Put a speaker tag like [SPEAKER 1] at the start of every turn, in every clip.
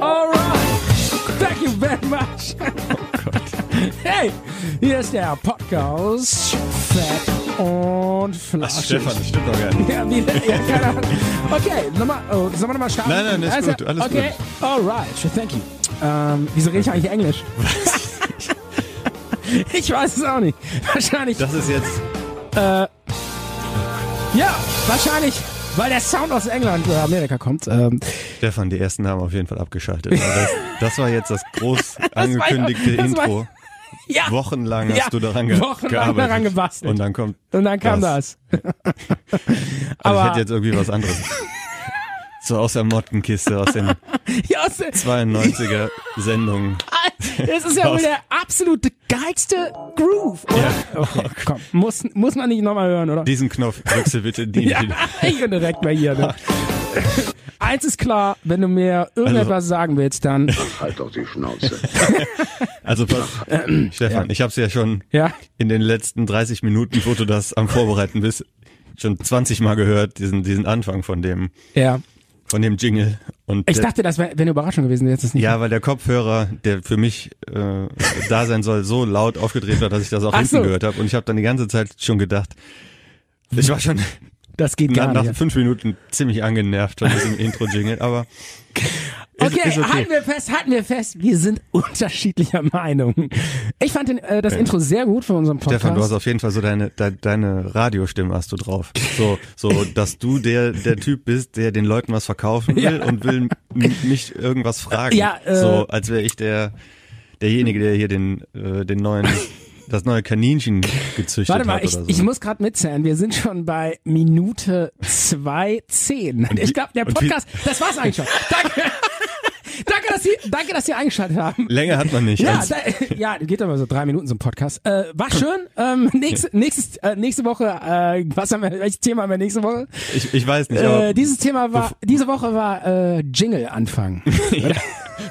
[SPEAKER 1] Alright. Thank you very much. Oh, Hey, hier ist der Podcast Fett und
[SPEAKER 2] Was,
[SPEAKER 1] Flaschig.
[SPEAKER 2] Stefan, das stimmt doch gar nicht.
[SPEAKER 1] Ja, wie, ja, keine Ahnung. Okay, nochmal, oh, sollen wir nochmal starten?
[SPEAKER 2] Nein, nein, ist
[SPEAKER 1] also,
[SPEAKER 2] gut, alles
[SPEAKER 1] okay. gut. alright, sure, thank you. Ähm, wieso rede ich eigentlich Englisch? ich weiß es auch nicht. Wahrscheinlich,
[SPEAKER 2] Das ist jetzt.
[SPEAKER 1] ja, wahrscheinlich, weil der Sound aus England oder Amerika kommt. Ähm,
[SPEAKER 2] Stefan, die ersten haben auf jeden Fall abgeschaltet. Also Das, das war jetzt das groß angekündigte
[SPEAKER 1] das war-
[SPEAKER 2] Intro.
[SPEAKER 1] ja,
[SPEAKER 2] Wochenlang hast
[SPEAKER 1] Ja,
[SPEAKER 2] du daran ge
[SPEAKER 1] wochenlang
[SPEAKER 2] gearbeitet.
[SPEAKER 1] daran gebastelt.
[SPEAKER 2] Und dann kommt.
[SPEAKER 1] und dann kam das.
[SPEAKER 2] Also ich
[SPEAKER 1] aber-
[SPEAKER 2] hätte jetzt irgendwie was anderes. So aus der Mottenkiste, aus den
[SPEAKER 1] Ja, es-
[SPEAKER 2] 92er Sendungen.
[SPEAKER 1] das ist ja wohl der absolute geilste Groove, oder?
[SPEAKER 2] Oh,
[SPEAKER 1] Okay, komm, muss, muss man nicht nochmal hören, oder?
[SPEAKER 2] Diesen Knopf drückst du bitte nie
[SPEAKER 1] Ja,
[SPEAKER 2] wieder.
[SPEAKER 1] ich bin direkt bei ihr. Ne? Eins ist klar, wenn du mir irgendetwas sagen willst, dann
[SPEAKER 3] Halt doch die Schnauze.
[SPEAKER 2] Also pass, Stefan, ich hab's ja schon
[SPEAKER 1] ja,
[SPEAKER 2] in den letzten 30 Minuten, wo du das am Vorbereiten bist, schon 20 Mal gehört, diesen, diesen Anfang von dem,
[SPEAKER 1] ja.
[SPEAKER 2] von dem Jingle. Und
[SPEAKER 1] Ich
[SPEAKER 2] der-
[SPEAKER 1] dachte, das wäre wär eine Überraschung gewesen, jetzt ist nicht.
[SPEAKER 2] Ja, weil der Kopfhörer, der für mich äh, da sein soll, so laut aufgedreht war, dass ich das auch
[SPEAKER 1] Ach
[SPEAKER 2] hinten
[SPEAKER 1] so.
[SPEAKER 2] gehört habe. Und ich habe dann die ganze Zeit schon gedacht, ich war schon
[SPEAKER 1] Das geht
[SPEAKER 2] nach,
[SPEAKER 1] gar
[SPEAKER 2] nach
[SPEAKER 1] nicht.
[SPEAKER 2] fünf Minuten ziemlich angenervt von diesem Intro-Jingle, aber
[SPEAKER 1] Oh
[SPEAKER 2] ist,
[SPEAKER 1] Okay,
[SPEAKER 2] ist okay.
[SPEAKER 1] halten wir fest, halten wir fest, wir sind unterschiedlicher Meinung. Ich fand den, äh, das Intro sehr gut für unseren Podcast.
[SPEAKER 2] Stefan, du hast auf jeden Fall so deine, de, deine Radiostimme hast du drauf. So, so, dass du der, der Typ bist, der den Leuten was verkaufen will
[SPEAKER 1] Ja.
[SPEAKER 2] und will m- mich irgendwas fragen.
[SPEAKER 1] Ja, äh,
[SPEAKER 2] so, als wäre ich der, derjenige, der hier den, äh, den neuen, das neue Kaninchen gezüchtet
[SPEAKER 1] Warte mal,
[SPEAKER 2] hat
[SPEAKER 1] ich,
[SPEAKER 2] oder so.
[SPEAKER 1] ich muss gerade mitzählen. Wir sind schon bei Minute 2.10. Ich glaube, der
[SPEAKER 2] und wie-
[SPEAKER 1] Podcast, das war's eigentlich schon. Danke. danke, dass Sie, danke, dass Sie eingeschaltet haben.
[SPEAKER 2] Länger hat man nicht.
[SPEAKER 1] Ja,
[SPEAKER 2] Als-
[SPEAKER 1] da, ja, geht aber so drei Minuten so ein Podcast. Äh, war
[SPEAKER 2] Hm.
[SPEAKER 1] schön. Ähm, nächste, nächstes, äh, nächste Woche, äh, was haben wir, welches Thema haben wir nächste Woche?
[SPEAKER 2] ich, ich weiß nicht, aber
[SPEAKER 1] Äh, dieses Thema war, diese Woche war äh, Jingle Anfang.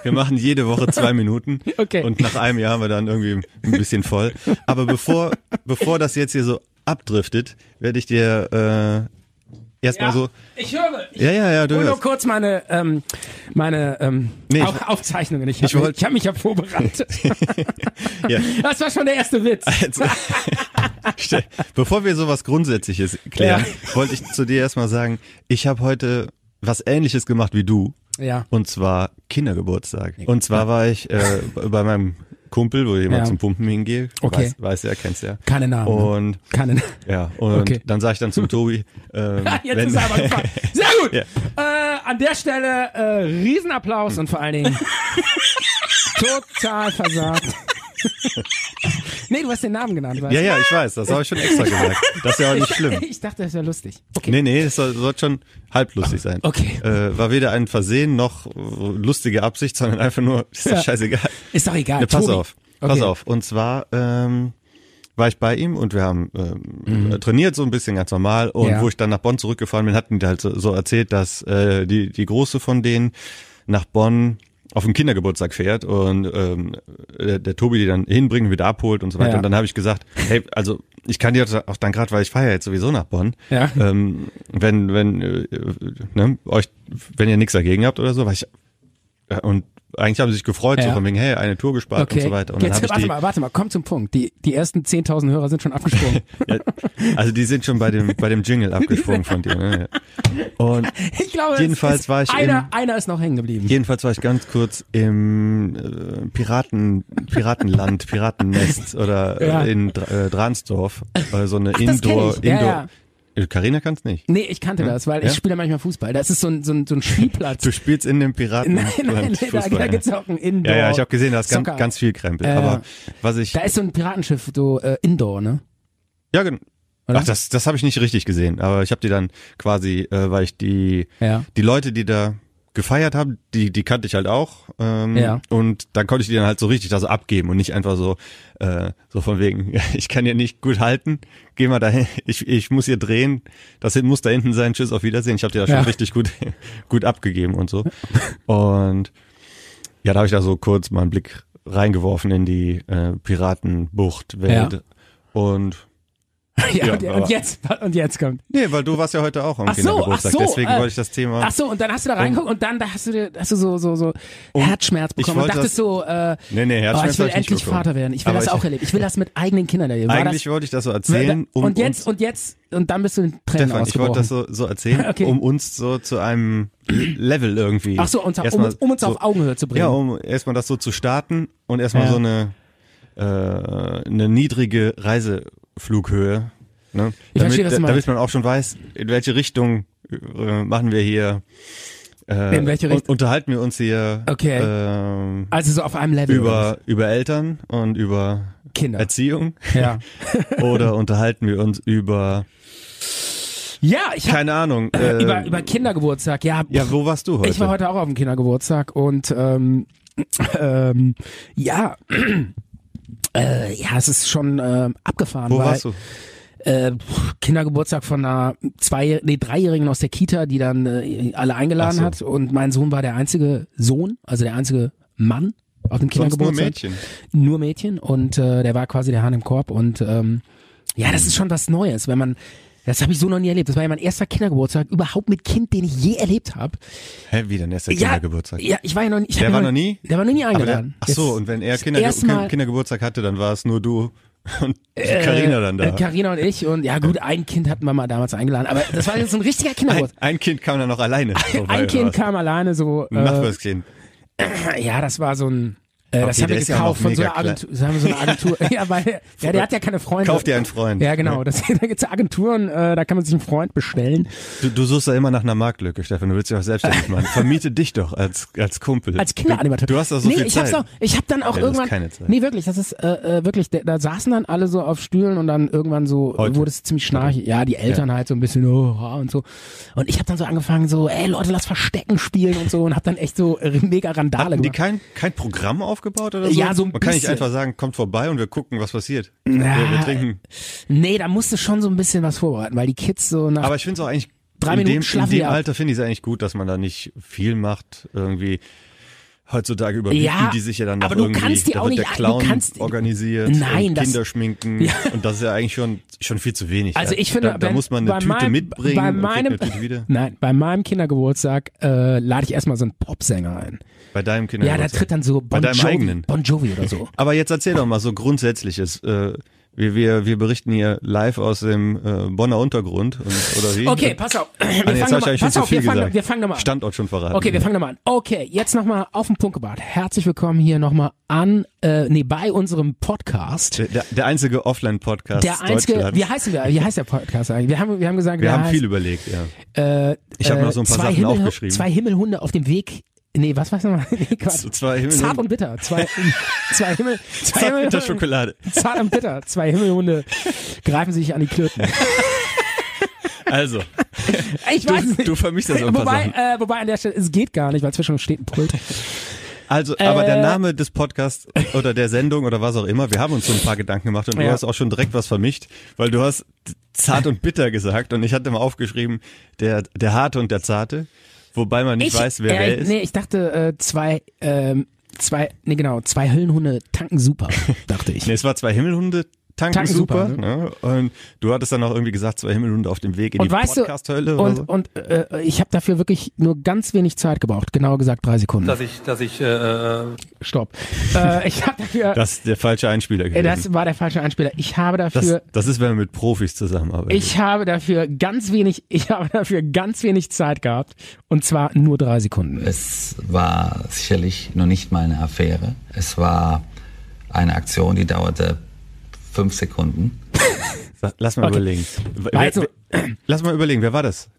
[SPEAKER 2] wir machen jede Woche zwei Minuten.
[SPEAKER 1] Okay.
[SPEAKER 2] Und nach einem Jahr haben wir dann irgendwie ein bisschen voll. Aber bevor, bevor das jetzt hier so abdriftet, werde ich dir äh, erstmal so.
[SPEAKER 1] ich höre. Ich
[SPEAKER 2] Ja, ja, ja, du
[SPEAKER 1] hol nur
[SPEAKER 2] hörst.
[SPEAKER 1] kurz meine, ähm, meine ähm,
[SPEAKER 2] Nee, ich-
[SPEAKER 1] auch Aufzeichnungen. Ich
[SPEAKER 2] ich
[SPEAKER 1] habe
[SPEAKER 2] wollt-
[SPEAKER 1] ich hab mich ja vorbereitet.
[SPEAKER 2] Ja.
[SPEAKER 1] Das war schon der erste Witz.
[SPEAKER 2] Jetzt- Ste- Bevor wir sowas Grundsätzliches klären, wollte ich zu dir erstmal sagen, ich habe heute was ähnliches gemacht wie du.
[SPEAKER 1] Ja.
[SPEAKER 2] Und zwar Kindergeburtstag. Und zwar war ich äh, bei meinem Kumpel, wo ich immer
[SPEAKER 1] Ja.
[SPEAKER 2] zum Pumpen hingehe.
[SPEAKER 1] Okay.
[SPEAKER 2] Weiß, weiß er, kennst ja.
[SPEAKER 1] Keine Namen.
[SPEAKER 2] Und
[SPEAKER 1] Keine.
[SPEAKER 2] Ja, und
[SPEAKER 1] Okay.
[SPEAKER 2] dann sage ich dann zum Tobi, ähm,
[SPEAKER 1] Jetzt
[SPEAKER 2] wenn,
[SPEAKER 1] ist er aber gefallen. Sehr gut.
[SPEAKER 2] Ja.
[SPEAKER 1] Äh, an der Stelle äh, Riesenapplaus und vor allen Dingen total versagt. nee, du hast den Namen genannt. Weißt
[SPEAKER 2] ja, ja, ich weiß, das habe ich schon extra gesagt. Das ist ja auch nicht
[SPEAKER 1] du?
[SPEAKER 2] schlimm.
[SPEAKER 1] Ich dachte, das wäre lustig. Okay. Ah,
[SPEAKER 2] Nee, nee, es soll, soll schon halblustig sein.
[SPEAKER 1] Okay.
[SPEAKER 2] Äh, war weder ein Versehen noch äh, lustige Absicht, sondern einfach nur, ist doch
[SPEAKER 1] Ja.
[SPEAKER 2] scheißegal.
[SPEAKER 1] Ist doch egal.
[SPEAKER 2] Ja, pass
[SPEAKER 1] Tobi.
[SPEAKER 2] auf,
[SPEAKER 1] Okay.
[SPEAKER 2] pass auf. Und zwar ähm, war ich bei ihm und wir haben ähm, trainiert so ein bisschen ganz normal. Und
[SPEAKER 1] Mhm. Ja.
[SPEAKER 2] wo ich dann nach Bonn zurückgefahren bin, hatten die halt so, so erzählt, dass äh, die, die Große von denen nach Bonn auf den Kindergeburtstag fährt und ähm, der, der Tobi die dann hinbringen, wieder abholt und so weiter.
[SPEAKER 1] Ja.
[SPEAKER 2] Und dann habe ich gesagt, hey, also ich kann dir auch dann gerade, weil ich feiere jetzt sowieso nach Bonn,
[SPEAKER 1] Ja.
[SPEAKER 2] ähm, wenn, wenn, äh, ne, euch, wenn ihr nichts dagegen habt oder so, weil ich, äh, und eigentlich haben sie sich gefreut, so
[SPEAKER 1] Ja.
[SPEAKER 2] von wegen, hey, eine Tour gespart
[SPEAKER 1] Okay.
[SPEAKER 2] und so weiter. Und
[SPEAKER 1] Jetzt,
[SPEAKER 2] dann
[SPEAKER 1] warte
[SPEAKER 2] habe
[SPEAKER 1] mal, warte mal, komm zum Punkt. Die, die ersten 10.000 Hörer sind schon abgesprungen.
[SPEAKER 2] ich die, also die sind schon bei dem, bei dem Jingle abgesprungen von dir. Ne? Ja. Und
[SPEAKER 1] Ich glaube, es
[SPEAKER 2] Jedenfalls
[SPEAKER 1] ist,
[SPEAKER 2] war ich
[SPEAKER 1] einer, einer ist noch hängen geblieben.
[SPEAKER 2] jedenfalls war ich ganz kurz im äh, Piraten, Piratenland, Piratennest oder äh,
[SPEAKER 1] Ja.
[SPEAKER 2] in Dr- äh, Dransdorf, äh, so eine
[SPEAKER 1] kenn ich.
[SPEAKER 2] Indoor,
[SPEAKER 1] Ja,
[SPEAKER 2] Indoor. Ja. Carina kann's nicht.
[SPEAKER 1] Nee, ich kannte das, weil
[SPEAKER 2] Hm? Ja?
[SPEAKER 1] ich spiele manchmal Fußball. Das ist so ein, so ein, so ein Spielplatz.
[SPEAKER 2] Du spielst in dem Piraten.
[SPEAKER 1] nein, nein, nee, da, da gibt's auch ein Indoor.
[SPEAKER 2] ja, ja, ich habe gesehen, da ist ganz,
[SPEAKER 1] Soccer.
[SPEAKER 2] ganz viel Krempel.
[SPEAKER 1] Ja,
[SPEAKER 2] aber
[SPEAKER 1] ja.
[SPEAKER 2] was ich.
[SPEAKER 1] Da ist so ein Piratenschiff, so äh, Indoor, ne?
[SPEAKER 2] Ja, genau.
[SPEAKER 1] Oder?
[SPEAKER 2] Ach, das, das habe ich nicht richtig gesehen, aber ich habe die dann quasi, äh, weil ich die,
[SPEAKER 1] Ja.
[SPEAKER 2] die Leute, die da gefeiert haben, die, die kannte ich halt auch. Ähm,
[SPEAKER 1] Ja.
[SPEAKER 2] Und dann konnte ich die dann halt so richtig da so abgeben und nicht einfach so, äh, so von wegen, ich kann hier nicht gut halten, geh mal dahin, ich, ich muss hier drehen, das hin- muss da hinten sein, tschüss, auf Wiedersehen. Ich habe die da schon
[SPEAKER 1] Ja.
[SPEAKER 2] richtig gut, gut abgegeben und so. Und ja, da habe ich da so kurz mal einen Blick reingeworfen in die äh, Piratenbuchtwelt.
[SPEAKER 1] Ja.
[SPEAKER 2] Und
[SPEAKER 1] Ja,
[SPEAKER 2] Ja,
[SPEAKER 1] und, und
[SPEAKER 2] aber-
[SPEAKER 1] jetzt und jetzt kommt.
[SPEAKER 2] Nee, weil du warst ja heute auch am
[SPEAKER 1] Ach so, ach
[SPEAKER 2] Kindergeburtstag,
[SPEAKER 1] so.
[SPEAKER 2] deswegen
[SPEAKER 1] äh,
[SPEAKER 2] wollte ich das Thema.
[SPEAKER 1] Ach so, und dann hast du da reingeguckt und dann da hast du dir hast du so so so Herzschmerz bekommen und
[SPEAKER 2] wollte
[SPEAKER 1] dachtest
[SPEAKER 2] das-
[SPEAKER 1] so, äh,
[SPEAKER 2] Nee, nee,
[SPEAKER 1] oh,
[SPEAKER 2] Herzschmerz
[SPEAKER 1] ich will
[SPEAKER 2] hab ich nicht
[SPEAKER 1] endlich
[SPEAKER 2] bekommen.
[SPEAKER 1] Vater werden. Ich will
[SPEAKER 2] Aber
[SPEAKER 1] das
[SPEAKER 2] ich-
[SPEAKER 1] auch erleben. Ich will das mit eigenen Kindern erleben. War
[SPEAKER 2] Eigentlich wollte ich das so erzählen,
[SPEAKER 1] das,
[SPEAKER 2] um
[SPEAKER 1] und jetzt
[SPEAKER 2] uns,
[SPEAKER 1] und jetzt und dann bist du in Tränen
[SPEAKER 2] Stefan, ich wollte
[SPEAKER 1] ausgebrochen.
[SPEAKER 2] das so, so erzählen,
[SPEAKER 1] Okay.
[SPEAKER 2] um uns so zu einem Level irgendwie.
[SPEAKER 1] Ach so, uns, um,
[SPEAKER 2] erstmal
[SPEAKER 1] uns, um uns
[SPEAKER 2] so,
[SPEAKER 1] auf Augenhöhe zu bringen.
[SPEAKER 2] Ja, um erstmal das so zu starten und erstmal
[SPEAKER 1] Ja.
[SPEAKER 2] so eine, äh, eine niedrige Reiseflughöhe. Ne?
[SPEAKER 1] Ich
[SPEAKER 2] damit,
[SPEAKER 1] verstehe, was du
[SPEAKER 2] da-
[SPEAKER 1] meinst.
[SPEAKER 2] damit man auch schon weiß, in welche Richtung äh, machen wir hier. Äh,
[SPEAKER 1] In welche
[SPEAKER 2] un-
[SPEAKER 1] Richtung?
[SPEAKER 2] Unterhalten wir uns hier
[SPEAKER 1] Okay.
[SPEAKER 2] ähm,
[SPEAKER 1] also so auf einem Level
[SPEAKER 2] über, über Eltern und über
[SPEAKER 1] Kinder.
[SPEAKER 2] Erziehung
[SPEAKER 1] Ja.
[SPEAKER 2] oder unterhalten wir uns über,
[SPEAKER 1] ja, ich habe
[SPEAKER 2] keine Ahnung, äh,
[SPEAKER 1] über, über Kindergeburtstag. Ja,
[SPEAKER 2] ja, wo warst du heute?
[SPEAKER 1] Ich war heute auch auf dem Kindergeburtstag und ähm, ähm, ja, äh, ja, es ist schon ähm, abgefahren.
[SPEAKER 2] wo
[SPEAKER 1] weil,
[SPEAKER 2] warst du?
[SPEAKER 1] Äh, pff, Kindergeburtstag von einer zwei, nee, dreijährigen aus der Kita, die dann äh, alle eingeladen
[SPEAKER 2] Ach so.
[SPEAKER 1] hat und mein Sohn war der einzige Sohn, also der einzige Mann auf dem
[SPEAKER 2] Sonst
[SPEAKER 1] Kindergeburtstag
[SPEAKER 2] nur Mädchen.
[SPEAKER 1] nur Mädchen und äh, der war quasi der Hahn im Korb und ähm, ja, das ist schon was Neues, wenn man das habe ich so noch nie erlebt. Das war ja mein erster Kindergeburtstag überhaupt mit Kind, den ich je erlebt habe.
[SPEAKER 2] Hä, wie denn erst der Kindergeburtstag?
[SPEAKER 1] Ja, ich war ja noch nie. Ich
[SPEAKER 2] Der
[SPEAKER 1] hab
[SPEAKER 2] war
[SPEAKER 1] ja
[SPEAKER 2] noch nie?
[SPEAKER 1] Der war noch nie
[SPEAKER 2] Aber der-
[SPEAKER 1] eingeladen.
[SPEAKER 2] ach so,
[SPEAKER 1] Jetzt-
[SPEAKER 2] und wenn er
[SPEAKER 1] das
[SPEAKER 2] Kinder,
[SPEAKER 1] erste Mal-
[SPEAKER 2] Kindergeburtstag hatte, dann war es nur du und Carina dann da.
[SPEAKER 1] äh, Carina und ich und ja gut, ein Kind hatten wir mal damals eingeladen, aber das war jetzt so ein richtiger
[SPEAKER 2] ein,
[SPEAKER 1] Kindergeburtstag.
[SPEAKER 2] ein Kind kam dann noch alleine. vorbei,
[SPEAKER 1] Ein
[SPEAKER 2] oder
[SPEAKER 1] Kind
[SPEAKER 2] was?
[SPEAKER 1] kam alleine so.
[SPEAKER 2] Ein
[SPEAKER 1] Äh,
[SPEAKER 2] Nachbarskind.
[SPEAKER 1] ja, das war so ein. Äh, das
[SPEAKER 2] Okay,
[SPEAKER 1] haben wir
[SPEAKER 2] der ist ja auch
[SPEAKER 1] gekauft
[SPEAKER 2] noch
[SPEAKER 1] von so
[SPEAKER 2] mega
[SPEAKER 1] einer Agentur. Das haben wir so eine Agentur. ja, weil ja, der hat ja keine Freunde.
[SPEAKER 2] Kauf dir einen Freund.
[SPEAKER 1] Ja, genau. Das, da gibt's Agenturen, äh, da kann man sich einen Freund bestellen.
[SPEAKER 2] Du, du suchst ja immer nach einer Marktlücke, Stefan. Du willst dich auch selbstständig machen. Vermiete dich doch als, als Kumpel.
[SPEAKER 1] Als Kinderanimateur.
[SPEAKER 2] Du, du hast doch so
[SPEAKER 1] nee,
[SPEAKER 2] viel
[SPEAKER 1] ich
[SPEAKER 2] Zeit.
[SPEAKER 1] Hab's auch, ich habe dann auch
[SPEAKER 2] Ja, du hast
[SPEAKER 1] irgendwann.
[SPEAKER 2] keine Zeit.
[SPEAKER 1] Nee, wirklich, das ist äh, äh, wirklich, da, da saßen dann alle so auf Stühlen und dann irgendwann so äh,
[SPEAKER 2] Heute.
[SPEAKER 1] wurde es ziemlich schnarchig. Ja, die Eltern halt so ein bisschen oh, ha, und so. Und ich habe dann so angefangen so, ey Leute, lass Verstecken spielen und so und habe dann echt so äh, mega Randale
[SPEAKER 2] Hatten die
[SPEAKER 1] gemacht. Äh,
[SPEAKER 2] kein, kein Programm aufgebaut oder so?
[SPEAKER 1] Ja, so ein
[SPEAKER 2] Man kann nicht
[SPEAKER 1] bisschen.
[SPEAKER 2] einfach sagen, kommt vorbei und wir gucken, was passiert.
[SPEAKER 1] Na.
[SPEAKER 2] wir, wir trinken.
[SPEAKER 1] Nee, da musste schon so ein bisschen was vorbereiten, weil die Kids so nach
[SPEAKER 2] Aber ich finde es auch eigentlich,
[SPEAKER 1] Drei
[SPEAKER 2] in
[SPEAKER 1] Minuten
[SPEAKER 2] dem, in
[SPEAKER 1] schlafen die
[SPEAKER 2] dem
[SPEAKER 1] ab.
[SPEAKER 2] Alter finde ich es eigentlich gut, dass man da nicht viel macht irgendwie. Heutzutage überbieten
[SPEAKER 1] Ja,
[SPEAKER 2] die sich ja dann noch
[SPEAKER 1] aber du
[SPEAKER 2] irgendwie,
[SPEAKER 1] kannst die
[SPEAKER 2] da
[SPEAKER 1] auch
[SPEAKER 2] wird
[SPEAKER 1] nicht-
[SPEAKER 2] der
[SPEAKER 1] du
[SPEAKER 2] Clown
[SPEAKER 1] kannst-
[SPEAKER 2] organisiert
[SPEAKER 1] Nein,
[SPEAKER 2] und
[SPEAKER 1] das-
[SPEAKER 2] Kinder schminken und das ist ja eigentlich schon, schon viel zu wenig.
[SPEAKER 1] Also ich finde,
[SPEAKER 2] da, da
[SPEAKER 1] wenn-
[SPEAKER 2] muss man eine
[SPEAKER 1] bei
[SPEAKER 2] Tüte
[SPEAKER 1] meinem-
[SPEAKER 2] mitbringen
[SPEAKER 1] bei
[SPEAKER 2] und
[SPEAKER 1] meinem-
[SPEAKER 2] kriegt eine Tüte wieder.
[SPEAKER 1] Nein, bei meinem Kindergeburtstag äh, lade ich erstmal so einen Popsänger ein.
[SPEAKER 2] Bei deinem
[SPEAKER 1] Ja,
[SPEAKER 2] Kindergeburtstag.
[SPEAKER 1] da tritt dann so
[SPEAKER 2] Bei
[SPEAKER 1] Bon
[SPEAKER 2] deinem
[SPEAKER 1] Jovi,
[SPEAKER 2] eigenen.
[SPEAKER 1] Bon Jovi oder so.
[SPEAKER 2] Aber jetzt erzähl doch mal so Grundsätzliches. Äh, wir, wir, wir berichten hier live aus dem äh, Bonner Untergrund und, oder wie?
[SPEAKER 1] Okay, pass auf. Wir
[SPEAKER 2] Ah,
[SPEAKER 1] fangen
[SPEAKER 2] nee, jetzt hab ich
[SPEAKER 1] nochmal
[SPEAKER 2] eigentlich schon
[SPEAKER 1] pass
[SPEAKER 2] zu
[SPEAKER 1] auf,
[SPEAKER 2] viel
[SPEAKER 1] wir fangen,
[SPEAKER 2] gesagt.
[SPEAKER 1] wir fangen nochmal an.
[SPEAKER 2] Standort schon verraten.
[SPEAKER 1] Okay, wir fangen nochmal an. Okay, jetzt nochmal auf den Punkt gebracht. Herzlich willkommen hier nochmal an, äh, nee, bei unserem Podcast.
[SPEAKER 2] Der- der, der einzige Offline-Podcast
[SPEAKER 1] Der einzige,
[SPEAKER 2] Deutschlands.
[SPEAKER 1] wie heißt der, wie heißt der Podcast eigentlich? Wir haben, wir haben gesagt,
[SPEAKER 2] Wir
[SPEAKER 1] der
[SPEAKER 2] haben
[SPEAKER 1] heißt,
[SPEAKER 2] viel überlegt, ja.
[SPEAKER 1] äh,
[SPEAKER 2] Ich habe
[SPEAKER 1] äh,
[SPEAKER 2] noch so ein paar
[SPEAKER 1] zwei
[SPEAKER 2] Sachen
[SPEAKER 1] Himmel,
[SPEAKER 2] aufgeschrieben.
[SPEAKER 1] Zwei Himmelhunde auf dem Weg, nee, was weiß ich nochmal? Nee, Quatz.
[SPEAKER 2] Zwei Himmel
[SPEAKER 1] Zart und bitter. Zwei, zwei Himmel, zwei
[SPEAKER 2] Zart mit der
[SPEAKER 1] Himmelhunde-
[SPEAKER 2] Schokolade.
[SPEAKER 1] Zart und bitter. Zwei Himmelhunde greifen sich an die Klöten.
[SPEAKER 2] Also,
[SPEAKER 1] Ich
[SPEAKER 2] du,
[SPEAKER 1] weiß es nicht.
[SPEAKER 2] du vermischst das irgendwas.
[SPEAKER 1] Wobei, äh, wobei an der Stelle, es geht gar nicht, weil zwischen uns steht ein Pult.
[SPEAKER 2] Also, aber
[SPEAKER 1] Äh.
[SPEAKER 2] der Name des Podcasts oder der Sendung oder was auch immer, wir haben uns so ein paar Gedanken gemacht und du
[SPEAKER 1] Ja.
[SPEAKER 2] hast auch schon direkt was vermischt, weil du hast zart und bitter gesagt und ich hatte mal aufgeschrieben, der, der Harte und der Zarte, wobei man nicht weiß, wer
[SPEAKER 1] äh,
[SPEAKER 2] wer ist.
[SPEAKER 1] Nee, ich dachte, äh, zwei, ähm, zwei, nee genau, zwei Höllenhunde tanken super, dachte ich.
[SPEAKER 2] Nee, es war zwei Himmelhunde, tanken,
[SPEAKER 1] Tanken
[SPEAKER 2] super.
[SPEAKER 1] super,
[SPEAKER 2] ne? Und du hattest dann auch irgendwie gesagt, zwei Himmelhunde auf dem Weg in
[SPEAKER 1] Und
[SPEAKER 2] die
[SPEAKER 1] weißt du,
[SPEAKER 2] Podcast-Hölle oder
[SPEAKER 1] und
[SPEAKER 2] so.
[SPEAKER 1] und äh, ich habe dafür wirklich nur ganz wenig Zeit gebraucht, genau gesagt drei Sekunden.
[SPEAKER 3] dass ich, dass ich, äh, äh,
[SPEAKER 1] Stopp. äh, ich habe dafür,
[SPEAKER 2] Das ist der falsche Einspieler
[SPEAKER 1] äh,
[SPEAKER 2] gewesen.
[SPEAKER 1] das war der falsche Einspieler. Ich habe
[SPEAKER 2] das,
[SPEAKER 1] dafür,
[SPEAKER 2] das ist, wenn man mit Profis zusammenarbeitet.
[SPEAKER 1] ich habe dafür ganz wenig, ich habe dafür ganz wenig Zeit gehabt und zwar nur drei
[SPEAKER 2] Äh,
[SPEAKER 1] Sekunden.
[SPEAKER 4] Es war sicherlich noch nicht mal eine Affäre. Es war eine Aktion, die dauerte fünf Sekunden.
[SPEAKER 2] Sa- Lass mal
[SPEAKER 1] Okay.
[SPEAKER 2] überlegen. W- Wer,
[SPEAKER 1] Also-
[SPEAKER 2] wer, lass mal überlegen, wer war das?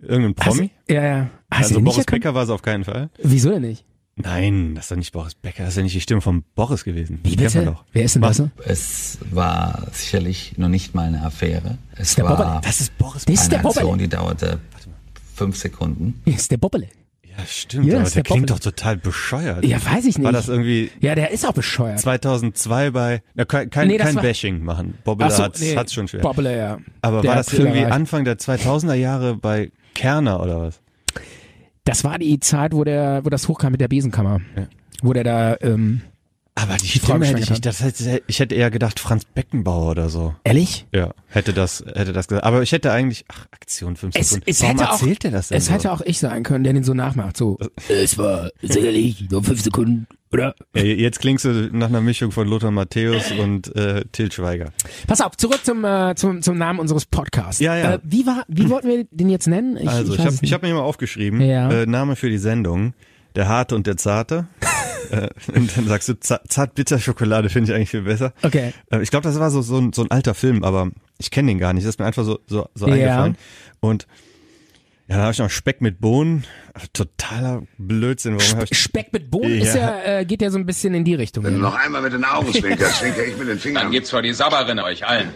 [SPEAKER 2] Irgendein Promi?
[SPEAKER 1] ja, ja. Hast
[SPEAKER 2] Also,
[SPEAKER 1] du ihn nicht
[SPEAKER 2] Boris
[SPEAKER 1] erkannt?
[SPEAKER 2] Becker war es auf keinen Fall.
[SPEAKER 1] Wieso denn nicht?
[SPEAKER 2] Nein, das ist doch nicht Boris Becker, das ist ja nicht die Stimme von Boris gewesen.
[SPEAKER 1] Wie
[SPEAKER 2] Kennt man
[SPEAKER 1] bitte?
[SPEAKER 2] doch.
[SPEAKER 1] Wer ist denn
[SPEAKER 2] Mach-
[SPEAKER 1] das? ne?
[SPEAKER 4] Es war sicherlich noch nicht mal eine Affäre. Es
[SPEAKER 1] Der Bobber-
[SPEAKER 4] war
[SPEAKER 2] Das ist
[SPEAKER 1] Das
[SPEAKER 2] Boris Becker.
[SPEAKER 1] ist
[SPEAKER 4] eine
[SPEAKER 1] der Bobbele.
[SPEAKER 4] Aktion, die dauerte fünf Sekunden.
[SPEAKER 1] Ist der Bobbele.
[SPEAKER 2] Ja, stimmt,
[SPEAKER 1] Ja,
[SPEAKER 2] aber
[SPEAKER 1] ist
[SPEAKER 2] der,
[SPEAKER 1] der
[SPEAKER 2] klingt doch
[SPEAKER 1] Bobbele.
[SPEAKER 2] total bescheuert.
[SPEAKER 1] Ja, weiß ich nicht.
[SPEAKER 2] War das irgendwie
[SPEAKER 1] Ja, der ist auch bescheuert.
[SPEAKER 2] 2002 bei, na, kein, kein,
[SPEAKER 1] Nee, das
[SPEAKER 2] kein
[SPEAKER 1] war-
[SPEAKER 2] Bashing machen. Bobbele
[SPEAKER 1] Ach so,
[SPEAKER 2] hat's,
[SPEAKER 1] nee,
[SPEAKER 2] hat's schon schwer.
[SPEAKER 1] Bobbele, ja.
[SPEAKER 2] aber
[SPEAKER 1] Der
[SPEAKER 2] war
[SPEAKER 1] hat
[SPEAKER 2] das
[SPEAKER 1] viel
[SPEAKER 2] irgendwie
[SPEAKER 1] erreicht.
[SPEAKER 2] Anfang der 2000er Jahre bei Kerner oder was?
[SPEAKER 1] Das war die Zeit, wo der, wo das hochkam mit der Besenkammer. Wo der da ähm,
[SPEAKER 2] Aber die
[SPEAKER 1] Frage
[SPEAKER 2] Stimme hätte ich
[SPEAKER 1] schwanger
[SPEAKER 2] nicht. Das hätte, ich hätte eher gedacht, Franz Beckenbauer oder so.
[SPEAKER 1] Ehrlich?
[SPEAKER 2] Ja, hätte das, hätte das gesagt. Aber ich hätte eigentlich, ach, Aktion 5
[SPEAKER 1] Es,
[SPEAKER 2] Sekunden.
[SPEAKER 1] es
[SPEAKER 2] Warum
[SPEAKER 1] hätte auch,
[SPEAKER 2] erzählt er das denn
[SPEAKER 1] es
[SPEAKER 2] so? Also-
[SPEAKER 1] hätte auch ich sein können, der den so nachmacht. So, es war sicherlich nur fünf Sekunden, oder?
[SPEAKER 2] Ja, jetzt klingst du nach einer Mischung von Lothar Matthäus und äh, Til Schweiger.
[SPEAKER 1] Pass auf, zurück zum, äh, zum, zum Namen unseres Podcasts.
[SPEAKER 2] Ja, ja.
[SPEAKER 1] Äh, wie, war, wie wollten wir den jetzt nennen? Ich,
[SPEAKER 2] Also, ich,
[SPEAKER 1] weiß
[SPEAKER 2] hab-
[SPEAKER 1] es
[SPEAKER 2] ich
[SPEAKER 1] nicht.
[SPEAKER 2] habe hab mir mal aufgeschrieben,
[SPEAKER 1] Ja.
[SPEAKER 2] äh, Name für die Sendung, der Harte und der Zarte. äh, und dann sagst du, Za- Zart-Bitter-Schokolade finde ich eigentlich viel besser.
[SPEAKER 1] Okay.
[SPEAKER 2] Äh, ich glaube, das war so, so, ein, so ein alter Film, aber ich kenne den gar nicht. Das ist mir einfach so, so, so
[SPEAKER 1] Ja.
[SPEAKER 2] eingefallen. Und ja, da habe ich noch Speck mit Bohnen. Ach, Totaler Blödsinn. Warum hab ich
[SPEAKER 1] Speck mit Bohnen ist ja, äh, geht ja so ein bisschen in die
[SPEAKER 2] Äh,
[SPEAKER 1] Richtung. ne?
[SPEAKER 5] Wenn du noch einmal mit den Augen zwinkerst, zwinker ich mit den Fingern.
[SPEAKER 3] Dann gibt's für die Sabberin euch allen.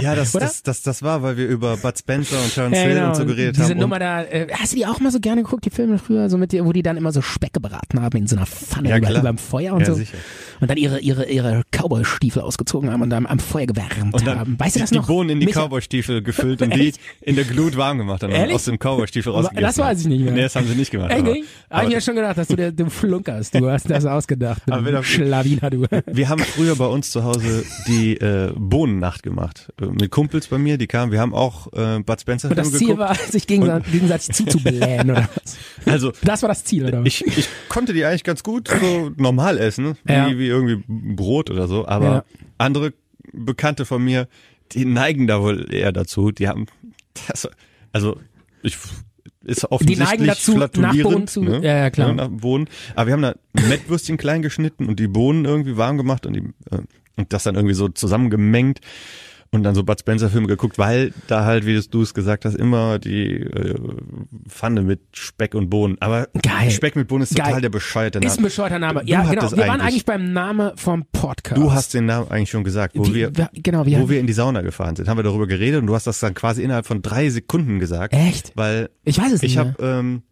[SPEAKER 2] Ja, das,
[SPEAKER 1] Oder?
[SPEAKER 2] das, das, das war, weil wir über Bud Spencer und Terence
[SPEAKER 1] Ja,
[SPEAKER 2] Hill
[SPEAKER 1] genau.
[SPEAKER 2] und so geredet
[SPEAKER 1] Diese
[SPEAKER 2] haben.
[SPEAKER 1] Nummer
[SPEAKER 2] und,
[SPEAKER 1] da, äh, hast du die auch mal so gerne geguckt, die Filme früher, so mit dir, wo die dann immer so Specke braten haben in so einer Pfanne
[SPEAKER 2] Ja,
[SPEAKER 1] über,
[SPEAKER 2] klar.
[SPEAKER 1] überm Feuer und
[SPEAKER 2] Ja,
[SPEAKER 1] so.
[SPEAKER 2] sicher.
[SPEAKER 1] Und dann ihre, ihre, ihre Cowboy-Stiefel ausgezogen haben und dann am Feuer gewärmt
[SPEAKER 2] und dann
[SPEAKER 1] haben. Weißt du
[SPEAKER 2] die-
[SPEAKER 1] das
[SPEAKER 2] die
[SPEAKER 1] noch?
[SPEAKER 2] Bohnen in die
[SPEAKER 1] Micha-
[SPEAKER 2] Cowboy-Stiefel gefüllt und die in der Glut warm gemacht haben und
[SPEAKER 1] Ehrlich?
[SPEAKER 2] aus dem Cowboy-Stiefel rausgegessen.
[SPEAKER 1] Das weiß ich nicht mehr.
[SPEAKER 2] Nee, das haben sie nicht gemacht.
[SPEAKER 1] Ey,
[SPEAKER 2] aber,
[SPEAKER 1] nee, hab
[SPEAKER 2] aber
[SPEAKER 1] ich ja schon gedacht, dass du der, du flunkerst. Du hast das ausgedacht.
[SPEAKER 2] Aber wenn
[SPEAKER 1] Du
[SPEAKER 2] doch-
[SPEAKER 1] Schlawiner, du.
[SPEAKER 2] wir haben früher bei uns zu Hause die äh, Bohnennacht gemacht. Äh, Mit Kumpels bei mir, die kamen, wir haben auch äh, Bud Spencer
[SPEAKER 1] Und das
[SPEAKER 2] Filme
[SPEAKER 1] Ziel
[SPEAKER 2] geguckt.
[SPEAKER 1] war, sich gegensei- gegenseitig zuzublähen, oder was?
[SPEAKER 2] also
[SPEAKER 1] Das war das Ziel, oder was?
[SPEAKER 2] ich, ich konnte die eigentlich ganz gut so normal essen, wie,
[SPEAKER 1] Ja.
[SPEAKER 2] wie irgendwie Brot oder so, aber
[SPEAKER 1] Ja.
[SPEAKER 2] andere Bekannte von mir, die neigen da wohl eher dazu, die haben das, also ich ist offensichtlich
[SPEAKER 1] dazu,
[SPEAKER 2] flatulierend,
[SPEAKER 1] nach Bohnen zu-
[SPEAKER 2] ne?
[SPEAKER 1] ja, ja, klar.
[SPEAKER 2] Ne, nach Bohnen, aber wir haben da Mettwürstchen klein geschnitten und die Bohnen irgendwie warm gemacht und, die, äh, und das dann irgendwie so zusammengemengt und dann so Bud Spencer Filme geguckt, weil da halt, wie du es gesagt hast, immer die äh, Pfanne mit Speck und Bohnen. Aber
[SPEAKER 1] Geil.
[SPEAKER 2] Speck mit Bohnen ist total
[SPEAKER 1] Geil.
[SPEAKER 2] der bescheuerte Name.
[SPEAKER 1] Ist ein bescheuerter Name.
[SPEAKER 2] Du
[SPEAKER 1] Ja, genau. Wir
[SPEAKER 2] hattest
[SPEAKER 1] waren
[SPEAKER 2] eigentlich-
[SPEAKER 1] eigentlich beim Name vom Podcast.
[SPEAKER 2] du hast den Namen eigentlich schon gesagt, wo
[SPEAKER 1] Wie-
[SPEAKER 2] wir,
[SPEAKER 1] wer- genau, wir
[SPEAKER 2] wo
[SPEAKER 1] haben-
[SPEAKER 2] wir in die Sauna gefahren sind, haben wir darüber geredet und du hast das dann quasi innerhalb von drei Sekunden gesagt.
[SPEAKER 1] Echt?
[SPEAKER 2] Weil
[SPEAKER 1] Ich weiß es
[SPEAKER 2] ich
[SPEAKER 1] nicht.
[SPEAKER 2] habe
[SPEAKER 1] Mehr.
[SPEAKER 2] ähm,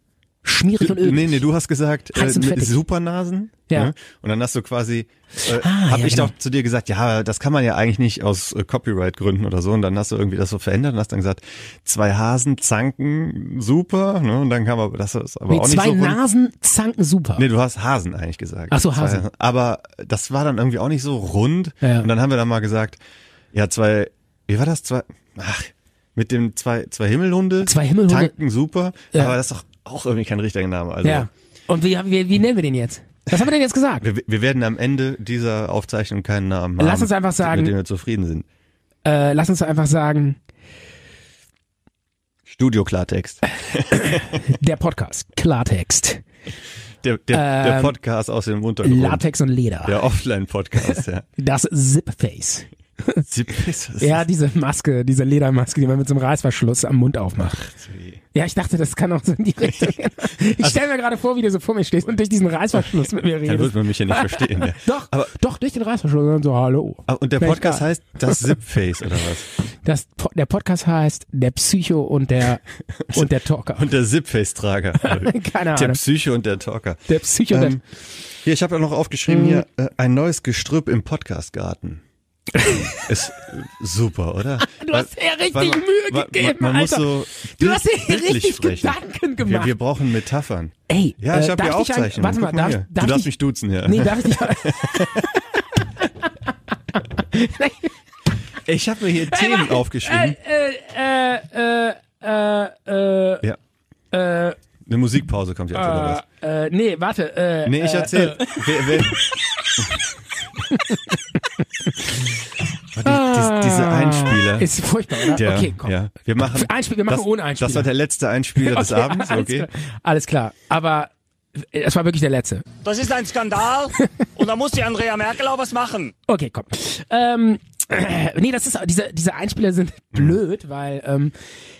[SPEAKER 1] Schmierig und ölig.
[SPEAKER 2] Nee, nee, du hast gesagt, äh,
[SPEAKER 1] Heiß und
[SPEAKER 2] mit
[SPEAKER 1] fettig.
[SPEAKER 2] Supernasen.
[SPEAKER 1] Ja.
[SPEAKER 2] Ne? Und dann hast du quasi, äh,
[SPEAKER 1] Ah,
[SPEAKER 2] hab
[SPEAKER 1] ja,
[SPEAKER 2] ich
[SPEAKER 1] genau.
[SPEAKER 2] doch zu dir gesagt, ja, das kann man ja eigentlich nicht aus äh, Copyright-Gründen oder so. Und dann hast du irgendwie das so verändert und hast dann gesagt, zwei Hasen, Zanken, super. Ne? Und dann kam aber, das ist aber
[SPEAKER 1] nee,
[SPEAKER 2] auch nicht
[SPEAKER 1] zwei
[SPEAKER 2] so rund.
[SPEAKER 1] Nasen zanken super.
[SPEAKER 2] Nee, du hast Hasen eigentlich gesagt.
[SPEAKER 1] Ach so,
[SPEAKER 2] Zwei
[SPEAKER 1] Hasen.
[SPEAKER 2] Aber das war dann irgendwie auch nicht so rund.
[SPEAKER 1] Ja, ja.
[SPEAKER 2] Und dann haben wir dann mal gesagt, ja, zwei, wie war das? Zwei, ach, mit dem zwei, zwei Himmelhunde.
[SPEAKER 1] Zwei Himmelhunde.
[SPEAKER 2] Tanken, super.
[SPEAKER 1] Ja.
[SPEAKER 2] Aber das ist doch auch irgendwie kein richtiger Name. Also,
[SPEAKER 1] ja. Und wie, wie, wie nennen wir den jetzt? Was haben wir denn jetzt gesagt?
[SPEAKER 2] Wir, wir werden am Ende dieser Aufzeichnung keinen Namen haben.
[SPEAKER 1] Lass uns einfach sagen-
[SPEAKER 2] Mit dem wir zufrieden sind.
[SPEAKER 1] Äh, lass uns einfach sagen,
[SPEAKER 2] Studio Klartext.
[SPEAKER 1] der Podcast. Klartext.
[SPEAKER 2] Der, der, der
[SPEAKER 1] Ähm,
[SPEAKER 2] Podcast aus dem Untergrund.
[SPEAKER 1] Latex und Leder.
[SPEAKER 2] Der Offline-Podcast, ja.
[SPEAKER 1] Das Zipface.
[SPEAKER 2] Zip- ist das-
[SPEAKER 1] Ja, diese Maske, diese Ledermaske, die man mit so einem Reißverschluss am Mund aufmacht.
[SPEAKER 2] Sorry.
[SPEAKER 1] Ja, ich dachte, das kann auch so in die Richtung gehen. Ich stell mir gerade vor, wie du so vor mir stehst und durch diesen Reißverschluss mit mir
[SPEAKER 2] Also- Dann
[SPEAKER 1] redest.
[SPEAKER 2] wird man mich ja nicht verstehen. Ja.
[SPEAKER 1] Doch,
[SPEAKER 2] Aber,
[SPEAKER 1] doch, durch den Reißverschluss und dann so, hallo.
[SPEAKER 2] aber- und der
[SPEAKER 1] Ja,
[SPEAKER 2] Podcast
[SPEAKER 1] egal.
[SPEAKER 2] heißt das Zipface oder was?
[SPEAKER 1] Das, Po- der Podcast heißt Der Psycho und der, und der Talker.
[SPEAKER 2] Und der Zipface-Trager.
[SPEAKER 1] Keine
[SPEAKER 2] Der
[SPEAKER 1] Ahnung.
[SPEAKER 2] Psyche und der Talker.
[SPEAKER 1] Der Mhm. Psycho und
[SPEAKER 2] Ähm, hier, ich habe ja noch aufgeschrieben hier, äh, ein neues Gestrüpp im Podcastgarten. ist äh, super, oder?
[SPEAKER 1] Du hast dir ja richtig
[SPEAKER 2] weil
[SPEAKER 1] Mühe
[SPEAKER 2] weil
[SPEAKER 1] gegeben,
[SPEAKER 2] man, man
[SPEAKER 1] Alter.
[SPEAKER 2] Muss so
[SPEAKER 1] Du hast dir
[SPEAKER 2] bild- bildlich
[SPEAKER 1] richtig
[SPEAKER 2] sprechen.
[SPEAKER 1] Gedanken
[SPEAKER 2] Wir,
[SPEAKER 1] gemacht.
[SPEAKER 2] wir brauchen Metaphern.
[SPEAKER 1] der, ey,
[SPEAKER 2] Ja, ich
[SPEAKER 1] äh, darf
[SPEAKER 2] habe hier
[SPEAKER 1] ich eigentlich-
[SPEAKER 2] Aufzeichnungen.
[SPEAKER 1] Warte mal,
[SPEAKER 2] Guck mal
[SPEAKER 1] darf,
[SPEAKER 2] hier.
[SPEAKER 1] darf
[SPEAKER 2] du darfst
[SPEAKER 1] ich,
[SPEAKER 2] mich duzen, ja.
[SPEAKER 1] Nee, darf ich nicht.
[SPEAKER 2] ich habe mir hier Themen aufgeschrieben.
[SPEAKER 1] äh, äh, äh, äh,
[SPEAKER 2] ja. Eine Musikpause kommt jetzt, oder was?
[SPEAKER 1] äh, nee, warte, äh,
[SPEAKER 2] Nee, ich erzähl. Wer, wer Aber die, die, diese Einspieler.
[SPEAKER 1] Ah. ist furchtbar, oder?
[SPEAKER 2] Ja,
[SPEAKER 1] okay, komm.
[SPEAKER 2] Ja. Wir machen,
[SPEAKER 1] Einspiel- wir machen
[SPEAKER 2] das,
[SPEAKER 1] ohne Einspieler.
[SPEAKER 2] Das war der letzte Einspieler des
[SPEAKER 1] Okay,
[SPEAKER 2] Abends,
[SPEAKER 1] alles
[SPEAKER 2] okay?
[SPEAKER 1] Klar. Alles klar, aber äh, es war wirklich der letzte.
[SPEAKER 6] Das ist ein Skandal und da muss die Andrea Merkel auch was machen.
[SPEAKER 1] Okay, komm. Ähm, äh, nee, das ist diese diese Einspieler sind
[SPEAKER 2] Mhm.
[SPEAKER 1] blöd, weil ähm,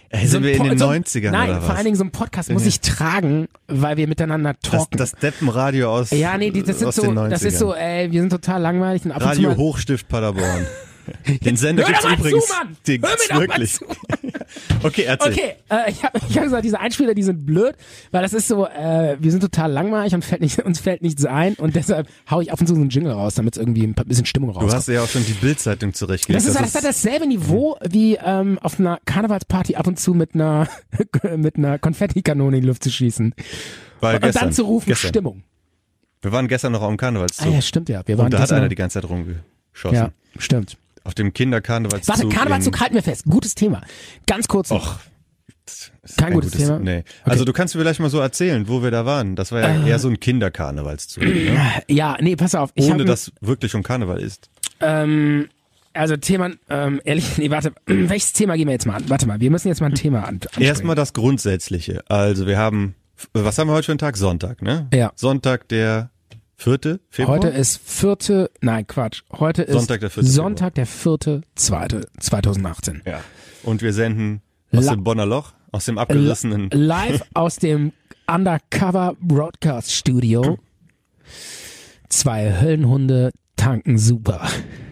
[SPEAKER 2] Ey, sind
[SPEAKER 1] ein
[SPEAKER 2] wir in
[SPEAKER 1] Po-
[SPEAKER 2] den
[SPEAKER 1] so ein-
[SPEAKER 2] 90ern
[SPEAKER 1] Nein,
[SPEAKER 2] oder was?
[SPEAKER 1] vor allen Dingen so ein Podcast muss ich tragen, weil wir miteinander
[SPEAKER 2] das,
[SPEAKER 1] talken.
[SPEAKER 2] das Deppenradio aus,
[SPEAKER 1] ja, nee, die, das sind
[SPEAKER 2] aus den
[SPEAKER 1] so,
[SPEAKER 2] 90ern.
[SPEAKER 1] das ist so, ey, wir sind total langweilig und ab und zu
[SPEAKER 2] Radio
[SPEAKER 1] mal,
[SPEAKER 2] Hochstift Paderborn. Den Sender
[SPEAKER 1] Hör doch
[SPEAKER 2] gibt's
[SPEAKER 1] mal zu,
[SPEAKER 2] übrigens.
[SPEAKER 1] Mann!
[SPEAKER 2] Den
[SPEAKER 1] Hör mir
[SPEAKER 2] gibt's
[SPEAKER 1] doch mal
[SPEAKER 2] wirklich.
[SPEAKER 1] zu.
[SPEAKER 2] Okay, erzähl.
[SPEAKER 1] Okay, äh, ich habe ich hab gesagt, diese Einspieler, die sind blöd, weil das ist so, äh, wir sind total langweilig und fällt nicht, uns fällt nichts ein und deshalb hau ich ab und zu so einen Jingle raus, damit irgendwie ein paar- bisschen Stimmung rauskommt.
[SPEAKER 2] Du hast ja auch schon die Bildzeitung zurechtgelegt.
[SPEAKER 1] Das, ist, halt, das hat dasselbe Niveau wie ähm, auf einer Karnevalsparty ab und zu mit einer mit einer Konfettikanone in die Luft zu schießen
[SPEAKER 2] weil
[SPEAKER 1] und dann zu rufen
[SPEAKER 2] gestern.
[SPEAKER 1] Stimmung.
[SPEAKER 2] Wir waren gestern noch am Karnevalszug.
[SPEAKER 1] Ah ja, stimmt ja. Wir waren
[SPEAKER 2] und da hat
[SPEAKER 1] gestern-
[SPEAKER 2] einer die ganze Zeit rumgeschossen.
[SPEAKER 1] ja, stimmt.
[SPEAKER 2] Auf dem Kinderkarnevalszug.
[SPEAKER 1] Warte, Karnevalszug,
[SPEAKER 2] in-
[SPEAKER 1] halten wir fest. Gutes Thema. Ganz kurz. noch.
[SPEAKER 2] Ist
[SPEAKER 1] Kein
[SPEAKER 2] ein
[SPEAKER 1] gutes Thema?
[SPEAKER 2] Nee.
[SPEAKER 1] Okay. Äh.
[SPEAKER 2] Also du kannst mir vielleicht mal so erzählen, wo wir da waren. Das war ja eher so ein Kinderkarnevalszug, ne?
[SPEAKER 1] Ja, nee, pass auf. Ich hab
[SPEAKER 2] ohne
[SPEAKER 1] ein-
[SPEAKER 2] dass wirklich schon Karneval ist.
[SPEAKER 1] Ähm, also Thema, ähm, ehrlich, nee, warte, welches Thema gehen wir jetzt mal an? Warte mal, wir müssen jetzt mal ein Thema an. ansprechen.
[SPEAKER 2] Erstmal das Grundsätzliche. Also wir haben, was haben wir heute für einen Tag? Sonntag, ne?
[SPEAKER 1] Ja.
[SPEAKER 2] Sonntag der vierte Februar.
[SPEAKER 1] Heute ist vierte, nein, Quatsch. Heute ist
[SPEAKER 2] Sonntag, der vierte
[SPEAKER 1] Sonntag, der vierte, zweite, 2018.
[SPEAKER 2] ja. Und wir senden aus
[SPEAKER 1] La-
[SPEAKER 2] dem Bonner Loch, aus dem
[SPEAKER 1] Li-
[SPEAKER 2] abgerissenen
[SPEAKER 1] Live aus dem Undercover Broadcast Studio. Zwei Höllenhunde tanken super.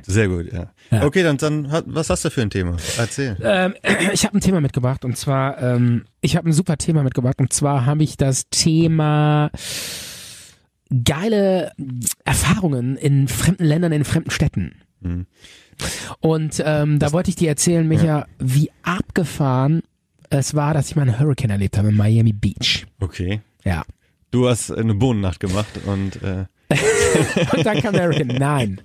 [SPEAKER 2] Sehr gut, ja. Okay, dann, dann hat- was hast du für ein Thema? Erzähl.
[SPEAKER 1] Äh. Ähm, Ich habe ein Thema mitgebracht und zwar, ähm, ich habe ein super Thema mitgebracht und zwar habe ich das Thema geile Erfahrungen in fremden Ländern, in fremden Städten.
[SPEAKER 2] Mhm.
[SPEAKER 1] Und ähm, da wollte ich dir erzählen, Micha, wie abgefahren es war, dass ich mal einen Hurricane erlebt habe in Miami Beach.
[SPEAKER 2] Okay.
[SPEAKER 1] Ja.
[SPEAKER 2] Du hast eine Bohnennacht gemacht und äh,
[SPEAKER 1] Und dann kam der Hurricane. Nein.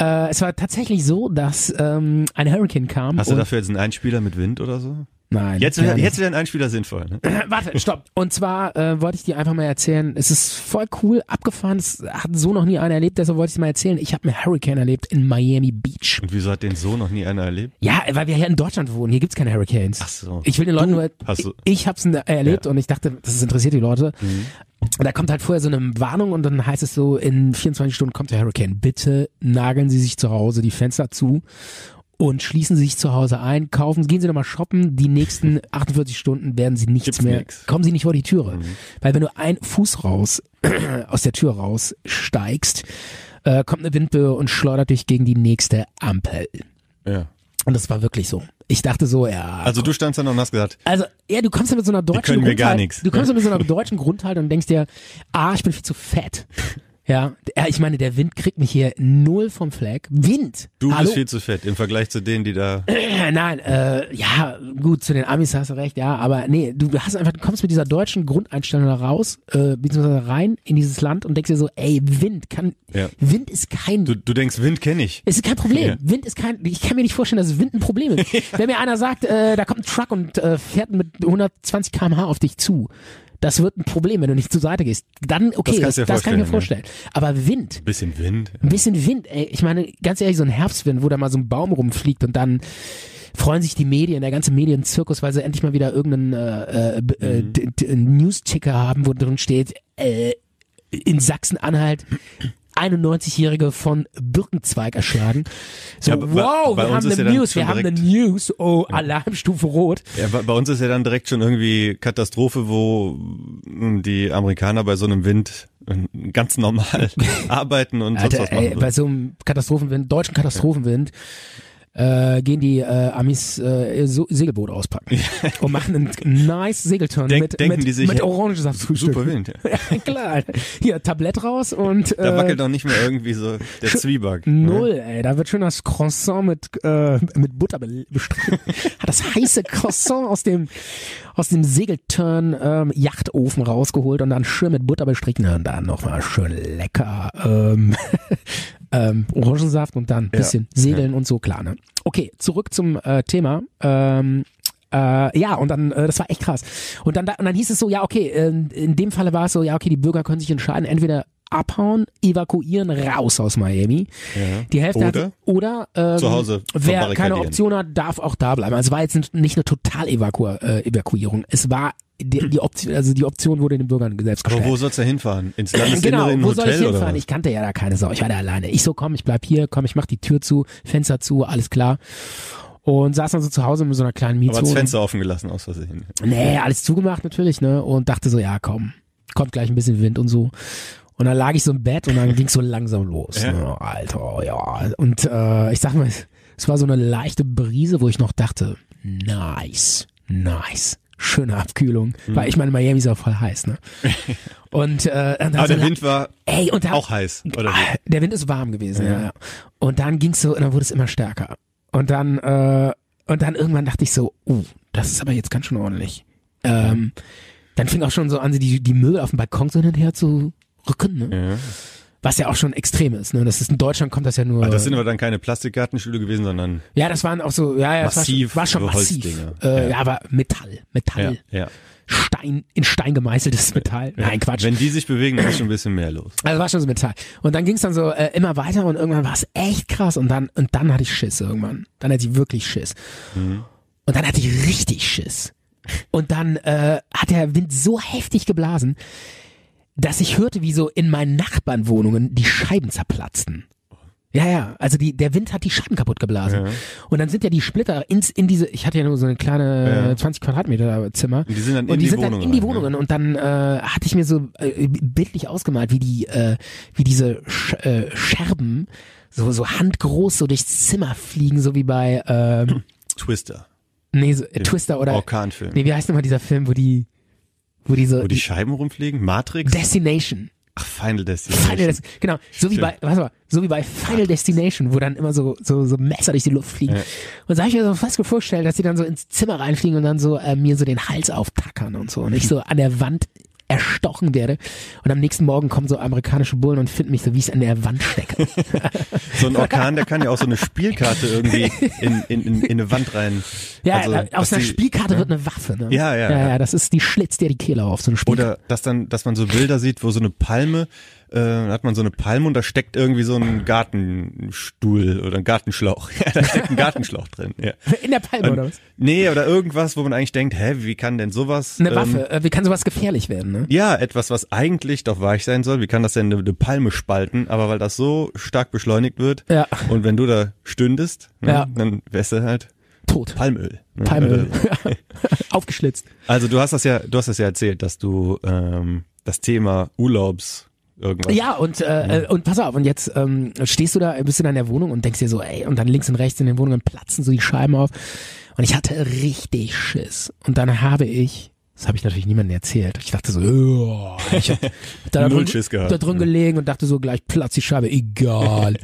[SPEAKER 1] Äh, es war tatsächlich so, dass ähm, ein Hurricane kam.
[SPEAKER 2] hast du
[SPEAKER 1] und,
[SPEAKER 2] dafür jetzt einen Einspieler mit Wind oder so?
[SPEAKER 1] Nein.
[SPEAKER 2] Jetzt
[SPEAKER 1] gar
[SPEAKER 2] wäre
[SPEAKER 1] nicht.
[SPEAKER 2] jetzt wär ein Einspieler sinnvoll. Ne?
[SPEAKER 1] Warte, stopp. Und zwar äh, wollte ich dir einfach mal erzählen, es ist voll cool, abgefahren, es hat so noch nie einer erlebt, deshalb wollte ich es mal erzählen. Ich habe einen Hurricane erlebt in Miami Beach.
[SPEAKER 2] Und wieso hat den so noch nie einer erlebt?
[SPEAKER 1] Ja, weil wir hier in Deutschland wohnen, hier gibt's keine Hurricanes.
[SPEAKER 2] Ach so.
[SPEAKER 1] Ich will den Leuten nur,
[SPEAKER 2] hast du- Mhm.
[SPEAKER 1] ich, ich hab's erlebt und ich dachte, das interessiert die Leute. Und da kommt halt vorher so eine Warnung und dann heißt es so, in 24 Stunden kommt der Hurricane. Bitte nageln Sie sich zu Hause die Fenster zu und schließen Sie sich zu Hause ein, kaufen, gehen Sie nochmal shoppen. Die nächsten 48 Stunden werden Sie nichts
[SPEAKER 2] Gibt's
[SPEAKER 1] mehr,
[SPEAKER 2] nix. Mhm.
[SPEAKER 1] kommen Sie nicht vor die Türe. Weil wenn du einen Fuß raus, aus der Tür raus steigst, äh, kommt eine Windböe und schleudert dich gegen die nächste Ampel.
[SPEAKER 2] Ja.
[SPEAKER 1] Und das war wirklich so. Ich dachte so, ja.
[SPEAKER 2] Also du standst dann und hast gesagt,
[SPEAKER 1] Also, ja, du kommst ja mit so einer deutschen
[SPEAKER 2] können mir gar
[SPEAKER 1] Grundhaltung.
[SPEAKER 2] nix.
[SPEAKER 1] Du kommst ja mit so einer deutschen Grundhaltung und denkst dir, ah, ich bin viel zu fett. Ja, ja, ich meine, der Wind kriegt mich hier null vom Fleck. Wind.
[SPEAKER 2] du
[SPEAKER 1] Hallo?
[SPEAKER 2] bist viel zu fett im Vergleich zu denen, die da.
[SPEAKER 1] Äh, Nein, äh, ja, gut, zu den Amis hast du recht, ja, aber nee, du hast einfach, du kommst mit dieser deutschen Grundeinstellung da raus, äh, beziehungsweise rein in dieses Land und denkst dir so, ey, Wind kann,
[SPEAKER 2] Ja.
[SPEAKER 1] Wind ist kein
[SPEAKER 2] Du, du denkst, Wind kenne ich.
[SPEAKER 1] es ist kein Problem.
[SPEAKER 2] Ja.
[SPEAKER 1] Wind ist kein. Ich kann mir nicht vorstellen, dass Wind ein Problem ist. Wenn mir einer sagt, äh, da kommt ein Truck und äh, fährt mit 120 km/h auf dich zu, das wird ein Problem, wenn du nicht zur Seite gehst. Dann okay, das,
[SPEAKER 2] kannst du dir
[SPEAKER 1] das kann ich mir vorstellen.
[SPEAKER 2] vorstellen,
[SPEAKER 1] Aber Wind,
[SPEAKER 2] Bisschen Wind.
[SPEAKER 1] ein bisschen Wind. Ey, ich meine, ganz ehrlich, so ein Herbstwind, wo da mal so ein Baum rumfliegt und dann freuen sich die Medien, der ganze Medienzirkus, weil sie endlich mal wieder irgendeinen äh, äh, b- äh,
[SPEAKER 2] Mhm.
[SPEAKER 1] d- d- News-Ticker haben, wo drin steht, äh, in Sachsen-Anhalt 91-Jährige von Birkenzweig erschlagen. So,
[SPEAKER 2] Ja, bei-
[SPEAKER 1] wow,
[SPEAKER 2] bei
[SPEAKER 1] wir
[SPEAKER 2] uns
[SPEAKER 1] haben
[SPEAKER 2] ist
[SPEAKER 1] eine
[SPEAKER 2] ja dann
[SPEAKER 1] News,
[SPEAKER 2] schon
[SPEAKER 1] wir haben eine
[SPEAKER 2] direkt-
[SPEAKER 1] News, oh, Alarmstufe Rot.
[SPEAKER 2] Ja, bei bei uns ist ja dann direkt schon irgendwie Katastrophe, wo mm, die Amerikaner bei so einem Wind äh, ganz normal arbeiten und sonst was
[SPEAKER 1] Alter,
[SPEAKER 2] machen.
[SPEAKER 1] ey, bei so einem Katastrophenwind, deutschen Katastrophenwind, äh, gehen die äh, Amis äh, ihr so Segelboot auspacken und machen einen nice Segelturn
[SPEAKER 2] Denk-
[SPEAKER 1] mit,
[SPEAKER 2] denken
[SPEAKER 1] mit,
[SPEAKER 2] die sich,
[SPEAKER 1] mit
[SPEAKER 2] ja,
[SPEAKER 1] Orangensaft.
[SPEAKER 2] Super Wind. Ja.
[SPEAKER 1] Ja, klar. Hier, Tablett raus und
[SPEAKER 2] Da wackelt
[SPEAKER 1] äh,
[SPEAKER 2] doch nicht mehr irgendwie so der Zwieback. ne?
[SPEAKER 1] null, ey. Da wird schön das Croissant mit, äh, mit Butter be- bestrichen. das heiße Croissant aus dem, aus dem Segelturn ähm, Yachtofen rausgeholt und dann schön mit Butter bestrichen und dann nochmal schön lecker ähm, ähm, Orangensaft und dann ein bisschen segeln und so, klar, ne? Okay, zurück zum äh, Thema. Ähm, äh, ja, und dann, äh, das war echt krass. Und dann, da, und dann hieß es so, ja, okay, ähm, in dem Falle war es so, ja, okay, die Bürger können sich entscheiden, entweder abhauen, evakuieren, raus aus Miami. Die Hälfte hat,
[SPEAKER 2] Oder?
[SPEAKER 1] oder ähm,
[SPEAKER 2] Zu Hause
[SPEAKER 1] wer keine
[SPEAKER 2] verbarrikadieren.
[SPEAKER 1] Option hat, darf auch da bleiben. Also es war jetzt nicht eine Totalevaku äh, Evakuierung. Es war die, die Option, also die Option wurde den Bürgern selbst gestellt.
[SPEAKER 2] Aber wo sollst du hinfahren? Ins
[SPEAKER 1] Genau,
[SPEAKER 2] Landesinnere in ein
[SPEAKER 1] wo
[SPEAKER 2] Hotel
[SPEAKER 1] soll ich
[SPEAKER 2] oder
[SPEAKER 1] hinfahren?
[SPEAKER 2] was?
[SPEAKER 1] Ich kannte ja da keine Sau. Ich war da alleine. Ich so, komm, ich bleib hier, komm, ich mach die Tür zu, Fenster zu, alles klar. Und saß dann so zu Hause mit so einer kleinen
[SPEAKER 2] Aber das
[SPEAKER 1] Mietzone.
[SPEAKER 2] Fenster offen gelassen aus Versehen.
[SPEAKER 1] Nee, alles zugemacht natürlich, ne? Und dachte so, ja, komm, kommt gleich ein bisschen Wind und so. Und dann lag ich so im Bett und dann ging so langsam los.
[SPEAKER 2] Ja.
[SPEAKER 1] Ne? Alter, ja. Und äh, ich sag mal, es es war so eine leichte Brise, wo ich noch dachte, nice, nice. Schöne Abkühlung.
[SPEAKER 2] Mhm.
[SPEAKER 1] Weil ich meine, Miami ist ja voll heiß, ne? Und äh, dann
[SPEAKER 2] Aber
[SPEAKER 1] so
[SPEAKER 2] der
[SPEAKER 1] la-
[SPEAKER 2] Wind war
[SPEAKER 1] Ey, und da,
[SPEAKER 2] auch heiß. Oder wie?
[SPEAKER 1] Ah, Der Wind ist warm gewesen, ja. ja. Und dann ging's so, und dann wurde es immer stärker. Und dann, äh, und dann irgendwann dachte ich so, uh, das ist aber jetzt ganz schön ordentlich. Ähm, dann fing auch schon so an, die, die Möbel auf dem Balkon so hin und her zu Rücken, ne?
[SPEAKER 2] Ja.
[SPEAKER 1] Was ja auch schon extrem ist, ne? Das ist in Deutschland kommt das ja nur.
[SPEAKER 2] Ah, das sind aber dann keine Plastikgartenstühle gewesen, sondern
[SPEAKER 1] ja, das waren auch so, ja, ja, das
[SPEAKER 2] Massiv,
[SPEAKER 1] war schon, war schon
[SPEAKER 2] so
[SPEAKER 1] massiv.
[SPEAKER 2] Holzdinge.
[SPEAKER 1] Äh, ja.
[SPEAKER 2] Ja.
[SPEAKER 1] aber Metall,
[SPEAKER 2] ja,
[SPEAKER 1] Metall,
[SPEAKER 2] ja.
[SPEAKER 1] Stein, in Stein gemeißeltes Metall. Nein, Quatsch.
[SPEAKER 2] Wenn die sich bewegen, dann ist schon ein bisschen mehr los.
[SPEAKER 1] Also war schon so Metall. Und dann ging's dann so äh, immer weiter und irgendwann war es echt krass. Und dann, und dann hatte ich Schiss irgendwann. Dann hatte ich wirklich Schiss. Und dann hatte ich richtig Schiss. Und dann äh, hat der Wind so heftig geblasen, dass ich hörte, wie so in meinen Nachbarnwohnungen die Scheiben zerplatzten. Ja, ja, also die, der Wind hat die Scheiben kaputt geblasen. Und dann sind ja die Splitter ins, in diese, ich hatte ja nur so eine kleine
[SPEAKER 2] Ja.
[SPEAKER 1] äh, 20 Quadratmeter Zimmer.
[SPEAKER 2] Und die sind dann
[SPEAKER 1] und
[SPEAKER 2] in
[SPEAKER 1] die,
[SPEAKER 2] die
[SPEAKER 1] sind dann
[SPEAKER 2] Wohnung
[SPEAKER 1] in die
[SPEAKER 2] rein, ne?
[SPEAKER 1] Wohnungen. Und dann äh, hatte ich mir so äh, bildlich ausgemalt, wie die, äh, wie diese Sch äh, Scherben so, so handgroß so durchs Zimmer fliegen, so wie bei ähm,
[SPEAKER 2] Twister.
[SPEAKER 1] nee, so, äh, Twister oder
[SPEAKER 2] Orkanfilm.
[SPEAKER 1] nee, wie heißt nochmal dieser Film, wo die, wo die so
[SPEAKER 2] Wo die Scheiben rumfliegen? Matrix?
[SPEAKER 1] Destination.
[SPEAKER 2] Ach, Final Destination.
[SPEAKER 1] Final Destination. Genau, so wie bei,
[SPEAKER 2] Stimmt.
[SPEAKER 1] warte mal, so wie bei Final Destination, wo dann immer so, so, so Messer durch die Luft fliegen.
[SPEAKER 2] Ja.
[SPEAKER 1] Und da habe ich mir so fast vorgestellt, dass die dann so ins Zimmer reinfliegen und dann so äh, mir so den Hals auftackern und so. Und ich so an der Wand erstochen werde. Und am nächsten Morgen kommen so amerikanische Bullen und finden mich so, wie ich an der Wand stecke.
[SPEAKER 2] So ein Orkan, der kann ja auch so eine Spielkarte irgendwie in, in, in, in eine Wand rein.
[SPEAKER 1] Ja,
[SPEAKER 2] Also,
[SPEAKER 1] da- aus
[SPEAKER 2] dass
[SPEAKER 1] einer
[SPEAKER 2] die-
[SPEAKER 1] Spielkarte wird eine Waffe. Ne?
[SPEAKER 2] Ja, ja,
[SPEAKER 1] ja,
[SPEAKER 2] ja.
[SPEAKER 1] Das ist, die schlitzt dir die Kehle auf, so eine Spielkarte.
[SPEAKER 2] Oder dass dann, dass man so Bilder sieht, wo so eine Palme, äh, da hat man so eine Palme und da steckt irgendwie so ein Gartenstuhl oder ein Gartenschlauch. Ja, da steckt ein Gartenschlauch drin. Ja.
[SPEAKER 1] In der Palme, oder was?
[SPEAKER 2] Nee, oder irgendwas, wo man eigentlich denkt, hä, wie kann denn sowas?
[SPEAKER 1] Eine
[SPEAKER 2] ähm,
[SPEAKER 1] Waffe. Äh, Wie kann sowas gefährlich werden, ne?
[SPEAKER 2] Ja, etwas, was eigentlich doch weich sein soll. Wie kann das denn eine, eine Palme spalten? Aber weil das so stark beschleunigt wird
[SPEAKER 1] Ja.
[SPEAKER 2] und wenn du da stündest, ne,
[SPEAKER 1] Ja.
[SPEAKER 2] dann wärst du halt
[SPEAKER 1] Tot.
[SPEAKER 2] Palmöl. ne?
[SPEAKER 1] Palmöl.
[SPEAKER 2] Äh,
[SPEAKER 1] Aufgeschlitzt.
[SPEAKER 2] Also du hast das ja, du hast das ja erzählt, dass du ähm, das Thema Urlaubs irgendwas.
[SPEAKER 1] Ja, und, äh, äh, und pass auf, und jetzt ähm, stehst du da, bist du da in der Wohnung und denkst dir so, ey, und dann links und rechts in den Wohnungen platzen so die Scheiben auf. Und ich hatte richtig Schiss. Und dann habe ich, das habe ich natürlich niemandem erzählt, ich dachte so, oh, ich hab da,
[SPEAKER 2] Null
[SPEAKER 1] drin,
[SPEAKER 2] Schiss gehabt.
[SPEAKER 1] da drin gelegen und dachte so, gleich platzt die Scheibe, egal.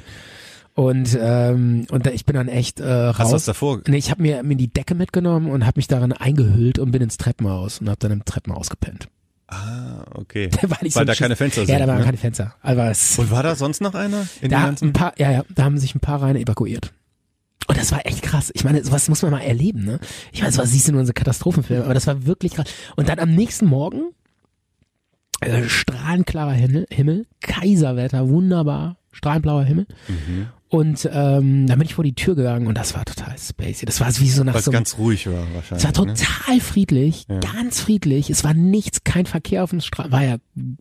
[SPEAKER 1] und ähm, und da, ich bin dann echt äh, raus.
[SPEAKER 2] Hast du das davor?
[SPEAKER 1] Nee, ich habe mir, mir die Decke mitgenommen und habe mich darin eingehüllt und bin ins Treppenhaus und habe dann im Treppenhaus gepennt.
[SPEAKER 2] Ah, okay.
[SPEAKER 1] Weil, ich so
[SPEAKER 2] Weil da
[SPEAKER 1] Schiss-
[SPEAKER 2] keine Fenster
[SPEAKER 1] Ja,
[SPEAKER 2] sind.
[SPEAKER 1] da waren
[SPEAKER 2] ne?
[SPEAKER 1] keine Fenster. Also es-
[SPEAKER 2] Und war da sonst noch einer in dem
[SPEAKER 1] da ein
[SPEAKER 2] ganzen?
[SPEAKER 1] paar, ja, ja, da haben sich ein paar Reine evakuiert. Und das war echt krass. Ich meine, sowas muss man mal erleben, ne? Ich meine, sowas siehst du nur in so Katastrophenfilmen, aber das war wirklich krass. Und dann am nächsten Morgen, äh, strahlenklarer Himmel, Himmel, Kaiserwetter, wunderbar, strahlenblauer Himmel.
[SPEAKER 2] Mhm.
[SPEAKER 1] Und ähm, dann bin ich vor die Tür gegangen und das war total spacey. Das war wie so nach
[SPEAKER 2] Was
[SPEAKER 1] so einem
[SPEAKER 2] ganz ruhig war
[SPEAKER 1] es war
[SPEAKER 2] wahrscheinlich. ne?
[SPEAKER 1] total friedlich, ganz friedlich. Es war nichts, kein Verkehr auf dem Straßen, war ja,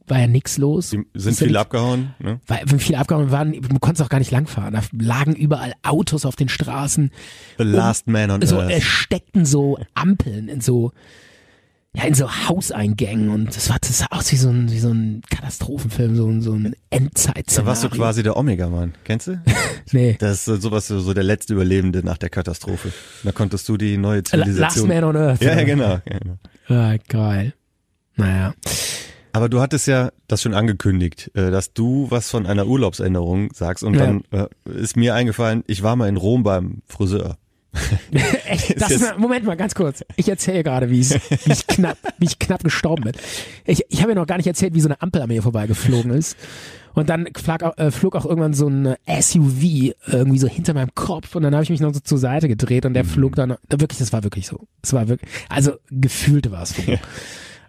[SPEAKER 1] war ja nichts los.
[SPEAKER 2] Die sind
[SPEAKER 1] Ist ja
[SPEAKER 2] viele
[SPEAKER 1] nichts-
[SPEAKER 2] abgehauen. Ne?
[SPEAKER 1] weil wenn viele abgehauen waren, du konntest auch gar nicht langfahren. Da lagen überall Autos auf den Straßen.
[SPEAKER 2] The last man on
[SPEAKER 1] Oh, So,
[SPEAKER 2] earth.
[SPEAKER 1] es steckten so Ampeln in so, ja, in so Hauseingängen und das war, das sah aus wie so ein, wie so ein Katastrophenfilm, so ein, so ein
[SPEAKER 2] Da
[SPEAKER 1] Endzeit-Szenario.
[SPEAKER 2] warst du quasi der Omega-Mann. Kennst du?
[SPEAKER 1] Nee.
[SPEAKER 2] Das ist äh, sowas, so so der letzte Überlebende nach der Katastrophe. Da konntest du die neue
[SPEAKER 1] Last
[SPEAKER 2] Zivilisation.
[SPEAKER 1] Man on Earth.
[SPEAKER 2] ja, ja, genau. genau.
[SPEAKER 1] Ah, geil. Naja.
[SPEAKER 2] Aber du hattest ja das schon angekündigt, äh, dass du was von einer Urlaubsänderung sagst. Und
[SPEAKER 1] Ja.
[SPEAKER 2] dann äh, ist mir eingefallen, ich war mal in Rom beim Friseur.
[SPEAKER 1] Äh, Echt, das
[SPEAKER 2] jetzt-
[SPEAKER 1] Moment mal, ganz kurz. Ich erzähle gerade, wie es- wie ich knapp, wie ich knapp gestorben bin. Ich, ich habe ja noch gar nicht erzählt, wie so eine Ampel an mir vorbeigeflogen ist. Und dann flog auch, äh, flog auch irgendwann so ein äh, SUV irgendwie so hinter meinem Kopf und dann habe ich mich noch so zur Seite gedreht und der flog dann da wirklich, das war wirklich so. Es war wirklich, also gefühlt war es so.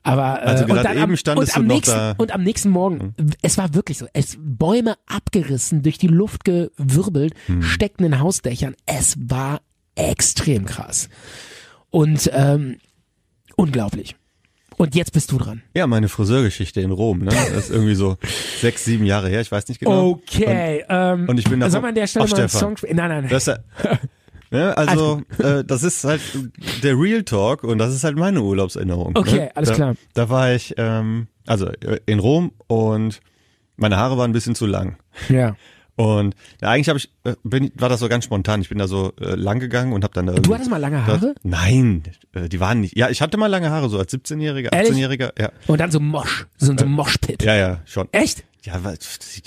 [SPEAKER 1] Aber äh,
[SPEAKER 2] Also
[SPEAKER 1] und
[SPEAKER 2] gerade
[SPEAKER 1] dann am,
[SPEAKER 2] eben standest
[SPEAKER 1] und am
[SPEAKER 2] du noch
[SPEAKER 1] nächsten,
[SPEAKER 2] da. Hm.
[SPEAKER 1] und am nächsten Morgen, es war wirklich so, es Bäume abgerissen, durch die Luft gewirbelt,
[SPEAKER 2] Hm.
[SPEAKER 1] steckten in Hausdächern. Es war extrem krass. Und ähm, unglaublich. Und jetzt bist du dran.
[SPEAKER 2] Ja, meine Friseurgeschichte in Rom. Ne? Das ist irgendwie so sechs, sieben Jahre her. Ich weiß nicht genau.
[SPEAKER 1] Okay. ähm,
[SPEAKER 2] und ich bin nach-
[SPEAKER 1] Soll man an der Stelle
[SPEAKER 2] Ach,
[SPEAKER 1] mal einen
[SPEAKER 2] Stefan.
[SPEAKER 1] Song spielen? Nein, nein, nein.
[SPEAKER 2] Das, ist ja- ne, also, äh, das ist halt der Real Talk und das ist halt meine Urlaubserinnerung.
[SPEAKER 1] Okay,
[SPEAKER 2] ne?
[SPEAKER 1] alles
[SPEAKER 2] da,
[SPEAKER 1] klar.
[SPEAKER 2] Da war ich, ähm, also äh, in Rom und meine Haare waren ein bisschen zu lang.
[SPEAKER 1] ja.
[SPEAKER 2] Und ja, eigentlich habe ich, äh, bin, war das so ganz spontan. Ich bin da so äh, lang gegangen und habe dann da irgendwie-
[SPEAKER 1] hattest mal lange Haare?
[SPEAKER 2] Das, nein, äh, die waren nicht. Ja, ich hatte mal lange Haare, so als 17-Jähriger,
[SPEAKER 1] Ehrlich?
[SPEAKER 2] 18-Jähriger. Ja,
[SPEAKER 1] Und dann so Mosch, so, so ein Moschpit.
[SPEAKER 2] Äh, ja, ja, schon.
[SPEAKER 1] Echt?
[SPEAKER 2] Ja, weil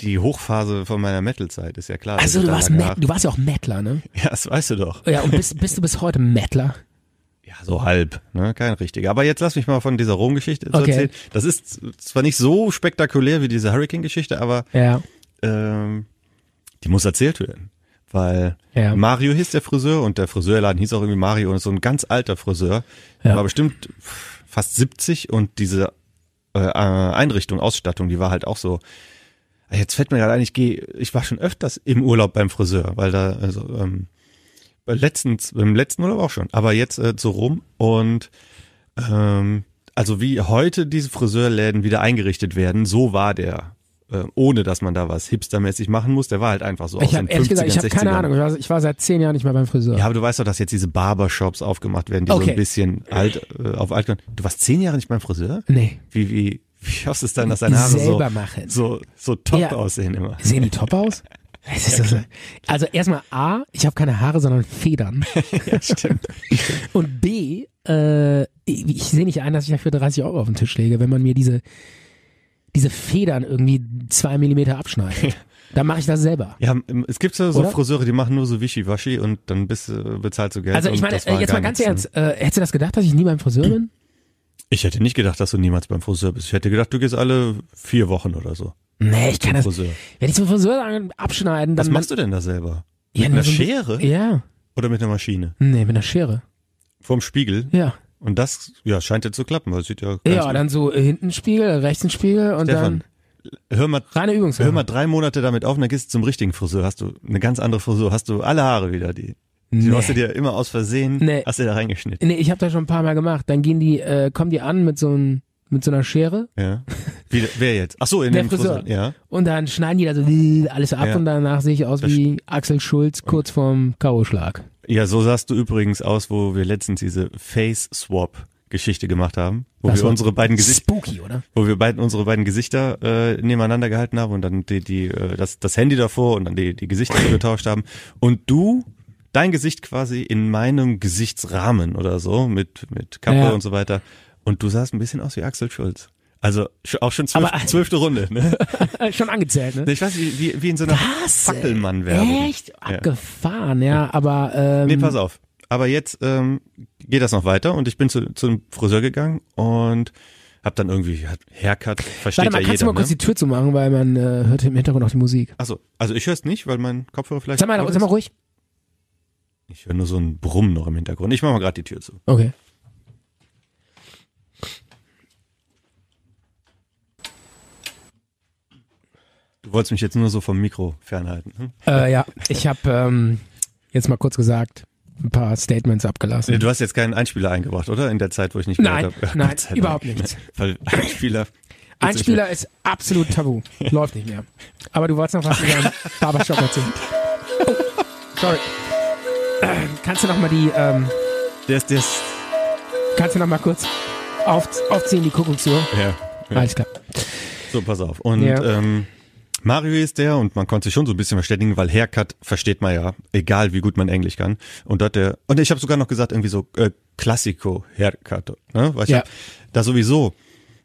[SPEAKER 2] die Hochphase von meiner Metal-Zeit ist ja klar.
[SPEAKER 1] Also
[SPEAKER 2] dass ich
[SPEAKER 1] du
[SPEAKER 2] da
[SPEAKER 1] warst,
[SPEAKER 2] lange
[SPEAKER 1] Met,
[SPEAKER 2] Haare-
[SPEAKER 1] du warst ja auch Mettler, ne?
[SPEAKER 2] Ja, das weißt du doch.
[SPEAKER 1] Ja, und bist, bist du bis heute Mettler?
[SPEAKER 2] Ja, so halb, ne? kein richtiger. Aber jetzt lass mich mal von dieser Rom-Geschichte
[SPEAKER 1] Okay.
[SPEAKER 2] erzählen. Das ist zwar nicht so spektakulär wie diese Hurricane-Geschichte, aber
[SPEAKER 1] Ja.
[SPEAKER 2] ähm, die muss erzählt werden. Weil
[SPEAKER 1] Ja.
[SPEAKER 2] Mario hieß der Friseur und der Friseurladen hieß auch irgendwie Mario und ist so ein ganz alter Friseur.
[SPEAKER 1] Ja.
[SPEAKER 2] War bestimmt fast 70 und diese äh, äh, Einrichtung, Ausstattung, die war halt auch so. Jetzt fällt mir gerade ein, ich gehe, ich war schon öfters im Urlaub beim Friseur, weil da, also, ähm, bei letztens, im letzten Urlaub auch schon, aber jetzt äh, zu Rom und ähm, also wie heute diese Friseurläden wieder eingerichtet werden, so war der. Äh, ohne dass man da was hipstermäßig machen muss, der war halt einfach so aus
[SPEAKER 1] Ich
[SPEAKER 2] den
[SPEAKER 1] habe ehrlich
[SPEAKER 2] 50ern,
[SPEAKER 1] gesagt, ich habe
[SPEAKER 2] 60ern.
[SPEAKER 1] keine Ahnung. Ich war, ich war seit zehn Jahren nicht mehr beim Friseur.
[SPEAKER 2] Ja, aber du weißt doch, dass jetzt diese Barbershops aufgemacht werden, die so
[SPEAKER 1] Okay.
[SPEAKER 2] ein bisschen alt, äh, auf alt gehen. Du warst zehn Jahre nicht beim Friseur?
[SPEAKER 1] Nee.
[SPEAKER 2] Wie, wie, wie schaffst du es dann, dass deine Haare
[SPEAKER 1] Selber
[SPEAKER 2] so,
[SPEAKER 1] machen.
[SPEAKER 2] so, so top
[SPEAKER 1] Ja.
[SPEAKER 2] aussehen immer?
[SPEAKER 1] Sehen die top aus? Es ist also, also erstmal A, ich habe keine Haare, sondern Federn.
[SPEAKER 2] Ja, stimmt.
[SPEAKER 1] Und B, äh, ich, ich sehe nicht ein, dass ich dafür 30 Euro auf den Tisch lege, wenn man mir diese, diese Federn irgendwie zwei Millimeter abschneidet. Dann mache ich das selber.
[SPEAKER 2] Ja, m- es gibt so, so
[SPEAKER 1] Oder?
[SPEAKER 2] Friseure, die machen nur so Wischiwaschi und dann bist, du- bezahlst du Geld.
[SPEAKER 1] Also ich
[SPEAKER 2] und
[SPEAKER 1] meine,
[SPEAKER 2] das war
[SPEAKER 1] äh, jetzt
[SPEAKER 2] gar
[SPEAKER 1] mal ganz
[SPEAKER 2] nichts, ne?
[SPEAKER 1] ernst, äh, hättest du das gedacht, dass ich nie beim Friseur bin?
[SPEAKER 2] Ich hätte nicht gedacht, dass du niemals beim Friseur bist. Ich hätte gedacht, du gehst alle vier Wochen oder so.
[SPEAKER 1] Nee, ich kann das.
[SPEAKER 2] Friseur.
[SPEAKER 1] Wenn ich zum Friseur dann abschneiden, dann.
[SPEAKER 2] Was machst du denn da selber?
[SPEAKER 1] Ja,
[SPEAKER 2] mit
[SPEAKER 1] nur
[SPEAKER 2] einer
[SPEAKER 1] so ein-
[SPEAKER 2] Schere
[SPEAKER 1] Ja.
[SPEAKER 2] oder mit einer Maschine?
[SPEAKER 1] Nee, mit einer Schere.
[SPEAKER 2] Vorm Spiegel.
[SPEAKER 1] Ja.
[SPEAKER 2] Und das, ja, scheint ja zu klappen, weil es sieht ja ganz
[SPEAKER 1] Ja, dann so äh, hinten Spiegel, rechts ein Spiegel und
[SPEAKER 2] Stefan,
[SPEAKER 1] dann
[SPEAKER 2] hör mal,
[SPEAKER 1] reine Übungssache.
[SPEAKER 2] hör mal drei Monate damit auf und dann gehst du zum richtigen Friseur. Hast du eine ganz andere Frisur, hast du alle Haare wieder, die. Die
[SPEAKER 1] Nee.
[SPEAKER 2] hast du dir immer aus Versehen,
[SPEAKER 1] Nee.
[SPEAKER 2] hast du da reingeschnitten.
[SPEAKER 1] Nee, ich habe das schon ein paar Mal gemacht. Dann gehen die, äh, kommen die an mit so, einem- mit so einer Schere
[SPEAKER 2] Ja. Wie, wer jetzt? Ach so, in
[SPEAKER 1] Der
[SPEAKER 2] dem
[SPEAKER 1] Friseur.
[SPEAKER 2] Ja.
[SPEAKER 1] und dann schneiden die da so äh, alles ab
[SPEAKER 2] Ja.
[SPEAKER 1] und danach sehe ich aus
[SPEAKER 2] Das
[SPEAKER 1] wie Axel Schulz kurz vorm K.O.-Schlag.
[SPEAKER 2] Ja, so sahst du übrigens aus, wo wir letztens diese Face Swap Geschichte gemacht haben, wo
[SPEAKER 1] Das
[SPEAKER 2] wir
[SPEAKER 1] war
[SPEAKER 2] unsere beiden Gesichter
[SPEAKER 1] Spooky, oder?
[SPEAKER 2] wo wir beiden unsere beiden Gesichter äh, nebeneinander gehalten haben und dann die, die äh, das, das Handy davor und dann die, die Gesichter getauscht haben und du dein Gesicht quasi in meinem Gesichtsrahmen oder so mit mit Kappe
[SPEAKER 1] Ja.
[SPEAKER 2] und so weiter und du sahst ein bisschen aus wie Axel Schulz. Also sch- auch schon zwölf,
[SPEAKER 1] Aber-
[SPEAKER 2] zwölfte Runde. Ne?
[SPEAKER 1] Äh, schon angezählt, ne?
[SPEAKER 2] Ich weiß nicht, wie, wie in so einer
[SPEAKER 1] Was?
[SPEAKER 2] Fackelmann-Werbung.
[SPEAKER 1] Echt? Abgefahren, ja, aber ähm,
[SPEAKER 2] Nee, pass auf. Aber jetzt ähm, geht das noch weiter und ich bin zu, zum Friseur gegangen und hab dann irgendwie Haircut, versteht
[SPEAKER 1] warte mal,
[SPEAKER 2] ja
[SPEAKER 1] kannst
[SPEAKER 2] jeder.
[SPEAKER 1] du mal kurz
[SPEAKER 2] ne?
[SPEAKER 1] die Tür zumachen, weil man äh, hört im Hintergrund auch die Musik.
[SPEAKER 2] Achso, also ich höre es nicht, weil mein Kopfhörer vielleicht.
[SPEAKER 1] Sag mal,
[SPEAKER 2] auf
[SPEAKER 1] sag mal
[SPEAKER 2] ist.
[SPEAKER 1] ruhig.
[SPEAKER 2] Ich höre nur so ein Brummen noch im Hintergrund. Ich mache mal gerade die Tür zu.
[SPEAKER 1] Okay.
[SPEAKER 2] Du wolltest mich jetzt nur so vom Mikro fernhalten. Hm?
[SPEAKER 1] Äh, ja, ich habe ähm, jetzt mal kurz gesagt ein paar Statements
[SPEAKER 2] Nee,
[SPEAKER 1] abgelassen.
[SPEAKER 2] Du hast jetzt keinen Einspieler eingebracht, oder? In der Zeit, wo ich nicht gehört
[SPEAKER 1] Nein,
[SPEAKER 2] habe.
[SPEAKER 1] nein,
[SPEAKER 2] Gott sei Dank.
[SPEAKER 1] überhaupt nichts.
[SPEAKER 2] Weil Einspieler.
[SPEAKER 1] Einspieler ist absolut tabu. Läuft nicht mehr. Aber du wolltest noch was über den Barbershop erzählen. Oh, sorry. Äh, Kannst du noch mal die, ähm,
[SPEAKER 2] Der ist, der ist,
[SPEAKER 1] kannst du noch mal kurz auf, aufziehen, die Kuckucksuhr?
[SPEAKER 2] ja. ja.
[SPEAKER 1] Alles klar.
[SPEAKER 2] So, pass auf. Und
[SPEAKER 1] Ja.
[SPEAKER 2] ähm, Mario ist der und man konnte sich schon so ein bisschen verständigen, weil Haircut versteht man ja, egal wie gut man Englisch kann. Und dort der, und ich habe sogar noch gesagt, irgendwie so äh, Classico Haircut, ne? Weil ich
[SPEAKER 1] Ja.
[SPEAKER 2] hab da sowieso,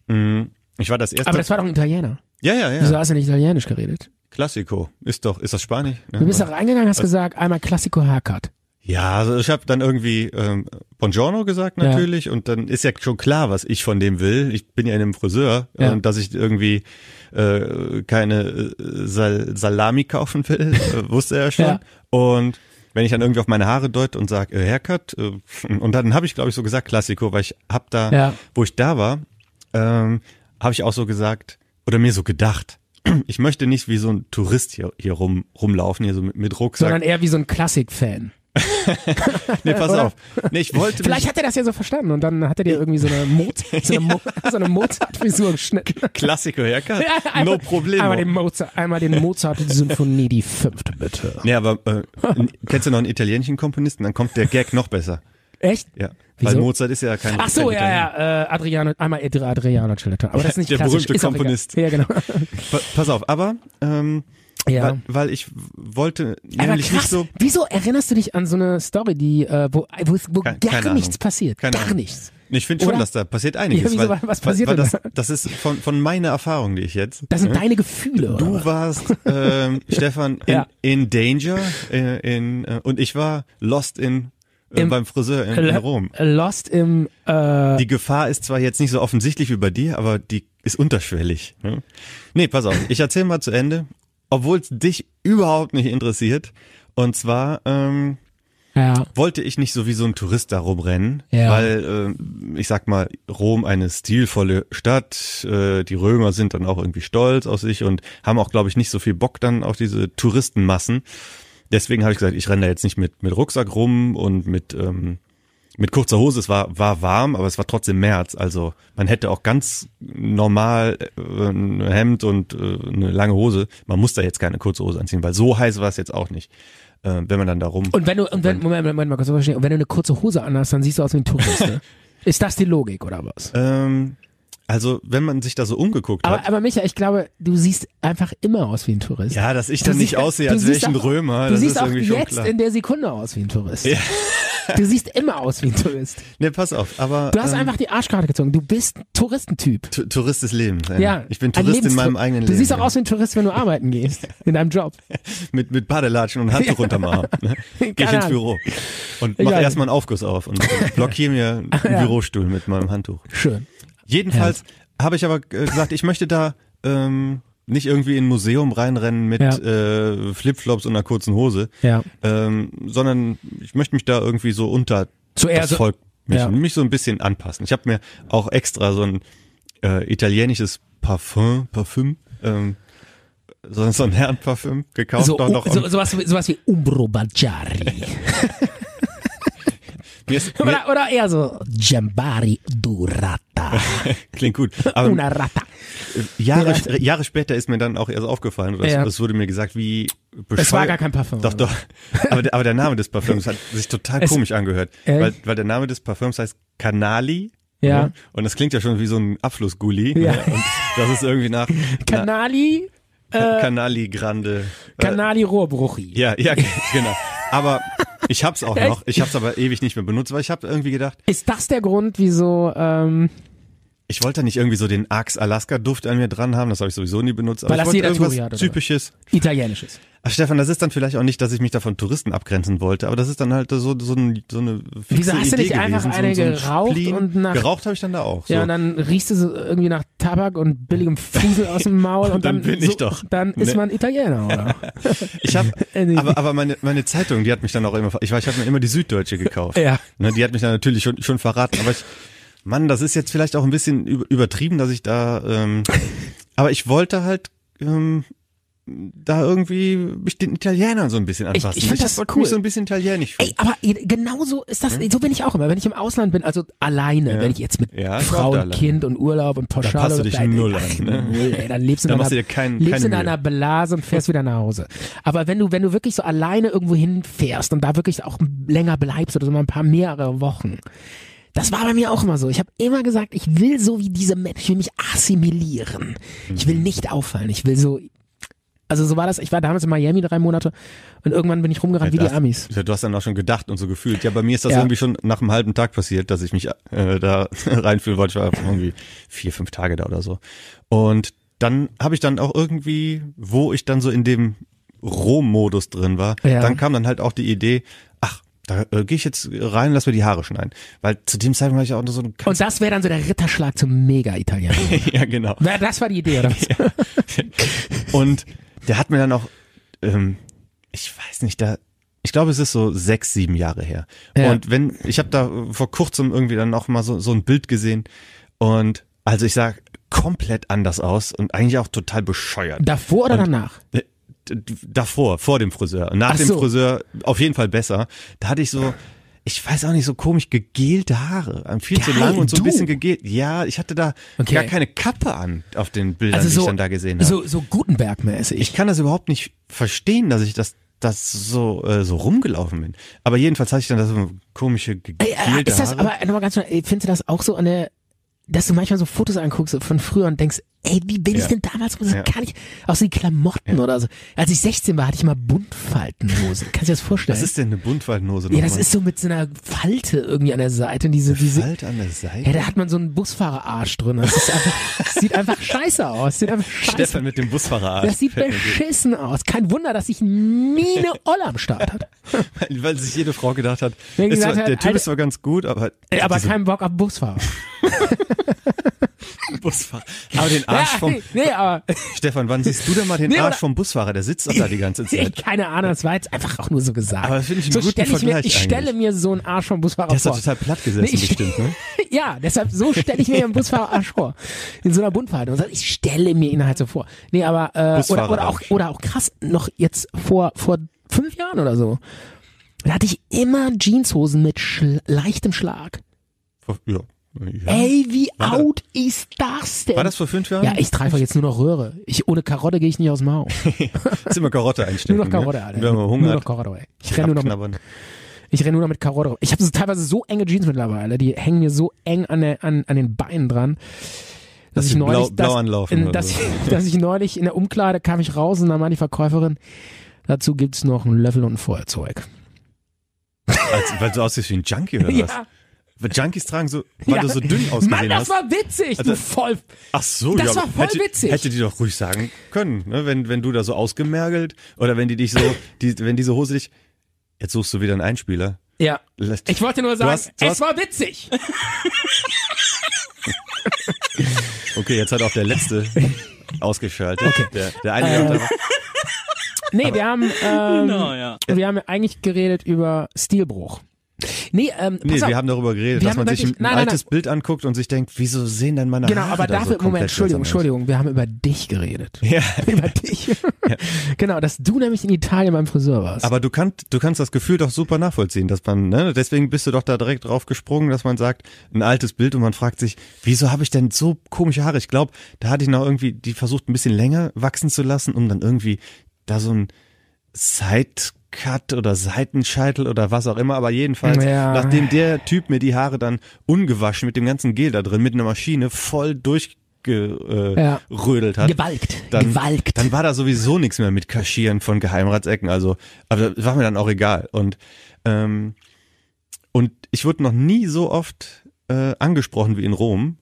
[SPEAKER 2] mh, ich war das erste.
[SPEAKER 1] Aber das war doch ein Italiener.
[SPEAKER 2] ja, ja, ja.
[SPEAKER 1] Wieso hast du nicht Italienisch geredet?
[SPEAKER 2] Classico. Ist doch, ist das Spanisch? Ne?
[SPEAKER 1] Du bist da reingegangen, hast gesagt, einmal Classico Haircut.
[SPEAKER 2] Ja, also ich habe dann irgendwie ähm, Buongiorno gesagt
[SPEAKER 1] Ja.
[SPEAKER 2] natürlich und dann ist ja schon klar, was ich von dem will. Ich bin ja in einem Friseur äh,
[SPEAKER 1] Ja.
[SPEAKER 2] und dass ich irgendwie äh, keine äh, Sal Salami kaufen will, äh, wusste er schon.
[SPEAKER 1] Ja.
[SPEAKER 2] Und wenn ich dann irgendwie auf meine Haare deut und sage äh, Haircut äh, und dann habe ich glaube ich so gesagt Klassiko, weil ich hab da,
[SPEAKER 1] Ja.
[SPEAKER 2] wo ich da war, ähm, habe ich auch so gesagt oder mir so gedacht. Ich möchte nicht wie so ein Tourist hier, hier rum, rumlaufen, hier so mit, mit Rucksack.
[SPEAKER 1] Sondern eher wie so ein Klassik-Fan.
[SPEAKER 2] nee, pass
[SPEAKER 1] oder?
[SPEAKER 2] auf. Nee, ich wollte mich-
[SPEAKER 1] Vielleicht hat er das ja so verstanden und dann hat er dir irgendwie so eine, Mo so eine, Mo so eine Mozart-Frisur geschnitten.
[SPEAKER 2] Klassiker Haircut?
[SPEAKER 1] Ja, einmal-
[SPEAKER 2] no problem.
[SPEAKER 1] Einmal den Mozart, einmal den Mozart-Symphonie, die fünfte, bitte.
[SPEAKER 2] Nee, aber äh, n- kennst du noch einen italienischen Komponisten? Dann kommt der Gag noch besser.
[SPEAKER 1] Echt?
[SPEAKER 2] Ja. Weil
[SPEAKER 1] Wieso?
[SPEAKER 2] Mozart ist ja kein
[SPEAKER 1] Ach so,
[SPEAKER 2] kein
[SPEAKER 1] ja,
[SPEAKER 2] Italiener.
[SPEAKER 1] ja, äh, Adriano, einmal Adri- Adriano Cellettano. Aber das ist nicht
[SPEAKER 2] Der
[SPEAKER 1] klassisch,
[SPEAKER 2] berühmte
[SPEAKER 1] ist auch
[SPEAKER 2] Komponist.
[SPEAKER 1] Egal. Ja, genau.
[SPEAKER 2] Pa pass auf, aber ähm,
[SPEAKER 1] Ja.
[SPEAKER 2] weil, weil ich w- wollte
[SPEAKER 1] Aber
[SPEAKER 2] nämlich nicht
[SPEAKER 1] krass,
[SPEAKER 2] so.
[SPEAKER 1] wieso erinnerst du dich an so eine Story, die, äh, wo, wo, wo
[SPEAKER 2] Keine-
[SPEAKER 1] gar
[SPEAKER 2] keine Ahnung.
[SPEAKER 1] nichts passiert?
[SPEAKER 2] Keine
[SPEAKER 1] gar
[SPEAKER 2] Ahnung.
[SPEAKER 1] nichts.
[SPEAKER 2] Nee, Ich finde schon,
[SPEAKER 1] Oder?
[SPEAKER 2] dass da passiert einiges.
[SPEAKER 1] wieso,
[SPEAKER 2] weil,
[SPEAKER 1] was passiert
[SPEAKER 2] weil
[SPEAKER 1] denn
[SPEAKER 2] das,
[SPEAKER 1] da?
[SPEAKER 2] das ist von, von meiner Erfahrung, die ich jetzt.
[SPEAKER 1] Das sind
[SPEAKER 2] ne?
[SPEAKER 1] deine Gefühle, oder?
[SPEAKER 2] Du
[SPEAKER 1] was?
[SPEAKER 2] warst, ähm, Stefan, in,
[SPEAKER 1] Ja.
[SPEAKER 2] in Danger äh, in, äh, und ich war Lost in äh,
[SPEAKER 1] Im-
[SPEAKER 2] beim Friseur in, in Rom.
[SPEAKER 1] Äh, Lost im äh,
[SPEAKER 2] Die Gefahr ist zwar jetzt nicht so offensichtlich wie bei dir, aber die ist unterschwellig. Ne? Nee, pass auf, ich erzähle mal zu Ende, obwohl es dich überhaupt nicht interessiert. Und zwar ähm,
[SPEAKER 1] ja.
[SPEAKER 2] wollte ich nicht so wie so ein Tourist darum rennen,
[SPEAKER 1] Ja.
[SPEAKER 2] weil äh, ich sag mal, Rom eine stilvolle Stadt, äh, die Römer sind dann auch irgendwie stolz auf sich und haben auch, glaube ich, nicht so viel Bock dann auf diese Touristenmassen. Deswegen habe ich gesagt, ich renne da jetzt nicht mit, mit Rucksack rum und mit, ähm, mit kurzer Hose. Es war, war warm, aber es war trotzdem März. Also man hätte auch ganz normal äh, ein Hemd und äh, eine lange Hose. Man muss da jetzt keine kurze Hose anziehen, weil so heiß war es jetzt auch nicht, äh, wenn man dann da rum.
[SPEAKER 1] Und wenn du, und
[SPEAKER 2] Mhm.
[SPEAKER 1] wenn, Moment, Moment, Moment mal kurz verstehen. Und wenn du eine kurze Hose anhast, dann siehst du aus wie ein Tourist. Ne? Ist das die Logik oder was?
[SPEAKER 2] Ähm, also, wenn man sich da so umgeguckt
[SPEAKER 1] Aber,
[SPEAKER 2] hat.
[SPEAKER 1] aber Micha, ich glaube, du siehst einfach immer aus wie ein Tourist.
[SPEAKER 2] Ja, dass ich
[SPEAKER 1] Du
[SPEAKER 2] dann nicht
[SPEAKER 1] siehst-
[SPEAKER 2] aussehe,
[SPEAKER 1] du
[SPEAKER 2] als wäre ich
[SPEAKER 1] siehst
[SPEAKER 2] ein
[SPEAKER 1] auch-
[SPEAKER 2] Römer,
[SPEAKER 1] Du
[SPEAKER 2] das
[SPEAKER 1] siehst
[SPEAKER 2] ist
[SPEAKER 1] auch
[SPEAKER 2] irgendwie schon
[SPEAKER 1] jetzt
[SPEAKER 2] klar.
[SPEAKER 1] in der Sekunde aus wie ein Tourist. Du siehst immer aus wie ein Tourist.
[SPEAKER 2] Ne, pass auf, aber.
[SPEAKER 1] Du hast
[SPEAKER 2] ähm,
[SPEAKER 1] einfach die Arschkarte gezogen. Du bist ein Touristentyp.
[SPEAKER 2] Tu- Tourist des Lebens. Ey.
[SPEAKER 1] Ja,
[SPEAKER 2] ich bin
[SPEAKER 1] ein
[SPEAKER 2] Tourist in
[SPEAKER 1] Lebenstour-
[SPEAKER 2] meinem eigenen
[SPEAKER 1] du
[SPEAKER 2] Leben.
[SPEAKER 1] Du siehst auch aus wie ein Tourist, wenn du arbeiten gehst. In deinem Job.
[SPEAKER 2] Mit, mit Badelatschen und Handtuch unterm Arm. Ne? Geh ich
[SPEAKER 1] Keine
[SPEAKER 2] ins
[SPEAKER 1] Ahnung.
[SPEAKER 2] Büro und mach
[SPEAKER 1] Egal.
[SPEAKER 2] erstmal einen Aufguss auf und blockiere mir einen Bürostuhl mit meinem Handtuch.
[SPEAKER 1] Schön.
[SPEAKER 2] Jedenfalls habe ich aber äh, gesagt, ich möchte da ähm, nicht irgendwie in ein Museum reinrennen mit
[SPEAKER 1] Ja.
[SPEAKER 2] äh, Flipflops und einer kurzen Hose,
[SPEAKER 1] Ja.
[SPEAKER 2] ähm, sondern ich möchte mich da irgendwie so unter
[SPEAKER 1] Zuerst
[SPEAKER 2] das Volk mich,
[SPEAKER 1] ja.
[SPEAKER 2] mich so ein bisschen anpassen. Ich habe mir auch extra so ein äh, italienisches Parfum, Parfüm, ähm, so, so ein Herrenparfüm gekauft.
[SPEAKER 1] So,
[SPEAKER 2] auch noch.
[SPEAKER 1] so, sowas, wie- sowas wie Umbro Bajari.
[SPEAKER 2] mir ist, mir,
[SPEAKER 1] oder, oder eher so Jambari Durata.
[SPEAKER 2] klingt gut.
[SPEAKER 1] Una
[SPEAKER 2] Aber
[SPEAKER 1] Rata.
[SPEAKER 2] Jahre, Jahre später ist mir dann auch erst aufgefallen, oder es-
[SPEAKER 1] Ja.
[SPEAKER 2] es wurde mir gesagt, wie bescheuert.
[SPEAKER 1] Es war gar kein Parfüm.
[SPEAKER 2] Doch, doch. Aber, der- aber der Name des Parfüms hat sich total
[SPEAKER 1] Es-
[SPEAKER 2] komisch angehört.
[SPEAKER 1] Ehrlich?
[SPEAKER 2] Weil, weil der Name des Parfüms heißt Canali.
[SPEAKER 1] Ja.
[SPEAKER 2] Ne? Und das klingt ja schon wie so ein Abflussgully.
[SPEAKER 1] Ja.
[SPEAKER 2] Ne? Und das ist irgendwie nach na,
[SPEAKER 1] Kanali,
[SPEAKER 2] Canali Grande.
[SPEAKER 1] Kanali Rohrbruchi.
[SPEAKER 2] Ja, ja, genau. Aber ich hab's auch noch. Ich hab's aber ewig nicht mehr benutzt, weil ich habe irgendwie gedacht,
[SPEAKER 1] Ist das der Grund, wieso, ähm,
[SPEAKER 2] ich wollte nicht irgendwie so den Arx Alaska Duft an mir dran haben. Das habe ich sowieso nie benutzt.
[SPEAKER 1] Weil
[SPEAKER 2] Aber ich
[SPEAKER 1] das
[SPEAKER 2] wollte
[SPEAKER 1] jeder
[SPEAKER 2] irgendwas
[SPEAKER 1] Touri hat, oder?
[SPEAKER 2] typisches.
[SPEAKER 1] italienisch ist?
[SPEAKER 2] Ach, Stefan, das ist dann vielleicht auch nicht, dass ich mich davon Touristen abgrenzen wollte, aber das ist dann halt so, so, ein, so eine fixe
[SPEAKER 1] Wieso hast du
[SPEAKER 2] Idee
[SPEAKER 1] nicht einfach
[SPEAKER 2] gewesen,
[SPEAKER 1] eine
[SPEAKER 2] so, ein- so ein
[SPEAKER 1] geraucht
[SPEAKER 2] Spleen.
[SPEAKER 1] und nach-
[SPEAKER 2] Geraucht habe ich dann da auch. So.
[SPEAKER 1] Ja, und dann riechst du so irgendwie nach Tabak und billigem Fusel aus dem Maul und,
[SPEAKER 2] dann bin
[SPEAKER 1] so,
[SPEAKER 2] ich doch. ne
[SPEAKER 1] Dann ist
[SPEAKER 2] Nee.
[SPEAKER 1] man Italiener, oder?
[SPEAKER 2] ich habe,
[SPEAKER 1] Äh, Nee.
[SPEAKER 2] aber, aber meine, meine Zeitung, die hat mich dann auch immer, ver- ich, weiß, ich habe mir immer die Süddeutsche gekauft.
[SPEAKER 1] Ja.
[SPEAKER 2] Ne, die hat mich dann natürlich schon, schon verraten, aber ich, Mann, das ist jetzt vielleicht auch ein bisschen üb- übertrieben, dass ich da, ähm, aber ich wollte halt, ähm, da irgendwie mich den Italienern so ein bisschen
[SPEAKER 1] Ich- ich
[SPEAKER 2] anpassen.
[SPEAKER 1] fand das
[SPEAKER 2] wollte
[SPEAKER 1] cool.
[SPEAKER 2] mich so ein bisschen italienisch. fühlen.
[SPEAKER 1] Ey, aber genauso ist das, so bin ich auch immer. Wenn ich im Ausland bin, also alleine, wenn ich jetzt mit
[SPEAKER 2] Hm? Ja, ich war auch
[SPEAKER 1] Frau
[SPEAKER 2] da
[SPEAKER 1] und
[SPEAKER 2] alleine.
[SPEAKER 1] Kind und Urlaub und Pauschale.
[SPEAKER 2] passt du dich
[SPEAKER 1] und,
[SPEAKER 2] null
[SPEAKER 1] ach,
[SPEAKER 2] an, ne?
[SPEAKER 1] Null, ey, dann lebst du
[SPEAKER 2] Da
[SPEAKER 1] in,
[SPEAKER 2] machst
[SPEAKER 1] einer,
[SPEAKER 2] du dir keinen-
[SPEAKER 1] lebst
[SPEAKER 2] keine
[SPEAKER 1] in
[SPEAKER 2] Mühe.
[SPEAKER 1] einer Blase und fährst wieder nach Hause. Aber wenn du, wenn du wirklich so alleine irgendwo hinfährst und da wirklich auch länger bleibst oder so mal ein paar mehrere Wochen, das war bei mir auch immer so. Ich habe immer gesagt, ich will so wie diese Menschen, ich will mich assimilieren. Ich
[SPEAKER 2] Mhm.
[SPEAKER 1] will nicht auffallen. Ich will so. Also so war das. Ich war damals in Miami drei Monate und irgendwann bin ich rumgerannt wie
[SPEAKER 2] das-
[SPEAKER 1] die Amis.
[SPEAKER 2] Ja, du hast dann auch schon gedacht und so gefühlt. Ja, bei mir ist das
[SPEAKER 1] Ja.
[SPEAKER 2] irgendwie schon nach einem halben Tag passiert, dass ich mich äh, da reinfühlen wollte. Ich war irgendwie vier, fünf Tage da oder so. Und dann habe ich dann auch irgendwie, wo ich dann so in dem Rom-Modus drin war,
[SPEAKER 1] Ja.
[SPEAKER 2] dann kam dann halt auch die Idee, ach, da äh, gehe ich jetzt rein, lass mir die Haare schneiden. Weil zu dem Zeitpunkt war ich auch noch so ein
[SPEAKER 1] Und das wäre dann so der Ritterschlag zum Mega-Italiener.
[SPEAKER 2] Ja, genau.
[SPEAKER 1] Na, das war die Idee, oder was?
[SPEAKER 2] Und der hat mir dann auch, ähm, ich weiß nicht, da, ich glaube, es ist so sechs, sieben Jahre her.
[SPEAKER 1] Ja.
[SPEAKER 2] Und wenn, ich habe da äh, vor kurzem irgendwie dann auch mal so, so ein Bild gesehen und also ich sah komplett anders aus und eigentlich auch total bescheuert.
[SPEAKER 1] Davor oder danach?
[SPEAKER 2] D- d- Davor, vor dem Friseur. Nach
[SPEAKER 1] Ach
[SPEAKER 2] dem
[SPEAKER 1] so.
[SPEAKER 2] Friseur auf jeden Fall besser. Da hatte ich so, ich weiß auch nicht, so komisch gegelte Haare. Ähm, Viel zu
[SPEAKER 1] Geil,
[SPEAKER 2] lang und so ein
[SPEAKER 1] du.
[SPEAKER 2] bisschen gegelt. Ja, ich hatte da
[SPEAKER 1] Okay.
[SPEAKER 2] gar keine Kappe an auf den Bildern, die ich dann da gesehen habe
[SPEAKER 1] Also so, so
[SPEAKER 2] ich
[SPEAKER 1] Gutenberg-mäßig.
[SPEAKER 2] kann das überhaupt nicht verstehen, dass ich das das so äh, so rumgelaufen bin. Aber jedenfalls hatte ich dann das so komische
[SPEAKER 1] Ey, äh,
[SPEAKER 2] gegielte
[SPEAKER 1] Ist das
[SPEAKER 2] Haare.
[SPEAKER 1] äh, aber nochmal ganz schnell, ey, findest du das auch so an der dass du manchmal so Fotos anguckst von früher und denkst, ey, wie bin ich
[SPEAKER 2] Ja.
[SPEAKER 1] denn damals gewesen?
[SPEAKER 2] Ja.
[SPEAKER 1] Kann ich, auch so die Klamotten oder so. Als ich 16 war, hatte ich mal Buntfaltenhosen. Kannst du dir das vorstellen?
[SPEAKER 2] Was ist denn eine Buntwaldnose
[SPEAKER 1] ja, das ist so mit so einer Falte irgendwie an der Seite. Und diese, diese,
[SPEAKER 2] Halt an der
[SPEAKER 1] Ja,
[SPEAKER 2] Seite.
[SPEAKER 1] da hat man so einen Busfahrerarsch drin. Das, ist einfach, das sieht einfach scheiße aus. Sieht einfach scheiße.
[SPEAKER 2] Stefan mit dem Busfahrer.
[SPEAKER 1] Das sieht beschissen aus. Kein Wunder, dass ich nie eine Olle am Start hatte.
[SPEAKER 2] Weil sich jede Frau gedacht hat,
[SPEAKER 1] Wenn
[SPEAKER 2] ist
[SPEAKER 1] gesagt
[SPEAKER 2] zwar,
[SPEAKER 1] hat,
[SPEAKER 2] der Typ
[SPEAKER 1] Alter-
[SPEAKER 2] ist zwar ganz gut, aber,
[SPEAKER 1] Ey, Aber
[SPEAKER 2] diese
[SPEAKER 1] kein Bock auf Busfahrer.
[SPEAKER 2] Busfahrer. Aber den Arsch vom
[SPEAKER 1] Ja, nee, aber
[SPEAKER 2] Stefan, wann siehst du denn mal den
[SPEAKER 1] Nee,
[SPEAKER 2] Arsch
[SPEAKER 1] oder-
[SPEAKER 2] vom Busfahrer? Der sitzt doch da die ganze Zeit.
[SPEAKER 1] keine Ahnung, das war jetzt einfach auch nur so gesagt.
[SPEAKER 2] Aber das finde ich einen
[SPEAKER 1] so
[SPEAKER 2] guten
[SPEAKER 1] stell ich, mir,
[SPEAKER 2] Vergleich
[SPEAKER 1] ich stelle
[SPEAKER 2] eigentlich.
[SPEAKER 1] mir so einen Arsch vom Busfahrer
[SPEAKER 2] Der ist doch
[SPEAKER 1] vor.
[SPEAKER 2] total platt gesessen
[SPEAKER 1] Nee, ich-
[SPEAKER 2] bestimmt, ne?
[SPEAKER 1] ja, deshalb so stelle ich mir den Busfahrerarsch vor. In so einer Buntverhaltung. Also Ich stelle mir ihn halt so vor. Nee, aber äh, oder, oder, auch,
[SPEAKER 2] Busfahrerarsch.
[SPEAKER 1] oder auch krass, noch jetzt vor, vor fünf Jahren oder so. Da hatte ich immer Jeanshosen mit schl leichtem Schlag.
[SPEAKER 2] Ja. Ja.
[SPEAKER 1] Ey, wie
[SPEAKER 2] War das-
[SPEAKER 1] out ist das denn?
[SPEAKER 2] War das vor fünf Jahren?
[SPEAKER 1] Äh. ja, ich treibe jetzt nur noch Röhre. Ich, ohne Karotte gehe ich nicht aus dem Haus.
[SPEAKER 2] Jetzt immer Karotte einstecken.
[SPEAKER 1] Nur noch Karotte,
[SPEAKER 2] ne?
[SPEAKER 1] Alter.
[SPEAKER 2] Wenn man
[SPEAKER 1] nur
[SPEAKER 2] Hunger
[SPEAKER 1] noch
[SPEAKER 2] hat,
[SPEAKER 1] Karotte, ey. Ich renne nur noch mit
[SPEAKER 2] abknabbern.
[SPEAKER 1] Ich renne nur noch mit Karotte rum. Ich habe so teilweise so enge Jeans mittlerweile, die hängen mir so eng an, der, an, an den Beinen dran, dass
[SPEAKER 2] Dass
[SPEAKER 1] ich
[SPEAKER 2] sie blau-
[SPEAKER 1] neulich,
[SPEAKER 2] blau anlaufen
[SPEAKER 1] in-
[SPEAKER 2] oder
[SPEAKER 1] dass,
[SPEAKER 2] so.
[SPEAKER 1] ich, dass ich neulich in der Umkleide kam ich raus und dann meinte die Verkäuferin, dazu gibt's noch einen Löffel und ein Feuerzeug.
[SPEAKER 2] Als, weil du aussiehst wie ein Junkie oder was? Weil Junkies tragen so, weil
[SPEAKER 1] Ja.
[SPEAKER 2] du so dünn
[SPEAKER 1] Mann,
[SPEAKER 2] ausgesehen
[SPEAKER 1] das
[SPEAKER 2] hast.
[SPEAKER 1] war witzig, du
[SPEAKER 2] Also-
[SPEAKER 1] voll.
[SPEAKER 2] Ach so,
[SPEAKER 1] Das
[SPEAKER 2] ja,
[SPEAKER 1] war
[SPEAKER 2] aber
[SPEAKER 1] voll
[SPEAKER 2] hätte,
[SPEAKER 1] witzig.
[SPEAKER 2] Hätte die doch ruhig sagen können, ne? wenn, wenn du da so ausgemergelt oder wenn die dich so, die, wenn diese Hose dich, jetzt suchst du wieder einen Einspieler.
[SPEAKER 1] Ja.
[SPEAKER 2] Lässt-
[SPEAKER 1] Ich wollte nur
[SPEAKER 2] Du
[SPEAKER 1] sagen,
[SPEAKER 2] hast- du
[SPEAKER 1] es
[SPEAKER 2] hast-
[SPEAKER 1] war witzig.
[SPEAKER 2] Okay, jetzt hat auch der letzte ausgeschaltet. Der, der eine
[SPEAKER 1] Äh,
[SPEAKER 2] der andere-
[SPEAKER 1] Nee, wir haben, ähm,
[SPEAKER 6] Genau, ja.
[SPEAKER 1] wir haben ja eigentlich geredet über Stilbruch. Nee, ähm, pass
[SPEAKER 2] Nee,
[SPEAKER 1] auf.
[SPEAKER 2] wir haben darüber geredet,
[SPEAKER 1] wir
[SPEAKER 2] dass
[SPEAKER 1] haben
[SPEAKER 2] man sich ein
[SPEAKER 1] wirklich- nein, nein,
[SPEAKER 2] altes Bild anguckt und sich denkt, wieso sehen denn meine
[SPEAKER 1] Genau,
[SPEAKER 2] Haare
[SPEAKER 1] aber
[SPEAKER 2] da
[SPEAKER 1] dafür,
[SPEAKER 2] so
[SPEAKER 1] Moment,
[SPEAKER 2] komplett
[SPEAKER 1] Entschuldigung,
[SPEAKER 2] seltsam aus?
[SPEAKER 1] Entschuldigung, wir haben über dich geredet.
[SPEAKER 2] Ja.
[SPEAKER 1] Über dich. Genau, dass du nämlich in Italien beim Friseur warst.
[SPEAKER 2] Aber du kannst, du kannst das Gefühl doch super nachvollziehen, dass man, ne, deswegen bist du doch da direkt drauf gesprungen, dass man sagt, ein altes Bild und man fragt sich, wieso habe ich denn so komische Haare? Ich glaube, da hatte ich noch irgendwie die versucht, ein bisschen länger wachsen zu lassen, um dann irgendwie da so ein Sidecut oder Seitenscheitel oder was auch immer, aber jedenfalls,
[SPEAKER 1] Ja.
[SPEAKER 2] nachdem der Typ mir die Haare dann ungewaschen mit dem ganzen Gel da drin, mit einer Maschine voll durchgerödelt äh,
[SPEAKER 1] Ja.
[SPEAKER 2] rödelt hat
[SPEAKER 1] gewalkt, gewalkt.
[SPEAKER 2] dann war da sowieso nichts mehr mit Kaschieren von Geheimratsecken. Also, aber das war mir dann auch egal. Und, ähm, und ich wurde noch nie so oft äh, angesprochen wie in Rom.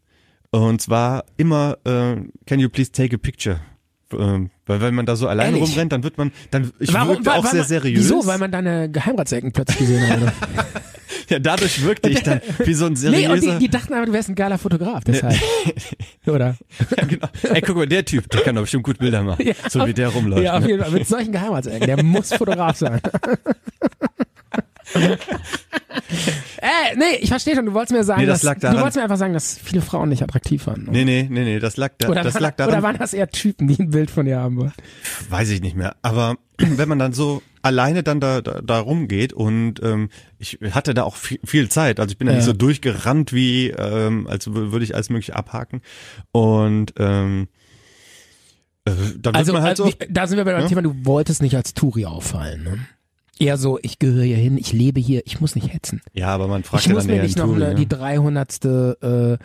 [SPEAKER 2] Und zwar immer, äh, can you please take a picture? Ähm, weil wenn man da so alleine
[SPEAKER 1] Ehrlich?
[SPEAKER 2] rumrennt, dann wird man, dann ich wirkte
[SPEAKER 1] weil-
[SPEAKER 2] auch
[SPEAKER 1] weil
[SPEAKER 2] sehr
[SPEAKER 1] man,
[SPEAKER 2] seriös.
[SPEAKER 1] Wieso? Weil man deine Geheimratsecken plötzlich gesehen hat. oder?
[SPEAKER 2] ja, dadurch wirkte ich dann wie so ein
[SPEAKER 1] nee, und die,
[SPEAKER 2] seriöser.
[SPEAKER 1] die dachten einfach, du wärst ein geiler Fotograf, deshalb. Oder?
[SPEAKER 2] ja, genau. Ey, guck mal, der Typ, der kann doch bestimmt gut Bilder machen, so wie der rumläuft.
[SPEAKER 1] Ja, auf
[SPEAKER 2] ne?
[SPEAKER 1] jeden Fall. Mit solchen Geheimratsecken. Der muss Fotograf sein. äh, nee, ich verstehe schon, du wolltest mir sagen,
[SPEAKER 2] Nee, das
[SPEAKER 1] dass,
[SPEAKER 2] lag
[SPEAKER 1] du
[SPEAKER 2] daran-
[SPEAKER 1] wolltest mir einfach sagen, dass viele Frauen nicht attraktiv waren.
[SPEAKER 2] Nee, nee, nee, nee, das lag, da,
[SPEAKER 1] oder,
[SPEAKER 2] das
[SPEAKER 1] waren,
[SPEAKER 2] lag daran,
[SPEAKER 1] oder waren das eher Typen, die ein Bild von dir haben wollen?
[SPEAKER 2] Weiß ich nicht mehr. Aber wenn man dann so alleine dann da, da, da rumgeht und ähm, ich hatte da auch viel, viel Zeit. Also ich bin da
[SPEAKER 1] Ja.
[SPEAKER 2] nicht so durchgerannt wie, ähm, als wür- würde ich alles mögliche abhaken. Und ähm, äh, dann
[SPEAKER 1] Also,
[SPEAKER 2] wird man halt
[SPEAKER 1] äh,
[SPEAKER 2] so.
[SPEAKER 1] wie- da sind wir bei dem
[SPEAKER 2] Ja?
[SPEAKER 1] Thema, du wolltest nicht als Touri auffallen. Ne? Eher so, ich gehöre hier hin, ich lebe hier, ich muss nicht hetzen.
[SPEAKER 2] Ja, aber man fragt
[SPEAKER 1] ich
[SPEAKER 2] ja
[SPEAKER 1] muss
[SPEAKER 2] dann
[SPEAKER 1] mir
[SPEAKER 2] eher
[SPEAKER 1] nicht
[SPEAKER 2] einen
[SPEAKER 1] noch
[SPEAKER 2] Touri,
[SPEAKER 1] eine,
[SPEAKER 2] ne?
[SPEAKER 1] die 300. Äh,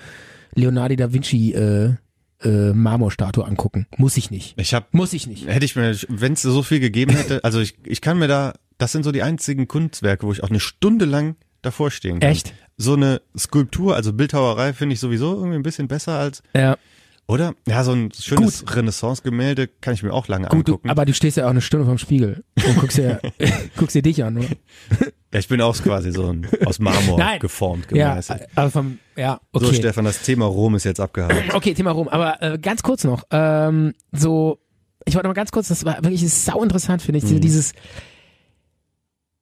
[SPEAKER 1] Leonardo da Vinci äh, äh, Marmorstatue angucken. Muss ich nicht.
[SPEAKER 2] Ich habe
[SPEAKER 1] Muss ich nicht.
[SPEAKER 2] Hätte ich mir, wenn es so viel gegeben hätte, also ich, ich kann mir da, das sind so die einzigen Kunstwerke, wo ich auch eine Stunde lang davor stehen kann.
[SPEAKER 1] Echt?
[SPEAKER 2] So eine Skulptur, also Bildhauerei finde ich sowieso irgendwie ein bisschen besser als,
[SPEAKER 1] Ja,
[SPEAKER 2] oder? Ja, so ein schönes Renaissance-Gemälde kann ich mir auch lange
[SPEAKER 1] gut, du,
[SPEAKER 2] angucken.
[SPEAKER 1] aber du stehst ja auch eine Stunde vorm Spiegel und guckst dir, guckst dir dich an. ne? Oder?
[SPEAKER 2] ja, ich bin auch quasi so ein, aus Marmor
[SPEAKER 1] Nein.
[SPEAKER 2] geformt,
[SPEAKER 1] Ja,
[SPEAKER 2] gemeißelt.
[SPEAKER 1] aber vom, ja, okay.
[SPEAKER 2] So, Stefan, das Thema Rom ist jetzt abgehakt.
[SPEAKER 1] Okay, Thema Rom. Aber äh, ganz kurz noch. Ähm, so, ich wollte mal ganz kurz, das war wirklich das ist sau interessant, finde
[SPEAKER 2] Mhm.
[SPEAKER 1] ich. Diese, Dieses,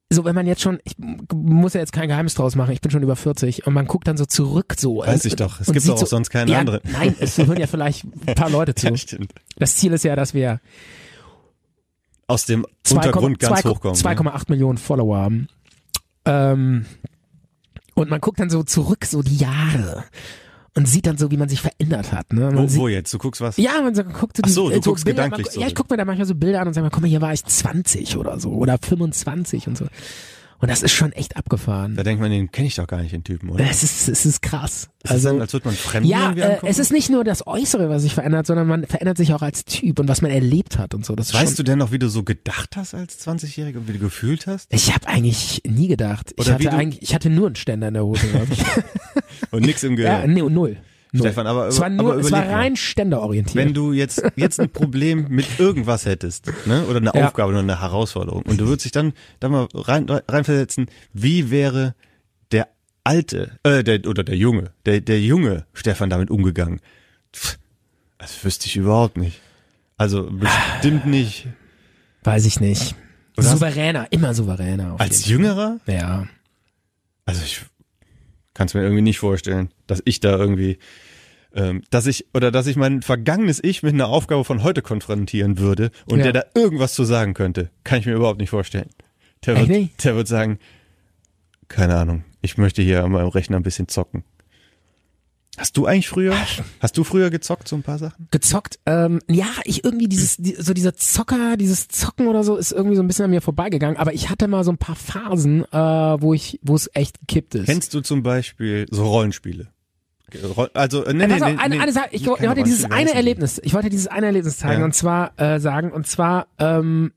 [SPEAKER 1] so wenn man jetzt schon, ich m- muss ja jetzt kein Geheimnis draus machen, ich bin schon über 40 und man guckt dann so zurück so.
[SPEAKER 2] Weiß
[SPEAKER 1] äh,
[SPEAKER 2] ich doch. Es
[SPEAKER 1] und
[SPEAKER 2] gibt
[SPEAKER 1] sieht
[SPEAKER 2] doch auch sonst keine
[SPEAKER 1] ja,
[SPEAKER 2] andere.
[SPEAKER 1] Nein, es hören ja vielleicht ein paar Leute zu.
[SPEAKER 2] Ja, stimmt.
[SPEAKER 1] Das Ziel ist ja, dass wir
[SPEAKER 2] Aus dem
[SPEAKER 1] 2,8
[SPEAKER 2] Untergrund ganz
[SPEAKER 1] 2,8
[SPEAKER 2] hochkommen. ne?
[SPEAKER 1] 2,8 Millionen Follower haben. Ähm, und man guckt dann so zurück, so die Jahre. Und sieht dann so, wie man sich verändert hat. Ne? Man
[SPEAKER 2] Wo,
[SPEAKER 1] sieht,
[SPEAKER 2] wo jetzt? Du guckst was?
[SPEAKER 1] Ja, man so, guckt so
[SPEAKER 2] Ach
[SPEAKER 1] die,
[SPEAKER 2] so, du
[SPEAKER 1] äh,
[SPEAKER 2] guckst
[SPEAKER 1] Bilder,
[SPEAKER 2] gedanklich
[SPEAKER 1] man, gu- Ja, ich
[SPEAKER 2] zurück.
[SPEAKER 1] guck mir da manchmal so Bilder an und sag mal, guck mal, hier war ich 20 oder so oder 25 und so. Und Und das ist schon echt abgefahren.
[SPEAKER 2] Da denkt man, den kenne ich doch gar nicht, den Typen, oder?
[SPEAKER 1] Es ist, es ist krass.
[SPEAKER 2] Ist das dann, als würde man Fremden
[SPEAKER 1] also- Ja,
[SPEAKER 2] irgendwie
[SPEAKER 1] äh,
[SPEAKER 2] angucken?
[SPEAKER 1] es ist nicht nur das Äußere, was sich verändert, sondern man verändert sich auch als Typ und was man erlebt hat und so. Das ist
[SPEAKER 2] Weißt du
[SPEAKER 1] schon,
[SPEAKER 2] denn noch, wie du so gedacht hast als 20-Jähriger und wie du gefühlt hast?
[SPEAKER 1] Ich habe eigentlich nie gedacht. Ich
[SPEAKER 2] Oder wie
[SPEAKER 1] hatte,
[SPEAKER 2] du-
[SPEAKER 1] eigentlich, ich hatte nur einen Ständer in der Hose, glaub ich.
[SPEAKER 2] Und nix im
[SPEAKER 1] ja,
[SPEAKER 2] Gehirn.
[SPEAKER 1] nee, und null. null.
[SPEAKER 2] Stefan, aber-
[SPEAKER 1] es war,
[SPEAKER 2] aber
[SPEAKER 1] nur, es war
[SPEAKER 2] überleg mal.
[SPEAKER 1] rein ständerorientiert.
[SPEAKER 2] Wenn du jetzt, jetzt ein Problem mit irgendwas hättest, ne? oder eine
[SPEAKER 1] Ja.
[SPEAKER 2] Aufgabe oder eine Herausforderung, und du würdest dich dann da mal rein, reinversetzen, wie wäre der alte, äh, der, oder der junge, der, der junge Stefan damit umgegangen? Pff, das wüsste ich überhaupt nicht. Also bestimmt nicht
[SPEAKER 1] Weiß ich nicht.
[SPEAKER 2] Oder hast-
[SPEAKER 1] souveräner, immer souveräner. Auf
[SPEAKER 2] als jüngerer.
[SPEAKER 1] jeden Fall. ja.
[SPEAKER 2] Also ich kann es mir irgendwie nicht vorstellen, dass ich da irgendwie, ähm, dass ich oder dass ich mein vergangenes Ich mit einer Aufgabe von heute konfrontieren würde und
[SPEAKER 1] Ja.
[SPEAKER 2] der da irgendwas zu sagen könnte, kann ich mir überhaupt nicht vorstellen. Der
[SPEAKER 1] Echt
[SPEAKER 2] wird,
[SPEAKER 1] nicht?
[SPEAKER 2] der wird sagen, keine Ahnung, ich möchte hier an meinem Rechner ein bisschen zocken. Hast du eigentlich früher, hast du früher gezockt so ein paar Sachen?
[SPEAKER 1] Gezockt, ähm, ja, ich irgendwie dieses, die, so dieser Zocker, dieses Zocken oder so ist irgendwie so ein bisschen an mir vorbeigegangen, aber ich hatte mal so ein paar Phasen, äh, wo ich, wo es echt gekippt ist.
[SPEAKER 2] Kennst du zum Beispiel so Rollenspiele? Roll- Also, äh, nee, nee,
[SPEAKER 1] Pass auf,
[SPEAKER 2] nee,
[SPEAKER 1] eine,
[SPEAKER 2] nee,
[SPEAKER 1] eine Sache, ich,
[SPEAKER 2] keine
[SPEAKER 1] wollte dieses
[SPEAKER 2] Rollenspiele,
[SPEAKER 1] eine
[SPEAKER 2] weiß ich nicht.
[SPEAKER 1] Erlebnis, ich wollte dieses eine Erlebnis zeigen
[SPEAKER 2] Ja.
[SPEAKER 1] und zwar äh, sagen und zwar ähm,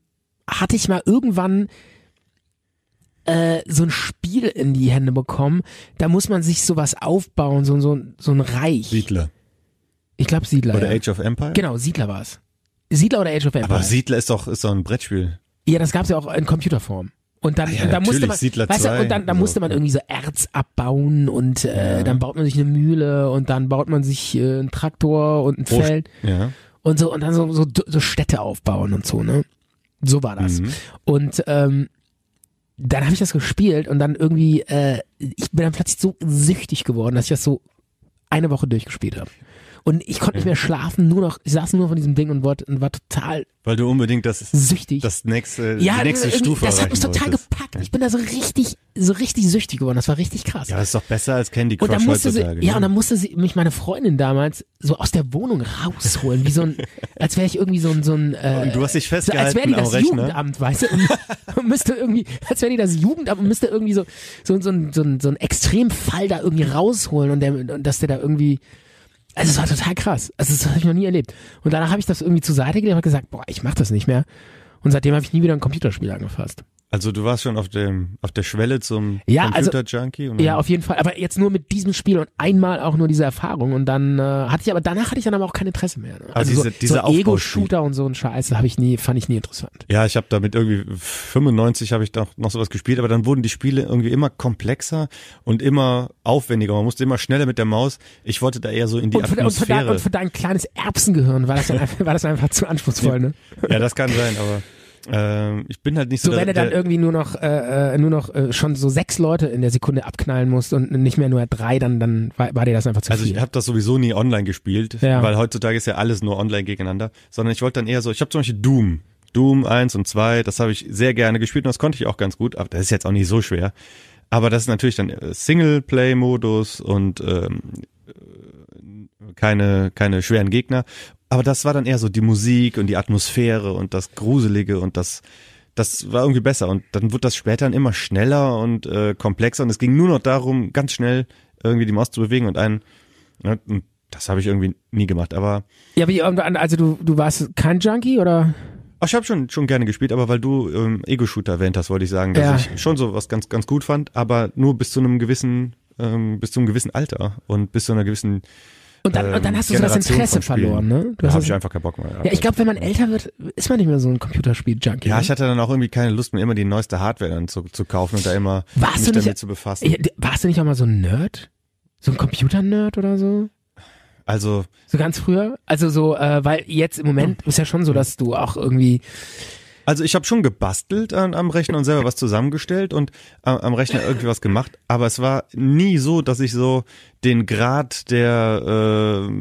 [SPEAKER 1] hatte ich mal irgendwann äh, so ein Spiel in die Hände bekommen, da muss man sich sowas aufbauen, so, so, so ein Reich.
[SPEAKER 2] Siedler
[SPEAKER 1] Ich glaube Siedler.
[SPEAKER 2] oder
[SPEAKER 1] ja.
[SPEAKER 2] Age of Empire?
[SPEAKER 1] Genau, Siedler war es. Siedler oder Age of Empires.
[SPEAKER 2] Aber Siedler ist doch, ist doch ein Brettspiel.
[SPEAKER 1] ja, das gab's ja auch in Computerform. Und dann,
[SPEAKER 2] Ah ja,
[SPEAKER 1] und dann musste
[SPEAKER 2] natürlich,
[SPEAKER 1] man,
[SPEAKER 2] Siedler
[SPEAKER 1] weißt du,
[SPEAKER 2] 2.
[SPEAKER 1] und dann, dann musste man irgendwie so Erz abbauen und äh, dann baut man sich eine Mühle und dann baut man sich äh, einen Traktor und ein
[SPEAKER 2] Pro-
[SPEAKER 1] Feld
[SPEAKER 2] Ja.
[SPEAKER 1] und so und dann so, so, so Städte aufbauen und so, ne? So war das.
[SPEAKER 2] Mhm.
[SPEAKER 1] Und ähm, dann habe ich das gespielt und dann irgendwie, äh, ich bin dann plötzlich so süchtig geworden, dass ich das so eine Woche durchgespielt habe. Und ich konnte nicht mehr schlafen, nur noch, ich saß nur von diesem Ding und war, und war total
[SPEAKER 2] Weil du unbedingt das,
[SPEAKER 1] süchtig.
[SPEAKER 2] das nächste,
[SPEAKER 1] ja,
[SPEAKER 2] die nächste
[SPEAKER 1] irgendwie-
[SPEAKER 2] Stufe
[SPEAKER 1] das hat mich
[SPEAKER 2] erreichen
[SPEAKER 1] total
[SPEAKER 2] wolltest.
[SPEAKER 1] gepackt. Ich bin da so richtig, so richtig süchtig geworden. Das war richtig krass.
[SPEAKER 2] Ja, aber ist doch besser als Candy Crush
[SPEAKER 1] Und dann musste sie,
[SPEAKER 2] heutzutage.
[SPEAKER 1] ja, und
[SPEAKER 2] ne?
[SPEAKER 1] dann musste sie mich meine Freundin damals so aus der Wohnung rausholen, wie so ein, als wäre ich irgendwie so ein, so ein, äh,
[SPEAKER 2] Und du hast dich
[SPEAKER 1] so, als wäre die
[SPEAKER 2] festgehalten am
[SPEAKER 1] das
[SPEAKER 2] Rechner.
[SPEAKER 1] Jugendamt, weißt du, und- und müsste irgendwie, als wäre die das Jugendamt und müsste irgendwie so, so, so, ein- so, ein- so ein Extremfall da irgendwie rausholen und, der, und dass der da irgendwie, also es war total krass, also das habe ich noch nie erlebt. Und danach habe ich das irgendwie zur Seite gelegt und hab gesagt, boah, ich mache das nicht mehr. Und seitdem habe ich nie wieder ein Computerspiel angefasst.
[SPEAKER 2] Also du warst schon auf dem, auf der Schwelle zum
[SPEAKER 1] Ja, also-
[SPEAKER 2] Computer-Junkie. und dann-
[SPEAKER 1] Ja, auf jeden Fall. Aber jetzt nur mit diesem Spiel und einmal auch nur diese Erfahrung. Und dann äh, hatte ich aber danach hatte ich dann aber auch kein Interesse mehr. Ne? Also
[SPEAKER 2] diese-
[SPEAKER 1] so,
[SPEAKER 2] diese
[SPEAKER 1] so
[SPEAKER 2] Aufbauspiel.
[SPEAKER 1] Ego-Shooter und so ein Scheiß habe ich nie, fand ich nie interessant.
[SPEAKER 2] Ja, ich habe damit irgendwie 95 habe ich doch noch sowas gespielt, aber dann wurden die Spiele irgendwie immer komplexer und immer aufwendiger. Man musste immer schneller mit der Maus. Ich wollte da eher so in die
[SPEAKER 1] Und für, und, für dein,
[SPEAKER 2] Atmosphäre.
[SPEAKER 1] und für dein kleines Erbsengehirn war das, dann einfach, war das einfach zu anspruchsvoll. Ne?
[SPEAKER 2] ja, das kann sein, aber ähm, ich bin halt nicht so,
[SPEAKER 1] So, wenn du
[SPEAKER 2] der,
[SPEAKER 1] dann
[SPEAKER 2] der,
[SPEAKER 1] irgendwie nur noch, äh, äh, nur noch äh, schon so sechs Leute in der Sekunde abknallen musst und nicht mehr nur drei, dann, dann war, war dir das einfach zu
[SPEAKER 2] Also
[SPEAKER 1] viel.
[SPEAKER 2] ich habe das sowieso nie online gespielt,
[SPEAKER 1] Ja.
[SPEAKER 2] weil heutzutage ist ja alles nur online gegeneinander, sondern ich wollte dann eher so, ich habe zum Beispiel Doom. Doom 1 und 2, das habe ich sehr gerne gespielt und das konnte ich auch ganz gut, aber das ist jetzt auch nicht so schwer. Aber das ist natürlich dann äh, Singleplay-Modus und ähm, äh, keine, keine schweren Gegner. Aber das war dann eher so die Musik und die Atmosphäre und das Gruselige und das, das war irgendwie besser. Und dann wurde das später dann immer schneller und äh, komplexer und es ging nur noch darum, ganz schnell irgendwie die Maus zu bewegen und einen, ne, und das habe ich irgendwie nie gemacht. Aber
[SPEAKER 1] ja, aber irgendwann- also du, du warst kein Junkie oder?
[SPEAKER 2] Ach, ich habe schon, schon gerne gespielt, aber weil du ähm, Ego-Shooter erwähnt hast, wollte ich sagen, dass
[SPEAKER 1] Ja.
[SPEAKER 2] ich schon so was ganz, ganz gut fand, aber nur bis zu einem gewissen, ähm, bis zu einem gewissen Alter und bis zu einer gewissen
[SPEAKER 1] Und dann, und dann
[SPEAKER 2] ähm,
[SPEAKER 1] hast du so das
[SPEAKER 2] Generation
[SPEAKER 1] Interesse
[SPEAKER 2] von Spielen.
[SPEAKER 1] verloren, ne? Du
[SPEAKER 2] Da
[SPEAKER 1] hast
[SPEAKER 2] habe
[SPEAKER 1] das-
[SPEAKER 2] ich einfach keinen Bock mehr.
[SPEAKER 1] ja, ich glaube, wenn man älter wird, ist man nicht mehr so ein Computerspiel-Junkie.
[SPEAKER 2] ja,
[SPEAKER 1] ne?
[SPEAKER 2] ich hatte dann auch irgendwie keine Lust mehr, immer die neueste Hardware dann zu, zu kaufen und da immer
[SPEAKER 1] Warst
[SPEAKER 2] mich
[SPEAKER 1] du nicht-
[SPEAKER 2] damit zu befassen.
[SPEAKER 1] Ja, d- Warst du nicht auch mal so ein Nerd? So ein Computer-Nerd oder so?
[SPEAKER 2] also,
[SPEAKER 1] So ganz früher? Also so, äh, weil jetzt im Moment ist ja schon so, dass du auch irgendwie.
[SPEAKER 2] also ich habe schon gebastelt an, am Rechner und selber was zusammengestellt und äh, am Rechner irgendwie was gemacht, aber es war nie so, dass ich so den Grad der, äh,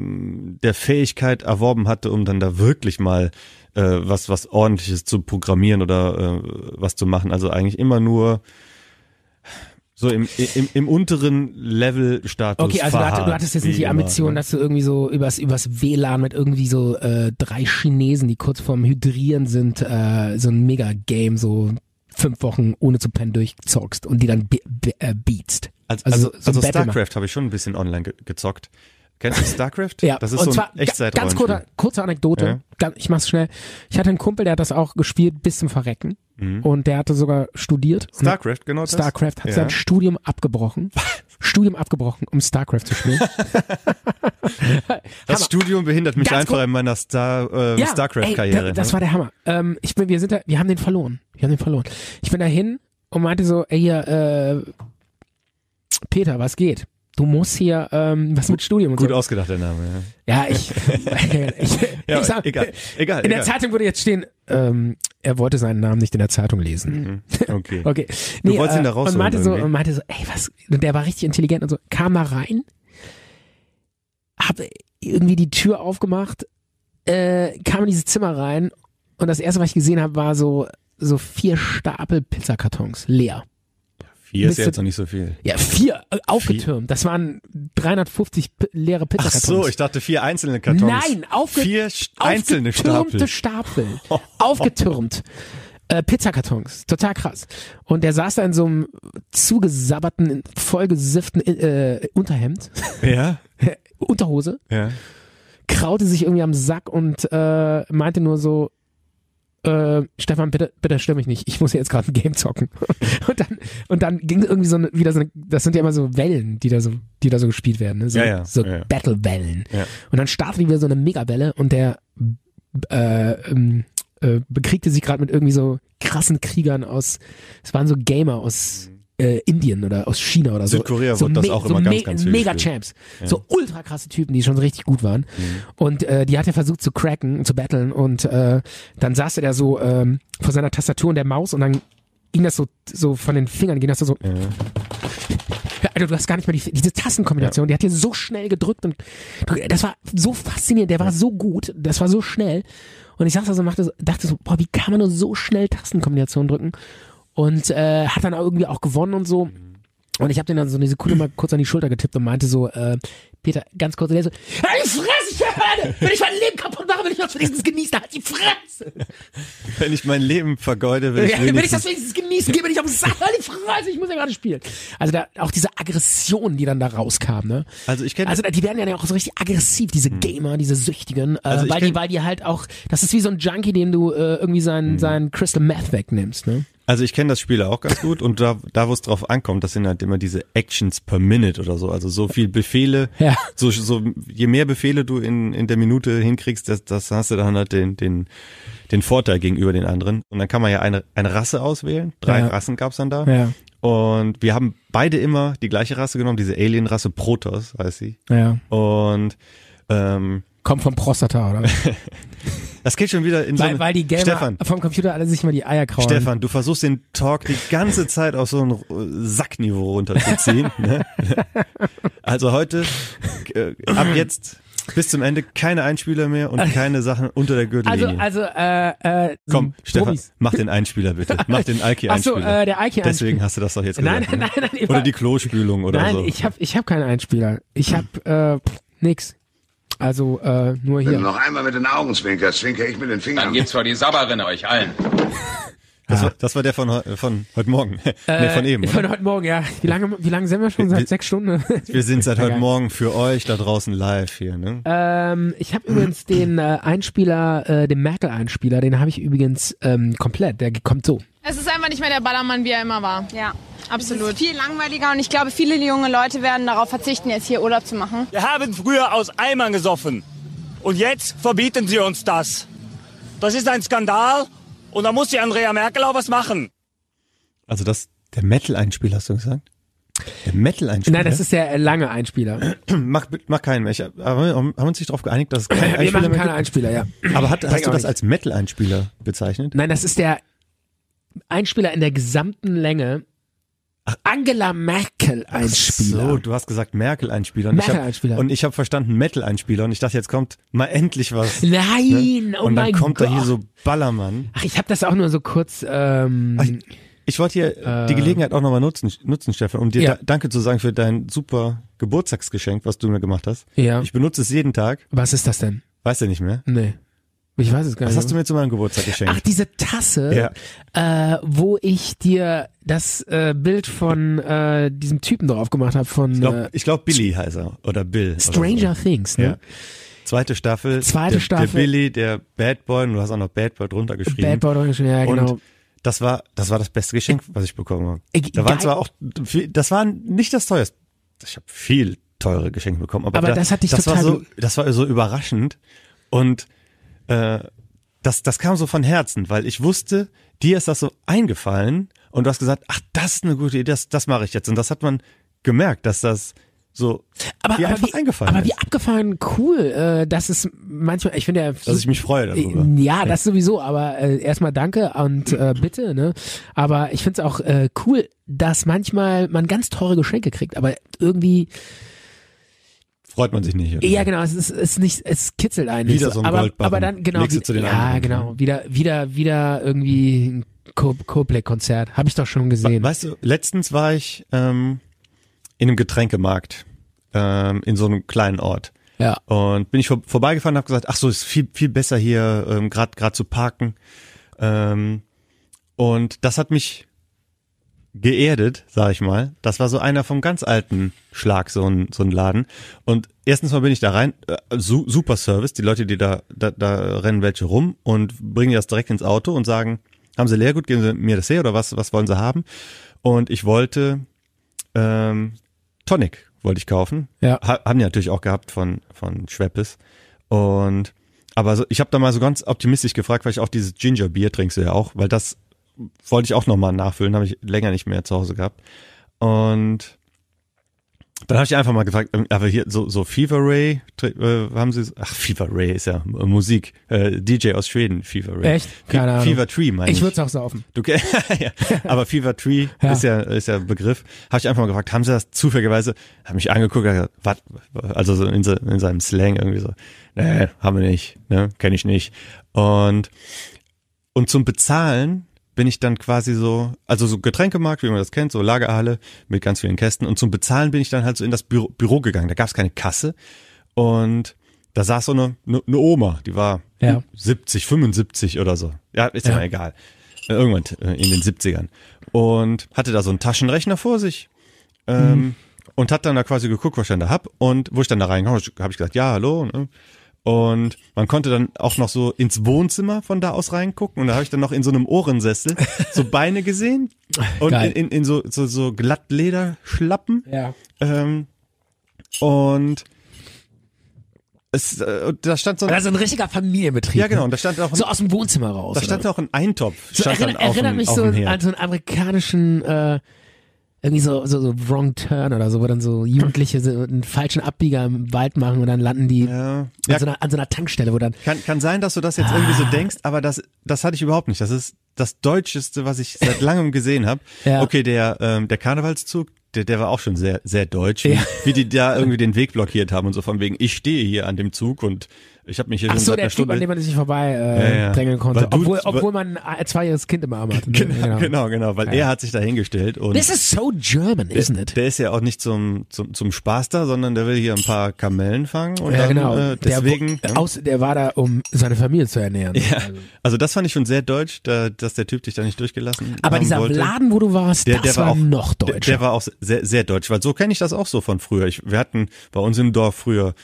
[SPEAKER 2] der Fähigkeit erworben hatte, um dann da wirklich mal äh, was, was ordentliches zu programmieren oder äh, was zu machen. Also eigentlich immer nur so im, im, im unteren Level-Status.
[SPEAKER 1] Okay, also du, hatt-
[SPEAKER 2] verharrt,
[SPEAKER 1] du hattest jetzt
[SPEAKER 2] wie
[SPEAKER 1] nicht die
[SPEAKER 2] immer,
[SPEAKER 1] Ambition,
[SPEAKER 2] ne?
[SPEAKER 1] dass du irgendwie so übers, übers WLAN mit irgendwie so äh, drei Chinesen, die kurz vorm Hydrieren sind, äh, so ein Mega-Game, so fünf Wochen ohne zu pennen durchzockst und die dann be be äh, beatst.
[SPEAKER 2] Also, also,
[SPEAKER 1] so ein
[SPEAKER 2] also,
[SPEAKER 1] Battle machen.
[SPEAKER 2] StarCraft habe ich schon ein bisschen online ge gezockt. Kennst du StarCraft?
[SPEAKER 1] Ja,
[SPEAKER 2] Das ist
[SPEAKER 1] und
[SPEAKER 2] so
[SPEAKER 1] zwar
[SPEAKER 2] ein Echtzeit
[SPEAKER 1] ga- ganz kurze, kurze Anekdote.
[SPEAKER 2] Ja.
[SPEAKER 1] Ganz- Ich mach's schnell. Ich hatte einen Kumpel, der hat das auch gespielt bis zum Verrecken. Und der hatte sogar studiert. Und
[SPEAKER 2] Mhm. StarCraft, genau das.
[SPEAKER 1] Hm. StarCraft hat
[SPEAKER 2] ja.
[SPEAKER 1] sein Studium abgebrochen. Studium abgebrochen, um StarCraft zu spielen.
[SPEAKER 2] Das Studium behindert mich
[SPEAKER 1] Ganz
[SPEAKER 2] einfach
[SPEAKER 1] kurz-
[SPEAKER 2] in meiner Star, äh,
[SPEAKER 1] Ja,
[SPEAKER 2] StarCraft-Karriere. ne?
[SPEAKER 1] ey, Das, das war der Hammer. Ähm, ich bin, wir sind da, wir haben den verloren. Wir haben den verloren. Ich bin dahin und meinte so, ey, hier, äh, Peter, was geht? Du musst hier ähm, was mit Studium und
[SPEAKER 2] Gut
[SPEAKER 1] so.
[SPEAKER 2] ausgedacht, der Name. Ja.
[SPEAKER 1] Ja, ich, ich,
[SPEAKER 2] Ja,
[SPEAKER 1] ich sag,
[SPEAKER 2] egal, egal,
[SPEAKER 1] In der
[SPEAKER 2] egal.
[SPEAKER 1] Zeitung würde jetzt stehen, ähm, er wollte seinen Namen nicht in der Zeitung lesen.
[SPEAKER 2] Okay.
[SPEAKER 1] Okay. äh,
[SPEAKER 2] Du wolltest ihn da rausholen
[SPEAKER 1] Und meinte so,
[SPEAKER 2] irgendwie.
[SPEAKER 1] und meinte so, ey, was, und der war richtig intelligent und so, kam da rein, hab irgendwie die Tür aufgemacht, äh, kam in dieses Zimmer rein und das erste, was ich gesehen habe, war so, so vier Stapel Pizzakartons, leer.
[SPEAKER 2] Vier ist
[SPEAKER 1] Bist
[SPEAKER 2] ja
[SPEAKER 1] du-
[SPEAKER 2] jetzt noch nicht so viel.
[SPEAKER 1] Ja, vier, äh, aufgetürmt. Das waren 350 p- leere
[SPEAKER 2] Ach
[SPEAKER 1] Pizzakartons.
[SPEAKER 2] so, ich dachte vier einzelne Kartons.
[SPEAKER 1] Nein, aufge
[SPEAKER 2] Vier st- einzelne
[SPEAKER 1] aufgetürmte
[SPEAKER 2] Stapel. Oh,
[SPEAKER 1] Stapel. Aufgetürmt. Äh, Pizzakartons. Total krass. Und der saß da in so einem zugesabberten, vollgesifften äh, Unterhemd,
[SPEAKER 2] Ja,
[SPEAKER 1] Unterhose,
[SPEAKER 2] ja.
[SPEAKER 1] kraute sich irgendwie am Sack und äh, meinte nur so, äh, Stefan, bitte, bitte stör mich nicht. Ich muss hier jetzt gerade ein Game zocken. Und dann, und dann ging irgendwie so eine, wieder so eine, das sind ja immer so Wellen, die da so, die da so gespielt werden, ne? So,
[SPEAKER 2] Ja, ja,
[SPEAKER 1] so
[SPEAKER 2] ja, ja.
[SPEAKER 1] Battle-Wellen.
[SPEAKER 2] Ja.
[SPEAKER 1] Und dann startete wieder so eine Megawelle und der äh, ähm, äh, bekriegte sich gerade mit irgendwie so krassen Kriegern aus, es waren so Gamer aus äh, Indien oder aus China oder so.
[SPEAKER 2] Mhm. Südkorea
[SPEAKER 1] so
[SPEAKER 2] wird das
[SPEAKER 1] me-
[SPEAKER 2] auch
[SPEAKER 1] so
[SPEAKER 2] immer ganz, ganz viel
[SPEAKER 1] Mega-Champs. So ultra krasse Typen, die schon richtig gut waren.
[SPEAKER 2] Mhm.
[SPEAKER 1] Und äh, die hat er versucht zu cracken, zu battlen und äh, dann saß er da so ähm, vor seiner Tastatur und der Maus und dann ging das so, so von den Fingern, ging das so, ja. Alter, du hast gar nicht mal die, diese Tastenkombination, die hat dir so schnell gedrückt und du- das war so faszinierend, der war so gut, das war so schnell. Und ich saß da so und machte so- dachte so, boah, wie kann man nur so schnell Tastenkombinationen drücken? Und äh, hat dann auch irgendwie auch gewonnen und so.
[SPEAKER 2] Mhm.
[SPEAKER 1] Und ich habe den dann so eine Sekunde mal kurz an die Schulter getippt und meinte so, äh, Peter, ganz kurz, und der so, halt die Fresse, ich werde, wenn ich mein Leben kaputt mache, will ich das wenigstens genießen, halt die Fresse.
[SPEAKER 2] Wenn ich mein Leben vergeude, will ich
[SPEAKER 1] wenn ich das
[SPEAKER 2] wenigstens...
[SPEAKER 1] wenigstens genießen gehe, bin ich auf den Sack, halt die Fresse, ich muss ja gerade spielen. Also da, auch diese Aggression, die dann da rauskam, ne?
[SPEAKER 2] Also ich kenne
[SPEAKER 1] Also da- die werden ja auch so richtig aggressiv, diese Gamer, diese Süchtigen, äh,
[SPEAKER 2] Hm. Also ich
[SPEAKER 1] weil, die,
[SPEAKER 2] kenn-
[SPEAKER 1] weil die halt auch, das ist wie so ein Junkie, dem du äh, irgendwie seinen
[SPEAKER 2] Hm.
[SPEAKER 1] seinen Crystal Meth wegnimmst, ne?
[SPEAKER 2] Also ich kenne das Spiel auch ganz gut und da, da wo es drauf ankommt, das sind halt immer diese Actions per Minute oder so. Also so viel Befehle,
[SPEAKER 1] Ja.
[SPEAKER 2] so, so je mehr Befehle du in, in der Minute hinkriegst, das, das hast du dann halt den, den, den Vorteil gegenüber den anderen. Und dann kann man ja eine, eine Rasse auswählen. Drei
[SPEAKER 1] Ja.
[SPEAKER 2] Rassen gab's dann da.
[SPEAKER 1] Ja.
[SPEAKER 2] Und wir haben beide immer die gleiche Rasse genommen, diese Alien-Rasse Protoss heißt sie.
[SPEAKER 1] Ja.
[SPEAKER 2] Und ähm,
[SPEAKER 1] Kommt vom Prostata, oder?
[SPEAKER 2] das geht schon wieder in so
[SPEAKER 1] weil,
[SPEAKER 2] eine,
[SPEAKER 1] weil die Gamer
[SPEAKER 2] Stefan,
[SPEAKER 1] vom Computer alle sich mal die Eier kraulen.
[SPEAKER 2] Stefan, du versuchst den Talk die ganze Zeit auf so ein äh, Sackniveau runterzuziehen. ne? Also heute, äh, ab jetzt bis zum Ende keine Einspieler mehr und keine Sachen unter der
[SPEAKER 1] Also,
[SPEAKER 2] Gürtellinie.
[SPEAKER 1] also, äh, äh,
[SPEAKER 2] Komm, Stefan,
[SPEAKER 1] Promis.
[SPEAKER 2] mach den Einspieler bitte. Mach den
[SPEAKER 1] Ach so,
[SPEAKER 2] Alki-Einspieler.
[SPEAKER 1] äh, der Alki-Einspieler.
[SPEAKER 2] Deswegen hast du das doch jetzt
[SPEAKER 1] Nein,
[SPEAKER 2] gesagt.
[SPEAKER 1] nein,
[SPEAKER 2] ne?
[SPEAKER 1] nein, ich
[SPEAKER 2] Oder
[SPEAKER 1] war-
[SPEAKER 2] die Klospülung oder
[SPEAKER 1] Nein,
[SPEAKER 2] so.
[SPEAKER 1] ich habe ich hab keinen Einspieler. Ich habe äh, pff, nix. Also äh, nur
[SPEAKER 5] Wenn du
[SPEAKER 1] hier.
[SPEAKER 5] noch einmal mit den Augen zwinkerst, zwinker ich mit den
[SPEAKER 3] Dann
[SPEAKER 5] Fingern.
[SPEAKER 3] gibt's vor die Sabberrinne euch allen.
[SPEAKER 2] das, war, Ah, das war der von, heu- von heute Morgen. nee, von eben.
[SPEAKER 1] Äh, Von
[SPEAKER 2] oder?
[SPEAKER 1] heute Morgen, ja. Wie lange, wie lange sind wir schon?
[SPEAKER 2] Wir- wir-
[SPEAKER 1] Seit sechs Stunden?
[SPEAKER 2] Wir sind seit heute
[SPEAKER 1] Egal.
[SPEAKER 2] Morgen für euch da draußen live hier. Ne?
[SPEAKER 1] Ähm, ich habe übrigens den äh, Einspieler, äh, den Merkel-Einspieler, den habe ich übrigens ähm, komplett. Der kommt so.
[SPEAKER 7] Es ist einfach nicht mehr der Ballermann, wie er immer war.
[SPEAKER 8] Ja,
[SPEAKER 7] Absolut.
[SPEAKER 8] Es ist viel langweiliger und ich glaube, viele junge Leute werden darauf verzichten, jetzt hier Urlaub zu machen.
[SPEAKER 6] Wir haben früher aus Eimern gesoffen. Und jetzt verbieten sie uns das. Das ist ein Skandal. Und da muss die Andrea Merkel auch was machen.
[SPEAKER 2] Also das, der Metal-Einspieler hast du gesagt? Der Metal-Einspieler?
[SPEAKER 1] Nein, das ist der äh, lange Einspieler.
[SPEAKER 2] Mach, mach keinen. Ich, aber haben wir uns nicht darauf geeinigt, dass es keinen
[SPEAKER 1] Wir
[SPEAKER 2] Einspieler
[SPEAKER 1] machen
[SPEAKER 2] mehr
[SPEAKER 1] keine Einspieler, ja.
[SPEAKER 2] gibt? Aber hat, hast
[SPEAKER 1] auch
[SPEAKER 2] du das
[SPEAKER 1] nicht.
[SPEAKER 2] als Metal-Einspieler bezeichnet?
[SPEAKER 1] Nein, das ist der Einspieler in der gesamten Länge. Angela Merkel-Einspieler.
[SPEAKER 2] So, du hast gesagt Merkel-Einspieler. Und ich hab-
[SPEAKER 1] Merkel-Einspieler.
[SPEAKER 2] Und ich habe verstanden Metal-Einspieler und ich dachte, jetzt kommt mal endlich was. ne?
[SPEAKER 1] Nein, oh
[SPEAKER 2] und dann
[SPEAKER 1] mein
[SPEAKER 2] kommt
[SPEAKER 1] Gott.
[SPEAKER 2] da hier so Ballermann.
[SPEAKER 1] Ach, ich habe das auch nur so kurz. Ähm, äh,
[SPEAKER 2] Ich wollte hier die Gelegenheit auch nochmal nutzen, nutzen, Stefan, um dir
[SPEAKER 1] Ja.
[SPEAKER 2] da, Danke zu sagen für dein super Geburtstagsgeschenk, was du mir gemacht hast.
[SPEAKER 1] Ja.
[SPEAKER 2] Ich benutze es jeden Tag.
[SPEAKER 1] was ist das denn?
[SPEAKER 2] Weißt du nicht mehr?
[SPEAKER 1] Nee. Ich weiß es gar
[SPEAKER 2] Was
[SPEAKER 1] nicht.
[SPEAKER 2] hast du mir zu meinem Geburtstag
[SPEAKER 1] Ach,
[SPEAKER 2] geschenkt?
[SPEAKER 1] diese Tasse, äh, wo ich dir das äh, Bild von äh, diesem Typen drauf gemacht habe, von
[SPEAKER 2] ich
[SPEAKER 1] äh,
[SPEAKER 2] glaube, glaub Billy heißt er. Oder Bill. oder so.
[SPEAKER 1] Stranger Things. Ne?
[SPEAKER 2] Ja. Zweite Staffel.
[SPEAKER 1] Zweite
[SPEAKER 2] der,
[SPEAKER 1] Staffel.
[SPEAKER 2] Der Billy, der Bad Boy, und du hast auch noch Bad Boy drunter geschrieben.
[SPEAKER 1] Bad Boy Deutsch, ja, genau.
[SPEAKER 2] Und das war, das war das beste Geschenk, was ich bekommen habe.
[SPEAKER 1] Ich-
[SPEAKER 2] da waren
[SPEAKER 1] geil.
[SPEAKER 2] zwar auch, viel- das war nicht das teuerste. Ich habe viel teure Geschenke bekommen, aber,
[SPEAKER 1] Aber
[SPEAKER 2] da,
[SPEAKER 1] das hat dich
[SPEAKER 2] das
[SPEAKER 1] total
[SPEAKER 2] war so,
[SPEAKER 1] be-
[SPEAKER 2] das war so überraschend und äh, das, das kam so von Herzen, weil ich wusste, dir ist das so eingefallen und du hast gesagt, ach, das ist eine gute Idee, das, das mache ich jetzt. Und das hat man gemerkt, dass das so
[SPEAKER 1] Aber,
[SPEAKER 2] dir
[SPEAKER 1] aber,
[SPEAKER 2] einfach
[SPEAKER 1] wie,
[SPEAKER 2] eingefallen
[SPEAKER 1] aber wie
[SPEAKER 2] ist.
[SPEAKER 1] abgefahren cool, äh, dass es manchmal, ich finde ja, äh,
[SPEAKER 2] Dass ich mich freue darüber.
[SPEAKER 1] Ja, das sowieso, aber äh, erstmal danke und äh, bitte, ne? Aber ich find's auch äh, cool, dass manchmal man ganz teure Geschenke kriegt, aber irgendwie,
[SPEAKER 2] Freut man sich nicht. oder?
[SPEAKER 1] ja genau, es ist, es ist nicht, es kitzelt einen. nicht
[SPEAKER 2] Wieder so ein
[SPEAKER 1] aber,
[SPEAKER 2] Goldbarren.
[SPEAKER 1] aber dann, genau,
[SPEAKER 2] Legst du zu den
[SPEAKER 1] ja
[SPEAKER 2] anderen,
[SPEAKER 1] genau, wieder, wieder, wieder irgendwie ein Co- Coldplay-Konzert, habe ich doch schon gesehen.
[SPEAKER 2] Weißt du, letztens war ich ähm, in einem Getränkemarkt ähm, in so einem kleinen Ort.
[SPEAKER 1] Ja.
[SPEAKER 2] Und bin ich vor, vorbeigefahren und habe gesagt, ach so, ist viel, viel besser hier ähm, gerade grad zu parken. Ähm, und das hat mich geerdet, sag ich mal. Das war so einer vom ganz alten Schlag, so ein, so ein Laden. Und erstens mal bin ich da rein, äh, su super Service, die Leute, die da, da, da rennen welche rum und bringen das direkt ins Auto und sagen, haben sie Leergut, geben sie mir das her oder was, was wollen sie haben? Und ich wollte ähm, Tonic wollte ich kaufen.
[SPEAKER 1] Ja.
[SPEAKER 2] Ha haben die natürlich auch gehabt von, von Schweppes. Und aber so, ich habe da mal so ganz optimistisch gefragt, weil ich auch dieses Ginger Beer trinkst du ja auch, weil das wollte ich auch nochmal nachfüllen, habe ich länger nicht mehr zu Hause gehabt. Und dann habe ich einfach mal gefragt, ähm, aber hier so, so Fever Ray, tri- äh, haben sie, ach Fever Ray ist ja äh, Musik, äh, DJ aus Schweden, Fever Ray.
[SPEAKER 1] Echt? Keine
[SPEAKER 2] Fe-
[SPEAKER 1] Ahnung.
[SPEAKER 2] Fever Tree meine ich.
[SPEAKER 1] ich würd's auch saufen.
[SPEAKER 2] Du, ke- ja, aber Fever Tree
[SPEAKER 1] Ja.
[SPEAKER 2] ist ja ist ja Begriff. Habe ich einfach mal gefragt, haben Sie das zufälligerweise? Hab mich angeguckt, hab gesagt, was? Also so in, se- in seinem Slang irgendwie so, nee, haben wir nicht, ne, kenne ich nicht. Und und zum Bezahlen bin ich dann quasi so, also so Getränkemarkt, wie man das kennt, so Lagerhalle mit ganz vielen Kästen. Und zum Bezahlen bin ich dann halt so in das Büro, Büro gegangen. Da gab es keine Kasse und da saß so eine, eine, eine Oma, die war
[SPEAKER 1] Ja.
[SPEAKER 2] 70, 75 oder so. Ja, ist ja,
[SPEAKER 1] Ja.
[SPEAKER 2] mal egal. Äh, Irgendwann äh, in den 70ern. Und hatte da so einen Taschenrechner vor sich. Ähm, Und hat dann da quasi geguckt, was ich dann da hab. Und wo ich dann da reingekommen habe ich gesagt, ja, hallo. ne? Und man konnte dann auch noch so ins Wohnzimmer von da aus reingucken. Und da habe ich dann noch in so einem Ohrensessel so Beine gesehen. Und
[SPEAKER 1] Geil.
[SPEAKER 2] in, in, in so, so, so Glattlederschlappen.
[SPEAKER 1] Ja.
[SPEAKER 2] Ähm, und es, äh, und da stand so ein,
[SPEAKER 1] Das ist ein richtiger Familienbetrieb.
[SPEAKER 2] ja genau, und da stand auch ein,
[SPEAKER 1] So aus dem Wohnzimmer raus.
[SPEAKER 2] da
[SPEAKER 1] oder
[SPEAKER 2] stand auch ein Eintopf.
[SPEAKER 1] So
[SPEAKER 2] stand
[SPEAKER 1] erinner,
[SPEAKER 2] dann auf
[SPEAKER 1] erinnert
[SPEAKER 2] dem,
[SPEAKER 1] mich
[SPEAKER 2] auf
[SPEAKER 1] so
[SPEAKER 2] dem Herd.
[SPEAKER 1] an so einen amerikanischen, äh, irgendwie so, so, so Wrong Turn oder so, wo dann so Jugendliche so einen falschen Abbieger im Wald machen und dann landen die
[SPEAKER 2] ja.
[SPEAKER 1] an,
[SPEAKER 2] Ja,
[SPEAKER 1] so einer, an so einer Tankstelle, wo dann.
[SPEAKER 2] kann, kann sein, dass du das jetzt irgendwie so
[SPEAKER 1] Ah.
[SPEAKER 2] denkst, aber das, das hatte ich überhaupt nicht. Das ist das Deutscheste, was ich seit langem gesehen habe.
[SPEAKER 1] Ja.
[SPEAKER 2] Okay, der, ähm, der Karnevalszug, der, der war auch schon sehr, sehr deutsch, wie, wie die da irgendwie den Weg blockiert haben und so von wegen, ich stehe hier an dem Zug und ich habe mich hier
[SPEAKER 1] Ach
[SPEAKER 2] schon
[SPEAKER 1] so,
[SPEAKER 2] seit
[SPEAKER 1] der
[SPEAKER 2] einer
[SPEAKER 1] Typ, an
[SPEAKER 2] Stunde.
[SPEAKER 1] dem man sich vorbei äh,
[SPEAKER 2] Ja, ja.
[SPEAKER 1] drängeln
[SPEAKER 2] Weil
[SPEAKER 1] konnte.
[SPEAKER 2] du-
[SPEAKER 1] obwohl,
[SPEAKER 2] weil-
[SPEAKER 1] obwohl man ein zweijähriges Kind im Arm hatte. Ne?
[SPEAKER 2] genau, genau, genau, weil er hat sich da hingestellt und
[SPEAKER 1] This is so German, isn't it?
[SPEAKER 2] Der ist ja auch nicht zum, zum, zum Spaß da, sondern der will hier ein paar Kamellen fangen. Und
[SPEAKER 1] ja,
[SPEAKER 2] dann,
[SPEAKER 1] genau.
[SPEAKER 2] Äh, deswegen.
[SPEAKER 1] der, wo-
[SPEAKER 2] ja.
[SPEAKER 1] aus, der war da, um seine Familie zu ernähren.
[SPEAKER 2] ja. Also das fand ich schon sehr deutsch, da, dass der Typ dich da nicht durchgelassen
[SPEAKER 1] Aber
[SPEAKER 2] haben
[SPEAKER 1] dieser
[SPEAKER 2] wollte.
[SPEAKER 1] Laden, wo du warst,
[SPEAKER 2] der,
[SPEAKER 1] das
[SPEAKER 2] der war, auch,
[SPEAKER 1] noch
[SPEAKER 2] der-
[SPEAKER 1] deutscher.
[SPEAKER 2] Der war auch sehr, sehr deutsch, weil so kenne ich das auch so von früher. Ich, wir hatten bei uns im Dorf früher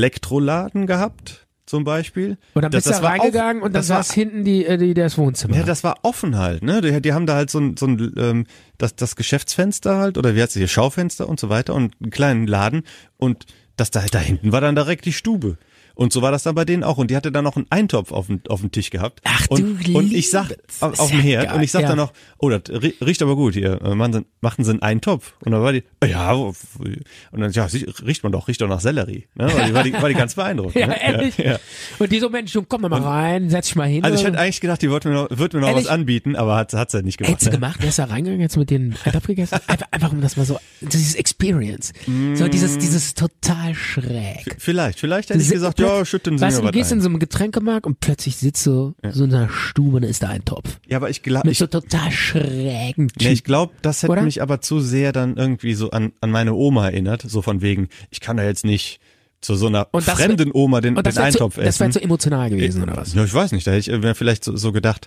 [SPEAKER 2] Elektroladen gehabt, zum Beispiel.
[SPEAKER 1] und dann
[SPEAKER 2] Das-
[SPEAKER 1] bist du
[SPEAKER 2] das
[SPEAKER 1] da
[SPEAKER 2] war auch-
[SPEAKER 1] reingegangen und dann
[SPEAKER 2] das war
[SPEAKER 1] saß hinten die, äh, die, das Wohnzimmer.
[SPEAKER 2] Ja, das war offen halt, ne? Die, die haben da halt so ein, so ein ähm, das, das Geschäftsfenster halt, oder wie heißt es hier, Schaufenster und so weiter und einen kleinen Laden und das da, da hinten war dann direkt die Stube. Und so war das dann bei denen auch. Und die hatte dann noch einen Eintopf auf dem, auf dem Tisch gehabt.
[SPEAKER 1] Ach,
[SPEAKER 2] und,
[SPEAKER 1] du
[SPEAKER 2] und ich sag
[SPEAKER 1] liebes
[SPEAKER 2] auf, auf dem Herd
[SPEAKER 1] Sackgarn,
[SPEAKER 2] und ich sag
[SPEAKER 1] ja.
[SPEAKER 2] dann noch, oh, das rie- riecht aber gut hier. Äh, Machen Sie, machen Sie einen Eintopf. Und dann war die, äh, ja, wo- und dann, ja, sie- riecht man doch, riecht doch nach Sellerie. Ne? War, die, war, die, war die ganz beeindruckt.
[SPEAKER 1] Ja,
[SPEAKER 2] ne?
[SPEAKER 1] ehrlich.
[SPEAKER 2] Ja, ja.
[SPEAKER 1] Und die so, Mensch, du, komm doch mal rein, setz dich mal hin.
[SPEAKER 2] Also ich hätte eigentlich gedacht, die wollte mir noch, wird mir noch
[SPEAKER 1] Ehrlich?
[SPEAKER 2] was anbieten, aber hat, hat's halt nicht gemacht.
[SPEAKER 1] Hättest du
[SPEAKER 2] ne?
[SPEAKER 1] gemacht, wärst du da reingegangen, jetzt mit den Eintopf gegessen? Einfach, einfach um das mal so, dieses Experience.
[SPEAKER 2] Mm.
[SPEAKER 1] So dieses, dieses total schräg.
[SPEAKER 2] Vielleicht, vielleicht hätte ich gesagt, ja, schütten Sie
[SPEAKER 1] weißt, du,
[SPEAKER 2] mir
[SPEAKER 1] du
[SPEAKER 2] was
[SPEAKER 1] gehst in
[SPEAKER 2] ein.
[SPEAKER 1] so einem Getränkemarkt und plötzlich sitzt so, so in einer Stube und da ist da ein Topf.
[SPEAKER 2] Ja, aber ich glaube,
[SPEAKER 1] Mit
[SPEAKER 2] ich,
[SPEAKER 1] so total schrägen
[SPEAKER 2] nee, ich
[SPEAKER 1] Typen.
[SPEAKER 2] glaube, das hätte
[SPEAKER 1] Oder?
[SPEAKER 2] mich aber zu sehr dann irgendwie so an, an meine Oma erinnert, so von wegen, ich kann da jetzt nicht zu so einer
[SPEAKER 1] Und das wär-
[SPEAKER 2] fremden Oma den,
[SPEAKER 1] Und das
[SPEAKER 2] den
[SPEAKER 1] wäre zu,
[SPEAKER 2] Eintopf
[SPEAKER 1] das wär
[SPEAKER 2] essen.
[SPEAKER 1] zu emotional gewesen, oder was?
[SPEAKER 2] Ja, ich weiß nicht. Da hätte ich mir vielleicht so, so gedacht,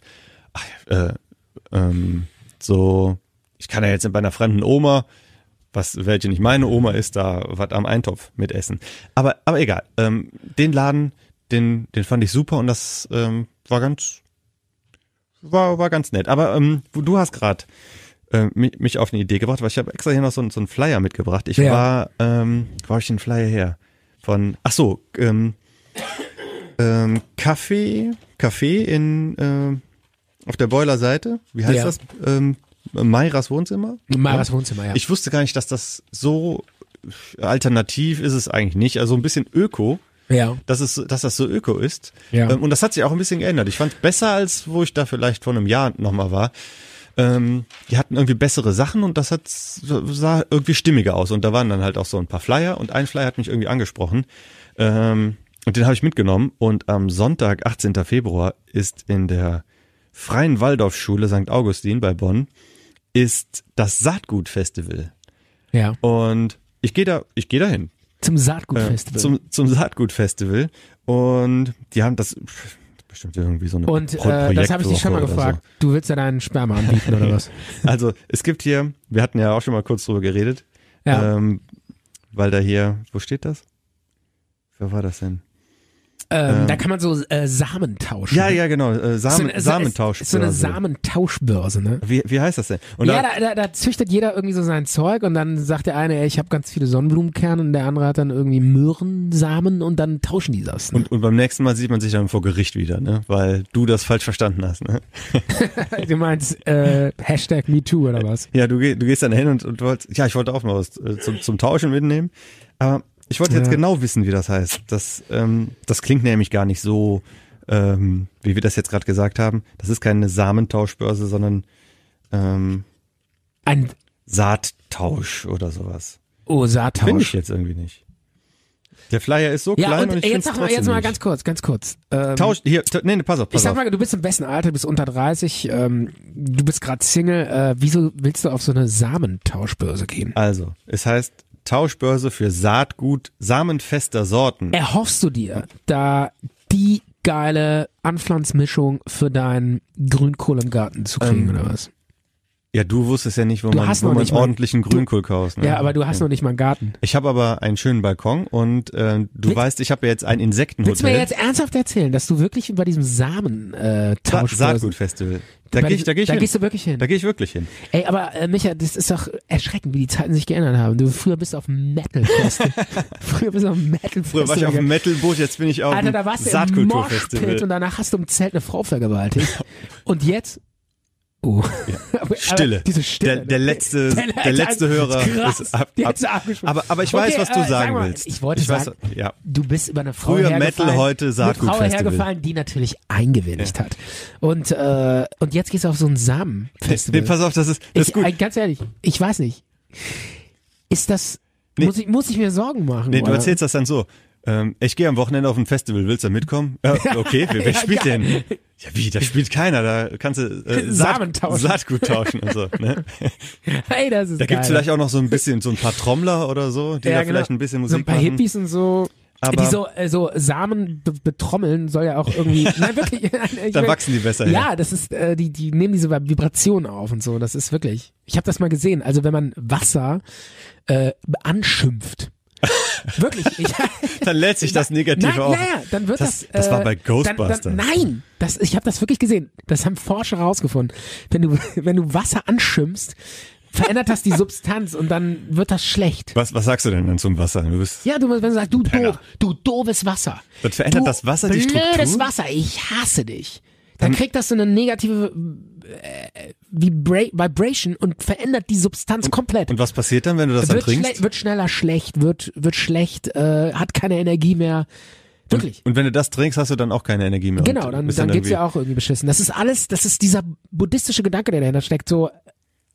[SPEAKER 2] ach, äh, ähm, so, ich kann ja jetzt bei einer fremden Oma, was welche nicht meine Oma ist, da was am Eintopf mitessen. Aber, aber egal. Ähm, den Laden, den, den fand ich super und das ähm, war ganz, war, war ganz nett. Aber ähm, wo- du hast gerade äh, mi- mich auf eine Idee gebracht, weil ich habe extra hier noch so, einen- so einen Flyer mitgebracht. Ich
[SPEAKER 1] Ja.
[SPEAKER 2] war, ähm, wo habe ich den Flyer her? Von, ach so, ähm, ähm, Kaffee, Kaffee in ähm, auf der Boilerseite. Wie heißt
[SPEAKER 1] Ja.
[SPEAKER 2] das? Ähm, Mayras Wohnzimmer.
[SPEAKER 1] Maras Wohnzimmer, ja.
[SPEAKER 2] Ich wusste gar nicht, dass das so alternativ ist es eigentlich nicht. Also ein bisschen Öko,
[SPEAKER 1] ja.
[SPEAKER 2] dass es, dass das so Öko ist.
[SPEAKER 1] Ja.
[SPEAKER 2] Ähm, und das hat sich auch ein bisschen geändert. Ich fand es besser als wo ich da vielleicht vor einem Jahr nochmal war. Ähm, die hatten irgendwie bessere Sachen und das hat sah irgendwie stimmiger aus. Und da waren dann halt auch so ein paar Flyer und ein Flyer hat mich irgendwie angesprochen. Ähm, und den habe ich mitgenommen. Und am Sonntag, 18. Februar, ist in der Freien Waldorfschule St. Augustin bei Bonn ist das Saatgutfestival.
[SPEAKER 1] ja.
[SPEAKER 2] Und ich gehe da, ich gehe da hin.
[SPEAKER 1] Zum
[SPEAKER 2] Äh,
[SPEAKER 1] Saatgutfestival.
[SPEAKER 2] zum, zum Saatgutfestival. Und die haben das pff, bestimmt irgendwie so eine
[SPEAKER 1] und
[SPEAKER 2] Pro-
[SPEAKER 1] äh, das habe ich dich schon mal
[SPEAKER 2] Projektwoche oder
[SPEAKER 1] gefragt. Du willst ja deinen Sperma anbieten oder was?
[SPEAKER 2] So. Also es gibt hier, wir hatten ja auch schon mal kurz drüber geredet,
[SPEAKER 1] Ja.
[SPEAKER 2] ähm, weil da hier, wo steht das? Wer war das denn?
[SPEAKER 1] ähm, da kann man so äh, Samen tauschen.
[SPEAKER 2] Ja, ja, genau, äh,
[SPEAKER 1] So
[SPEAKER 2] Samen,
[SPEAKER 1] eine- so-
[SPEAKER 2] Samentausch.
[SPEAKER 1] So eine Samentauschbörse, ne?
[SPEAKER 2] wie, wie heißt das denn? Und
[SPEAKER 1] ja,
[SPEAKER 2] da-
[SPEAKER 1] da, da, da züchtet jeder irgendwie so sein Zeug und dann sagt der eine, ey, ich habe ganz viele Sonnenblumenkerne und der andere hat dann irgendwie Möhrensamen und dann tauschen die das. Ne?
[SPEAKER 2] und, und beim nächsten Mal sieht man sich dann vor Gericht wieder, ne? Weil du das falsch verstanden hast, ne?
[SPEAKER 1] du meinst äh, Hashtag MeToo oder was?
[SPEAKER 2] Ja, du, geh- du gehst dann hin und, und wolltest, ja, ich wollte auch mal was äh, zum, zum Tauschen mitnehmen. Aber ich wollte jetzt
[SPEAKER 1] Ja.
[SPEAKER 2] genau wissen, wie das heißt. Das, ähm, das klingt nämlich gar nicht so, ähm, wie wir das jetzt gerade gesagt haben. Das ist keine Samentauschbörse, sondern ähm,
[SPEAKER 1] Ein
[SPEAKER 2] Saattausch oder sowas.
[SPEAKER 1] oh,
[SPEAKER 2] Finde ich
[SPEAKER 1] Saatausch.
[SPEAKER 2] jetzt irgendwie nicht. Der Flyer ist so
[SPEAKER 1] Ja,
[SPEAKER 2] klein und,
[SPEAKER 1] und
[SPEAKER 2] ich
[SPEAKER 1] jetzt
[SPEAKER 2] find's
[SPEAKER 1] sag mal,
[SPEAKER 2] trotzdem
[SPEAKER 1] jetzt mal
[SPEAKER 2] nicht.
[SPEAKER 1] ganz kurz, ganz kurz. Ähm,
[SPEAKER 2] Tausch, hier, ta- nee, nee, pass auf,
[SPEAKER 1] ich
[SPEAKER 2] pass
[SPEAKER 1] sag
[SPEAKER 2] auf.
[SPEAKER 1] mal, du bist im besten Alter, du bist unter 30, ähm, du bist gerade Single. Äh, wieso willst du auf so eine Samentauschbörse gehen?
[SPEAKER 2] Also, es heißt Tauschbörse für Saatgut samenfester Sorten.
[SPEAKER 1] Erhoffst du dir da die geile Anpflanzmischung für deinen Grünkohl im Garten zu
[SPEAKER 2] Ähm,
[SPEAKER 1] kriegen oder was?
[SPEAKER 2] Ja, du wusstest ja nicht, wo
[SPEAKER 1] Du
[SPEAKER 2] man,
[SPEAKER 1] hast
[SPEAKER 2] wo
[SPEAKER 1] noch
[SPEAKER 2] man
[SPEAKER 1] nicht mal-
[SPEAKER 2] ordentlichen
[SPEAKER 1] du-
[SPEAKER 2] Grünkohl kaufst. Ne?
[SPEAKER 1] Ja, aber du hast noch nicht mal einen Garten.
[SPEAKER 2] Ich habe aber einen schönen Balkon und äh, du
[SPEAKER 1] Willst-
[SPEAKER 2] weißt, ich habe ja jetzt
[SPEAKER 1] Willst
[SPEAKER 2] ein
[SPEAKER 1] du mir
[SPEAKER 2] Insektenhotel.
[SPEAKER 1] jetzt ernsthaft erzählen, dass du wirklich bei diesem Samen äh,
[SPEAKER 2] Sa
[SPEAKER 1] Tauschbörsen-
[SPEAKER 2] Saatgutfestival. Da
[SPEAKER 1] bei
[SPEAKER 2] gehe ich,
[SPEAKER 1] diesem-
[SPEAKER 2] da geh ich
[SPEAKER 1] da
[SPEAKER 2] hin.
[SPEAKER 1] gehst du wirklich hin.
[SPEAKER 2] Da gehe ich wirklich hin.
[SPEAKER 1] Ey, aber äh, Micha, das ist doch erschreckend, wie die Zeiten sich geändert haben. Du früher bist du auf dem Metal Früher bist du auf dem Metal
[SPEAKER 2] Früher war ich auf dem Metalboot, jetzt bin ich auf
[SPEAKER 1] Alter, da
[SPEAKER 2] dem
[SPEAKER 1] warst du im Moshpit und
[SPEAKER 2] Saatgutfestival.
[SPEAKER 1] danach hast du im Zelt eine Frau vergewaltigt. und jetzt Oh. Aber- aber
[SPEAKER 2] Stille.
[SPEAKER 1] Diese Stille.
[SPEAKER 2] Der, der
[SPEAKER 1] ne?
[SPEAKER 2] letzte, der,
[SPEAKER 1] hat
[SPEAKER 2] letzte
[SPEAKER 1] einen-
[SPEAKER 2] Hörer
[SPEAKER 1] krass,
[SPEAKER 2] ist ab,
[SPEAKER 1] der
[SPEAKER 2] ab.
[SPEAKER 1] hat's abgesprochen.
[SPEAKER 2] Aber, aber ich weiß,
[SPEAKER 1] Okay,
[SPEAKER 2] was du
[SPEAKER 1] äh,
[SPEAKER 2] sagen
[SPEAKER 1] sag mal,
[SPEAKER 2] willst.
[SPEAKER 1] Ich wollte
[SPEAKER 2] ich
[SPEAKER 1] sagen,
[SPEAKER 2] weiß, ja.
[SPEAKER 1] du bist über eine Frau
[SPEAKER 2] Früher
[SPEAKER 1] hergefallen,
[SPEAKER 2] Metal, heute
[SPEAKER 1] eine Frau
[SPEAKER 2] Saatgutfestival.
[SPEAKER 1] hergefallen, die natürlich eingewilligt hat. Und, äh, und jetzt gehst du auf so ein Samenfestival.
[SPEAKER 2] Nee, pass auf, das ist, das ist
[SPEAKER 1] ich,
[SPEAKER 2] gut.
[SPEAKER 1] äh, Ganz ehrlich, ich weiß nicht. Ist das,
[SPEAKER 2] Nee.
[SPEAKER 1] muss, ich, muss ich mir Sorgen machen?
[SPEAKER 2] Nee, du
[SPEAKER 1] oder?
[SPEAKER 2] erzählst das dann so. Ähm, ich gehe am Wochenende auf ein Festival, willst du mitkommen? Ja, okay, wer, wer
[SPEAKER 1] Ja,
[SPEAKER 2] spielt
[SPEAKER 1] geil.
[SPEAKER 2] denn? Ja, wie, da spielt keiner, da kannst du äh,
[SPEAKER 1] Samen
[SPEAKER 2] Saat,
[SPEAKER 1] tauschen.
[SPEAKER 2] Saatgut tauschen und so. Ne?
[SPEAKER 1] Hey, das ist
[SPEAKER 2] Da gibt's
[SPEAKER 1] geil.
[SPEAKER 2] vielleicht auch noch so ein bisschen, so ein paar Trommler oder so, die da
[SPEAKER 1] genau.
[SPEAKER 2] vielleicht ein bisschen Musik
[SPEAKER 1] So ein paar
[SPEAKER 2] machen.
[SPEAKER 1] Hippies und so.
[SPEAKER 2] Aber-
[SPEAKER 1] die so, äh, so Samen be- betrommeln soll ja auch irgendwie. nein, wirklich. Nein, ich
[SPEAKER 2] Dann
[SPEAKER 1] will-
[SPEAKER 2] wachsen die besser.
[SPEAKER 1] Ja, das ist, äh, die, die nehmen diese Vibrationen auf und so. Das ist wirklich. Ich habe das mal gesehen. Also wenn man Wasser äh, anschimpft. wirklich. Ich,
[SPEAKER 2] Dann lädt sich das Negative
[SPEAKER 1] nein,
[SPEAKER 2] auf.
[SPEAKER 1] Naja, dann wird
[SPEAKER 2] Das-
[SPEAKER 1] das.
[SPEAKER 2] das
[SPEAKER 1] äh,
[SPEAKER 2] war bei Ghostbusters.
[SPEAKER 1] Dann, dann, nein, das, ich habe das wirklich gesehen. Das haben Forscher herausgefunden. Wenn du, wenn du Wasser anschimpfst, verändert das die Substanz und dann wird das schlecht.
[SPEAKER 2] Was, was sagst du denn dann zum Wasser? Du bist,
[SPEAKER 1] Ja, du musst wenn du sagst, du
[SPEAKER 2] Penner.
[SPEAKER 1] doof, du doofes Wasser.
[SPEAKER 2] Dann verändert
[SPEAKER 1] du
[SPEAKER 2] das Wasser die
[SPEAKER 1] Blödes
[SPEAKER 2] Struktur?
[SPEAKER 1] Wasser, ich hasse dich. Dann kriegt das so eine negative äh, Vibra Vibration und verändert die Substanz komplett.
[SPEAKER 2] und was passiert dann, wenn du das dann
[SPEAKER 1] wird,
[SPEAKER 2] trinkst?
[SPEAKER 1] schle- wird schneller schlecht, wird, wird schlecht, äh, hat keine Energie mehr. Wirklich.
[SPEAKER 2] Und wenn du das trinkst, hast du dann auch keine Energie mehr.
[SPEAKER 1] genau,
[SPEAKER 2] und
[SPEAKER 1] dann,
[SPEAKER 2] bist
[SPEAKER 1] dann geht's ja
[SPEAKER 2] irgendwie-
[SPEAKER 1] auch irgendwie beschissen. Das ist alles, das ist dieser buddhistische Gedanke, der dahinter steckt, so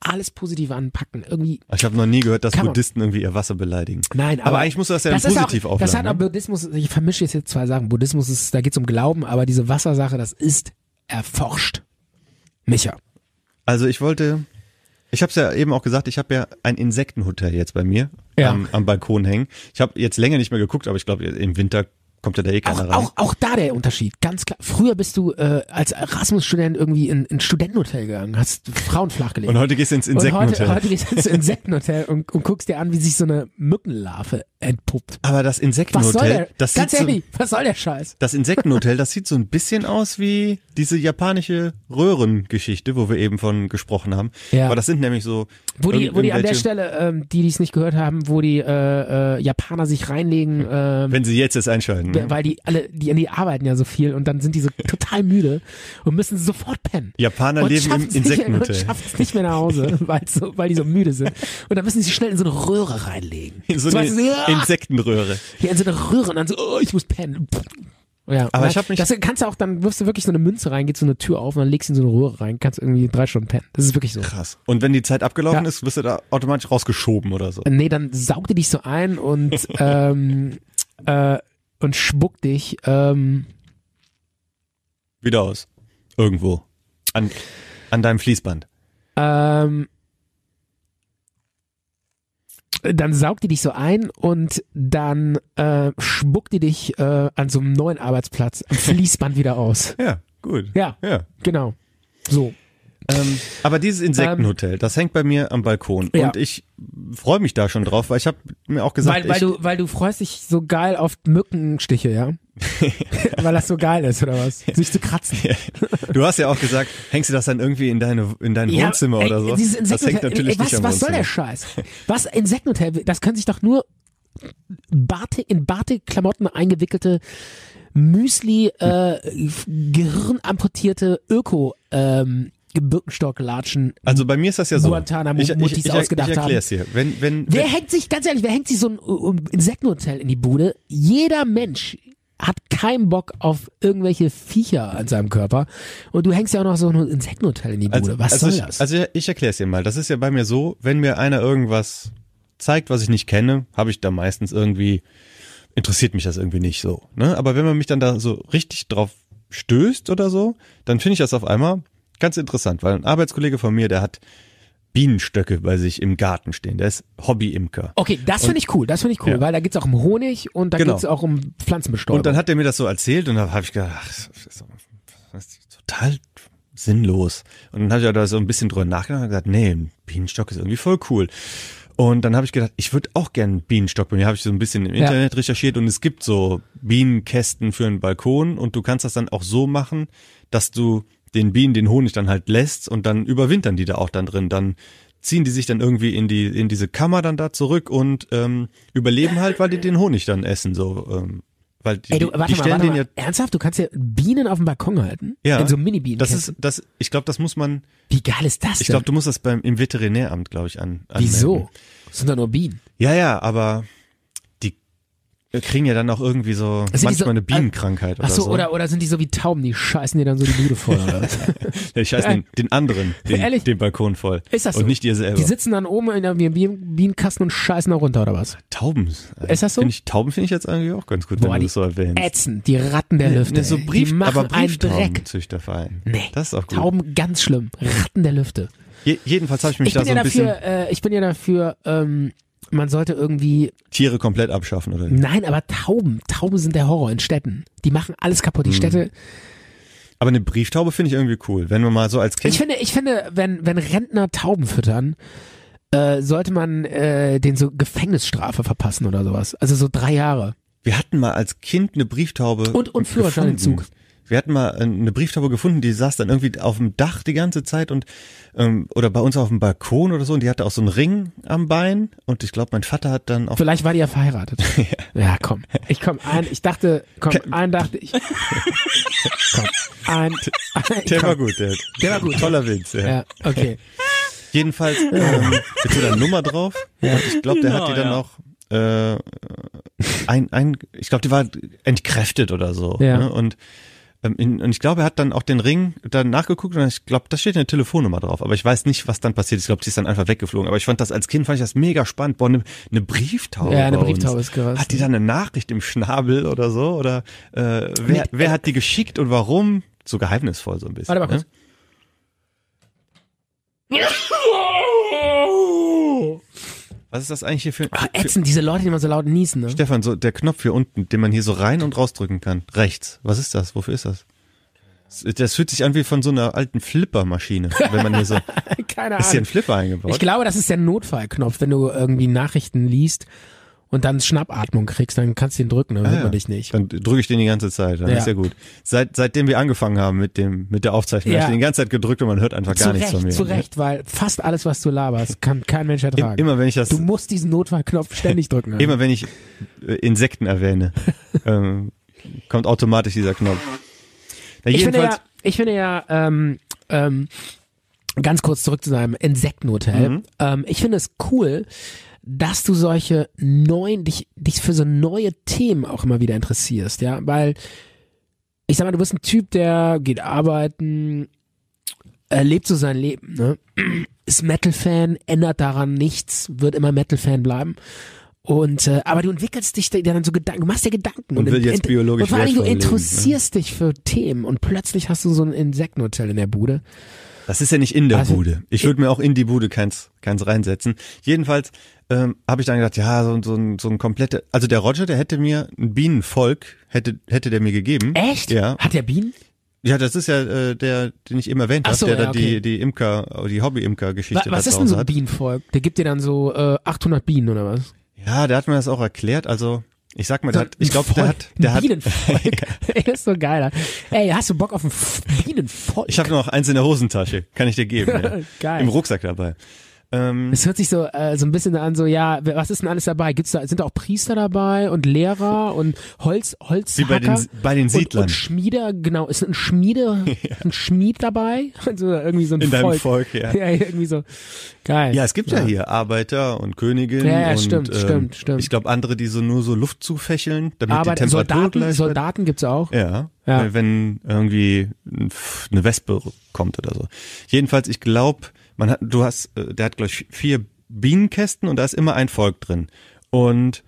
[SPEAKER 1] alles positiv anpacken. Irgendwie
[SPEAKER 2] Ah, Ich habe noch nie gehört, dass
[SPEAKER 1] Kann man-
[SPEAKER 2] Buddhisten irgendwie ihr Wasser beleidigen.
[SPEAKER 1] Nein, aber,
[SPEAKER 2] aber eigentlich musst du das ja
[SPEAKER 1] ist
[SPEAKER 2] positiv
[SPEAKER 1] auch,
[SPEAKER 2] aufladen.
[SPEAKER 1] Das hat auch
[SPEAKER 2] ne?
[SPEAKER 1] Buddhismus, ich vermische jetzt hier zwei Sachen. Buddhismus ist, da geht's um Glauben, aber diese Wassersache, das ist erforscht. Micha.
[SPEAKER 2] Also ich wollte, ich habe es ja eben auch gesagt, ich habe ja ein Insektenhotel jetzt bei mir
[SPEAKER 1] Ja.
[SPEAKER 2] am, am Balkon hängen. Ich habe jetzt länger nicht mehr geguckt, aber ich glaube, im Winter kommt ja da eh keiner
[SPEAKER 1] Auch,
[SPEAKER 2] rein.
[SPEAKER 1] auch, auch da der Unterschied, ganz klar. Früher bist du äh, als Erasmus-Student irgendwie in in ein Studentenhotel gegangen, hast Frauen flachgelegt.
[SPEAKER 2] Und heute gehst du ins Insektenhotel.
[SPEAKER 1] Und heute, heute gehst du ins Insektenhotel und, und guckst dir an, wie sich so eine Mückenlarve entpuppt.
[SPEAKER 2] aber
[SPEAKER 1] Was
[SPEAKER 2] das
[SPEAKER 1] soll der?
[SPEAKER 2] Insektenhotel, das sieht
[SPEAKER 1] ganz
[SPEAKER 2] so,
[SPEAKER 1] ehrlich, was soll der Scheiß?
[SPEAKER 2] das Insektenhotel, das sieht so ein bisschen aus wie diese japanische Röhrengeschichte, wo wir eben von gesprochen haben.
[SPEAKER 1] Ja.
[SPEAKER 2] Aber das sind nämlich so
[SPEAKER 1] Wo die,
[SPEAKER 2] irgend-
[SPEAKER 1] wo die an der
[SPEAKER 2] irgendwelche-
[SPEAKER 1] Stelle, ähm, die, die es nicht gehört haben, wo die äh, äh, Japaner sich reinlegen, ähm,
[SPEAKER 2] wenn sie jetzt jetzt einschalten.
[SPEAKER 1] Ja,
[SPEAKER 2] Ne?
[SPEAKER 1] weil die alle, die, die arbeiten ja so viel und dann sind die so total müde und müssen sofort pennen.
[SPEAKER 2] Japaner
[SPEAKER 1] und
[SPEAKER 2] leben im
[SPEAKER 1] schaffen's nicht-
[SPEAKER 2] Insektenhotel.
[SPEAKER 1] Und schaffen es nicht mehr nach Hause, weil, so, weil die so müde sind. Und dann müssen sie sich schnell in so eine Röhre reinlegen.
[SPEAKER 2] In so
[SPEAKER 1] Zum
[SPEAKER 2] eine
[SPEAKER 1] Beispiel, ja,
[SPEAKER 2] Insektenröhre.
[SPEAKER 1] ja, in so eine Röhre und dann so, oh, ich muss pennen. Ja,
[SPEAKER 2] Aber
[SPEAKER 1] und
[SPEAKER 2] ich hab mich-
[SPEAKER 1] das kannst du auch, dann wirfst du wirklich so eine Münze rein, geht so eine Tür auf und dann legst du in so eine Röhre rein, kannst irgendwie drei Stunden pennen. Das ist wirklich so.
[SPEAKER 2] Krass. Und wenn die Zeit abgelaufen
[SPEAKER 1] Ja.
[SPEAKER 2] ist, wirst du da automatisch rausgeschoben oder so.
[SPEAKER 1] Nee, dann saugt er dich so ein und, ähm, äh, und spuckt dich, ähm,
[SPEAKER 2] Wieder aus. Irgendwo. An, an deinem Fließband.
[SPEAKER 1] Ähm, dann saugt die dich so ein und dann äh, spuckt die dich äh, an so einem neuen Arbeitsplatz am Fließband wieder aus.
[SPEAKER 2] Ja, gut.
[SPEAKER 1] Ja,
[SPEAKER 2] Ja.
[SPEAKER 1] genau. So.
[SPEAKER 2] Ähm, aber dieses Insektenhotel, das hängt bei mir am Balkon.
[SPEAKER 1] Ähm. Ja.
[SPEAKER 2] Und ich freue mich da schon drauf, weil ich habe mir auch gesagt,
[SPEAKER 1] weil, weil,
[SPEAKER 2] ich,
[SPEAKER 1] du, weil du freust dich so geil auf Mückenstiche, ja? weil das so geil ist, oder was? Sich zu kratzen.
[SPEAKER 2] du hast ja auch gesagt, hängst du das dann irgendwie in deine in dein Wohnzimmer
[SPEAKER 1] ey,
[SPEAKER 2] oder so?
[SPEAKER 1] Dieses
[SPEAKER 2] Das hängt
[SPEAKER 1] Insektenhotel,
[SPEAKER 2] natürlich
[SPEAKER 1] ey, was,
[SPEAKER 2] nicht am
[SPEAKER 1] was soll
[SPEAKER 2] Wohnzimmer.
[SPEAKER 1] der Scheiß? Was Insektenhotel, das können sich doch nur Barte, in Barte-Klamotten eingewickelte Müsli, äh, gehirnamputierte Öko, ähm, Birkenstock-Latschen.
[SPEAKER 2] Also bei mir ist das ja so.
[SPEAKER 1] Guantanamo
[SPEAKER 2] ich ich,
[SPEAKER 1] Muttis
[SPEAKER 2] ich, ich, ich
[SPEAKER 1] ausgedacht haben.
[SPEAKER 2] erkläre es hier. Wenn, wenn,
[SPEAKER 1] Wer
[SPEAKER 2] wenn,
[SPEAKER 1] hängt sich, ganz ehrlich, wer hängt sich so ein um, Insektenhotel in die Bude? Jeder Mensch hat keinen Bock auf irgendwelche Viecher an seinem Körper. Und du hängst ja auch noch so ein Insektenhotel in die Bude. Was
[SPEAKER 2] also
[SPEAKER 1] soll
[SPEAKER 2] ich,
[SPEAKER 1] das?
[SPEAKER 2] Also ich erkläre es dir mal. Das ist ja bei mir so, wenn mir einer irgendwas zeigt, was ich nicht kenne, habe ich da meistens irgendwie, interessiert mich das irgendwie nicht so. Ne? Aber wenn man mich dann da so richtig drauf stößt oder so, dann finde ich das auf einmal ganz interessant, weil ein Arbeitskollege von mir, der hat Bienenstöcke bei sich im Garten stehen. Der ist Hobbyimker.
[SPEAKER 1] Okay, das finde ich cool, das finde ich cool,
[SPEAKER 2] Ja.
[SPEAKER 1] weil da geht's auch um Honig und da
[SPEAKER 2] Genau.
[SPEAKER 1] geht's auch um Pflanzenbestäubung.
[SPEAKER 2] Und dann hat er mir das so erzählt und da habe ich gedacht, ach, das ist, das ist total sinnlos. Und dann habe ich da so ein bisschen drüber nachgedacht und gesagt, nee, ein Bienenstock ist irgendwie voll cool. Und dann habe ich gedacht, ich würde auch gerne einen Bienenstock bei mir. Habe ich so ein bisschen im
[SPEAKER 1] Ja.
[SPEAKER 2] Internet recherchiert und es gibt so Bienenkästen für einen Balkon und du kannst das dann auch so machen, dass du den Bienen den Honig dann halt lässt und dann überwintern die da auch dann drin. Dann ziehen die sich dann irgendwie in die in diese Kammer dann da zurück und ähm, überleben halt, weil die den Honig dann essen so. Ähm, weil die,
[SPEAKER 1] Ey, du, warte
[SPEAKER 2] die
[SPEAKER 1] mal,
[SPEAKER 2] stellen
[SPEAKER 1] warte
[SPEAKER 2] den
[SPEAKER 1] mal.
[SPEAKER 2] ja
[SPEAKER 1] Ernsthaft, du kannst ja Bienen auf dem Balkon halten?
[SPEAKER 2] ja,
[SPEAKER 1] In so mini
[SPEAKER 2] Das ist, das, ich glaube, das muss man,
[SPEAKER 1] Wie geil ist das
[SPEAKER 2] ich
[SPEAKER 1] denn?
[SPEAKER 2] glaube, du musst das beim, im Veterinäramt, glaube ich, an, anmelden.
[SPEAKER 1] Wieso? Das sind doch nur Bienen.
[SPEAKER 2] Ja, ja, aber die kriegen ja dann auch irgendwie so
[SPEAKER 1] Sind die
[SPEAKER 2] manchmal
[SPEAKER 1] so-
[SPEAKER 2] eine Bienenkrankheit
[SPEAKER 1] Also Ah, Ach
[SPEAKER 2] oder
[SPEAKER 1] so,
[SPEAKER 2] so.
[SPEAKER 1] oder, oder sind die so wie Tauben, die scheißen dir dann so die Bude voll oder was?
[SPEAKER 2] ich heiße den, den anderen, den,
[SPEAKER 1] Ehrlich?
[SPEAKER 2] den Balkon voll.
[SPEAKER 1] Ist das so?
[SPEAKER 2] Und nicht ihr selber.
[SPEAKER 1] Die sitzen dann oben in einem Bien- Bienenkasten und scheißen da runter oder was?
[SPEAKER 2] Tauben. äh,
[SPEAKER 1] Ist das so?
[SPEAKER 2] Find ich, Tauben finde ich jetzt eigentlich auch ganz gut,
[SPEAKER 1] Boah, die
[SPEAKER 2] wenn du das so erwähnst.
[SPEAKER 1] Ätzend, die Ratten der Lüfte.
[SPEAKER 2] Ne, so
[SPEAKER 1] ey.
[SPEAKER 2] Brief,
[SPEAKER 1] die machen
[SPEAKER 2] aber
[SPEAKER 1] einen Dreck.
[SPEAKER 2] Brieftaubenzüchterverein.
[SPEAKER 1] Nee,
[SPEAKER 2] Das ist auch gut.
[SPEAKER 1] Tauben ganz schlimm. Ratten der Lüfte.
[SPEAKER 2] Je, jedenfalls habe ich mich
[SPEAKER 1] Ich
[SPEAKER 2] da
[SPEAKER 1] bin,
[SPEAKER 2] so ein
[SPEAKER 1] ja
[SPEAKER 2] bisschen
[SPEAKER 1] dafür, äh, ich bin ja dafür, ähm, man sollte irgendwie
[SPEAKER 2] Tiere komplett abschaffen, oder? nicht?
[SPEAKER 1] Nein, aber Tauben, Tauben sind der Horror in Städten. Die machen alles kaputt. Die Städte.
[SPEAKER 2] Aber eine Brieftaube finde ich irgendwie cool. Wenn man mal so als
[SPEAKER 1] Ich
[SPEAKER 2] Kind
[SPEAKER 1] finde, ich finde, wenn wenn Rentner Tauben füttern, äh, sollte man äh, den so Gefängnisstrafe verpassen oder sowas. Also so drei Jahre.
[SPEAKER 2] Wir hatten mal als Kind eine Brieftaube.
[SPEAKER 1] Und- und Führerscheinentzug.
[SPEAKER 2] gefunden. Wir hatten mal äh, eine Brieftaube gefunden, die saß dann irgendwie auf dem Dach die ganze Zeit und ähm, oder bei uns auf dem Balkon oder so und die hatte auch so einen Ring am Bein und ich glaube, mein Vater hat dann auch
[SPEAKER 1] Vielleicht war die ja verheiratet. ja, komm. Ich komm ein. Ich dachte, komm ein, dachte ich. komm ein. ein
[SPEAKER 2] der
[SPEAKER 1] komm.
[SPEAKER 2] war gut, der,
[SPEAKER 1] Der war gut.
[SPEAKER 2] Toller Witz, ja.
[SPEAKER 1] Ja, okay.
[SPEAKER 2] Jedenfalls ähm, mit so einer Nummer drauf. Ja. Und ich glaube, der hat die
[SPEAKER 6] Genau,
[SPEAKER 2] dann
[SPEAKER 6] ja.
[SPEAKER 2] auch äh, ein, ein, ich glaube, die war entkräftet oder so.
[SPEAKER 1] Ja.
[SPEAKER 2] Ne? Und, ähm, in, und ich glaube, er hat dann auch den Ring dann nachgeguckt und ich glaube, da steht eine Telefonnummer drauf. Aber ich weiß nicht, was dann passiert ist. Ich glaube, sie ist dann einfach weggeflogen. Aber ich fand das als Kind fand ich das mega spannend. Boah, eine, eine Brieftaube.
[SPEAKER 1] Ja, eine
[SPEAKER 2] bei uns.
[SPEAKER 1] Brieftaube ist ne? krass.
[SPEAKER 2] Hat die dann eine Nachricht im Schnabel oder so? Oder äh, wer, wer hat die geschickt und warum? So geheimnisvoll so ein bisschen.
[SPEAKER 1] Warte mal
[SPEAKER 2] ne?
[SPEAKER 1] kurz.
[SPEAKER 2] Was ist das eigentlich hier für,
[SPEAKER 1] Ach,
[SPEAKER 2] für, für
[SPEAKER 1] ätzend, diese Leute, die immer so laut niesen, ne?
[SPEAKER 2] Mhm. Stefan, so der Knopf hier unten, den man hier so rein und rausdrücken kann. Rechts. Was ist das? Wofür ist das? Das fühlt sich an wie von so einer alten Flippermaschine, wenn man hier so
[SPEAKER 1] Keine
[SPEAKER 2] ist hier ein
[SPEAKER 1] Ahnung.
[SPEAKER 2] Flipper
[SPEAKER 1] Ich
[SPEAKER 2] eingebaut.
[SPEAKER 1] glaube, das ist der Notfallknopf, wenn du irgendwie Nachrichten liest und dann Schnappatmung kriegst, dann kannst du ihn drücken, dann hört man dich nicht.
[SPEAKER 2] Ah, Dann drücke ich den die ganze Zeit, dann
[SPEAKER 1] Ja.
[SPEAKER 2] ist ja gut. Seit, seitdem wir angefangen haben mit dem mit der Aufzeichnung,
[SPEAKER 1] Ja.
[SPEAKER 2] habe ich den die ganze Zeit gedrückt und man hört einfach gar
[SPEAKER 1] zu
[SPEAKER 2] nichts
[SPEAKER 1] Recht,
[SPEAKER 2] von mir.
[SPEAKER 1] zu Recht, weil fast alles, was du laberst, kann kein Mensch ertragen.
[SPEAKER 2] Immer wenn ich das
[SPEAKER 1] du musst diesen Notfallknopf ständig drücken. ne?
[SPEAKER 2] immer wenn ich äh, Insekten erwähne, ähm, kommt automatisch dieser Knopf. Na,
[SPEAKER 1] ich finde
[SPEAKER 2] jedenfalls
[SPEAKER 1] ja, ich finde ja ähm, ähm, ganz kurz zurück zu seinem Insektenhotel.
[SPEAKER 2] Mhm.
[SPEAKER 1] Ähm, ich finde es cool, dass du solche neuen, dich, dich für so neue Themen auch immer wieder interessierst, ja, weil ich sag mal, du bist ein Typ, der geht arbeiten, äh, lebt so sein Leben, ne? Ist Metal-Fan, ändert daran nichts, wird immer Metal-Fan bleiben. Und äh, aber du entwickelst dich da- dann so Gedanken, du machst dir Gedanken
[SPEAKER 2] Und will jetzt
[SPEAKER 1] ent-
[SPEAKER 2] biologisch
[SPEAKER 1] und vor allem du
[SPEAKER 2] wertvoll leben, ne?
[SPEAKER 1] interessierst dich für Themen und plötzlich hast du so ein Insektenhotel in der Bude.
[SPEAKER 2] Das ist ja nicht in der
[SPEAKER 1] Also,
[SPEAKER 2] Bude. Ich würde mir auch in die Bude keins, keins reinsetzen. Jedenfalls ähm, habe ich dann gedacht, ja, so, ein- so, ein, so ein komplette, also der Roger, der hätte mir ein Bienenvolk, hätte, hätte der mir gegeben.
[SPEAKER 1] Echt?
[SPEAKER 2] Ja.
[SPEAKER 1] Hat der Bienen?
[SPEAKER 2] Ja, das ist ja äh, der, den ich eben erwähnt
[SPEAKER 1] Ach
[SPEAKER 2] habe,
[SPEAKER 1] so,
[SPEAKER 2] der
[SPEAKER 1] ja,
[SPEAKER 2] da
[SPEAKER 1] okay.
[SPEAKER 2] die, die Imker, die
[SPEAKER 1] Wa
[SPEAKER 2] Hobby-Imker-Geschichte
[SPEAKER 1] was
[SPEAKER 2] da
[SPEAKER 1] ist
[SPEAKER 2] zu
[SPEAKER 1] denn so
[SPEAKER 2] Hause
[SPEAKER 1] ein
[SPEAKER 2] hat.
[SPEAKER 1] Bienenvolk? Der gibt dir dann so äh, 800 Bienen oder was?
[SPEAKER 2] Ja, der hat mir das auch erklärt. Also, ich sag mal, der hat, ich glaube,
[SPEAKER 1] Volk-
[SPEAKER 2] der hat, der
[SPEAKER 1] ein
[SPEAKER 2] hat,
[SPEAKER 1] Bienenvolk. Ey, das ist so geil. Ey, hast du Bock auf ein F- Bienenvolk?
[SPEAKER 2] ich habe noch eins in der Hosentasche, kann ich dir geben. Ja.
[SPEAKER 1] Geil.
[SPEAKER 2] Im Rucksack dabei.
[SPEAKER 1] Es hört sich so, äh, so ein bisschen an, so, ja, wer- was ist denn alles dabei? Gibt's da, sind da auch Priester dabei und Lehrer und Holz, Holzhacker?
[SPEAKER 2] Wie bei den- bei den Siedlern.
[SPEAKER 1] Und, und Schmiede, genau. Ist ein Schmiede, ein Schmied dabei? Also irgendwie so ein
[SPEAKER 2] In
[SPEAKER 1] Volk.
[SPEAKER 2] deinem Volk, ja.
[SPEAKER 1] Ja, irgendwie so. Geil.
[SPEAKER 2] Ja, es gibt ja, hier Arbeiter und Königin
[SPEAKER 1] Ja, ja,
[SPEAKER 2] und
[SPEAKER 1] stimmt,
[SPEAKER 2] ähm,
[SPEAKER 1] stimmt, stimmt.
[SPEAKER 2] ich glaube andere, die so nur so Luft zufächeln, damit die
[SPEAKER 1] Aber
[SPEAKER 2] Temperatur
[SPEAKER 1] Soldaten,
[SPEAKER 2] gleich bleibt.
[SPEAKER 1] Soldaten gibt's auch.
[SPEAKER 2] Ja,
[SPEAKER 1] Ja.
[SPEAKER 2] äh, wenn irgendwie ein Pf- eine Wespe kommt oder so. Jedenfalls, ich glaube, man hat, du hast, äh, der hat glaube ich vier Bienenkästen und da ist immer ein Volk drin und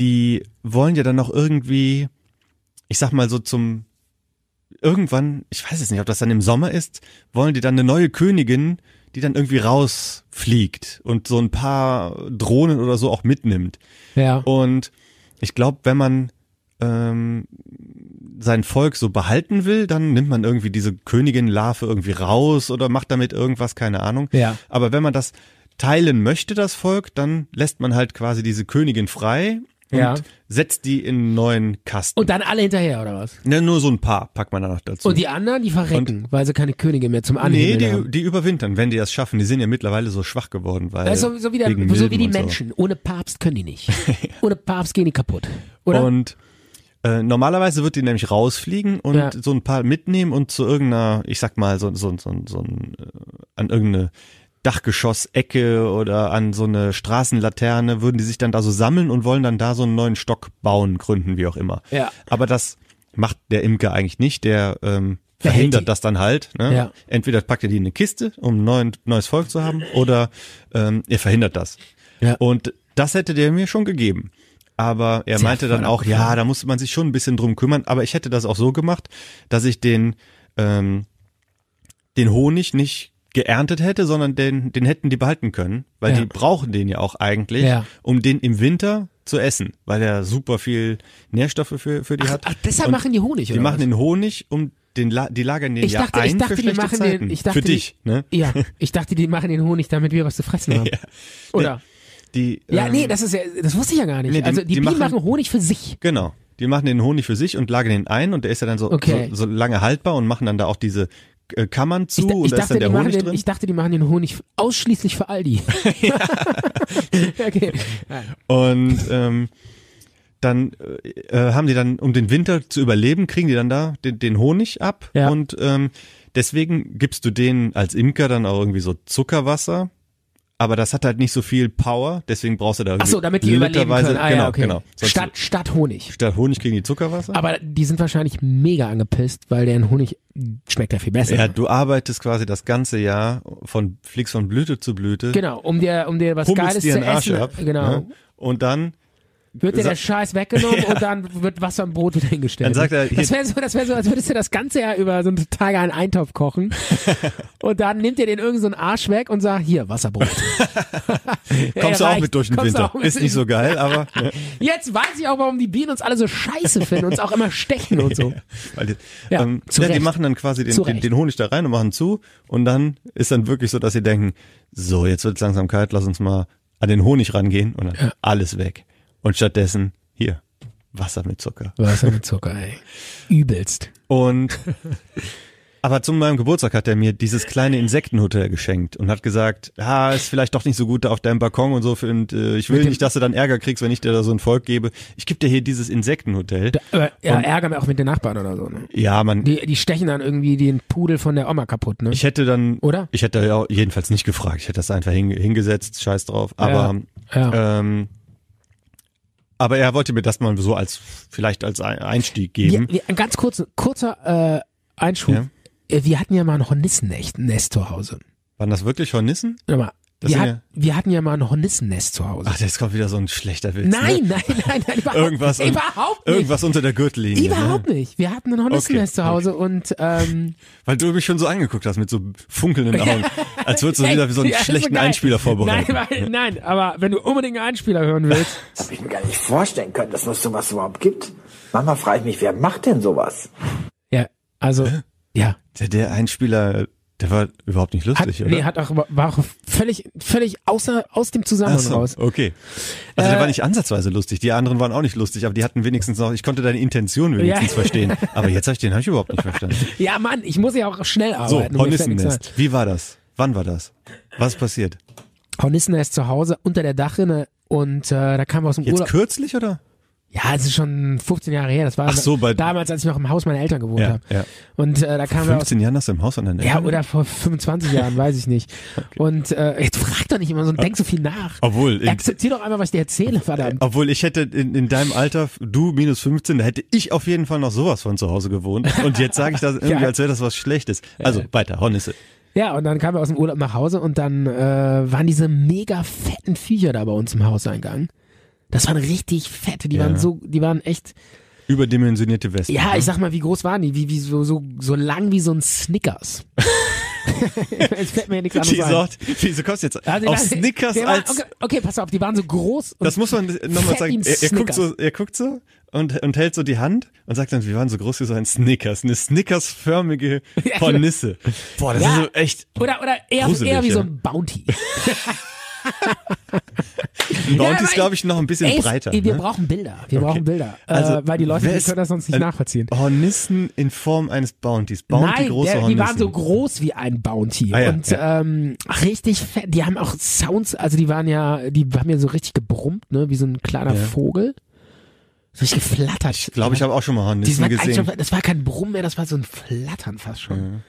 [SPEAKER 2] die wollen ja dann noch irgendwie, ich sag mal so zum irgendwann, ich weiß es nicht, ob das dann im Sommer ist, wollen die dann eine neue Königin, die dann irgendwie rausfliegt und so ein paar Drohnen oder so auch mitnimmt.
[SPEAKER 1] Ja.
[SPEAKER 2] Und ich glaube, wenn man ähm, sein Volk so behalten will, dann nimmt man irgendwie diese Königin-Larve irgendwie raus oder macht damit irgendwas, keine Ahnung.
[SPEAKER 1] Ja.
[SPEAKER 2] Aber wenn man das teilen möchte, das Volk, dann lässt man halt quasi diese Königin frei und
[SPEAKER 1] Ja.
[SPEAKER 2] setzt die in einen neuen Kasten.
[SPEAKER 1] Und dann alle hinterher, oder was?
[SPEAKER 2] ne, nur so ein paar packt man danach dazu.
[SPEAKER 1] Und die anderen, die verrecken, weil sie keine Könige mehr zum
[SPEAKER 2] Nee,
[SPEAKER 1] Anhängen
[SPEAKER 2] die,
[SPEAKER 1] haben.
[SPEAKER 2] die überwintern, wenn die das schaffen. Die sind ja mittlerweile so schwach geworden, weil.
[SPEAKER 1] Also, so, wie der,
[SPEAKER 2] äh, wegen
[SPEAKER 1] so wie
[SPEAKER 2] Milben
[SPEAKER 1] die
[SPEAKER 2] und so.
[SPEAKER 1] Menschen. Ohne Papst können die nicht. Ohne Papst gehen die kaputt. Oder?
[SPEAKER 2] Und äh, normalerweise wird die nämlich rausfliegen und
[SPEAKER 1] Ja.
[SPEAKER 2] so ein paar mitnehmen und zu irgendeiner, ich sag mal, so, so, so, so ein, äh, an irgendeine Dachgeschossecke oder an so eine Straßenlaterne würden die sich dann da so sammeln und wollen dann da so einen neuen Stock bauen, gründen, wie auch immer.
[SPEAKER 1] Ja.
[SPEAKER 2] Aber das macht der Imker eigentlich nicht, der ähm,
[SPEAKER 1] Der hält
[SPEAKER 2] verhindert
[SPEAKER 1] die-
[SPEAKER 2] das dann halt. Ne?
[SPEAKER 1] Ja.
[SPEAKER 2] Entweder packt er die in eine Kiste, um ein neuen, neues Volk zu haben, oder ähm, er verhindert das.
[SPEAKER 1] Ja.
[SPEAKER 2] Und das hätte der mir schon gegeben. Aber er
[SPEAKER 1] Sehr
[SPEAKER 2] meinte dann
[SPEAKER 1] voll
[SPEAKER 2] auch,
[SPEAKER 1] abgefahren.
[SPEAKER 2] ja, da musste man sich schon ein bisschen drum kümmern. Aber ich hätte das auch so gemacht, dass ich den, ähm, den Honig nicht geerntet hätte, sondern den, den hätten die behalten können. Weil
[SPEAKER 1] Ja.
[SPEAKER 2] die brauchen den ja auch eigentlich,
[SPEAKER 1] Ja.
[SPEAKER 2] um den im Winter zu essen. Weil er super viel Nährstoffe für, für die
[SPEAKER 1] ach,
[SPEAKER 2] hat.
[SPEAKER 1] ach, deshalb
[SPEAKER 2] Und
[SPEAKER 1] machen die Honig,
[SPEAKER 2] die
[SPEAKER 1] oder?
[SPEAKER 2] machen
[SPEAKER 1] was?
[SPEAKER 2] den Honig, um den, La- die lagern den
[SPEAKER 1] Ich
[SPEAKER 2] ja
[SPEAKER 1] dachte-
[SPEAKER 2] ein
[SPEAKER 1] ich dachte, die
[SPEAKER 2] für schlechte
[SPEAKER 1] machen den-
[SPEAKER 2] Zeiten.
[SPEAKER 1] ich dachte,
[SPEAKER 2] für
[SPEAKER 1] die-
[SPEAKER 2] dich, ne?
[SPEAKER 1] ja, ich dachte, die machen den Honig, damit wir was zu fressen haben. Oder?
[SPEAKER 2] Die,
[SPEAKER 1] Ja,
[SPEAKER 2] ähm,
[SPEAKER 1] nee, das ist ja, das wusste ich ja gar nicht.
[SPEAKER 2] Nee, die-
[SPEAKER 1] also die,
[SPEAKER 2] die
[SPEAKER 1] Bienen
[SPEAKER 2] machen-
[SPEAKER 1] machen Honig für sich.
[SPEAKER 2] Genau. Die machen den Honig für sich und lagern den ein und der ist ja dann so,
[SPEAKER 1] Okay.
[SPEAKER 2] so, so lange haltbar und machen dann da auch diese äh, Kammern zu
[SPEAKER 1] Ich, da-
[SPEAKER 2] und
[SPEAKER 1] ich,
[SPEAKER 2] da ist
[SPEAKER 1] dachte,
[SPEAKER 2] dann
[SPEAKER 1] die
[SPEAKER 2] der
[SPEAKER 1] machen
[SPEAKER 2] Honig
[SPEAKER 1] den,
[SPEAKER 2] drin.
[SPEAKER 1] ich dachte, die machen den Honig ausschließlich für Aldi. okay.
[SPEAKER 2] Und ähm, dann äh, äh, haben die dann, um den Winter zu überleben, kriegen die dann da den, den Honig ab.
[SPEAKER 1] Ja.
[SPEAKER 2] Und ähm, deswegen gibst du denen als Imker dann auch irgendwie so Zuckerwasser. Aber das hat halt nicht so viel Power, deswegen brauchst du da irgendwie
[SPEAKER 1] Achso, damit die überleben
[SPEAKER 2] literweise-
[SPEAKER 1] können. Ah,
[SPEAKER 2] genau,
[SPEAKER 1] ja, okay.
[SPEAKER 2] genau. Sonst-
[SPEAKER 1] Statt, statt Honig.
[SPEAKER 2] statt Honig kriegen die Zuckerwasser.
[SPEAKER 1] Aber die sind wahrscheinlich mega angepisst, weil deren Honig schmeckt ja viel besser.
[SPEAKER 2] ja, du arbeitest quasi das ganze Jahr von fliegst von Blüte zu Blüte.
[SPEAKER 1] Genau, um dir, um dir was Geiles
[SPEAKER 2] pummelst dir
[SPEAKER 1] zu Genau.
[SPEAKER 2] einen Arsch
[SPEAKER 1] essen.
[SPEAKER 2] ab.
[SPEAKER 1] genau.
[SPEAKER 2] Ne? Und dann
[SPEAKER 1] wird dir
[SPEAKER 2] Sa-
[SPEAKER 1] der Scheiß weggenommen und dann wird Wasser und Brot wieder hingestellt.
[SPEAKER 2] Dann sagt er,
[SPEAKER 1] das
[SPEAKER 2] hier-
[SPEAKER 1] wäre so, das wäre so, als würdest du das ganze Jahr über so einen Tage einen Eintopf kochen und dann nimmt dir den irgendeinen so einen Arsch weg und sagt, hier, Wasserbrot.
[SPEAKER 2] Kommst du auch
[SPEAKER 1] reicht.
[SPEAKER 2] mit durch den
[SPEAKER 1] Kommst du
[SPEAKER 2] Winter.
[SPEAKER 1] auch mit-
[SPEAKER 2] Ist nicht so geil, aber ne,
[SPEAKER 1] Jetzt weiß ich auch, warum die Bienen uns alle so scheiße finden, uns auch immer stechen und so.
[SPEAKER 2] weil die,
[SPEAKER 1] Ja,
[SPEAKER 2] ähm,
[SPEAKER 1] zu
[SPEAKER 2] ja, die
[SPEAKER 1] Recht.
[SPEAKER 2] machen dann quasi den,
[SPEAKER 1] Zu
[SPEAKER 2] den,
[SPEAKER 1] Recht.
[SPEAKER 2] den Honig da rein und machen zu und dann ist dann wirklich so, dass sie denken, so, jetzt wird es langsam kalt, lass uns mal an den Honig rangehen und dann alles weg. Und stattdessen hier Wasser mit Zucker.
[SPEAKER 1] Wasser mit Zucker, ey. Übelst.
[SPEAKER 2] Und aber zu meinem Geburtstag hat er mir dieses kleine Insektenhotel geschenkt und hat gesagt, ah, ist vielleicht doch nicht so gut da auf deinem Balkon und so. Für, und, äh, ich will
[SPEAKER 1] Mit dem-
[SPEAKER 2] nicht, dass du dann Ärger kriegst, wenn ich dir da so ein Volk gebe. Ich gebe dir hier dieses Insektenhotel.
[SPEAKER 1] Aber, ja, ärgern wir auch mit den Nachbarn oder so. Ne?
[SPEAKER 2] Ja, man,
[SPEAKER 1] Die, die stechen dann irgendwie den Pudel von der Oma kaputt, ne?
[SPEAKER 2] ich hätte dann,
[SPEAKER 1] Oder?
[SPEAKER 2] Ich hätte ja jedenfalls nicht gefragt. Ich hätte das einfach hin, hingesetzt, scheiß drauf. Aber,
[SPEAKER 1] Ja,
[SPEAKER 2] Ähm, aber er wollte mir das mal so als vielleicht als Ein- Einstieg
[SPEAKER 1] wir,
[SPEAKER 2] geben.
[SPEAKER 1] wir, ein ganz kurzer, kurzer äh, Einschub.
[SPEAKER 2] Ja.
[SPEAKER 1] Äh, Wir hatten ja mal ein Hornissennest zu Hause.
[SPEAKER 2] Waren das wirklich Hornissen?
[SPEAKER 1] Hör mal,
[SPEAKER 2] Das
[SPEAKER 1] wir,
[SPEAKER 2] sind
[SPEAKER 1] hat, wir hatten ja mal ein Hornissennest zu Hause.
[SPEAKER 2] Ach, jetzt kommt wieder so ein schlechter Witz.
[SPEAKER 1] nein,
[SPEAKER 2] ne?
[SPEAKER 1] nein, nein, nein, überhaupt,
[SPEAKER 2] Irgendwas und-
[SPEAKER 1] überhaupt nicht.
[SPEAKER 2] Irgendwas unter der Gürtellinie. Ne?
[SPEAKER 1] Überhaupt nicht. Wir hatten ein Hornissennest
[SPEAKER 2] Okay,
[SPEAKER 1] zu Hause und ähm,
[SPEAKER 2] Weil du mich schon so angeguckt hast mit so funkelnden Augen, als würdest du
[SPEAKER 1] ey,
[SPEAKER 2] wieder so einen
[SPEAKER 1] ja, ist so
[SPEAKER 2] schlechten
[SPEAKER 1] geil.
[SPEAKER 2] Einspieler vorbereiten.
[SPEAKER 1] Nein, weil, nein, aber wenn du unbedingt einen Einspieler hören willst,
[SPEAKER 9] Hab ich mir gar nicht vorstellen können, dass es sowas überhaupt gibt. Manchmal frage ich mich, wer macht denn sowas?
[SPEAKER 1] ja, also ja,
[SPEAKER 2] Der, der Einspieler, der war überhaupt nicht
[SPEAKER 1] hat,
[SPEAKER 2] lustig, oder?
[SPEAKER 1] nee, hat auch war auch völlig völlig außer aus dem
[SPEAKER 2] Ach
[SPEAKER 1] Zusammenhang
[SPEAKER 2] so,
[SPEAKER 1] raus.
[SPEAKER 2] okay. Also der
[SPEAKER 1] Äh,
[SPEAKER 2] war nicht ansatzweise lustig. Die anderen waren auch nicht lustig, aber die hatten wenigstens noch, ich konnte deine Intention wenigstens
[SPEAKER 1] Ja.
[SPEAKER 2] verstehen. Aber jetzt habe ich den hab ich überhaupt nicht verstanden.
[SPEAKER 1] Ja, Mann, ich muss ja auch schnell
[SPEAKER 2] So,
[SPEAKER 1] arbeiten. mir fällt nichts
[SPEAKER 2] Hornissennest. Wie war das? Wann war das? Was ist passiert?
[SPEAKER 1] ein. Hornissennest zu Hause unter der Dachrinne und äh, da kamen wir aus dem
[SPEAKER 2] Jetzt
[SPEAKER 1] Urlaub.
[SPEAKER 2] kürzlich oder?
[SPEAKER 1] Ja, es ist schon 15 Jahre her. Das war
[SPEAKER 2] Ach so, bei-
[SPEAKER 1] damals, als ich noch im Haus meiner Eltern gewohnt
[SPEAKER 2] Ja,
[SPEAKER 1] habe.
[SPEAKER 2] ja.
[SPEAKER 1] Und äh, da kamen wir aus
[SPEAKER 2] 15 Jahren hast du im Haus an deinen
[SPEAKER 1] Ja,
[SPEAKER 2] Eltern?
[SPEAKER 1] oder vor 25 Jahren, weiß ich nicht. Und äh, jetzt frag doch nicht immer so und denk so viel nach.
[SPEAKER 2] Obwohl, in-
[SPEAKER 1] Akzeptier doch einmal, was ich dir erzähle, verdammt.
[SPEAKER 2] Obwohl ich hätte in, in deinem Alter, du minus 15, da hätte ich auf jeden Fall noch sowas von zu Hause gewohnt. Und jetzt sage ich das irgendwie,
[SPEAKER 1] Ja.
[SPEAKER 2] als wäre das was Schlechtes. Also weiter, Hornisse.
[SPEAKER 1] Ja, und dann kamen wir aus dem Urlaub nach Hause und dann äh, waren diese mega fetten Viecher da bei uns im Hauseingang. Das waren richtig fette, die
[SPEAKER 2] Ja.
[SPEAKER 1] waren so, die waren echt,
[SPEAKER 2] Überdimensionierte Wespen.
[SPEAKER 1] ja, ich sag mal, wie groß waren die? Wie, wie so, so, so lang wie so ein Snickers. Jetzt fällt mir ja nichts
[SPEAKER 2] Die
[SPEAKER 1] anderes ein.
[SPEAKER 2] Sort, wieso kommst du jetzt
[SPEAKER 1] Also die
[SPEAKER 2] auf
[SPEAKER 1] waren-
[SPEAKER 2] Snickers
[SPEAKER 1] die waren-
[SPEAKER 2] als...
[SPEAKER 1] okay, okay, pass auf, die waren so groß. und
[SPEAKER 2] Das muss man nochmal
[SPEAKER 1] fett wie
[SPEAKER 2] sagen.
[SPEAKER 1] ein
[SPEAKER 2] Er, er, guckt
[SPEAKER 1] Snickers.
[SPEAKER 2] so, er guckt so und, und hält so die Hand und sagt dann, wir waren so groß wie so ein Snickers. Eine Snickers-förmige
[SPEAKER 1] Ja. genau.
[SPEAKER 2] Hornisse. Boah, das
[SPEAKER 1] Ja.
[SPEAKER 2] ist so echt
[SPEAKER 1] Oder, oder eher,
[SPEAKER 2] Gruselig,
[SPEAKER 1] eher wie
[SPEAKER 2] ja.
[SPEAKER 1] so ein Bounty.
[SPEAKER 2] Bounty ist,
[SPEAKER 1] aber
[SPEAKER 2] glaube ich, noch ein bisschen
[SPEAKER 1] Ey,
[SPEAKER 2] breiter.
[SPEAKER 1] Wir
[SPEAKER 2] ne?
[SPEAKER 1] brauchen Bilder. Wir brauchen Bilder. äh, weil die Leute
[SPEAKER 2] Also, wer
[SPEAKER 1] die
[SPEAKER 2] ist-
[SPEAKER 1] können das sonst nicht
[SPEAKER 2] äh,
[SPEAKER 1] nachvollziehen.
[SPEAKER 2] Hornissen in Form eines Bounties. Bounty
[SPEAKER 1] Nein,
[SPEAKER 2] große
[SPEAKER 1] der, die
[SPEAKER 2] Hornissen.
[SPEAKER 1] waren so groß wie ein Bounty.
[SPEAKER 2] Ah ja,
[SPEAKER 1] und
[SPEAKER 2] ja.
[SPEAKER 1] Ähm, richtig fett. Die haben auch Sounds, also die waren ja, die haben ja so richtig gebrummt, ne, wie so ein kleiner Vogel. So richtig geflattert.
[SPEAKER 2] Ich glaube, ich habe auch schon mal
[SPEAKER 1] Die
[SPEAKER 2] Hornissen
[SPEAKER 1] waren eigentlich
[SPEAKER 2] gesehen.
[SPEAKER 1] schon, das war kein Brummen mehr, das war so ein Flattern fast schon.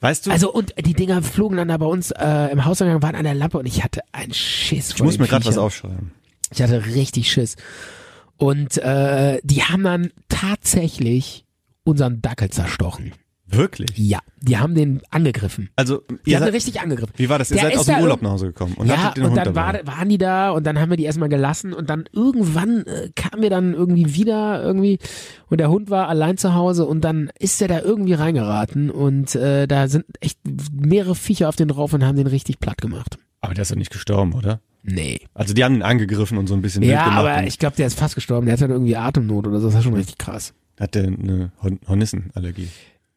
[SPEAKER 2] Weißt du,
[SPEAKER 1] Also und die Dinger flogen dann da bei uns äh, im Hauseingang, waren an der Lampe und ich hatte einen Schiss.
[SPEAKER 2] ich muss mir gerade was aufschreiben.
[SPEAKER 1] Ich hatte richtig Schiss. Und äh, die haben dann tatsächlich unseren Dackel zerstochen.
[SPEAKER 2] Wirklich?
[SPEAKER 1] Ja, die haben den angegriffen.
[SPEAKER 2] Also,
[SPEAKER 1] Die
[SPEAKER 2] ihr
[SPEAKER 1] haben den
[SPEAKER 2] seid,
[SPEAKER 1] richtig angegriffen.
[SPEAKER 2] wie war das? Ihr
[SPEAKER 1] Der
[SPEAKER 2] seid
[SPEAKER 1] ist
[SPEAKER 2] aus dem
[SPEAKER 1] da
[SPEAKER 2] Urlaub
[SPEAKER 1] irgend-
[SPEAKER 2] nach Hause gekommen und
[SPEAKER 1] ja,
[SPEAKER 2] hattet den
[SPEAKER 1] und
[SPEAKER 2] Hund
[SPEAKER 1] dann
[SPEAKER 2] dabei.
[SPEAKER 1] war, waren die da und dann haben wir die erstmal gelassen und dann irgendwann äh, kamen wir dann irgendwie wieder irgendwie und der Hund war allein zu Hause und dann ist er da irgendwie reingeraten und äh, da sind echt mehrere Viecher auf den drauf und haben den richtig platt gemacht.
[SPEAKER 2] Aber der ist doch nicht gestorben, oder?
[SPEAKER 1] Nee.
[SPEAKER 2] Also, die haben ihn angegriffen und so ein bisschen wild
[SPEAKER 1] Ja,
[SPEAKER 2] gemacht. ne?
[SPEAKER 1] aber
[SPEAKER 2] und
[SPEAKER 1] ich glaube, der ist fast gestorben. Der hat dann irgendwie Atemnot oder so. Das war schon richtig krass.
[SPEAKER 2] hat der eine Horn Hornissenallergie?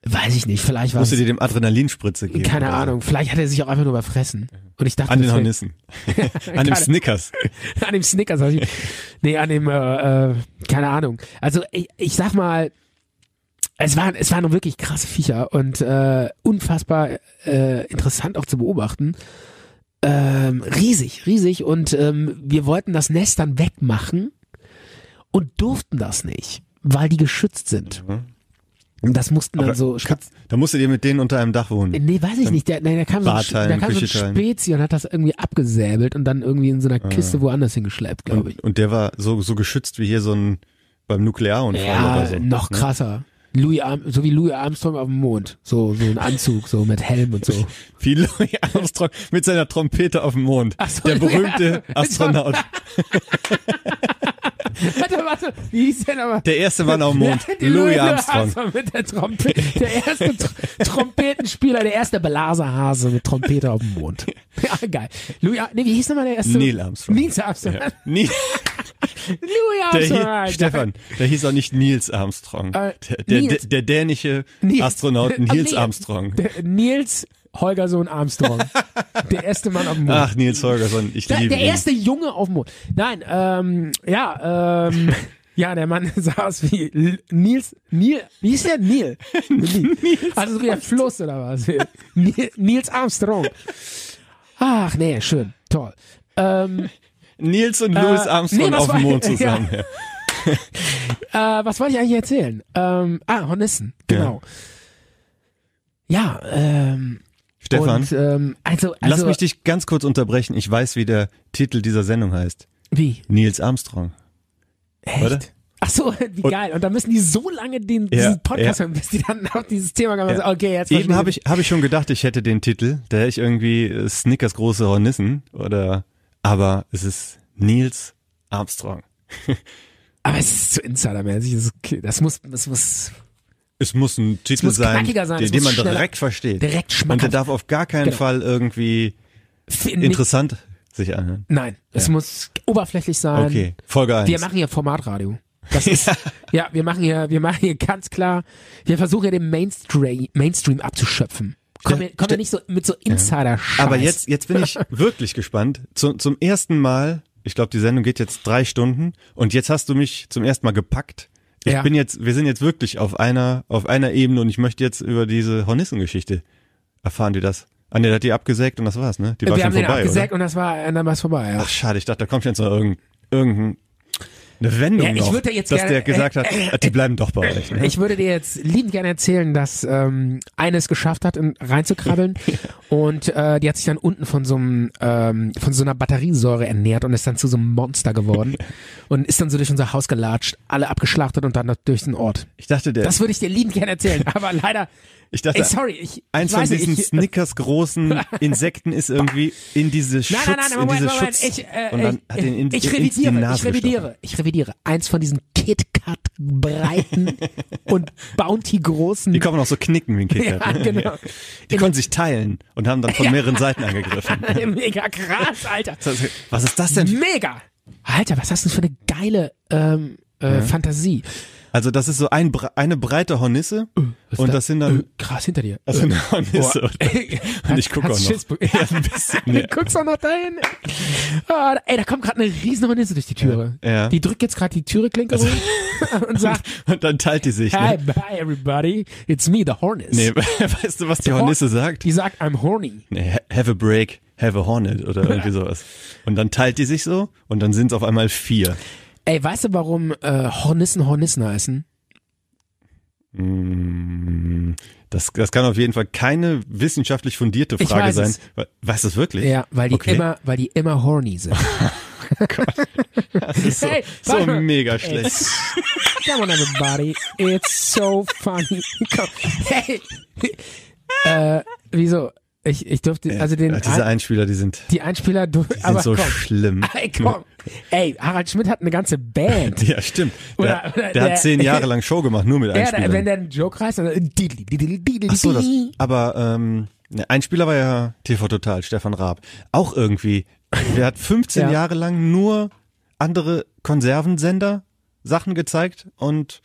[SPEAKER 1] Weiß ich nicht, vielleicht war
[SPEAKER 2] Musst du dir
[SPEAKER 1] es,
[SPEAKER 2] dem Adrenalinspritze geben?
[SPEAKER 1] keine
[SPEAKER 2] oder so?
[SPEAKER 1] Ahnung, vielleicht hat er sich auch einfach nur überfressen. Und ich dachte,
[SPEAKER 2] An den
[SPEAKER 1] das wär-
[SPEAKER 2] Hornissen. An dem
[SPEAKER 1] Keine-
[SPEAKER 2] Snickers.
[SPEAKER 1] an dem Snickers, also ich, nee, an dem, äh, äh, keine Ahnung. Also ich, ich sag mal, es waren, es waren wirklich krasse Viecher und äh, unfassbar äh, interessant auch zu beobachten. Ähm, riesig, riesig und ähm, wir wollten das Nest dann wegmachen und durften das nicht, weil die geschützt sind. Und das mussten dann
[SPEAKER 2] Mhm. Aber
[SPEAKER 1] so Spitz
[SPEAKER 2] Da musst du dir mit denen unter einem Dach wohnen.
[SPEAKER 1] Nee, weiß ich nicht. Der, nein, der kam so ein, Sch-
[SPEAKER 2] Barteilen,
[SPEAKER 1] da kam so ein
[SPEAKER 2] Kücheteilen.
[SPEAKER 1] Spezi und hat das irgendwie abgesäbelt und dann irgendwie in so einer Kiste woanders hingeschleppt, glaube ich.
[SPEAKER 2] Ah. Und, und der war so, so geschützt wie hier so ein beim Nuklearunfall
[SPEAKER 1] Ja,
[SPEAKER 2] oder so.
[SPEAKER 1] noch
[SPEAKER 2] ne?
[SPEAKER 1] krasser. Louis Arm, so wie Louis Armstrong auf dem Mond. So, so ein Anzug, so mit Helm und so.
[SPEAKER 2] Wie Louis Armstrong mit seiner Trompete auf dem Mond.
[SPEAKER 1] Ach so,
[SPEAKER 2] der
[SPEAKER 1] Louis
[SPEAKER 2] berühmte
[SPEAKER 1] Armstrong.
[SPEAKER 2] Astronaut.
[SPEAKER 1] Warte, warte, wie hieß der nochmal?
[SPEAKER 2] Der erste Mann auf dem Mond,
[SPEAKER 1] Ja, die
[SPEAKER 2] Louis Armstrong.
[SPEAKER 1] Hase Mit der, Trompe der erste Tr Trompetenspieler, der erste Blaserhase mit Trompete auf dem Mond. Ja, geil. Louis, Ar- nee, wie hieß nochmal der erste?
[SPEAKER 2] Neil Armstrong.
[SPEAKER 1] Neil Armstrong.
[SPEAKER 2] Ja. Nie,
[SPEAKER 1] Louis
[SPEAKER 2] der
[SPEAKER 1] Armstrong.
[SPEAKER 2] hie-
[SPEAKER 1] geil.
[SPEAKER 2] Stefan, der hieß auch nicht Nils Armstrong.
[SPEAKER 1] Äh,
[SPEAKER 2] der, der,
[SPEAKER 1] Nils.
[SPEAKER 2] der dänische
[SPEAKER 1] Nils.
[SPEAKER 2] Astronaut
[SPEAKER 1] Ah,
[SPEAKER 2] Nils
[SPEAKER 1] nee.
[SPEAKER 2] Armstrong.
[SPEAKER 1] Der Nils Holgersohn Armstrong. der erste Mann auf dem Mond.
[SPEAKER 2] Ach, Nils Holgersson, ich
[SPEAKER 1] Der,
[SPEAKER 2] liebe
[SPEAKER 1] der
[SPEAKER 2] ihn.
[SPEAKER 1] erste Junge auf dem Mond. Nein, ähm, ja, ähm, ja, der Mann sah aus wie L- Nils, Nil, wie hieß der? Nil. Nil. Also so wie der Fluss oder was? Nil, Nils Armstrong. Ach, nee, schön, toll. Ähm,
[SPEAKER 2] Nils und Louis
[SPEAKER 1] Äh,
[SPEAKER 2] Armstrong
[SPEAKER 1] nee, was
[SPEAKER 2] auf dem
[SPEAKER 1] war-
[SPEAKER 2] Mond zusammen. Ja.
[SPEAKER 1] äh, was wollte ich eigentlich erzählen? Ähm, ah, Hornissen, genau. Ja, ähm,
[SPEAKER 2] Stefan,
[SPEAKER 1] und, ähm, also, also,
[SPEAKER 2] lass mich dich ganz kurz unterbrechen. Ich weiß, wie der Titel dieser Sendung heißt.
[SPEAKER 1] wie?
[SPEAKER 2] Nils Armstrong.
[SPEAKER 1] Echt?
[SPEAKER 2] Oder?
[SPEAKER 1] Ach so, wie geil. Und dann müssen die so lange den,
[SPEAKER 2] Ja,
[SPEAKER 1] diesen Podcast
[SPEAKER 2] ja.
[SPEAKER 1] hören, bis die dann auf dieses Thema kommen. und
[SPEAKER 2] Ja.
[SPEAKER 1] sagen, Okay, jetzt
[SPEAKER 2] Eben
[SPEAKER 1] verstehe
[SPEAKER 2] habe ich, hab ich schon gedacht, ich hätte den Titel. Da hätte ich irgendwie äh, Snickers große Hornissen oder aber es ist Nils Armstrong.
[SPEAKER 1] Aber es ist zu insidermäßig. Das, ist okay. das muss, das muss
[SPEAKER 2] Es muss ein Titel
[SPEAKER 1] muss
[SPEAKER 2] sein,
[SPEAKER 1] knackiger sein,
[SPEAKER 2] den,
[SPEAKER 1] es
[SPEAKER 2] den
[SPEAKER 1] muss
[SPEAKER 2] man
[SPEAKER 1] schneller-
[SPEAKER 2] direkt versteht.
[SPEAKER 1] direkt
[SPEAKER 2] Und der
[SPEAKER 1] schmackhaft.
[SPEAKER 2] darf auf gar keinen
[SPEAKER 1] Genau.
[SPEAKER 2] Fall irgendwie
[SPEAKER 1] F- nicht-
[SPEAKER 2] interessant sich anhören.
[SPEAKER 1] Nein, es muss oberflächlich sein.
[SPEAKER 2] Okay, Folge 1.
[SPEAKER 1] Wir machen hier Formatradio. Das ist, ja, wir machen hier, wir machen hier ganz klar, wir versuchen hier den Mainstream, Mainstream abzuschöpfen. Kommen
[SPEAKER 2] Ja,
[SPEAKER 1] wir, kommen wir
[SPEAKER 2] ste-
[SPEAKER 1] nicht so mit so insider ja.
[SPEAKER 2] Aber jetzt, jetzt bin ich wirklich gespannt. Zu, zum ersten Mal, ich glaube, die Sendung geht jetzt drei Stunden und jetzt hast du mich zum ersten Mal gepackt. Ich
[SPEAKER 1] Ja.
[SPEAKER 2] bin jetzt, wir sind jetzt wirklich auf einer, auf einer Ebene und ich möchte jetzt über diese Hornissengeschichte erfahren, die das. Ah, ne, der hat die abgesägt und das war's, ne? Die
[SPEAKER 1] wir
[SPEAKER 2] war schon
[SPEAKER 1] haben den
[SPEAKER 2] vorbei,
[SPEAKER 1] abgesägt
[SPEAKER 2] oder?
[SPEAKER 1] und das war, und dann war es vorbei. Ja.
[SPEAKER 2] Ach, schade, ich dachte, da kommt jetzt noch irgendein, irgendein, eine Wendung
[SPEAKER 1] Ja, ich
[SPEAKER 2] noch,
[SPEAKER 1] würde jetzt
[SPEAKER 2] dass
[SPEAKER 1] gerne- äh,
[SPEAKER 2] der gesagt hat, ah, die bleiben doch bei euch. Ne?
[SPEAKER 1] Ich würde dir jetzt liebend gerne erzählen, dass ähm, eine es geschafft hat, in, reinzukrabbeln und äh, die hat sich dann unten von so einem ähm, von so einer Batteriesäure ernährt und ist dann zu so einem Monster geworden und ist dann so durch unser Haus gelatscht, alle abgeschlachtet und dann noch durch den Ort.
[SPEAKER 2] Ich dachte, der,
[SPEAKER 1] Das würde ich dir liebend gerne erzählen, aber leider.
[SPEAKER 2] ich dachte,
[SPEAKER 1] Ey, sorry, ich, ich
[SPEAKER 2] eins von
[SPEAKER 1] weiß
[SPEAKER 2] diesen
[SPEAKER 1] nicht, ich,
[SPEAKER 2] Snickers großen Insekten ist irgendwie in diese Schutz,
[SPEAKER 1] Nein, nein, nein,
[SPEAKER 2] in
[SPEAKER 1] Moment,
[SPEAKER 2] diese
[SPEAKER 1] Moment,
[SPEAKER 2] Schutz
[SPEAKER 1] ich, äh,
[SPEAKER 2] und dann
[SPEAKER 1] ich,
[SPEAKER 2] hat den in,
[SPEAKER 1] ich
[SPEAKER 2] ins-
[SPEAKER 1] revidiere,
[SPEAKER 2] in die Nase
[SPEAKER 1] ich revidiere, ich revidiere. Eins von diesen KitKat-breiten und Bounty-großen
[SPEAKER 2] Die konnten auch so knicken wie ein Kicker.
[SPEAKER 1] Ja,
[SPEAKER 2] ne?
[SPEAKER 1] genau.
[SPEAKER 2] Die konnten sich teilen und haben dann von mehreren Seiten angegriffen.
[SPEAKER 1] Mega krass, Alter.
[SPEAKER 2] Was ist das denn? für-
[SPEAKER 1] Mega. Alter, was hast du für eine geile ähm, äh, Fantasie?
[SPEAKER 2] Also das ist so ein, Bre- eine breite Hornisse
[SPEAKER 1] Was
[SPEAKER 2] und
[SPEAKER 1] da-
[SPEAKER 2] das sind dann...
[SPEAKER 1] Äh, krass hinter dir. Äh,
[SPEAKER 2] Also eine
[SPEAKER 1] Boah.
[SPEAKER 2] Hornisse. Und ich gucke auch
[SPEAKER 1] Hast
[SPEAKER 2] noch.
[SPEAKER 1] Schiss- Ja, ein bisschen. Du guckst auch noch dahin. Ah, ey, da kommt gerade eine riesen Hornisse durch die Türe.
[SPEAKER 2] Ja, ja. Also-
[SPEAKER 1] Die drückt jetzt gerade die Türeklinke rum und sagt,
[SPEAKER 2] Und dann teilt die sich.
[SPEAKER 1] hi,
[SPEAKER 2] Ne?
[SPEAKER 1] bye everybody, it's me, the Hornets.
[SPEAKER 2] Nee, weißt du, was die Hornisse sagt?
[SPEAKER 1] Die sagt, I'm horny.
[SPEAKER 2] Nee, have a break, have a hornet oder irgendwie sowas. Und dann teilt die sich so und dann sind es auf einmal vier.
[SPEAKER 1] Ey, weißt du, warum äh, Hornissen Hornissen heißen?
[SPEAKER 2] Hm, Das, das kann auf jeden Fall keine wissenschaftlich fundierte
[SPEAKER 1] Ich
[SPEAKER 2] Frage
[SPEAKER 1] weiß
[SPEAKER 2] sein.
[SPEAKER 1] es.
[SPEAKER 2] We- Weißt du es wirklich?
[SPEAKER 1] Ja, weil die
[SPEAKER 2] okay.
[SPEAKER 1] immer, weil die immer horny sind.
[SPEAKER 2] Das ist so,
[SPEAKER 1] Hey,
[SPEAKER 2] so
[SPEAKER 1] warte mal.
[SPEAKER 2] mega
[SPEAKER 1] Ey.
[SPEAKER 2] schlecht.
[SPEAKER 1] Come on, everybody. It's so funny. Komm. Hey. Äh, wieso? Ich, ich durfte, also den,
[SPEAKER 2] Ja, diese
[SPEAKER 1] ein,
[SPEAKER 2] Einspieler, die sind,
[SPEAKER 1] die Einspieler, du,
[SPEAKER 2] die
[SPEAKER 1] aber
[SPEAKER 2] sind so
[SPEAKER 1] komm.
[SPEAKER 2] schlimm.
[SPEAKER 1] Ey, komm. Ey, Harald Schmidt hat eine ganze Band.
[SPEAKER 2] Ja, stimmt. Der,
[SPEAKER 1] Oder- oder
[SPEAKER 2] der
[SPEAKER 1] der-
[SPEAKER 2] hat zehn Jahre lang Show gemacht, nur mit
[SPEAKER 1] Ja, da, wenn
[SPEAKER 2] Einspielern.
[SPEAKER 1] der einen Joke reißt, dann äh, didli, didli, didli,
[SPEAKER 2] Ach so, das,
[SPEAKER 1] didli.
[SPEAKER 2] aber ähm, ne, Einspieler war ja TV Total, Stefan Raab. Auch irgendwie, der hat 15
[SPEAKER 1] Ja.
[SPEAKER 2] Jahre lang nur andere Konservensender Sachen gezeigt und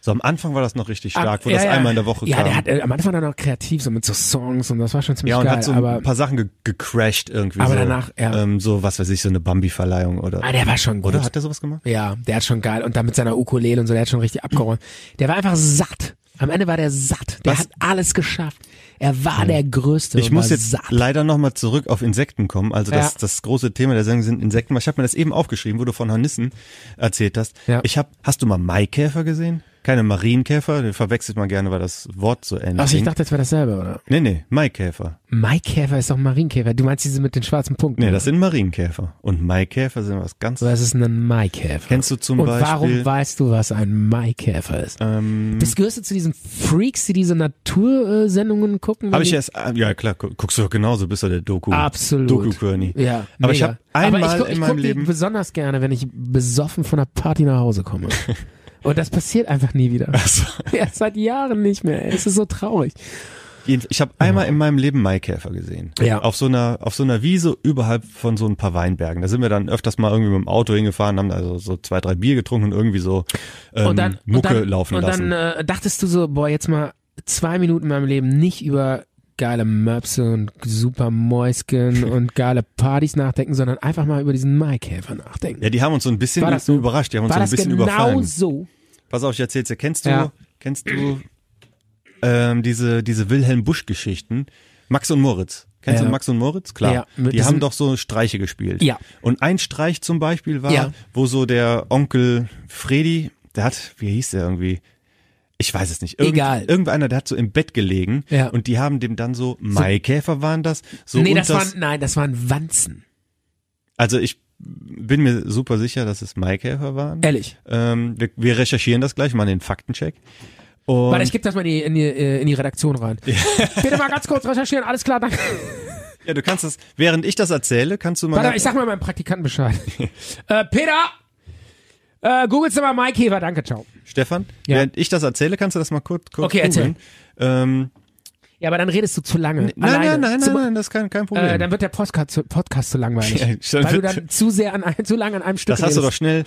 [SPEAKER 2] so am Anfang war das noch richtig stark, wo
[SPEAKER 1] Ah,
[SPEAKER 2] das einmal in der Woche
[SPEAKER 1] Ja,
[SPEAKER 2] kam.
[SPEAKER 1] der hat äh, am Anfang dann auch kreativ, so mit so Songs und das war schon ziemlich
[SPEAKER 2] Ja, und
[SPEAKER 1] geil.
[SPEAKER 2] hat so ein
[SPEAKER 1] aber
[SPEAKER 2] paar Sachen ge gecrashed irgendwie.
[SPEAKER 1] Aber
[SPEAKER 2] so,
[SPEAKER 1] danach, ja.
[SPEAKER 2] Ähm, so, was weiß ich, so eine Bambi-Verleihung oder.
[SPEAKER 1] Ah, der war schon gut.
[SPEAKER 2] oder hat er sowas gemacht?
[SPEAKER 1] Ja, der hat schon geil. Und dann mit seiner Ukulele und so, der hat schon richtig abgeräumt. Der war einfach satt. Am Ende war der satt. Der
[SPEAKER 2] Was? Hm.
[SPEAKER 1] hat alles geschafft. Er war der Größte.
[SPEAKER 2] Ich
[SPEAKER 1] und
[SPEAKER 2] muss
[SPEAKER 1] war
[SPEAKER 2] jetzt
[SPEAKER 1] satt.
[SPEAKER 2] leider nochmal zurück auf Insekten kommen. Also das,
[SPEAKER 1] Ja.
[SPEAKER 2] das große Thema der Sendung sind Insekten. Ich habe mir das eben aufgeschrieben, wo du von Hornissen erzählt hast.
[SPEAKER 1] Ja.
[SPEAKER 2] Ich hab, hast du mal Maikäfer gesehen? keine Marienkäfer, den verwechselt man gerne, weil das Wort so ähnlich
[SPEAKER 1] Also ich
[SPEAKER 2] klingt.
[SPEAKER 1] dachte, das wäre dasselbe, oder?
[SPEAKER 2] Nee, nee, Maikäfer.
[SPEAKER 1] Maikäfer ist doch ein Marienkäfer. Du meinst diese mit den schwarzen Punkten?
[SPEAKER 2] Nee, das sind Marienkäfer. Und Maikäfer sind was ganz...
[SPEAKER 1] Was ist denn ein Maikäfer?
[SPEAKER 2] Kennst du zum
[SPEAKER 1] Und
[SPEAKER 2] Beispiel...
[SPEAKER 1] warum weißt du, was ein Maikäfer ist?
[SPEAKER 2] Ähm,
[SPEAKER 1] Bist gehörst du zu diesen Freaks, die diese Natursendungen gucken?
[SPEAKER 2] habe
[SPEAKER 1] wenn
[SPEAKER 2] ich
[SPEAKER 1] die-
[SPEAKER 2] erst... ah, Ja klar, gu- guckst du doch genauso, bist du der Doku.
[SPEAKER 1] Absolut.
[SPEAKER 2] Doku-König.
[SPEAKER 1] Ja,
[SPEAKER 2] Aber ich
[SPEAKER 1] mega.
[SPEAKER 2] habe einmal
[SPEAKER 1] Aber ich guck, ich
[SPEAKER 2] in meinem
[SPEAKER 1] guck
[SPEAKER 2] Leben...
[SPEAKER 1] Die besonders gerne, wenn ich besoffen von einer Party nach Hause komme. Und das passiert einfach nie wieder. Ja, seit Jahren nicht mehr. ey. Es ist so traurig.
[SPEAKER 2] Jedenf- Ich habe einmal in meinem Leben Maikäfer gesehen.
[SPEAKER 1] Ja.
[SPEAKER 2] Auf so einer auf so einer Wiese überhalb von so ein paar Weinbergen. Da sind wir dann öfters mal irgendwie mit dem Auto hingefahren, haben also so zwei drei Bier getrunken und irgendwie so ähm,
[SPEAKER 1] und dann,
[SPEAKER 2] Mucke
[SPEAKER 1] und dann,
[SPEAKER 2] laufen
[SPEAKER 1] und
[SPEAKER 2] lassen.
[SPEAKER 1] dann äh, dachtest du so, boah, jetzt mal zwei Minuten in meinem Leben nicht über geile Möpse und super Mäusken und geile Partys nachdenken, sondern einfach mal über diesen Maikäfer nachdenken.
[SPEAKER 2] ja, die haben uns so ein bisschen
[SPEAKER 1] War das so?
[SPEAKER 2] überrascht. Die haben uns
[SPEAKER 1] War
[SPEAKER 2] so
[SPEAKER 1] das
[SPEAKER 2] ein bisschen
[SPEAKER 1] genau
[SPEAKER 2] überfallen.
[SPEAKER 1] so?
[SPEAKER 2] Pass auf, ich erzähl's dir. Kennst du
[SPEAKER 1] Ja.
[SPEAKER 2] kennst du ähm, diese diese Wilhelm Busch Geschichten? Max und Moritz. Kennst
[SPEAKER 1] Ja.
[SPEAKER 2] du Max und Moritz? Klar.
[SPEAKER 1] Ja, mit
[SPEAKER 2] die
[SPEAKER 1] diesen-
[SPEAKER 2] haben doch so Streiche gespielt.
[SPEAKER 1] Ja.
[SPEAKER 2] Und ein Streich zum Beispiel war,
[SPEAKER 1] Ja.
[SPEAKER 2] wo so der Onkel Freddy, der hat, wie hieß der irgendwie? Ich weiß es nicht.
[SPEAKER 1] Egal.
[SPEAKER 2] Irgendeiner, der hat so im Bett gelegen
[SPEAKER 1] Ja.
[SPEAKER 2] und die haben dem dann so, Maikäfer waren das? So
[SPEAKER 1] nee,
[SPEAKER 2] und
[SPEAKER 1] das waren, nein, das waren Wanzen.
[SPEAKER 2] also ich bin mir super sicher, dass es Maikäfer waren.
[SPEAKER 1] Ehrlich.
[SPEAKER 2] Ähm, wir, wir recherchieren das gleich, machen den Faktencheck. Und
[SPEAKER 1] Warte, ich gebe das mal in die, in, die, äh, in die Redaktion rein. Bitte mal ganz kurz recherchieren, alles klar, danke.
[SPEAKER 2] ja, du kannst das, während ich das erzähle, kannst du mal.
[SPEAKER 1] Warte, ich sag mal meinem Praktikanten Bescheid. äh, Peter! Äh, Google's mal Maikäfer, danke, ciao.
[SPEAKER 2] Stefan,
[SPEAKER 1] Ja.
[SPEAKER 2] während ich das erzähle, kannst du das mal kurz, kurz
[SPEAKER 1] Okay, erzähl.
[SPEAKER 2] googeln. Ähm,
[SPEAKER 1] Ja, aber dann redest du zu lange.
[SPEAKER 2] nein,
[SPEAKER 1] Alleine.
[SPEAKER 2] nein, nein,
[SPEAKER 1] Zum-
[SPEAKER 2] nein, nein, das ist kein, kein Problem.
[SPEAKER 1] Äh, dann wird der Podcast zu, Podcast zu langweilig.
[SPEAKER 2] Ja,
[SPEAKER 1] weil du dann zu sehr an ein, zu lange an einem Stück
[SPEAKER 2] das hast du doch
[SPEAKER 1] redest.
[SPEAKER 2] schnell,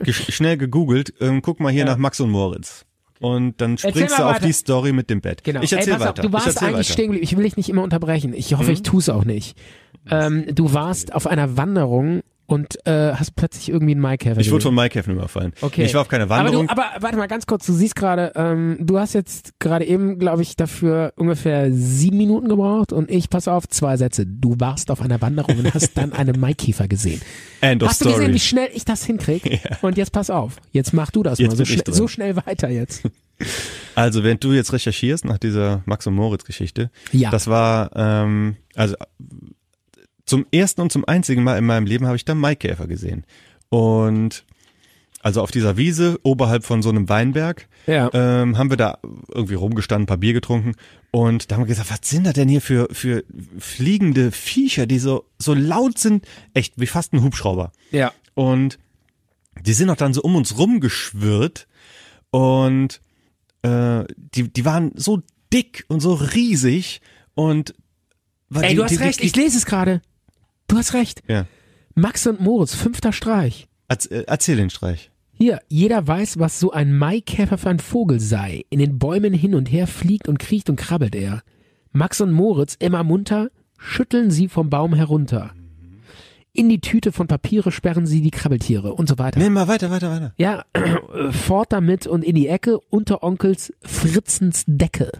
[SPEAKER 2] gesch- schnell gegoogelt. Ähm, guck mal hier nach Max und Moritz. Und dann
[SPEAKER 1] Erzähl
[SPEAKER 2] springst
[SPEAKER 1] mal
[SPEAKER 2] du auf
[SPEAKER 1] weiter.
[SPEAKER 2] die Story mit dem Bett.
[SPEAKER 1] Genau.
[SPEAKER 2] Ich erzähl
[SPEAKER 1] Ey, pass
[SPEAKER 2] weiter.
[SPEAKER 1] Auf, du
[SPEAKER 2] ich
[SPEAKER 1] warst
[SPEAKER 2] erzähl
[SPEAKER 1] eigentlich
[SPEAKER 2] weiter. Mhm.
[SPEAKER 1] stehen geblieben. Ich will dich nicht immer unterbrechen. Ich hoffe, ich tue es auch nicht. Ähm, du warst auf einer Wanderung und äh, hast plötzlich irgendwie einen Maikäfer.
[SPEAKER 2] Ich wurde
[SPEAKER 1] gesehen.
[SPEAKER 2] von Maikäfen überfallen.
[SPEAKER 1] Okay.
[SPEAKER 2] Ich war auf keiner Wanderung.
[SPEAKER 1] Aber, du, aber warte mal ganz kurz, du siehst gerade, ähm, du hast jetzt gerade eben, glaube ich, dafür ungefähr sieben Minuten gebraucht und ich, pass auf, zwei Sätze. Du warst auf einer Wanderung und hast dann einen Maikäfer gesehen.
[SPEAKER 2] End of
[SPEAKER 1] Hast
[SPEAKER 2] story.
[SPEAKER 1] du gesehen, wie schnell ich das hinkriege? Und jetzt pass auf, jetzt mach du das
[SPEAKER 2] Jetzt
[SPEAKER 1] mal so,
[SPEAKER 2] bin ich
[SPEAKER 1] schn
[SPEAKER 2] dran.
[SPEAKER 1] so schnell weiter jetzt.
[SPEAKER 2] Also, während du jetzt recherchierst nach dieser Max und Moritz Geschichte,
[SPEAKER 1] Ja.
[SPEAKER 2] das war, ähm, also äh, zum ersten und zum einzigen Mal in meinem Leben habe ich da Maikäfer gesehen. Und also auf dieser Wiese oberhalb von so einem Weinberg
[SPEAKER 1] Ja.
[SPEAKER 2] ähm, haben wir da irgendwie rumgestanden, ein paar Bier getrunken und da haben wir gesagt, was sind das denn hier für, für fliegende Viecher, die so, so laut sind, echt wie fast ein Hubschrauber.
[SPEAKER 1] Ja.
[SPEAKER 2] Und die sind auch dann so um uns rumgeschwirrt und äh, die, die waren so dick und so riesig und
[SPEAKER 1] Ey,
[SPEAKER 2] die,
[SPEAKER 1] du hast
[SPEAKER 2] die,
[SPEAKER 1] recht,
[SPEAKER 2] Die,
[SPEAKER 1] ich lese es gerade. Du hast recht.
[SPEAKER 2] ja.
[SPEAKER 1] Max und Moritz, fünfter Streich.
[SPEAKER 2] Erz, äh, erzähl den Streich.
[SPEAKER 1] Hier, jeder weiß, was so ein Maikäfer für ein Vogel sei. In den Bäumen hin und her fliegt und kriecht und krabbelt er. Max und Moritz, immer munter, schütteln sie vom Baum herunter. In die Tüte von Papiere sperren sie die Krabbeltiere und so weiter.
[SPEAKER 2] Nee, mal weiter, weiter, weiter.
[SPEAKER 1] Ja, äh, fort damit und in die Ecke unter Onkels Fritzens Decke.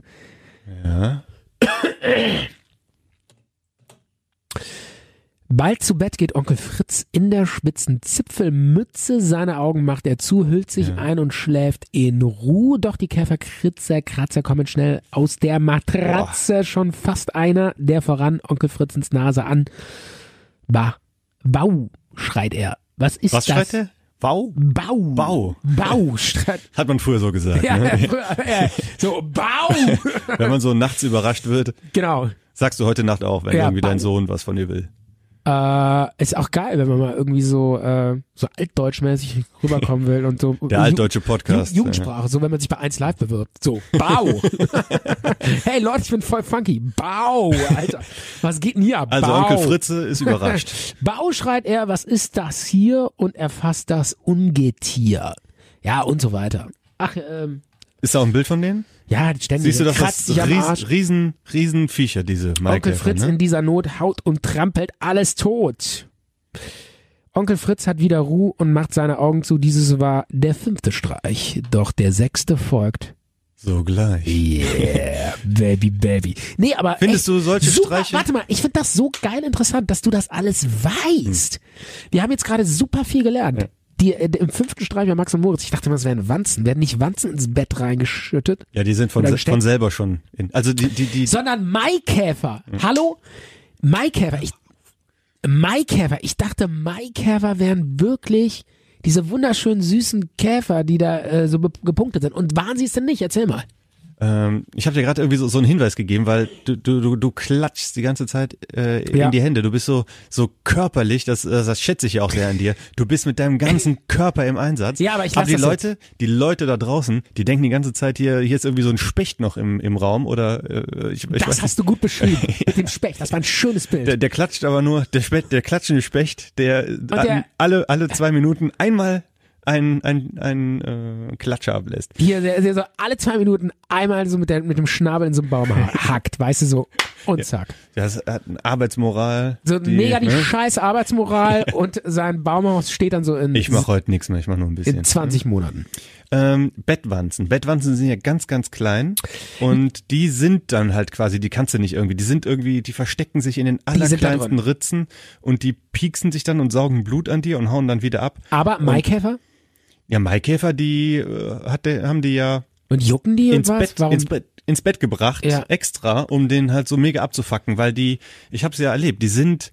[SPEAKER 1] Bald zu Bett geht Onkel Fritz in der spitzen Zipfelmütze. Seine Augen macht er zu, hüllt sich ein und schläft in Ruhe. Doch die Käferkritzer, Kratzer kommen schnell aus der Matratze. Schon fast einer, der voran Onkel Fritzens Nase an. Bah, bau, schreit er. Was ist
[SPEAKER 2] Was
[SPEAKER 1] das?
[SPEAKER 2] schreit der? Wow.
[SPEAKER 1] Bau.
[SPEAKER 2] Bau.
[SPEAKER 1] Bau statt.
[SPEAKER 2] Hat man früher so gesagt.
[SPEAKER 1] Ja,
[SPEAKER 2] Ne?
[SPEAKER 1] früher, äh, so, Bau!
[SPEAKER 2] Wenn man so nachts überrascht wird,
[SPEAKER 1] genau.
[SPEAKER 2] sagst du heute Nacht auch, wenn
[SPEAKER 1] Ja,
[SPEAKER 2] irgendwie
[SPEAKER 1] bam.
[SPEAKER 2] dein Sohn was von dir will.
[SPEAKER 1] Äh, ist auch geil, wenn man mal irgendwie so, äh, so altdeutschmäßig rüberkommen will und so.
[SPEAKER 2] Der
[SPEAKER 1] Ju-
[SPEAKER 2] altdeutsche Podcast.
[SPEAKER 1] Ju Jugendsprache, so wenn man sich bei 1 Live bewirbt. So, Bau! hey Leute, ich bin voll funky. Bau, Alter. Was geht denn hier ab?
[SPEAKER 2] Also
[SPEAKER 1] Bau.
[SPEAKER 2] Onkel Fritze ist überrascht.
[SPEAKER 1] Bau schreit er, was ist das hier? Und erfasst das Ungetier. Ja, und so weiter. Ach, ähm,
[SPEAKER 2] Ist da auch ein Bild von denen?
[SPEAKER 1] ja, ständig
[SPEAKER 2] Siehst du, dass
[SPEAKER 1] kratzt
[SPEAKER 2] das
[SPEAKER 1] sich am Arsch.
[SPEAKER 2] Ries, riesen, riesen Viecher, diese
[SPEAKER 1] Onkel
[SPEAKER 2] Maikäfer,
[SPEAKER 1] Fritz
[SPEAKER 2] ne?
[SPEAKER 1] in dieser Not haut und trampelt alles tot. Onkel Fritz hat wieder Ruhe und macht seine Augen zu. Dieses war der fünfte Streich. Doch der sechste folgt.
[SPEAKER 2] So gleich.
[SPEAKER 1] Yeah, baby, baby. Nee, aber.
[SPEAKER 2] Findest
[SPEAKER 1] ey,
[SPEAKER 2] du solche
[SPEAKER 1] super,
[SPEAKER 2] Streiche-
[SPEAKER 1] Warte mal, ich finde
[SPEAKER 2] Hm.
[SPEAKER 1] das so geil interessant, dass du das alles weißt. Wir haben jetzt gerade super viel gelernt. die, äh, im fünften Streich bei Max und Moritz, ich dachte immer, es wären Wanzen. Werden nicht Wanzen ins Bett reingeschüttet,
[SPEAKER 2] Ja, die sind von,
[SPEAKER 1] Oder
[SPEAKER 2] se-
[SPEAKER 1] gesteckt.
[SPEAKER 2] von selber schon in. Also die, die, die,
[SPEAKER 1] sondern Maikäfer. Hallo? Maikäfer. Ich, Maikäfer. Ich dachte, Maikäfer wären wirklich diese wunderschönen süßen Käfer, die da äh, so be- gepunktet sind. Und waren sie es denn nicht? Erzähl mal.
[SPEAKER 2] ähm, ich habe dir gerade irgendwie so, so einen Hinweis gegeben, weil du, du, du, du klatschst die ganze Zeit äh,
[SPEAKER 1] Ja.
[SPEAKER 2] in die Hände. Du bist so, so körperlich, das, das das schätze ich ja auch sehr an dir. Du bist mit deinem ganzen Körper im Einsatz.
[SPEAKER 1] Ja, aber ich lass
[SPEAKER 2] die
[SPEAKER 1] das
[SPEAKER 2] Leute, die Leute da draußen, die denken die ganze Zeit hier, hier ist irgendwie so ein Specht noch im, im Raum oder äh, ich, ich
[SPEAKER 1] Das
[SPEAKER 2] weiß
[SPEAKER 1] hast du gut beschrieben. Mit dem Specht. Das war ein schönes Bild.
[SPEAKER 2] Der, der klatscht aber nur, der, Specht, der klatschende Specht, der, äh,
[SPEAKER 1] der-
[SPEAKER 2] alle, alle zwei Minuten einmal einen ein, ein, äh, Klatscher ablässt.
[SPEAKER 1] Hier, der, der so alle zwei Minuten einmal so mit, der, mit dem Schnabel in so einen Baum ha- hackt, weißt du, so und zack.
[SPEAKER 2] Das hat eine Arbeitsmoral.
[SPEAKER 1] So mega die
[SPEAKER 2] ne?
[SPEAKER 1] scheiß Arbeitsmoral und sein Baumhaus steht dann so in,
[SPEAKER 2] Ich mache heute nichts mehr, ich mache nur ein bisschen.
[SPEAKER 1] in 20 Monaten.
[SPEAKER 2] Ähm, Bettwanzen. Bettwanzen sind ja ganz, ganz klein und die sind dann halt quasi, die kannst du nicht irgendwie, die sind irgendwie, die verstecken sich in den
[SPEAKER 1] sind da
[SPEAKER 2] allerkleinsten
[SPEAKER 1] drin.
[SPEAKER 2] Ritzen und die pieksen sich dann und saugen Blut an dir und hauen dann wieder ab.
[SPEAKER 1] Aber Maikäfer?
[SPEAKER 2] Ja, Maikäfer, die äh, hat, der- haben die ja
[SPEAKER 1] Und jucken die
[SPEAKER 2] ins
[SPEAKER 1] und was?
[SPEAKER 2] Bett,
[SPEAKER 1] Warum?
[SPEAKER 2] ins Bett ins Bett gebracht
[SPEAKER 1] Ja.
[SPEAKER 2] extra, um den halt so mega abzufacken, weil die ich habe es ja erlebt, die sind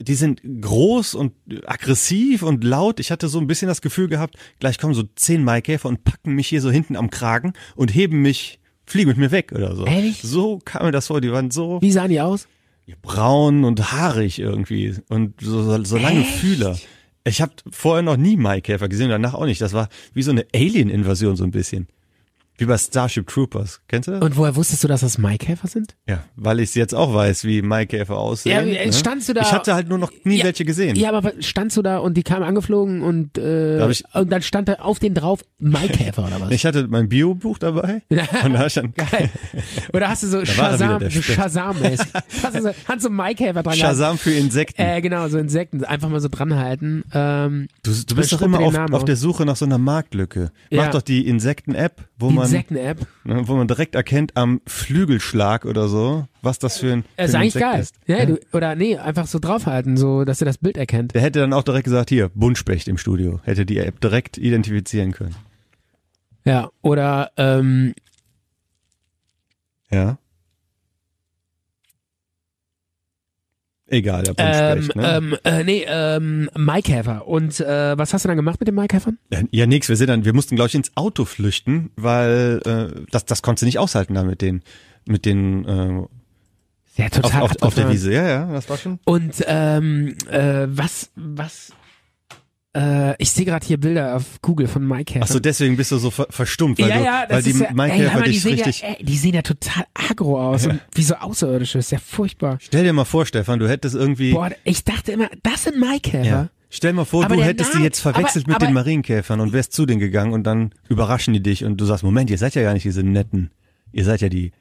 [SPEAKER 2] die sind groß und aggressiv und laut. Ich hatte so ein bisschen das Gefühl gehabt, gleich kommen so zehn Maikäfer und packen mich hier so hinten am Kragen und heben mich, fliegen mit mir weg oder so.
[SPEAKER 1] Ehrlich?
[SPEAKER 2] So kam mir das vor. Die waren so
[SPEAKER 1] Wie sahen die aus?
[SPEAKER 2] braun und haarig irgendwie und so, so, so lange Fühler. Ich habe vorher noch nie Maikäfer gesehen, danach auch nicht. Das war wie so eine Alien-Invasion so ein bisschen. Wie bei Starship Troopers. Kennst du das?
[SPEAKER 1] Und woher wusstest du, dass das Maikäfer sind?
[SPEAKER 2] ja, weil ich jetzt auch weiß, wie Maikäfer aussehen.
[SPEAKER 1] Ja, wie- standst du da-
[SPEAKER 2] Ich hatte halt nur noch nie
[SPEAKER 1] Ja.
[SPEAKER 2] welche gesehen.
[SPEAKER 1] Ja, aber was- standst du da und die kamen angeflogen und, äh,
[SPEAKER 2] Da hab ich-
[SPEAKER 1] und dann stand da auf den drauf Maikäfer oder was?
[SPEAKER 2] Ich hatte mein Biobuch dabei und da hab ich dann
[SPEAKER 1] Geil. Oder hast du so
[SPEAKER 2] war er wieder,
[SPEAKER 1] Shazam,
[SPEAKER 2] der
[SPEAKER 1] so
[SPEAKER 2] Specht.
[SPEAKER 1] Shazam-mäßig. Hast du so, hast so Maikäfer dran gehabt?
[SPEAKER 2] Shazam für Insekten.
[SPEAKER 1] Äh, genau, so Insekten. Einfach mal so dranhalten. Ähm,
[SPEAKER 2] du, du bist doch
[SPEAKER 1] schreibt
[SPEAKER 2] immer
[SPEAKER 1] mir den
[SPEAKER 2] auf,
[SPEAKER 1] Namen
[SPEAKER 2] auf
[SPEAKER 1] auf.
[SPEAKER 2] der Suche nach so einer Marktlücke.
[SPEAKER 1] Ja.
[SPEAKER 2] Mach doch die Insekten-App, wo
[SPEAKER 1] die
[SPEAKER 2] man
[SPEAKER 1] Insekten-App. Äh,
[SPEAKER 2] Ne, wo man direkt erkennt am Flügelschlag oder so, was das für ein,
[SPEAKER 1] Das
[SPEAKER 2] für
[SPEAKER 1] ist
[SPEAKER 2] ein
[SPEAKER 1] eigentlich
[SPEAKER 2] Insekt
[SPEAKER 1] geil.
[SPEAKER 2] Äh, ist.
[SPEAKER 1] Ja, du, oder nee, einfach so draufhalten, so, dass ihr das Bild erkennt.
[SPEAKER 2] Der hätte dann auch direkt gesagt, hier, Buntspecht im Studio. Hätte die App direkt identifizieren können.
[SPEAKER 1] Ja, oder, ähm,
[SPEAKER 2] Ja. Egal, der
[SPEAKER 1] ähm,
[SPEAKER 2] Buntspecht, ne?
[SPEAKER 1] ähm, äh, nee, ähm, Maikäfer. Und, äh, was hast du dann gemacht mit den Maikäfern?
[SPEAKER 2] Ja, ja, nix, wir sind dann, wir mussten, glaube ich, ins Auto flüchten, weil äh, das, das konntest du nicht aushalten da mit den, mit den äh,
[SPEAKER 1] Ja,
[SPEAKER 2] auf,
[SPEAKER 1] total.
[SPEAKER 2] auf, auf der
[SPEAKER 1] abgefahren.
[SPEAKER 2] Wiese. Ja, ja, das war schon.
[SPEAKER 1] Und, ähm, äh, was, was, äh, ich sehe gerade hier Bilder auf Google von Maikäfern.
[SPEAKER 2] Ach so, deswegen bist du so ver verstummt, weil,
[SPEAKER 1] ja,
[SPEAKER 2] du,
[SPEAKER 1] ja, das
[SPEAKER 2] weil die
[SPEAKER 1] ist ja, ey, hör
[SPEAKER 2] Maikäfer
[SPEAKER 1] mal, die
[SPEAKER 2] dich
[SPEAKER 1] sehen
[SPEAKER 2] richtig.
[SPEAKER 1] ja, ey, die sehen ja total agro aus, und wie so Außerirdische, ist ja furchtbar.
[SPEAKER 2] Stell dir mal vor, Stefan, du hättest irgendwie
[SPEAKER 1] Boah, ich dachte immer, das sind Maikäfer.
[SPEAKER 2] Ja. Stell mal vor,
[SPEAKER 1] Aber
[SPEAKER 2] du
[SPEAKER 1] der
[SPEAKER 2] hättest die
[SPEAKER 1] Name-
[SPEAKER 2] jetzt verwechselt
[SPEAKER 1] aber-
[SPEAKER 2] mit den
[SPEAKER 1] aber-
[SPEAKER 2] Marienkäfern und wärst zu denen gegangen und dann überraschen die dich und du sagst, Moment, ihr seid ja gar nicht diese netten. Ihr seid ja die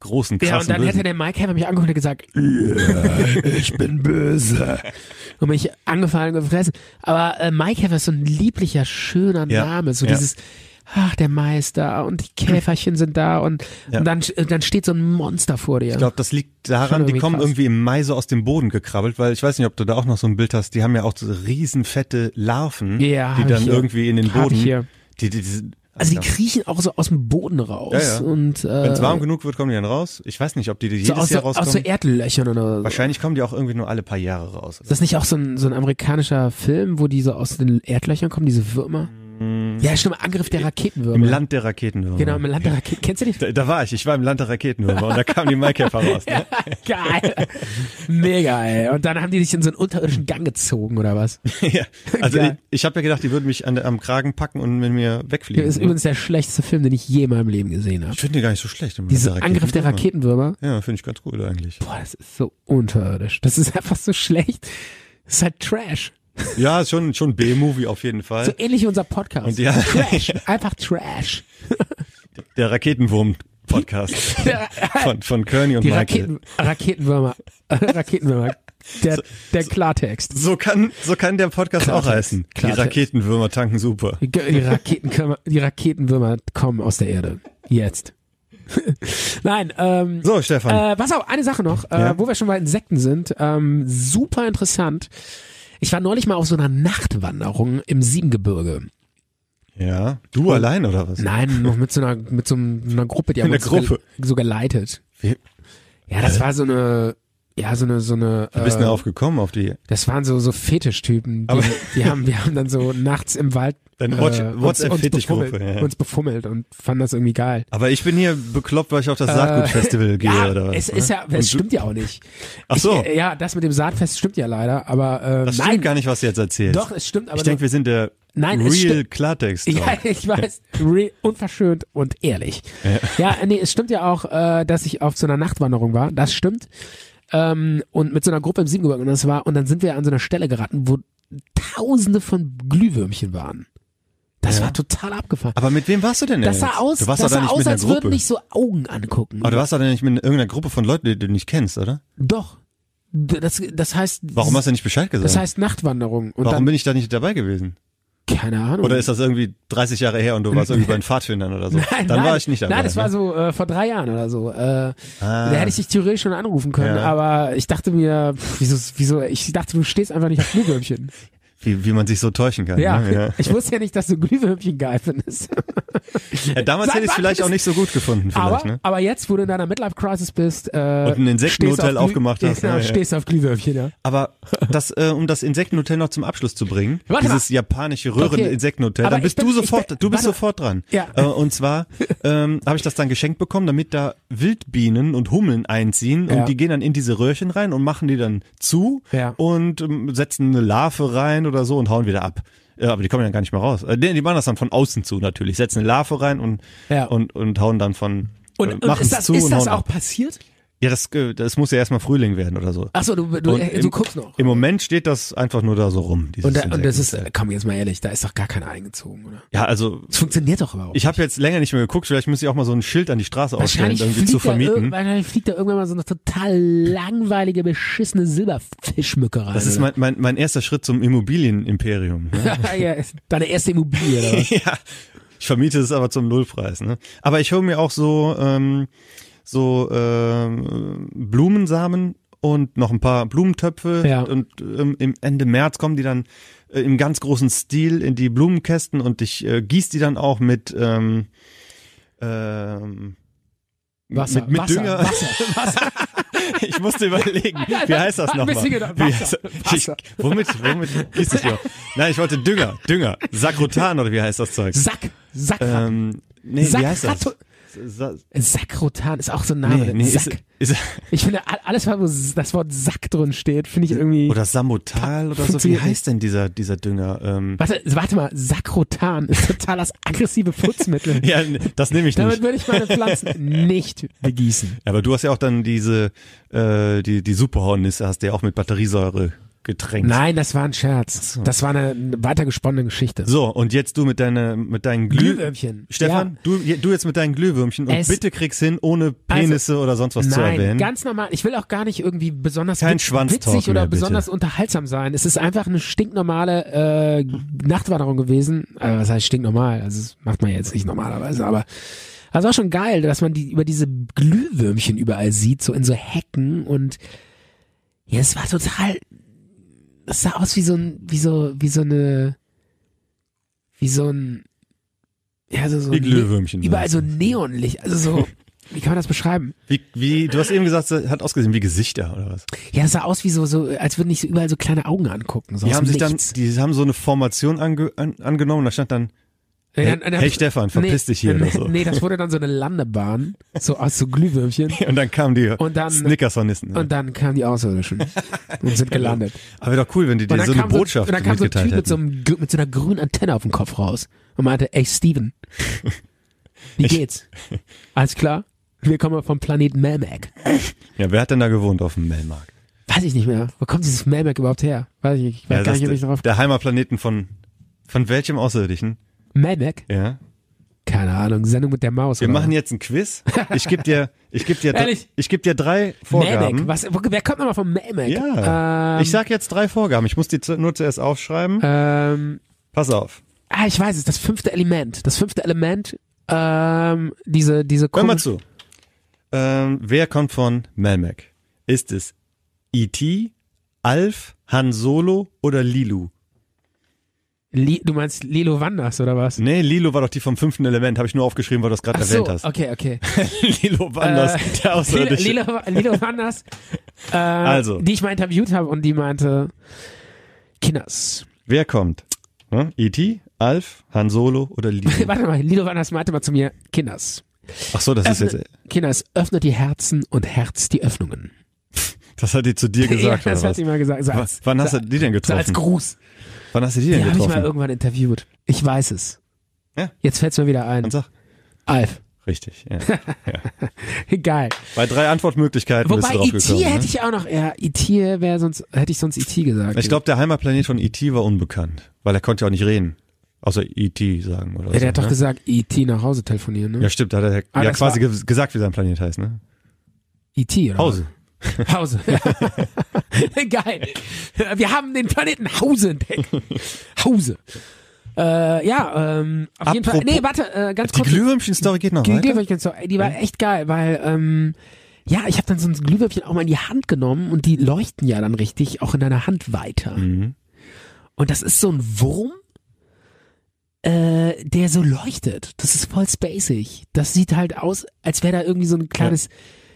[SPEAKER 2] großen, krassen
[SPEAKER 1] Ja, und dann
[SPEAKER 2] Bösen.
[SPEAKER 1] hätte der Maikäfer mich angeguckt und gesagt, "Ja, ich bin böse. Und mich angefallen und gefressen. Aber äh, Maikäfer ist so ein lieblicher, schöner
[SPEAKER 2] Ja.
[SPEAKER 1] Name. So
[SPEAKER 2] Ja.
[SPEAKER 1] dieses, ach, der Meister und die Käferchen sind da und,
[SPEAKER 2] Ja.
[SPEAKER 1] und dann, äh, dann steht so ein Monster vor dir.
[SPEAKER 2] ich glaube, das liegt daran,
[SPEAKER 1] Schon
[SPEAKER 2] die
[SPEAKER 1] irgendwie
[SPEAKER 2] kommen
[SPEAKER 1] krass.
[SPEAKER 2] irgendwie im Mai so aus dem Boden gekrabbelt, weil ich weiß nicht, ob du da auch noch so ein Bild hast, die haben ja auch so riesenfette Larven,
[SPEAKER 1] Ja,
[SPEAKER 2] die
[SPEAKER 1] hab
[SPEAKER 2] dann
[SPEAKER 1] ich hier.
[SPEAKER 2] irgendwie in den
[SPEAKER 1] Hab
[SPEAKER 2] Boden.
[SPEAKER 1] ich hier.
[SPEAKER 2] Die, die, die,
[SPEAKER 1] also die kriechen auch so aus dem Boden raus.
[SPEAKER 2] Ja, ja.
[SPEAKER 1] Und, äh,
[SPEAKER 2] wenn es warm genug wird, kommen die dann raus. Ich weiß nicht, ob die, die
[SPEAKER 1] so
[SPEAKER 2] jedes
[SPEAKER 1] aus,
[SPEAKER 2] Jahr
[SPEAKER 1] so, aus so
[SPEAKER 2] rauskommen.
[SPEAKER 1] Erdlöchern oder so.
[SPEAKER 2] Wahrscheinlich kommen die auch irgendwie nur alle paar Jahre raus.
[SPEAKER 1] Ist das nicht auch so ein, so ein amerikanischer Film, wo die so aus den Erdlöchern kommen, diese Würmer? Ja, stimmt, Angriff der Raketenwürmer.
[SPEAKER 2] Mm. Im Land der Raketenwürmer.
[SPEAKER 1] Genau, im Land der Raketen. Kennst du den
[SPEAKER 2] Da, da war ich, ich war im Land der Raketenwürmer und da kamen die Maikäfer raus. Ne?
[SPEAKER 1] Geil. Mega, ey. Und dann haben die dich in so einen unterirdischen Gang gezogen, oder was?
[SPEAKER 2] Ja, also ich,
[SPEAKER 1] Geil.
[SPEAKER 2] ich habe ja gedacht, die würden mich an, der- am Kragen packen und mit mir
[SPEAKER 1] Das
[SPEAKER 2] wegfliegen.
[SPEAKER 1] ist übrigens der schlechteste Film, den ich je in meinem Leben gesehen habe.
[SPEAKER 2] ich finde die gar nicht so schlecht. im
[SPEAKER 1] Dieser
[SPEAKER 2] Land
[SPEAKER 1] Angriff der Raketenwürmer.
[SPEAKER 2] Ja, finde ich ganz cool eigentlich.
[SPEAKER 1] Boah, das ist so unterirdisch. Das ist einfach so schlecht. Das ist halt Trash.
[SPEAKER 2] Ja, ist schon, schon B-Movie auf jeden Fall.
[SPEAKER 1] So ähnlich wie unser Podcast.
[SPEAKER 2] Und ja.
[SPEAKER 1] Trash. Einfach Trash.
[SPEAKER 2] der Raketenwurm-Podcast von, von Kearney und
[SPEAKER 1] Die
[SPEAKER 2] Michael.
[SPEAKER 1] Raketen, Raketenwürmer. Raketenwürmer. Der, der Klartext.
[SPEAKER 2] So kann, so kann der Podcast
[SPEAKER 1] Klartext,
[SPEAKER 2] auch heißen.
[SPEAKER 1] Klartext.
[SPEAKER 2] Die Raketenwürmer tanken super.
[SPEAKER 1] Die Ge- die Raketenwürmer, die Raketenwürmer kommen aus der Erde. Jetzt. Nein, ähm,
[SPEAKER 2] So, Stefan.
[SPEAKER 1] Äh, pass auf, eine Sache noch, äh,
[SPEAKER 2] Ja.
[SPEAKER 1] wo wir schon bei Insekten sind. Ähm, super interessant. Ich war neulich mal auf so einer Nachtwanderung im Siebengebirge. Äh,
[SPEAKER 2] Ja. Du allein oder was?
[SPEAKER 1] Nein, noch mit so einer, mit so einer Gruppe, die haben
[SPEAKER 2] Eine
[SPEAKER 1] uns so
[SPEAKER 2] Gruppe.
[SPEAKER 1] gel- so geleitet.
[SPEAKER 2] Wie-
[SPEAKER 1] Ja, das war so eine, ja, so eine, so eine,
[SPEAKER 2] Wie bist du
[SPEAKER 1] äh,
[SPEAKER 2] darauf gekommen, auf die?
[SPEAKER 1] das waren so, so Fetischtypen. Die,
[SPEAKER 2] Aber-
[SPEAKER 1] die haben, wir haben dann so nachts im Wald
[SPEAKER 2] Deine
[SPEAKER 1] äh,
[SPEAKER 2] Watch-
[SPEAKER 1] uns- uns,
[SPEAKER 2] WhatsApp-Fetischgruppe,
[SPEAKER 1] befummelt,
[SPEAKER 2] ja, ja.
[SPEAKER 1] uns befummelt und fanden das irgendwie geil.
[SPEAKER 2] Aber ich bin hier bekloppt, weil ich auf das Saatgutfestival gehe
[SPEAKER 1] Äh, ja,
[SPEAKER 2] oder was? ne?
[SPEAKER 1] es ist ja,
[SPEAKER 2] Und
[SPEAKER 1] es
[SPEAKER 2] du-
[SPEAKER 1] stimmt ja auch nicht.
[SPEAKER 2] Ach so.
[SPEAKER 1] Ich, äh, ja, das mit dem Saatfest stimmt ja leider, aber äh,
[SPEAKER 2] Das
[SPEAKER 1] nein,
[SPEAKER 2] stimmt gar nicht, was du jetzt erzählst.
[SPEAKER 1] doch, es stimmt, aber
[SPEAKER 2] ich denke, wir sind der
[SPEAKER 1] Nein, es
[SPEAKER 2] real
[SPEAKER 1] stimmt.
[SPEAKER 2] Klartext.
[SPEAKER 1] Ja, ich weiß. Re unverschönt und ehrlich. Ja. nee, es stimmt ja auch, äh, dass ich auf so einer Nachtwanderung war. Das stimmt. Ähm, und mit so einer Gruppe im Siebengebirge und das war, und dann sind wir an so einer Stelle geraten, wo tausende von Glühwürmchen waren. Das war total abgefahren.
[SPEAKER 2] Aber mit wem warst du denn
[SPEAKER 1] das
[SPEAKER 2] jetzt?
[SPEAKER 1] sah aus,
[SPEAKER 2] du warst
[SPEAKER 1] das
[SPEAKER 2] doch
[SPEAKER 1] sah
[SPEAKER 2] da nicht
[SPEAKER 1] aus
[SPEAKER 2] mit einer
[SPEAKER 1] als
[SPEAKER 2] Gruppe.
[SPEAKER 1] würden mich so Augen angucken.
[SPEAKER 2] Aber du warst doch da nicht mit irgendeiner Gruppe von Leuten, die du nicht kennst, oder?
[SPEAKER 1] Doch. D- Das, das heißt.
[SPEAKER 2] Warum hast du nicht Bescheid gesagt?
[SPEAKER 1] Das heißt Nachtwanderung. Und
[SPEAKER 2] Warum
[SPEAKER 1] dann,
[SPEAKER 2] bin ich da nicht dabei gewesen?
[SPEAKER 1] keine Ahnung.
[SPEAKER 2] Oder ist das irgendwie 30 Jahre her und du warst irgendwie bei den Pfadfindern oder so?
[SPEAKER 1] Nein,
[SPEAKER 2] Dann
[SPEAKER 1] nein,
[SPEAKER 2] war ich nicht dabei.
[SPEAKER 1] Nein, das war
[SPEAKER 2] ne? Ah,
[SPEAKER 1] so äh, vor drei Jahren oder so. Äh, Da hätte ich dich theoretisch schon anrufen können,
[SPEAKER 2] Ja.
[SPEAKER 1] aber ich dachte mir, pff, wieso, wieso, ich dachte, du stehst einfach nicht auf Glühwürmchen.
[SPEAKER 2] Wie, wie man sich so täuschen kann.
[SPEAKER 1] ja,
[SPEAKER 2] Ne?
[SPEAKER 1] ich wusste ja nicht, dass du Glühwürmchen geil findest.
[SPEAKER 2] ja. ja Äh, damals
[SPEAKER 1] Seit
[SPEAKER 2] hätte ich es
[SPEAKER 1] wann
[SPEAKER 2] vielleicht
[SPEAKER 1] ist-
[SPEAKER 2] auch nicht so gut gefunden, vielleicht,
[SPEAKER 1] aber,
[SPEAKER 2] ne?
[SPEAKER 1] aber jetzt, wo du in deiner Midlife-Crisis bist, äh,
[SPEAKER 2] Und ein Insektenhotel
[SPEAKER 1] stehst auf Glüh-
[SPEAKER 2] aufgemacht hast,
[SPEAKER 1] Genau,
[SPEAKER 2] ne, ja.
[SPEAKER 1] stehst auf Glühwürmchen, ja.
[SPEAKER 2] Aber das, äh, um das Insektenhotel noch zum Abschluss zu bringen,
[SPEAKER 1] Warte mal.
[SPEAKER 2] dieses japanische Röhren-Insektenhotel,
[SPEAKER 1] Okay.
[SPEAKER 2] dann
[SPEAKER 1] Aber
[SPEAKER 2] bist
[SPEAKER 1] ich bin-
[SPEAKER 2] du
[SPEAKER 1] ich bin-
[SPEAKER 2] sofort, du bist
[SPEAKER 1] warte mal.
[SPEAKER 2] sofort dran.
[SPEAKER 1] Ja.
[SPEAKER 2] Äh, und zwar ähm, habe ich das dann geschenkt bekommen, damit da Wildbienen und Hummeln einziehen
[SPEAKER 1] Ja.
[SPEAKER 2] und die gehen dann in diese Röhrchen rein und machen die dann zu
[SPEAKER 1] Ja.
[SPEAKER 2] und ähm, setzen eine Larve rein oder so und hauen wieder ab. Ja, aber die kommen dann gar nicht mehr raus. Äh, die, die machen das dann von außen zu natürlich, setzen eine Larve rein und
[SPEAKER 1] Ja.
[SPEAKER 2] und und hauen dann von
[SPEAKER 1] Und,
[SPEAKER 2] äh,
[SPEAKER 1] und
[SPEAKER 2] machen's
[SPEAKER 1] ist das,
[SPEAKER 2] zu
[SPEAKER 1] ist
[SPEAKER 2] und
[SPEAKER 1] das
[SPEAKER 2] hauen
[SPEAKER 1] auch
[SPEAKER 2] ab.
[SPEAKER 1] passiert?
[SPEAKER 2] Ja, das äh, das muss ja erstmal Frühling werden oder so.
[SPEAKER 1] Achso, du, du,
[SPEAKER 2] Und
[SPEAKER 1] äh, du
[SPEAKER 2] im-
[SPEAKER 1] guckst noch.
[SPEAKER 2] Im Moment steht das einfach nur da so rum. Dieses
[SPEAKER 1] Und, da, und das ist,
[SPEAKER 2] Insektenhotel.
[SPEAKER 1] komm jetzt mal ehrlich, da ist doch gar keiner eingezogen, oder?
[SPEAKER 2] ja, also
[SPEAKER 1] Das funktioniert doch überhaupt.
[SPEAKER 2] ich habe jetzt länger nicht mehr geguckt. Vielleicht müsste ich auch mal so ein Schild an die Straße ausstellen,
[SPEAKER 1] Wahrscheinlich
[SPEAKER 2] irgendwie
[SPEAKER 1] fliegt,
[SPEAKER 2] zu
[SPEAKER 1] da irg-
[SPEAKER 2] vermieten.
[SPEAKER 1] wahrscheinlich fliegt da irgendwann mal so eine total langweilige, beschissene Silberfischmücke rein.
[SPEAKER 2] Das ist mein, mein, mein erster Schritt zum Immobilienimperium. Ne?
[SPEAKER 1] oder? Ah, ja, ist deine erste Immobilie. Oder? was?
[SPEAKER 2] ja, ich vermiete es aber zum Nullpreis. Ne? Aber ich höre mir auch so ähm, so ähm, Blumensamen und noch ein paar Blumentöpfe
[SPEAKER 1] Ja.
[SPEAKER 2] und ähm, im Ende März kommen die dann äh, im ganz großen Stil in die Blumenkästen und ich äh, gieße die dann auch mit ähm, ähm,
[SPEAKER 1] Wasser,
[SPEAKER 2] mit, mit
[SPEAKER 1] Wasser,
[SPEAKER 2] Dünger.
[SPEAKER 1] Wasser, Wasser.
[SPEAKER 2] Ich musste überlegen, wie
[SPEAKER 1] nein,
[SPEAKER 2] heißt das
[SPEAKER 1] ein bisschen
[SPEAKER 2] nochmal?
[SPEAKER 1] gedacht.
[SPEAKER 2] Wie
[SPEAKER 1] Wasser,
[SPEAKER 2] heißt- Ich,
[SPEAKER 1] Wasser.
[SPEAKER 2] womit, womit gießt das hier? Nein, ich wollte Dünger, Dünger, Sakrotan oder wie heißt das Zeug?
[SPEAKER 1] Sack, Sack,
[SPEAKER 2] Ähm, nee, wie heißt das?
[SPEAKER 1] Sakrato-
[SPEAKER 2] Sa
[SPEAKER 1] Sackrotan ist auch so ein Name.
[SPEAKER 2] nee, nee,
[SPEAKER 1] Sack.
[SPEAKER 2] Ist, ist,
[SPEAKER 1] ich finde a- alles, wo s- das Wort Sack drin steht, finde ich irgendwie.
[SPEAKER 2] oder Samotal oder so. Wie
[SPEAKER 1] Funktioniert
[SPEAKER 2] heißt denn dieser, dieser Dünger? Ähm,
[SPEAKER 1] warte, warte mal, Sackrotan ist total das aggressive Putzmittel.
[SPEAKER 2] ja, n- das nehme ich
[SPEAKER 1] Damit
[SPEAKER 2] nicht.
[SPEAKER 1] würde ich meine Pflanzen nicht begießen.
[SPEAKER 2] Ja, aber du hast ja auch dann diese, äh, die, die Superhornisse hast du ja auch mit Batteriesäure getränkt.
[SPEAKER 1] Nein, das war ein Scherz. Das war eine weitergesponnene Geschichte.
[SPEAKER 2] So, und jetzt du mit deiner, mit deinen Glüh
[SPEAKER 1] Glühwürmchen.
[SPEAKER 2] Stefan,
[SPEAKER 1] Ja.
[SPEAKER 2] du, je- du jetzt mit deinen Glühwürmchen und
[SPEAKER 1] Es- Also,
[SPEAKER 2] bitte kriegst hin, ohne Penisse oder sonst was zu
[SPEAKER 1] Nein,
[SPEAKER 2] erwähnen.
[SPEAKER 1] ganz normal. Ich will auch gar nicht irgendwie besonders
[SPEAKER 2] Kein
[SPEAKER 1] wit-
[SPEAKER 2] Schwanztalk
[SPEAKER 1] witzig oder
[SPEAKER 2] mehr, bitte.
[SPEAKER 1] besonders unterhaltsam sein. Es ist einfach eine stinknormale äh, Nachtwanderung gewesen. Äh, was heißt stinknormal? Also das macht man jetzt nicht normalerweise, aber das war schon geil, dass man die über diese Glühwürmchen überall sieht, so in so Hecken und ja, es war total. Es sah aus wie so ein, wie so, wie so eine, wie so ein, ja so so
[SPEAKER 2] Wie
[SPEAKER 1] ein Ne-
[SPEAKER 2] Glühwürmchen,
[SPEAKER 1] Überall
[SPEAKER 2] meinst
[SPEAKER 1] so Neonlicht, also so. Wie kann man das beschreiben?
[SPEAKER 2] Wie, wie, du hast eben gesagt, es hat ausgesehen wie Gesichter oder was?
[SPEAKER 1] Ja, das sah aus wie so, so als würden ich so überall so kleine Augen angucken. So
[SPEAKER 2] Die
[SPEAKER 1] aus
[SPEAKER 2] haben
[SPEAKER 1] dem
[SPEAKER 2] sich dann,
[SPEAKER 1] Nichts.
[SPEAKER 2] die haben so eine Formation ange, an, angenommen, da stand dann,
[SPEAKER 1] Ja,
[SPEAKER 2] hey,
[SPEAKER 1] dann- dann-
[SPEAKER 2] hey Stefan, verpiss dich hier
[SPEAKER 1] nee,
[SPEAKER 2] oder so.
[SPEAKER 1] Nee, das wurde dann so eine Landebahn, so aus so Glühwürmchen.
[SPEAKER 2] Und dann kamen die
[SPEAKER 1] Und dann-
[SPEAKER 2] Snickershornissen.
[SPEAKER 1] Und dann kamen die Außerirdischen und sind gelandet.
[SPEAKER 2] Aber wäre doch cool, wenn Genau. die
[SPEAKER 1] Und dann
[SPEAKER 2] dir so eine
[SPEAKER 1] kam
[SPEAKER 2] Botschaft
[SPEAKER 1] so, und dann kam so ein
[SPEAKER 2] mitgeteilt
[SPEAKER 1] Typ mit so,
[SPEAKER 2] hätten.
[SPEAKER 1] einem, gr- mit so einer grünen Antenne auf dem Kopf raus und meinte, ey Steven, wie geht's? Alles klar? Wir kommen vom Planeten Melmac.
[SPEAKER 2] Ja, wer hat denn da gewohnt auf dem Mellmark?
[SPEAKER 1] Weiß ich nicht mehr. Wo kommt dieses Melmac überhaupt her? Weiß ich nicht. Ich weiß
[SPEAKER 2] Ja,
[SPEAKER 1] gar
[SPEAKER 2] das
[SPEAKER 1] nicht, ob ich
[SPEAKER 2] ist der,
[SPEAKER 1] drauf.
[SPEAKER 2] der Heimatplaneten von, von welchem Außerirdischen?
[SPEAKER 1] Melmac?
[SPEAKER 2] Ja.
[SPEAKER 1] Keine Ahnung. Sendung mit der Maus.
[SPEAKER 2] Wir
[SPEAKER 1] oder?
[SPEAKER 2] machen jetzt ein Quiz. Ich gebe dir, ich gebe dir, dr-
[SPEAKER 1] Ehrlich?
[SPEAKER 2] ich gebe dir drei
[SPEAKER 1] Melmac,
[SPEAKER 2] Vorgaben.
[SPEAKER 1] was, wo- wer kommt nochmal vom Melmac?
[SPEAKER 2] Ja.
[SPEAKER 1] Ähm,
[SPEAKER 2] ich sag jetzt drei Vorgaben. Ich muss die zu- nur zuerst aufschreiben.
[SPEAKER 1] ähm,
[SPEAKER 2] Pass auf.
[SPEAKER 1] ah, ich weiß es, das fünfte Element. Das fünfte Element, ähm, diese, diese
[SPEAKER 2] Hör mal
[SPEAKER 1] komisch-
[SPEAKER 2] zu. Ähm, wer kommt von Melmac? Ist es E.T., Alf, Han Solo oder Lilu?
[SPEAKER 1] Li du meinst Lilo Wanders oder was?
[SPEAKER 2] Nee, Lilo war doch die vom fünften Element, habe ich nur aufgeschrieben, weil du Hm, das gerade
[SPEAKER 1] Ach so,
[SPEAKER 2] erwähnt hast.
[SPEAKER 1] okay, okay.
[SPEAKER 2] Lilo Wanders,
[SPEAKER 1] Äh,
[SPEAKER 2] der Außerirdische.
[SPEAKER 1] Lilo, Lilo Wanders, äh,
[SPEAKER 2] Also.
[SPEAKER 1] die ich mal interviewt habe und die meinte, Kinders.
[SPEAKER 2] Wer kommt? Ne? E.T., Alf, Han Solo oder Lilo?
[SPEAKER 1] Warte mal, Lilo Wanders meinte mal zu mir, Kinders.
[SPEAKER 2] Ach so, das ist jetzt,
[SPEAKER 1] Öffne, Kinders, öffnet die Herzen und herzt die Öffnungen.
[SPEAKER 2] das hat die zu dir gesagt
[SPEAKER 1] ja, das
[SPEAKER 2] oder
[SPEAKER 1] hat
[SPEAKER 2] was?
[SPEAKER 1] sie mal gesagt. So
[SPEAKER 2] Wa-
[SPEAKER 1] als,
[SPEAKER 2] Wann hast
[SPEAKER 1] so,
[SPEAKER 2] du die denn
[SPEAKER 1] so als
[SPEAKER 2] getroffen?
[SPEAKER 1] Gruß.
[SPEAKER 2] Wann hast du die
[SPEAKER 1] Die
[SPEAKER 2] denn
[SPEAKER 1] habe ich mal
[SPEAKER 2] getroffen?
[SPEAKER 1] irgendwann interviewt. Ich weiß es.
[SPEAKER 2] Ja.
[SPEAKER 1] Jetzt fällt es mir wieder ein.
[SPEAKER 2] Dann sag.
[SPEAKER 1] Alf.
[SPEAKER 2] Richtig, ja.
[SPEAKER 1] Geil.
[SPEAKER 2] Bei drei Antwortmöglichkeiten bist
[SPEAKER 1] Wobei
[SPEAKER 2] du drauf
[SPEAKER 1] IT
[SPEAKER 2] gekommen.
[SPEAKER 1] hätte
[SPEAKER 2] Ne?
[SPEAKER 1] ich auch noch, ja, IT wäre sonst, hätte ich sonst IT gesagt.
[SPEAKER 2] Ich glaube, der Heimatplanet von E.T. war unbekannt, weil er konnte ja auch nicht reden. Außer E.T. sagen oder
[SPEAKER 1] Ja,
[SPEAKER 2] so.
[SPEAKER 1] der hat doch
[SPEAKER 2] ne?
[SPEAKER 1] gesagt, IT nach Hause telefonieren, ne?
[SPEAKER 2] Ja, stimmt, da hat er
[SPEAKER 1] Ah,
[SPEAKER 2] ja
[SPEAKER 1] das
[SPEAKER 2] quasi ge gesagt, wie sein Planet heißt, ne?
[SPEAKER 1] IT, E oder?
[SPEAKER 2] Hause.
[SPEAKER 1] was? Hause. Geil. Wir haben den Planeten Hause entdeckt. Hause. Äh, ja, ähm, auf jeden Fall.
[SPEAKER 2] Apropos-
[SPEAKER 1] Nee, warte, äh, ganz
[SPEAKER 2] Die
[SPEAKER 1] kurz.
[SPEAKER 2] Glühwürmchen-Story geht noch
[SPEAKER 1] Die
[SPEAKER 2] weiter.
[SPEAKER 1] Glühwürmchen, so, die war echt geil, weil ähm, ja, ich habe dann so ein Glühwürmchen auch mal in die Hand genommen und die leuchten ja dann richtig auch in deiner Hand weiter.
[SPEAKER 2] Mhm.
[SPEAKER 1] Und das ist so ein Wurm, äh, der so leuchtet. Das ist voll spacig. Das sieht halt aus, als wäre da irgendwie so ein kleines,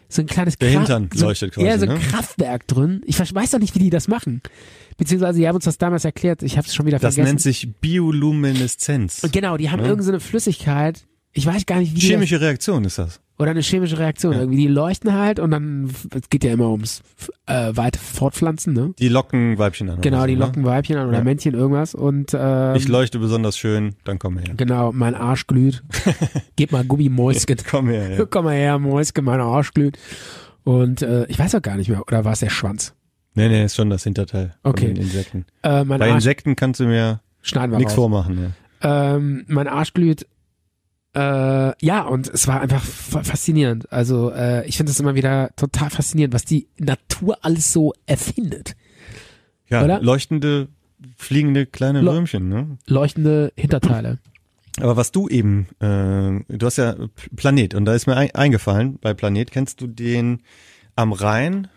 [SPEAKER 1] so ein kleines
[SPEAKER 2] Der
[SPEAKER 1] Kra-
[SPEAKER 2] Hintern
[SPEAKER 1] so,
[SPEAKER 2] leuchtet quasi,
[SPEAKER 1] Ja, so ein
[SPEAKER 2] ne?
[SPEAKER 1] Kraftwerk drin. Ich weiß doch nicht, wie die das machen. Beziehungsweise, die haben uns das damals erklärt. Ich habe es schon wieder
[SPEAKER 2] Das
[SPEAKER 1] vergessen.
[SPEAKER 2] nennt sich Biolumineszenz.
[SPEAKER 1] Und genau, die haben irgendeine so eine Flüssigkeit. Ich weiß gar nicht, wie die das
[SPEAKER 2] Chemische Reaktion ist das.
[SPEAKER 1] oder eine chemische Reaktion. Irgendwie die leuchten halt und dann f- es geht ja immer ums f- äh, weite Fortpflanzen, ne?
[SPEAKER 2] Die locken Weibchen an. oder
[SPEAKER 1] Genau,
[SPEAKER 2] so,
[SPEAKER 1] die
[SPEAKER 2] ne?
[SPEAKER 1] locken Weibchen an oder
[SPEAKER 2] Ja.
[SPEAKER 1] Männchen irgendwas und ähm,
[SPEAKER 2] Ich leuchte besonders schön, dann komm her.
[SPEAKER 1] genau, mein Arsch glüht. Gib mal Gummi Mäuschen.
[SPEAKER 2] Komm her, ja.
[SPEAKER 1] Komm mal her, Mäuschen, mein Arsch glüht. Und äh, ich weiß auch gar nicht mehr, oder war es der Schwanz?
[SPEAKER 2] Nee, nee, ist schon das Hinterteil
[SPEAKER 1] Okay.
[SPEAKER 2] von den Insekten.
[SPEAKER 1] Äh, mein
[SPEAKER 2] Bei
[SPEAKER 1] Arsch
[SPEAKER 2] Insekten kannst du mir
[SPEAKER 1] schneiden wir
[SPEAKER 2] nichts
[SPEAKER 1] raus.
[SPEAKER 2] vormachen. Ja.
[SPEAKER 1] Ähm, mein Arsch glüht. Äh, ja, und es war einfach fa- faszinierend. Also äh, ich finde es immer wieder total faszinierend, was die Natur alles so erfindet.
[SPEAKER 2] Ja,
[SPEAKER 1] Oder?
[SPEAKER 2] leuchtende, fliegende kleine
[SPEAKER 1] Lo-
[SPEAKER 2] Würmchen. Ne?
[SPEAKER 1] Leuchtende Hinterteile.
[SPEAKER 2] Aber was du eben, äh, du hast ja P- Planet und da ist mir ein, eingefallen, bei Planet kennst du den am Rhein,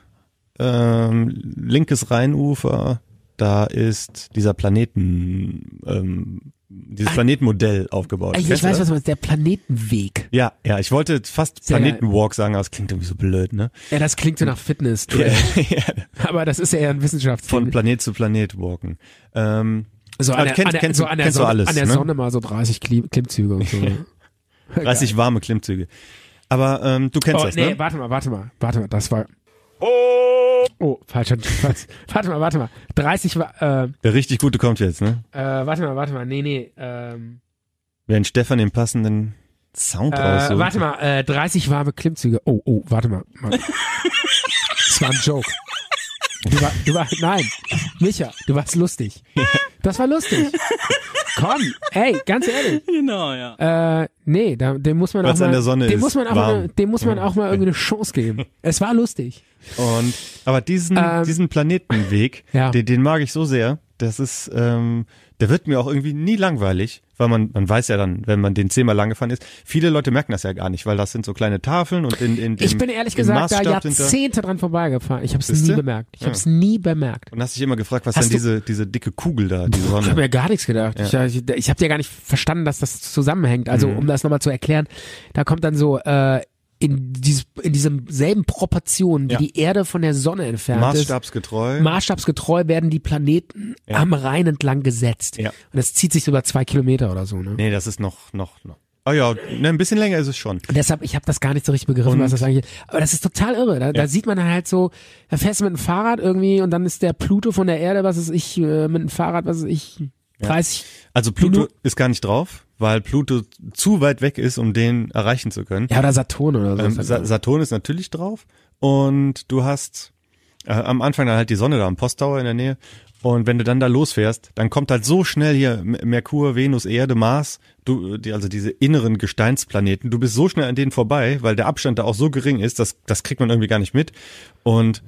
[SPEAKER 2] ähm, linkes Rheinufer, da ist dieser Planeten, ähm, dieses Planetenmodell aufgebaut.
[SPEAKER 1] Ah. Ich, ich
[SPEAKER 2] Kennst du
[SPEAKER 1] weiß,
[SPEAKER 2] das?
[SPEAKER 1] was man der Planetenweg.
[SPEAKER 2] ja, ja, ich wollte jetzt fast
[SPEAKER 1] Sehr geil.
[SPEAKER 2] Planetenwalk sagen, aber es klingt irgendwie so blöd, ne?
[SPEAKER 1] Ja, das klingt so nach Fitness,
[SPEAKER 2] Ja,
[SPEAKER 1] aber das ist ja eher ein
[SPEAKER 2] von
[SPEAKER 1] Wissenschaftsfilm.
[SPEAKER 2] Planet zu Planet walken. Ähm,
[SPEAKER 1] so an
[SPEAKER 2] aber
[SPEAKER 1] der,
[SPEAKER 2] kennst-
[SPEAKER 1] an der,
[SPEAKER 2] kennst
[SPEAKER 1] so
[SPEAKER 2] du-
[SPEAKER 1] an der
[SPEAKER 2] kennst du
[SPEAKER 1] Sonne,
[SPEAKER 2] alles,
[SPEAKER 1] an der
[SPEAKER 2] ne?
[SPEAKER 1] Sonne mal so 30 Klim Klimmzüge und so.
[SPEAKER 2] 30 warme Klimmzüge. Aber ähm, du kennst
[SPEAKER 1] oh,
[SPEAKER 2] das,
[SPEAKER 1] nee,
[SPEAKER 2] ne?
[SPEAKER 1] warte mal, warte mal, warte mal, das war. Oh, falsch, falsch. Warte mal, warte mal. 30 war, äh,
[SPEAKER 2] Der richtig gute kommt jetzt, ne?
[SPEAKER 1] äh, warte mal, warte mal, nee, nee, ähm,
[SPEAKER 2] Während Stefan den passenden Sound
[SPEAKER 1] äh,
[SPEAKER 2] raussucht.
[SPEAKER 1] warte mal, äh, 30 warme Klimmzüge. Oh, oh, warte mal. mal. das war ein Joke. Du war, du war, nein, Micha, du warst lustig. Das war lustig. Komm, ey, ganz ehrlich.
[SPEAKER 6] Genau, ja.
[SPEAKER 1] Äh, nee, da, dem muss man
[SPEAKER 2] Weil's
[SPEAKER 1] auch mal,
[SPEAKER 2] an der Sonne
[SPEAKER 1] dem
[SPEAKER 2] ist,
[SPEAKER 1] muss man auch
[SPEAKER 2] warm.
[SPEAKER 1] mal, dem muss man auch mal irgendwie eine Chance geben. Es war lustig.
[SPEAKER 2] Und, aber diesen,
[SPEAKER 1] Ähm,
[SPEAKER 2] diesen Planetenweg,
[SPEAKER 1] Ja.
[SPEAKER 2] den, den mag ich so sehr, das ist, ähm, der wird mir auch irgendwie nie langweilig, weil man, man weiß ja dann, wenn man den zehnmal lang gefahren ist, viele Leute merken das ja gar nicht, weil das sind so kleine Tafeln und in, in dem,
[SPEAKER 1] ich bin ehrlich
[SPEAKER 2] im
[SPEAKER 1] gesagt da
[SPEAKER 2] Maßstab sind
[SPEAKER 1] Jahrzehnte dran vorbeigefahren. Ich habe es
[SPEAKER 2] Siehste?
[SPEAKER 1] nie bemerkt. Ich habe es nie bemerkt.
[SPEAKER 2] Und hast dich immer gefragt, was
[SPEAKER 1] Hast du-
[SPEAKER 2] denn diese, diese dicke Kugel da, die
[SPEAKER 1] Ich habe
[SPEAKER 2] Sonne.
[SPEAKER 1] mir gar nichts gedacht. Ich, ich, ich habe ja gar nicht verstanden, dass das zusammenhängt. Also
[SPEAKER 2] Mhm.
[SPEAKER 1] um das nochmal zu erklären, da kommt dann so äh, in, dieses, in diesem selben Proportion, wie
[SPEAKER 2] Ja.
[SPEAKER 1] die Erde von der Sonne entfernt ist.
[SPEAKER 2] Maßstabsgetreu.
[SPEAKER 1] Maßstabsgetreu werden die Planeten am Rhein entlang gesetzt.
[SPEAKER 2] Ja.
[SPEAKER 1] Und das zieht sich so über zwei Kilometer oder so. Ne?
[SPEAKER 2] nee, das ist noch, noch, noch. Ah ja, ne, ein bisschen länger ist es schon.
[SPEAKER 1] Und deshalb, ich habe das gar nicht so richtig begriffen,
[SPEAKER 2] Und-
[SPEAKER 1] was das eigentlich ist. Aber das ist total irre. Da, da sieht man dann halt so, da fährst du mit dem Fahrrad irgendwie und dann ist der Pluto von der Erde, was ist ich, äh, mit dem Fahrrad, was ist ich, 30.
[SPEAKER 2] Also Pluto
[SPEAKER 1] Minu-
[SPEAKER 2] ist gar nicht drauf, weil Pluto zu weit weg ist, um den erreichen zu können.
[SPEAKER 1] Ja, oder Saturn oder halt so.
[SPEAKER 2] Ähm, Sa Saturn ist natürlich drauf und du hast äh, am Anfang dann halt die Sonne da am Posttower in der Nähe und wenn du dann da losfährst, dann kommt halt so schnell hier M- Merkur, Venus, Erde, Mars, du, die, also diese inneren Gesteinsplaneten, du bist so schnell an denen vorbei, weil der Abstand da auch so gering ist, dass das kriegt man irgendwie gar nicht mit und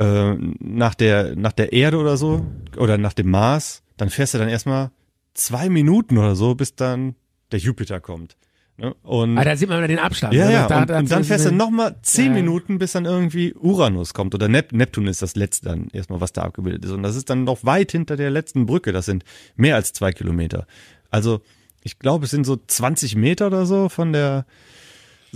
[SPEAKER 2] äh, nach der nach der Erde oder so oder nach dem Mars, dann fährst du dann erstmal zwei Minuten oder so, bis dann der Jupiter kommt. Ne? Und
[SPEAKER 1] Ah, da sieht man wieder den Abstand.
[SPEAKER 2] ja,
[SPEAKER 1] ne?
[SPEAKER 2] ja,
[SPEAKER 1] Da-
[SPEAKER 2] und,
[SPEAKER 1] da-
[SPEAKER 2] und dann fährst du nochmal zehn
[SPEAKER 1] Ja.
[SPEAKER 2] Minuten, bis dann irgendwie Uranus kommt. Oder Nep Neptun ist das letzte dann erstmal, was da abgebildet ist. Und das ist dann noch weit hinter der letzten Brücke. Das sind mehr als zwei Kilometer. Also ich glaube, es sind so 20 Meter oder so von der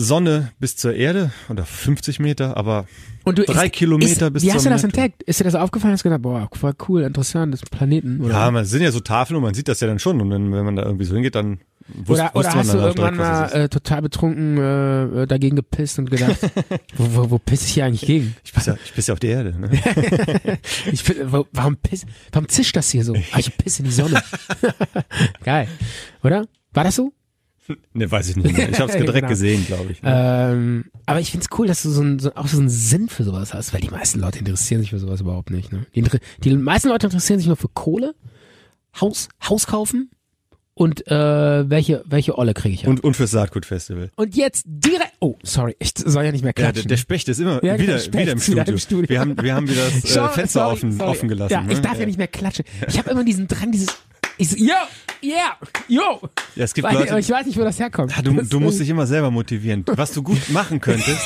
[SPEAKER 2] Sonne bis zur Erde oder 50 Meter, aber
[SPEAKER 1] Und du,
[SPEAKER 2] drei Kilometer
[SPEAKER 1] ist,
[SPEAKER 2] bis
[SPEAKER 1] Wie hast du
[SPEAKER 2] zum
[SPEAKER 1] das
[SPEAKER 2] Neptun.
[SPEAKER 1] entdeckt? Ist dir das aufgefallen? Hast du gedacht, boah, voll cool, interessant, das ist ein Planeten. Oder?
[SPEAKER 2] ja, man es sind ja so Tafeln und man sieht das ja dann schon. Und dann, wenn man da irgendwie so hingeht, dann wusste,
[SPEAKER 1] oder oder
[SPEAKER 2] wusste man
[SPEAKER 1] hast du
[SPEAKER 2] dann auch
[SPEAKER 1] irgendwann
[SPEAKER 2] direkt, was
[SPEAKER 1] mal
[SPEAKER 2] das ist.
[SPEAKER 1] äh, total betrunken äh, äh, dagegen gepisst und gedacht, wo, wo, wo pisse ich hier eigentlich gegen?
[SPEAKER 2] Ich bin, ja, ich bin ja auf der Erde. Ne?
[SPEAKER 1] Ich find, wa- warum, piss, warum zischt das hier so? Ah, ich pisse in die Sonne. Geil, oder? War das so?
[SPEAKER 2] ne, weiß ich nicht mehr. Ich habe es direkt
[SPEAKER 1] Genau.
[SPEAKER 2] gesehen, glaube ich. Ne?
[SPEAKER 1] Ähm, aber ich find's cool, dass du so, ein, so auch so einen Sinn für sowas hast, weil die meisten Leute interessieren sich für sowas überhaupt nicht. Ne? Die, inter- die meisten Leute interessieren sich nur für Kohle, Haus, Haus kaufen und äh, welche, welche Olle kriege ich. ab.
[SPEAKER 2] und, und fürs Saatgutfestival.
[SPEAKER 1] und jetzt direkt. Oh, sorry, ich soll ja nicht mehr
[SPEAKER 2] Ja,
[SPEAKER 1] klatschen.
[SPEAKER 2] der, der Specht ist immer
[SPEAKER 1] Ja, der
[SPEAKER 2] wieder,
[SPEAKER 1] Specht
[SPEAKER 2] wieder im
[SPEAKER 1] ist wieder
[SPEAKER 2] Studio.
[SPEAKER 1] im Studio.
[SPEAKER 2] Wir, haben, wir haben wieder das äh,
[SPEAKER 1] Sorry,
[SPEAKER 2] Fenster
[SPEAKER 1] sorry,
[SPEAKER 2] offen,
[SPEAKER 1] sorry.
[SPEAKER 2] offen gelassen.
[SPEAKER 1] Ja, ich
[SPEAKER 2] ne?
[SPEAKER 1] darf ja, nicht mehr klatschen. Ich habe immer diesen Drang, dieses. Ich so, yo, yeah, yo.
[SPEAKER 2] Ja, es gibt
[SPEAKER 1] Weil,
[SPEAKER 2] Leute-
[SPEAKER 1] aber ich weiß nicht, wo das herkommt.
[SPEAKER 2] Ah, Du,
[SPEAKER 1] Das
[SPEAKER 2] du musst
[SPEAKER 1] ist-
[SPEAKER 2] dich immer selber motivieren. Was du gut machen könntest,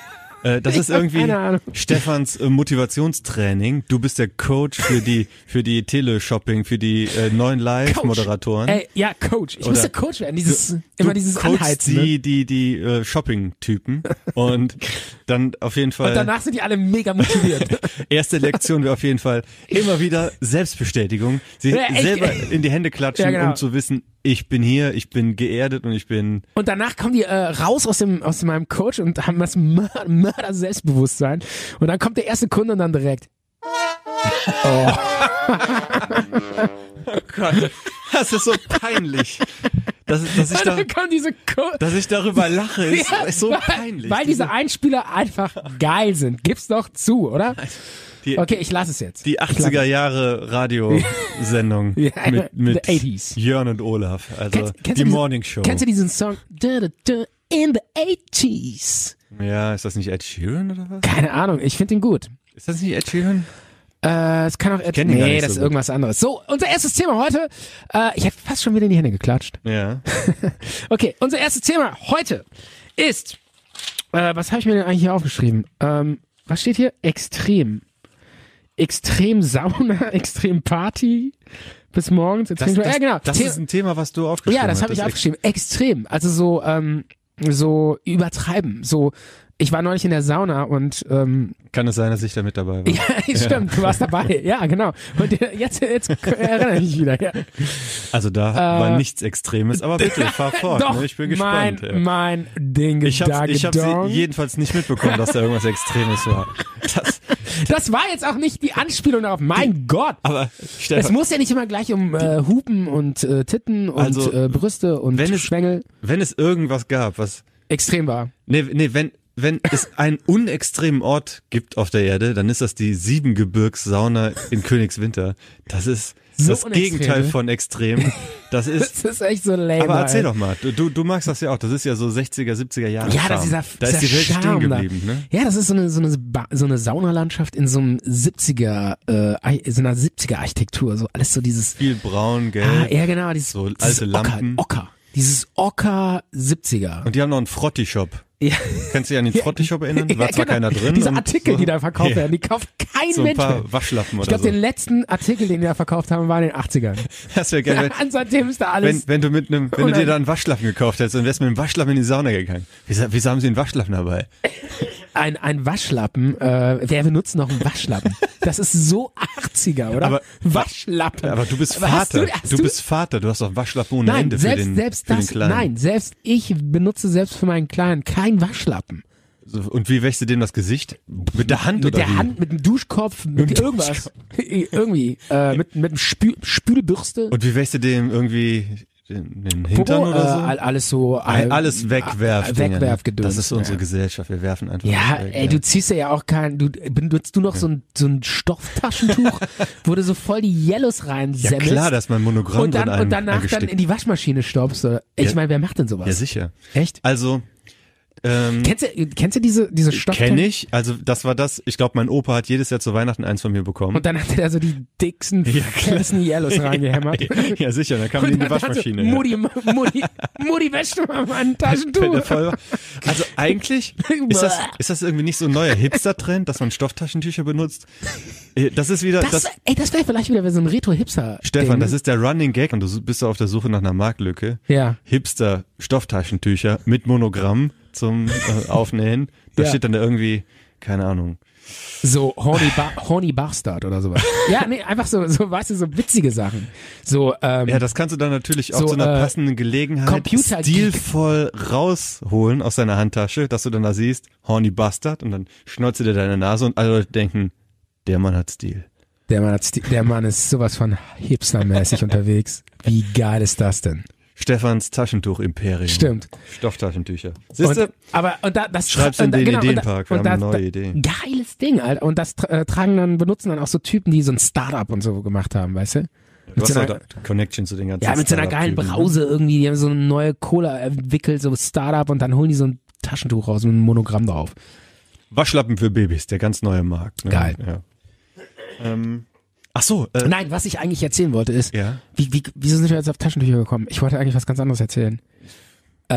[SPEAKER 2] äh, das
[SPEAKER 1] Ich
[SPEAKER 2] ist
[SPEAKER 1] hab
[SPEAKER 2] irgendwie
[SPEAKER 1] keine Ahnung.
[SPEAKER 2] Stefans äh, Motivationstraining. Du bist der Coach für die, für die Teleshopping, für die äh, neuen Live-Moderatoren.
[SPEAKER 1] Ey, ja, Coach. Ich
[SPEAKER 2] Oder-
[SPEAKER 1] musste Coach werden. Dieses,
[SPEAKER 2] Du-
[SPEAKER 1] immer
[SPEAKER 2] du
[SPEAKER 1] dieses
[SPEAKER 2] coachst
[SPEAKER 1] Anheizen. ne?
[SPEAKER 2] die, die, die äh, Shopping-Typen und dann auf jeden Fall,
[SPEAKER 1] Und danach sind die alle mega motiviert.
[SPEAKER 2] erste Lektion wäre auf jeden Fall immer wieder Selbstbestätigung, sie
[SPEAKER 1] Ja, echt,
[SPEAKER 2] selber
[SPEAKER 1] ey.
[SPEAKER 2] in die Hände klatschen,
[SPEAKER 1] Ja, genau.
[SPEAKER 2] um zu wissen, ich bin hier, ich bin geerdet und ich bin,
[SPEAKER 1] Und danach kommen die äh, raus aus, dem, aus meinem Coach und haben das Mörder, Mörder Selbstbewusstsein. Und dann kommt der erste Kunde und dann direkt. Oh
[SPEAKER 2] Gott, das ist so peinlich, dass, dass ich
[SPEAKER 1] Und
[SPEAKER 2] da...
[SPEAKER 1] dann kommen diese Co
[SPEAKER 2] Dass ich darüber lache, ist,
[SPEAKER 1] Ja,
[SPEAKER 2] ist so
[SPEAKER 1] weil,
[SPEAKER 2] peinlich.
[SPEAKER 1] Weil diese Einspieler einfach geil sind. Gib's doch zu, oder?
[SPEAKER 2] Die-
[SPEAKER 1] okay, ich lasse es jetzt.
[SPEAKER 2] die 80er Jahre Radiosendung
[SPEAKER 1] Ja,
[SPEAKER 2] mit, mit
[SPEAKER 1] the 80s.
[SPEAKER 2] Jörn und Olaf. Also die
[SPEAKER 1] du diesen-
[SPEAKER 2] Morning Show.
[SPEAKER 1] Kennst du diesen Song? Da, da, da, In the 80s.
[SPEAKER 2] Ja, ist das nicht Ed Sheeran oder was?
[SPEAKER 1] Keine Ahnung, ich finde den gut.
[SPEAKER 2] Ist das nicht Ed Sheeran?
[SPEAKER 1] Äh, es kann auch etwas.
[SPEAKER 2] kenn den gar
[SPEAKER 1] Nee,
[SPEAKER 2] nicht
[SPEAKER 1] das
[SPEAKER 2] so
[SPEAKER 1] ist
[SPEAKER 2] gut.
[SPEAKER 1] irgendwas anderes. So, unser erstes Thema heute. Äh, ich hätte fast schon wieder in die Hände geklatscht.
[SPEAKER 2] Ja.
[SPEAKER 1] Okay, unser erstes Thema heute ist. Äh, was habe ich mir denn eigentlich hier aufgeschrieben? Ähm, was steht hier? Extrem. Extrem Sauna, extrem Party bis morgens.
[SPEAKER 2] Das,
[SPEAKER 1] Extrem
[SPEAKER 2] das,
[SPEAKER 1] ja, genau.
[SPEAKER 2] das
[SPEAKER 1] The-
[SPEAKER 2] ist ein Thema, was du aufgeschrieben
[SPEAKER 1] ja,
[SPEAKER 2] hast.
[SPEAKER 1] das habe ich aufgeschrieben. Extrem. Also so, ähm, so übertreiben. So, ich war neulich in der Sauna und ähm,
[SPEAKER 2] Kann es sein, dass ich da mit dabei war?
[SPEAKER 1] Ja, stimmt, du warst dabei. Ja, genau. Und äh, jetzt, jetzt erinnere ich mich wieder. Ja.
[SPEAKER 2] Also da war nichts Extremes, aber bitte, fahr fort.
[SPEAKER 1] Äh, Doch,
[SPEAKER 2] ne? Ich bin gespannt.
[SPEAKER 1] mein,
[SPEAKER 2] ja.
[SPEAKER 1] mein Ding
[SPEAKER 2] Ich
[SPEAKER 1] da
[SPEAKER 2] habe ich hab sie
[SPEAKER 1] gedongt.
[SPEAKER 2] jedenfalls nicht mitbekommen, dass da irgendwas Extremes war. Das,
[SPEAKER 1] Das war jetzt auch nicht die Anspielung darauf. Mein Gott.
[SPEAKER 2] aber
[SPEAKER 1] Es
[SPEAKER 2] Stefan,
[SPEAKER 1] muss ja nicht immer gleich um äh, Hupen und äh, Titten und
[SPEAKER 2] Also,
[SPEAKER 1] äh, Brüste und
[SPEAKER 2] wenn es-
[SPEAKER 1] Schwengel
[SPEAKER 2] wenn es irgendwas gab, was
[SPEAKER 1] extrem war.
[SPEAKER 2] Nee, nee, wenn, wenn es einen unextremen Ort gibt auf der Erde, dann ist das die Siebengebirgssauna in Königswinter. Das ist
[SPEAKER 1] So
[SPEAKER 2] das
[SPEAKER 1] unextrem,
[SPEAKER 2] Gegenteil
[SPEAKER 1] ne?
[SPEAKER 2] von extrem. Das
[SPEAKER 1] Das
[SPEAKER 2] ist.
[SPEAKER 1] ist echt so lame.
[SPEAKER 2] Aber erzähl
[SPEAKER 1] ey.
[SPEAKER 2] doch mal, du- du, du magst das ja auch, das ist ja so 60er, 70er Jahre.
[SPEAKER 1] Ja,
[SPEAKER 2] Charme.
[SPEAKER 1] das ist dieser,
[SPEAKER 2] da ist
[SPEAKER 1] dieser
[SPEAKER 2] die Welt stehen
[SPEAKER 1] Charme da.
[SPEAKER 2] geblieben, ne?
[SPEAKER 1] Ja, das ist so eine, so eine, Ba- so eine Saunalandschaft in so einem 70er, äh, Arch- so einer 70er Architektur. So alles so dieses,
[SPEAKER 2] Viel braun, gelb.
[SPEAKER 1] ah, ja genau, dieses,
[SPEAKER 2] so alte
[SPEAKER 1] dieses
[SPEAKER 2] Lampen.
[SPEAKER 1] Ocker, Ocker. Dieses Ocker 70er.
[SPEAKER 2] Und die haben noch einen Frotti-Shop.
[SPEAKER 1] Ja.
[SPEAKER 2] Kannst du dich an den Frotti-Shop erinnern? War
[SPEAKER 1] Ja,
[SPEAKER 2] zwar
[SPEAKER 1] genau.
[SPEAKER 2] keiner drin.
[SPEAKER 1] Diese
[SPEAKER 2] und
[SPEAKER 1] Artikel,
[SPEAKER 2] so,
[SPEAKER 1] die da verkauft
[SPEAKER 2] Ja,
[SPEAKER 1] werden, die kauft kein
[SPEAKER 2] So ein
[SPEAKER 1] Mensch mehr.
[SPEAKER 2] paar Waschlappen
[SPEAKER 1] Ich
[SPEAKER 2] oder
[SPEAKER 1] glaube,
[SPEAKER 2] so.
[SPEAKER 1] den letzten Artikel, den die da verkauft haben, war in den 80ern.
[SPEAKER 2] Das wäre geil, wenn,
[SPEAKER 1] An seitdem ist da alles.
[SPEAKER 2] Wenn, wenn du mit einem, wenn du dir
[SPEAKER 1] Unheimlich.
[SPEAKER 2] da einen Waschlappen gekauft hättest und wärst mit dem Waschlappen in die Sauna gegangen. Wieso, wieso haben sie einen Waschlappen dabei?
[SPEAKER 1] ein, ein Waschlappen, äh, wer benutzt noch einen Waschlappen? Das ist so 80er, oder?
[SPEAKER 2] Aber-
[SPEAKER 1] Waschlappen.
[SPEAKER 2] Aber du bist
[SPEAKER 1] Aber hast
[SPEAKER 2] Vater.
[SPEAKER 1] du- hast
[SPEAKER 2] du,
[SPEAKER 1] du-
[SPEAKER 2] bist Vater. Du hast doch Waschlappen ohne
[SPEAKER 1] Nein,
[SPEAKER 2] Ende
[SPEAKER 1] selbst,
[SPEAKER 2] für den,
[SPEAKER 1] selbst
[SPEAKER 2] für
[SPEAKER 1] das,
[SPEAKER 2] den Kleinen.
[SPEAKER 1] nein, selbst ich benutze selbst für meinen Kleinen kein Waschlappen.
[SPEAKER 2] So, Und wie wäschst du dem das Gesicht? Mit der Hand
[SPEAKER 1] Mit
[SPEAKER 2] oder
[SPEAKER 1] der
[SPEAKER 2] wie?
[SPEAKER 1] Hand, mit dem Duschkopf, mit,
[SPEAKER 2] Mit dem
[SPEAKER 1] irgendwas. Irgendwie, äh, mit, mit dem Spül Spülbürste.
[SPEAKER 2] Und wie wäschst du dem irgendwie den, den Hintern
[SPEAKER 1] Popo,
[SPEAKER 2] oder so?
[SPEAKER 1] äh, all- alles so.
[SPEAKER 2] All,
[SPEAKER 1] äh,
[SPEAKER 2] alles wegwerfen.
[SPEAKER 1] äh, Wegwerfgedöns.
[SPEAKER 2] Das ist unsere
[SPEAKER 1] ja.
[SPEAKER 2] Gesellschaft. Wir werfen einfach
[SPEAKER 1] Ja,
[SPEAKER 2] alles weg,
[SPEAKER 1] ey, du ziehst dir ja auch kein, du benutzt du noch so ein, so ein Stofftaschentuch, wo du so voll die Yellows
[SPEAKER 2] ja
[SPEAKER 1] reinsemmelst.
[SPEAKER 2] klar, da ist mein Monogramm
[SPEAKER 1] und, dann,
[SPEAKER 2] drin
[SPEAKER 1] und danach dann
[SPEAKER 2] eingesteckt.
[SPEAKER 1] in die Waschmaschine staubst. Oder? Ich
[SPEAKER 2] Ja.
[SPEAKER 1] meine, wer macht denn sowas?
[SPEAKER 2] Ja, sicher.
[SPEAKER 1] Echt?
[SPEAKER 2] Also, Ähm,
[SPEAKER 1] Kennst du, kennst du diese, diese Stoffteile?
[SPEAKER 2] Kenne Äh, ich. Also das war das. Ich glaube, mein Opa hat jedes Jahr zu Weihnachten eins von mir bekommen.
[SPEAKER 1] Und dann hat er da so die dicksten,
[SPEAKER 2] Ja, klar.
[SPEAKER 1] fetten Yellows reingehämmert.
[SPEAKER 2] ja, sicher. Dann kam die in die
[SPEAKER 1] dachte,
[SPEAKER 2] Waschmaschine. ja.
[SPEAKER 1] Mutti, Mutti, Mutti, wäsch du mal mein
[SPEAKER 2] Wenn
[SPEAKER 1] Taschentuch.
[SPEAKER 2] der voll war. Also eigentlich ist das, ist das irgendwie nicht so ein neuer Hipster-Trend, dass man Stofftaschentücher benutzt. Äh, Das ist wieder,
[SPEAKER 1] Das,
[SPEAKER 2] das,
[SPEAKER 1] ey, das wäre vielleicht wieder so ein Retro-Hipster.
[SPEAKER 2] Stefan, das ist der Running Gag und du bist auf der Suche nach einer Marktlücke.
[SPEAKER 1] Ja.
[SPEAKER 2] Hipster-Stofftaschentücher mit Monogramm zum äh, Aufnähen. Da
[SPEAKER 1] Ja.
[SPEAKER 2] steht dann da irgendwie, keine Ahnung.
[SPEAKER 1] So horny, ba horny Bastard oder sowas. ja, nee, einfach so, so, weißt du, so witzige Sachen. So, ähm,
[SPEAKER 2] Ja, das kannst du dann natürlich auch
[SPEAKER 1] So,
[SPEAKER 2] zu einer
[SPEAKER 1] äh,
[SPEAKER 2] passenden Gelegenheit
[SPEAKER 1] Computer-Geek.
[SPEAKER 2] stilvoll rausholen aus deiner Handtasche, dass du dann da siehst, horny Bastard, und dann schneuzt du dir deine Nase und alle Leute denken, der Mann hat Stil.
[SPEAKER 1] der, Mann hat, sti- der Mann ist sowas von hipstermäßig unterwegs. Wie geil ist das denn?
[SPEAKER 2] Stefans Taschentuch-Imperium.
[SPEAKER 1] Stimmt.
[SPEAKER 2] Stofftaschentücher. Mhm. Siehst
[SPEAKER 1] Und,
[SPEAKER 2] du?
[SPEAKER 1] aber und da, das tra-
[SPEAKER 2] Schreib's in
[SPEAKER 1] und da-
[SPEAKER 2] den
[SPEAKER 1] genau, und da-
[SPEAKER 2] Ideenpark, wir
[SPEAKER 1] und
[SPEAKER 2] haben
[SPEAKER 1] da-
[SPEAKER 2] eine neue
[SPEAKER 1] da-
[SPEAKER 2] Idee.
[SPEAKER 1] Geiles Ding, Alter. Und das tra- äh, tragen dann, benutzen dann auch so Typen, die so ein Startup und so gemacht haben, weißt du?
[SPEAKER 2] Du hast
[SPEAKER 1] so
[SPEAKER 2] halt
[SPEAKER 1] einer-
[SPEAKER 2] auch Connection zu den ganzen
[SPEAKER 1] Ja, mit so einer geilen
[SPEAKER 2] Startup-Typen.
[SPEAKER 1] Brause irgendwie. Die haben so eine neue Cola entwickelt, so Startup und dann holen die so ein Taschentuch raus mit einem Monogramm drauf.
[SPEAKER 2] Waschlappen für Babys, der ganz neue Markt. Ne?
[SPEAKER 1] Geil.
[SPEAKER 2] Ja. Ähm, ach so, äh,
[SPEAKER 1] Nein, was ich eigentlich erzählen wollte ist,
[SPEAKER 2] Ja.
[SPEAKER 1] wie, wie, wieso sind wir jetzt auf Taschentücher gekommen? Ich wollte eigentlich was ganz anderes erzählen.
[SPEAKER 2] weil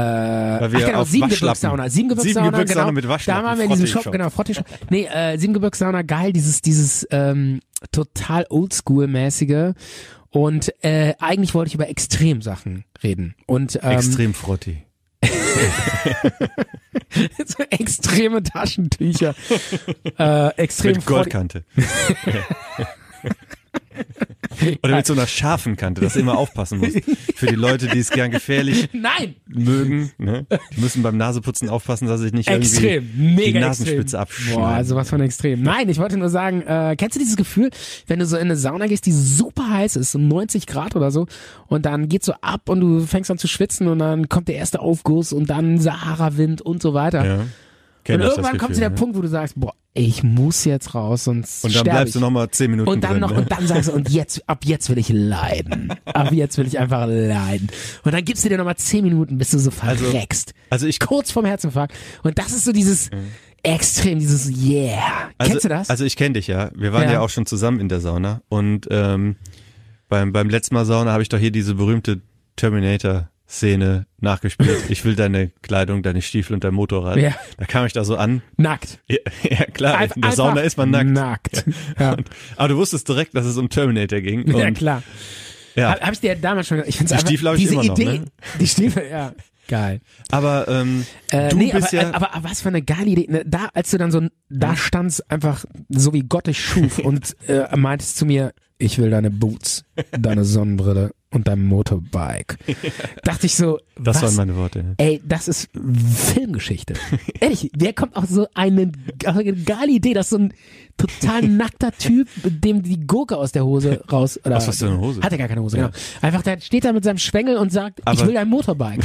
[SPEAKER 2] wir
[SPEAKER 1] Ach genau,
[SPEAKER 2] auf
[SPEAKER 1] sieben
[SPEAKER 2] Waschlappen-
[SPEAKER 1] Gebirgssauna. Sieben Gebirgssauna,
[SPEAKER 2] Gebirgssauna
[SPEAKER 1] genau.
[SPEAKER 2] mit Waschlappen.
[SPEAKER 1] Da waren wir in diesem
[SPEAKER 2] Frottee-Shop.
[SPEAKER 1] Shop, genau, Frottee-Shop. Nee, äh, Sieben Gebirgssauna, geil, dieses, dieses ähm, total Oldschool-mäßige. Und äh, eigentlich wollte ich über Extremsachen reden. Und ähm,
[SPEAKER 2] Extrem Frotti.
[SPEAKER 1] so extreme Taschentücher. äh, extrem
[SPEAKER 2] Mit
[SPEAKER 1] Frottee-
[SPEAKER 2] Goldkante. Oder mit so einer scharfen Kante, dass du immer aufpassen musst. Für die Leute, die es gern gefährlich
[SPEAKER 1] Nein!
[SPEAKER 2] mögen, ne? die müssen beim Naseputzen aufpassen, dass ich nicht
[SPEAKER 1] Extrem,
[SPEAKER 2] irgendwie
[SPEAKER 1] mega
[SPEAKER 2] die Nasenspitze
[SPEAKER 1] extrem.
[SPEAKER 2] abschneide.
[SPEAKER 1] Boah, also- sowas von extrem. Nein, ich wollte nur sagen, äh, kennst du dieses Gefühl, wenn du so in eine Sauna gehst, die super heiß ist, so 90 Grad oder so, und dann geht's so ab und du fängst an zu schwitzen und dann kommt der erste Aufguss und dann Sahara-Wind und so weiter.
[SPEAKER 2] Ja. Kenn
[SPEAKER 1] und
[SPEAKER 2] das, das
[SPEAKER 1] irgendwann kommt
[SPEAKER 2] Gefühl,
[SPEAKER 1] zu der
[SPEAKER 2] ne?
[SPEAKER 1] Punkt, wo du sagst, boah, ich muss jetzt raus, sonst
[SPEAKER 2] Und dann
[SPEAKER 1] sterb
[SPEAKER 2] bleibst
[SPEAKER 1] ich.
[SPEAKER 2] du nochmal zehn Minuten
[SPEAKER 1] Und dann
[SPEAKER 2] drin.
[SPEAKER 1] noch,
[SPEAKER 2] ne?
[SPEAKER 1] und dann sagst du, und jetzt, ab jetzt will ich leiden. Ab jetzt will ich einfach leiden. Und dann gibst du dir nochmal zehn Minuten, bis du so verreckst.
[SPEAKER 2] also ich-
[SPEAKER 1] kurz vorm Herzinfarkt. Und das ist so dieses extrem, dieses Yeah.
[SPEAKER 2] also,
[SPEAKER 1] Kennst du das?
[SPEAKER 2] Also ich kenne dich, ja. Wir waren ja.
[SPEAKER 1] Ja.
[SPEAKER 2] auch schon zusammen in der Sauna. Und ähm, beim, beim letzten Mal Sauna habe ich doch hier diese berühmte Terminator-Szene nachgespielt. ich will deine Kleidung, deine Stiefel und dein Motorrad.
[SPEAKER 1] Ja.
[SPEAKER 2] Da kam ich da so an.
[SPEAKER 1] nackt.
[SPEAKER 2] Ja, ja klar,
[SPEAKER 1] Einf-
[SPEAKER 2] in der
[SPEAKER 1] einfach
[SPEAKER 2] Sauna ist man nackt.
[SPEAKER 1] Nackt. Ja,
[SPEAKER 2] Und, aber du wusstest direkt, dass es um Terminator ging.
[SPEAKER 1] ja.
[SPEAKER 2] Und,
[SPEAKER 1] klar.
[SPEAKER 2] Ja.
[SPEAKER 1] Hab, hab ich dir damals schon gesagt. Ich find's
[SPEAKER 2] Die
[SPEAKER 1] einfach,
[SPEAKER 2] Stiefel hab ich
[SPEAKER 1] diese
[SPEAKER 2] immer noch,
[SPEAKER 1] Idee,
[SPEAKER 2] ne?
[SPEAKER 1] Die Stiefel, ja. Geil.
[SPEAKER 2] Aber ähm,
[SPEAKER 1] Äh,
[SPEAKER 2] du
[SPEAKER 1] nee,
[SPEAKER 2] bist
[SPEAKER 1] aber,
[SPEAKER 2] ja...
[SPEAKER 1] aber, aber was für eine geile Idee. Ne, Da, als du dann so, da standst einfach so wie Gott dich schuf und äh, meintest zu mir, ich will deine Boots, deine Sonnenbrille und dein Motorbike. Dachte ich so,
[SPEAKER 2] das
[SPEAKER 1] was? Äh,
[SPEAKER 2] waren meine Worte.
[SPEAKER 1] Ey, das ist Filmgeschichte. Ehrlich, wer kommt auf so eine, auf eine geile Idee, dass so ein total nackter Typ, dem die Gurke aus der Hose raus, oder?
[SPEAKER 2] Was, was für eine Hose?
[SPEAKER 1] Hat er gar keine Hose,
[SPEAKER 2] Ja.
[SPEAKER 1] genau. Einfach, der steht da mit seinem Schwengel und sagt, ich
[SPEAKER 2] Aber-
[SPEAKER 1] will ein Motorbike.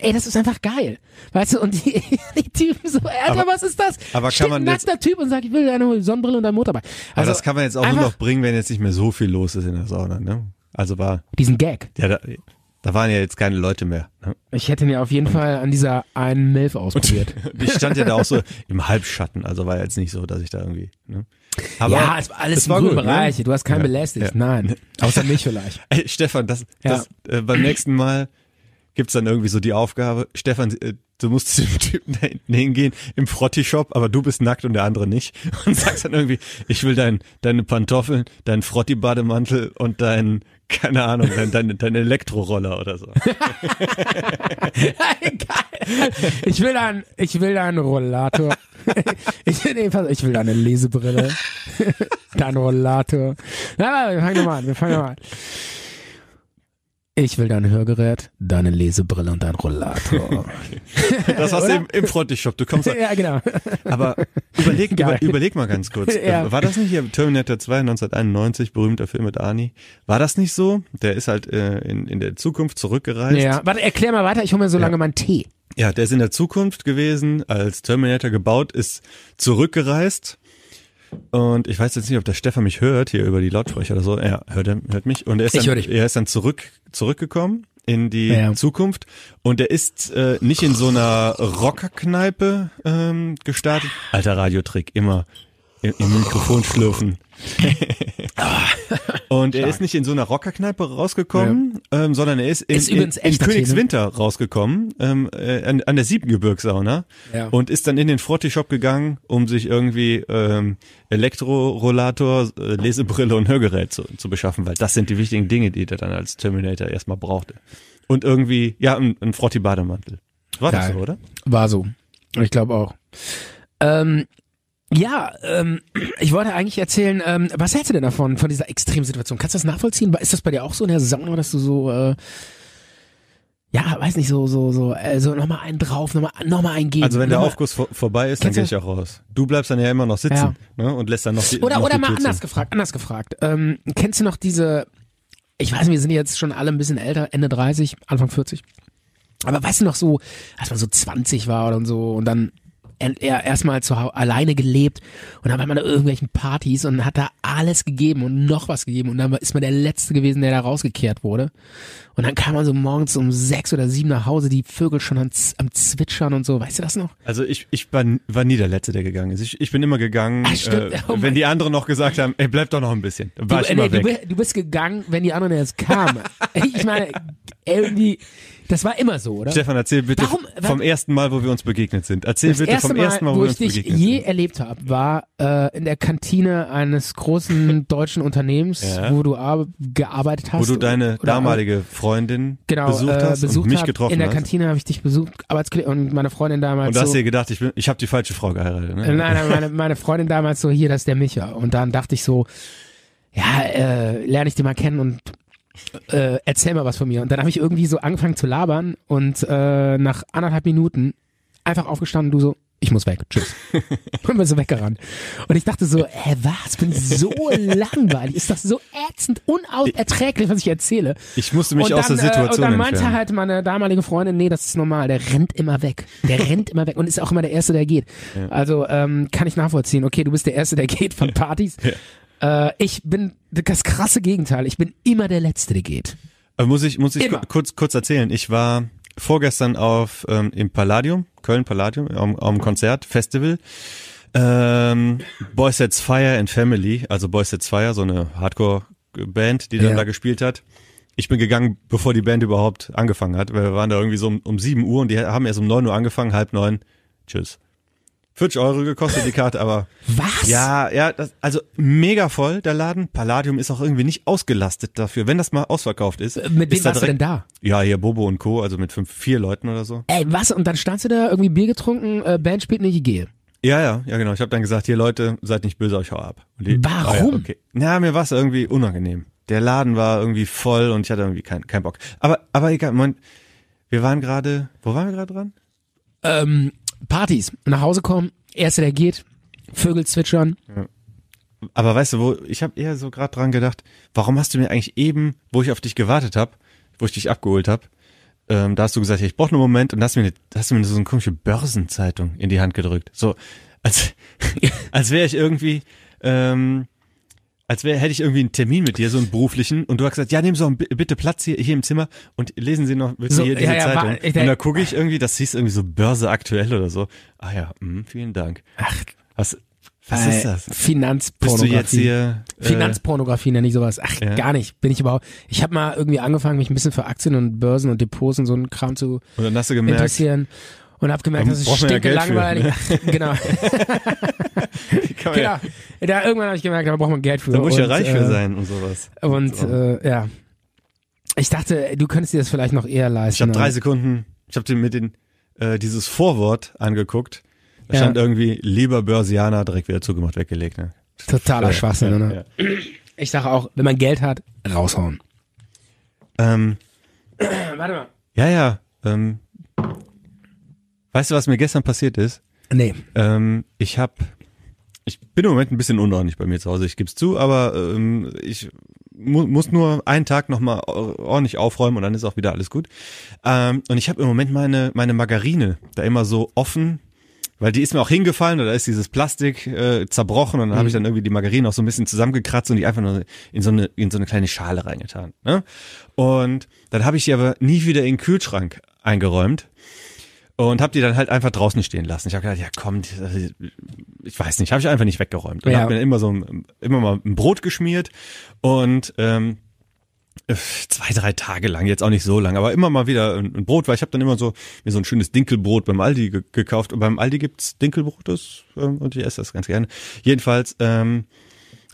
[SPEAKER 1] Ey, das ist einfach geil. Weißt du, und die, die Typen so, Alter,
[SPEAKER 2] Aber-
[SPEAKER 1] was ist das?
[SPEAKER 2] aber kann
[SPEAKER 1] steht
[SPEAKER 2] man
[SPEAKER 1] ein nackter Typ und sagt, ich will eine Sonnenbrille und ein Motorbike. Also,
[SPEAKER 2] aber das kann man jetzt auch nur
[SPEAKER 1] einfach
[SPEAKER 2] noch bringen, wenn jetzt nicht mehr so viel los ist in der Sauna. Ne? Also war...
[SPEAKER 1] Diesen Gag.
[SPEAKER 2] Ja, da, da waren ja jetzt keine Leute mehr. Ne?
[SPEAKER 1] Ich hätte ihn ja auf jeden Fall an dieser einen Milf ausprobiert.
[SPEAKER 2] Ich stand ja da auch so im Halbschatten, also war jetzt nicht so, dass ich da irgendwie. Ne? Aber
[SPEAKER 1] ja, es war alles
[SPEAKER 2] es
[SPEAKER 1] im grünen
[SPEAKER 2] gut, ne?
[SPEAKER 1] Bereich. Du hast keinen
[SPEAKER 2] Ja,
[SPEAKER 1] belästigt.
[SPEAKER 2] ja.
[SPEAKER 1] Nein. Außer mich vielleicht.
[SPEAKER 2] Ey, Stefan, das, das äh, beim nächsten Mal gibt's dann irgendwie so die Aufgabe, Stefan, äh, du musst zu dem Typen da hinten hingehen im Frotti-Shop, aber du bist nackt und der andere nicht. Und sagst dann irgendwie, ich will dein, deine Pantoffeln, deinen Frotti-Bademantel und dein, keine Ahnung, dein, dein, dein Elektroroller oder so.
[SPEAKER 1] Geil. Ich will einen, ich will einen Rollator. Ich will, nee, pass auf, ich will eine Lesebrille. Dann Rollator. Na, wir fangen nochmal an, wir fangen nochmal an. Ich will dein Hörgerät, deine Lesebrille und dein Rollator.
[SPEAKER 2] Das hast du im, im Frotti-Shop. Du kommst
[SPEAKER 1] ja, genau.
[SPEAKER 2] Aber überleg,
[SPEAKER 1] Geil.
[SPEAKER 2] über, überleg mal ganz kurz. Äh,
[SPEAKER 1] Ja.
[SPEAKER 2] War das nicht hier Terminator 2 1991, berühmter Film mit Arnie? War das nicht so? Der ist halt äh, in, in der Zukunft zurückgereist.
[SPEAKER 1] Ja, warte, erklär mal weiter, ich hole mir so lange meinen Tee.
[SPEAKER 2] ja, der ist in der Zukunft gewesen, als Terminator gebaut ist, zurückgereist. Und ich weiß jetzt nicht, ob der Stefan mich hört hier über die Lautsprecher oder so. Ja, hört, er- hört mich. Und er ist
[SPEAKER 1] Ich
[SPEAKER 2] dann,
[SPEAKER 1] hör dich.
[SPEAKER 2] er ist dann zurück, zurückgekommen in die
[SPEAKER 1] Ja.
[SPEAKER 2] Zukunft. Und der ist äh, nicht in so einer Rockerkneipe ähm, gestartet. Alter Radiotrick, immer im, im Mikrofon schlürfen. Und er ist nicht in so einer Rockerkneipe rausgekommen, ähm, sondern er ist in,
[SPEAKER 1] Ist
[SPEAKER 2] in,
[SPEAKER 1] übrigens
[SPEAKER 2] in
[SPEAKER 1] echter
[SPEAKER 2] Königswinter rausgekommen, ähm, äh, an, an der Siebengebirgssauna.
[SPEAKER 1] Ja.
[SPEAKER 2] Und ist dann in den Frotti-Shop gegangen, um sich irgendwie ähm, Elektrorollator, äh, Lesebrille und Hörgerät zu, zu beschaffen, weil das sind die wichtigen Dinge, die er dann als Terminator erstmal brauchte. Und irgendwie, ja, ein, ein Frotti-Bademantel. War das
[SPEAKER 1] Geil.
[SPEAKER 2] so, oder?
[SPEAKER 1] War so. Ich glaube auch. Ähm, ja, ähm, ich wollte eigentlich erzählen, ähm, was hältst du denn davon, von dieser Extremsituation? Kannst du das nachvollziehen? Ist das bei dir auch so in der Sauna, dass du so, äh, ja, weiß nicht, so, so, so, äh, so nochmal einen drauf, nochmal noch mal einen geben.
[SPEAKER 2] Also wenn der
[SPEAKER 1] nochmal-
[SPEAKER 2] Aufguss vor, vorbei ist, dann
[SPEAKER 1] Kennst du-
[SPEAKER 2] gehe ich auch raus. Du bleibst dann ja immer noch sitzen ne, und lässt dann noch die
[SPEAKER 1] Oder,
[SPEAKER 2] noch
[SPEAKER 1] oder
[SPEAKER 2] die
[SPEAKER 1] mal
[SPEAKER 2] Tür zu.
[SPEAKER 1] anders gefragt, anders gefragt. Ähm, kennst du noch diese, ich weiß nicht, wir sind jetzt schon alle ein bisschen älter, Ende 30, Anfang 40. Aber weißt du noch so, als man so 20 war oder so und dann en- er- erstmal zu Hau- alleine gelebt und dann war man da irgendwelchen Partys und hat da alles gegeben und noch was gegeben und dann war- ist man der Letzte gewesen, der da rausgekehrt wurde. Und dann kam man so morgens um sechs oder sieben nach Hause, die Vögel schon am, Z- am Zwitschern und so, weißt du das noch?
[SPEAKER 2] Also ich, ich war, war nie der Letzte, der gegangen ist. Ich, ich bin immer gegangen,
[SPEAKER 1] Ach, stimmt.
[SPEAKER 2] äh,
[SPEAKER 1] Oh mein
[SPEAKER 2] wenn die anderen noch gesagt haben, ey, bleib doch noch ein bisschen. Dann war
[SPEAKER 1] Du, äh,
[SPEAKER 2] ich immer
[SPEAKER 1] nee, du,
[SPEAKER 2] weg.
[SPEAKER 1] bi- du bist gegangen, wenn die anderen erst kamen. ich meine, irgendwie, das war immer so, oder?
[SPEAKER 2] Stefan, erzähl bitte
[SPEAKER 1] Warum-
[SPEAKER 2] vom
[SPEAKER 1] warum-
[SPEAKER 2] ersten Mal, wo wir uns begegnet sind. Erzähl
[SPEAKER 1] das
[SPEAKER 2] bitte
[SPEAKER 1] erste
[SPEAKER 2] vom
[SPEAKER 1] Mal,
[SPEAKER 2] ersten Mal, wo
[SPEAKER 1] wo
[SPEAKER 2] wir
[SPEAKER 1] ich
[SPEAKER 2] uns
[SPEAKER 1] dich
[SPEAKER 2] begegnet
[SPEAKER 1] je
[SPEAKER 2] sind.
[SPEAKER 1] erlebt habe, war äh, in der Kantine eines großen deutschen Unternehmens,
[SPEAKER 2] Ja.
[SPEAKER 1] wo du ar- gearbeitet hast.
[SPEAKER 2] Wo du deine
[SPEAKER 1] Oder-
[SPEAKER 2] damalige Freundin
[SPEAKER 1] genau,
[SPEAKER 2] besucht
[SPEAKER 1] äh,
[SPEAKER 2] hast
[SPEAKER 1] besucht
[SPEAKER 2] und mich
[SPEAKER 1] hab.
[SPEAKER 2] getroffen
[SPEAKER 1] In der
[SPEAKER 2] hast.
[SPEAKER 1] Kantine habe ich dich besucht, Arbeitskollege und meine Freundin damals.
[SPEAKER 2] Und du hast
[SPEAKER 1] so,
[SPEAKER 2] dir gedacht, ich, bin- ich habe die falsche Frau geheiratet. Ne?
[SPEAKER 1] Äh, Nein, nein, meine, meine Freundin damals so, hier, das ist der Micha. Und dann dachte ich so, ja, äh, lerne ich den mal kennen und äh, erzähl mal was von mir. Und dann habe ich irgendwie so angefangen zu labern und äh, nach anderthalb Minuten einfach aufgestanden und du so, ich muss weg, tschüss. und bin so weggerannt. Und ich dachte so, hä, was? Bin ich so langweilig? Ist das so ätzend, unerträglich, was ich erzähle?
[SPEAKER 2] Ich musste mich
[SPEAKER 1] und
[SPEAKER 2] aus
[SPEAKER 1] dann,
[SPEAKER 2] der Situation
[SPEAKER 1] äh, Und dann meinte
[SPEAKER 2] entfernen.
[SPEAKER 1] halt meine damalige Freundin, nee, das ist normal, der rennt immer weg. Der rennt immer weg und ist auch immer der Erste, der geht. Also ähm, kann ich nachvollziehen. Okay, du bist der Erste, der geht von Partys. Äh, ich bin das krasse Gegenteil. Ich bin immer der Letzte, der geht.
[SPEAKER 2] Aber Äh, muss ich, muss ich
[SPEAKER 1] Immer.
[SPEAKER 2] ku- kurz, kurz erzählen. Ich war vorgestern auf, ähm, im Palladium, Köln Palladium, am, am Konzert, Festival. Ähm, Boy Sets Fire and Family, also Boy Sets Fire, so eine Hardcore-Band, die dann
[SPEAKER 1] Ja.
[SPEAKER 2] da gespielt hat. Ich bin gegangen, bevor die Band überhaupt angefangen hat, weil wir waren da irgendwie so um, um 7 Uhr und die haben erst um 9 Uhr angefangen, halb neun. Tschüss. 40 Euro gekostet die Karte, aber
[SPEAKER 1] Was?
[SPEAKER 2] ja, ja, das, also mega voll der Laden. Palladium ist auch irgendwie nicht ausgelastet dafür, wenn das mal ausverkauft ist.
[SPEAKER 1] Äh, Mit wem
[SPEAKER 2] ist da
[SPEAKER 1] warst du
[SPEAKER 2] direkt-
[SPEAKER 1] denn da?
[SPEAKER 2] Ja, hier Bobo und Co., also mit fünf, vier Leuten oder so.
[SPEAKER 1] Ey, was? Und dann standst du da, irgendwie Bier getrunken, äh, Band spielt nicht, ich gehe.
[SPEAKER 2] Ja, ja, ja genau. Ich habe dann gesagt, hier Leute, seid nicht böse, ich hau ab. Und die,
[SPEAKER 1] Warum?
[SPEAKER 2] Ah, ja, okay. Na, mir war es irgendwie unangenehm. Der Laden war irgendwie voll und ich hatte irgendwie keinen keinen Bock. Aber, aber egal, Moment, wir waren gerade, wo waren wir gerade dran?
[SPEAKER 1] Ähm, Partys, nach Hause kommen, Erster, der geht, Vögel zwitschern.
[SPEAKER 2] Aber weißt du, wo ich habe eher so gerade dran gedacht, warum hast du mir eigentlich eben, wo ich auf dich gewartet habe, wo ich dich abgeholt habe, ähm, da hast du gesagt, ja, ich brauche einen Moment und hast mir, eine, hast du mir so eine komische Börsenzeitung in die Hand gedrückt. So, als, als wäre ich irgendwie, ähm, als wäre, hätte ich irgendwie einen Termin mit dir, so einen beruflichen, und du hast gesagt, ja, nehmen Sie doch bi- bitte Platz hier, hier im Zimmer und lesen Sie noch bitte
[SPEAKER 1] So,
[SPEAKER 2] hier diese
[SPEAKER 1] ja, ja,
[SPEAKER 2] Zeitung.
[SPEAKER 1] war- ich-
[SPEAKER 2] und da gucke ich irgendwie, das hieß irgendwie so Börse aktuell oder so. Ah ja, mh, vielen Dank.
[SPEAKER 1] Ach,
[SPEAKER 2] Was, was ist
[SPEAKER 1] Äh,
[SPEAKER 2] das? Bist du
[SPEAKER 1] Finanzpornografie.
[SPEAKER 2] jetzt hier? äh,
[SPEAKER 1] Finanzpornografie nenne ich sowas. Ach,
[SPEAKER 2] Ja.
[SPEAKER 1] gar nicht. Bin ich überhaupt. Ich habe mal irgendwie angefangen, mich ein bisschen für Aktien und Börsen und Depots und so einen Kram zu
[SPEAKER 2] Und dann hast du gemerkt,
[SPEAKER 1] interessieren. Und habe gemerkt,
[SPEAKER 2] Da
[SPEAKER 1] das ist
[SPEAKER 2] braucht man ja
[SPEAKER 1] stinke
[SPEAKER 2] Geld für,
[SPEAKER 1] langweilig.
[SPEAKER 2] ne?
[SPEAKER 1] Ach, Genau.
[SPEAKER 2] kann
[SPEAKER 1] genau.
[SPEAKER 2] man ja,
[SPEAKER 1] Da, irgendwann habe ich gemerkt, da braucht man Geld für.
[SPEAKER 2] da muss ich ja
[SPEAKER 1] Und,
[SPEAKER 2] reich
[SPEAKER 1] äh,
[SPEAKER 2] für sein und sowas.
[SPEAKER 1] Und
[SPEAKER 2] So.
[SPEAKER 1] äh, ja. Ich dachte, du könntest dir das vielleicht noch eher leisten. ne?
[SPEAKER 2] ich habe drei
[SPEAKER 1] aber-
[SPEAKER 2] Sekunden, ich habe mir den, äh, dieses Vorwort angeguckt. Da
[SPEAKER 1] Ja.
[SPEAKER 2] stand irgendwie, lieber Börsianer, direkt wieder zugemacht, weggelegt. Ne?
[SPEAKER 1] Totaler Schwachsinn,
[SPEAKER 2] ja,
[SPEAKER 1] oder? Ich sage auch, wenn man Geld hat, raushauen.
[SPEAKER 2] Ja, ähm,
[SPEAKER 1] Äh, Warte mal.
[SPEAKER 2] ja. ja ähm, weißt du, was mir gestern passiert ist?
[SPEAKER 1] Nee.
[SPEAKER 2] Ähm, ich habe, ich bin im Moment ein bisschen unordentlich bei mir zu Hause, ich gebe zu, aber ähm, ich mu muss nur einen Tag nochmal ordentlich aufräumen und dann ist auch wieder alles gut. Ähm, und ich habe im Moment meine, meine Margarine da immer so offen, Weil die ist mir auch hingefallen oder ist dieses Plastik äh, zerbrochen und dann habe ich dann irgendwie die Margarine auch so ein bisschen zusammengekratzt und die einfach nur in so eine, in so eine kleine Schale reingetan. Ne? Und dann habe ich die aber nie wieder in den Kühlschrank eingeräumt und habe die dann halt einfach draußen stehen lassen. Ich habe gedacht, ja komm, die- ich weiß nicht, habe ich einfach nicht weggeräumt. Und
[SPEAKER 1] Ja.
[SPEAKER 2] habe mir immer so ein, immer mal ein Brot geschmiert und ähm, zwei, drei Tage lang, jetzt auch nicht so lang, aber immer mal wieder ein, ein Brot, weil ich habe dann immer so mir so ein schönes Dinkelbrot beim Aldi ge gekauft. Und beim Aldi gibt's Dinkelbrot, das ähm, und ich esse das ganz gerne. Jedenfalls ähm,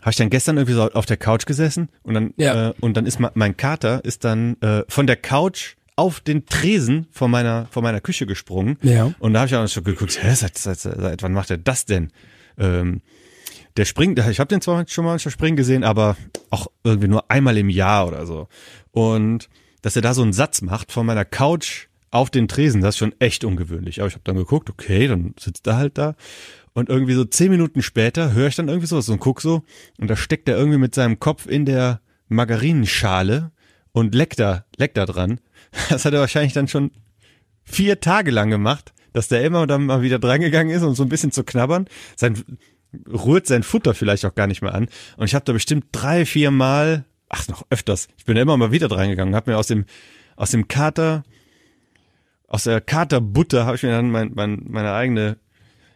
[SPEAKER 2] habe ich dann gestern irgendwie so auf der Couch gesessen und dann
[SPEAKER 1] Ja.
[SPEAKER 2] äh, und dann ist ma- mein Kater ist dann äh, von der Couch auf den Tresen von meiner von meiner Küche gesprungen.
[SPEAKER 1] Ja.
[SPEAKER 2] Und da habe ich auch schon geguckt, hä, seit, seit, seit wann macht er das denn? Ähm, der springt, ich habe den zwar schon mal springen gesehen, aber auch irgendwie nur einmal im Jahr oder so. Und dass er da so einen Satz macht von meiner Couch auf den Tresen, das ist schon echt ungewöhnlich. Aber ich habe dann geguckt, okay, dann sitzt er halt da. Und irgendwie so zehn Minuten später höre ich dann irgendwie sowas und guck so. Und da steckt er irgendwie mit seinem Kopf in der Margarinenschale und leckt da, leckt da dran. Das hat er wahrscheinlich dann schon vier Tage lang gemacht, dass der immer dann mal wieder drangegangen ist, um so ein bisschen zu knabbern. Sein, rührt sein Futter vielleicht auch gar nicht mehr an. Und ich habe da bestimmt drei, vier Mal, ach noch öfters, ich bin da immer mal wieder drangegangen, habe mir aus dem, aus dem Kater, aus der Katerbutter habe ich mir dann mein, mein, meine eigene,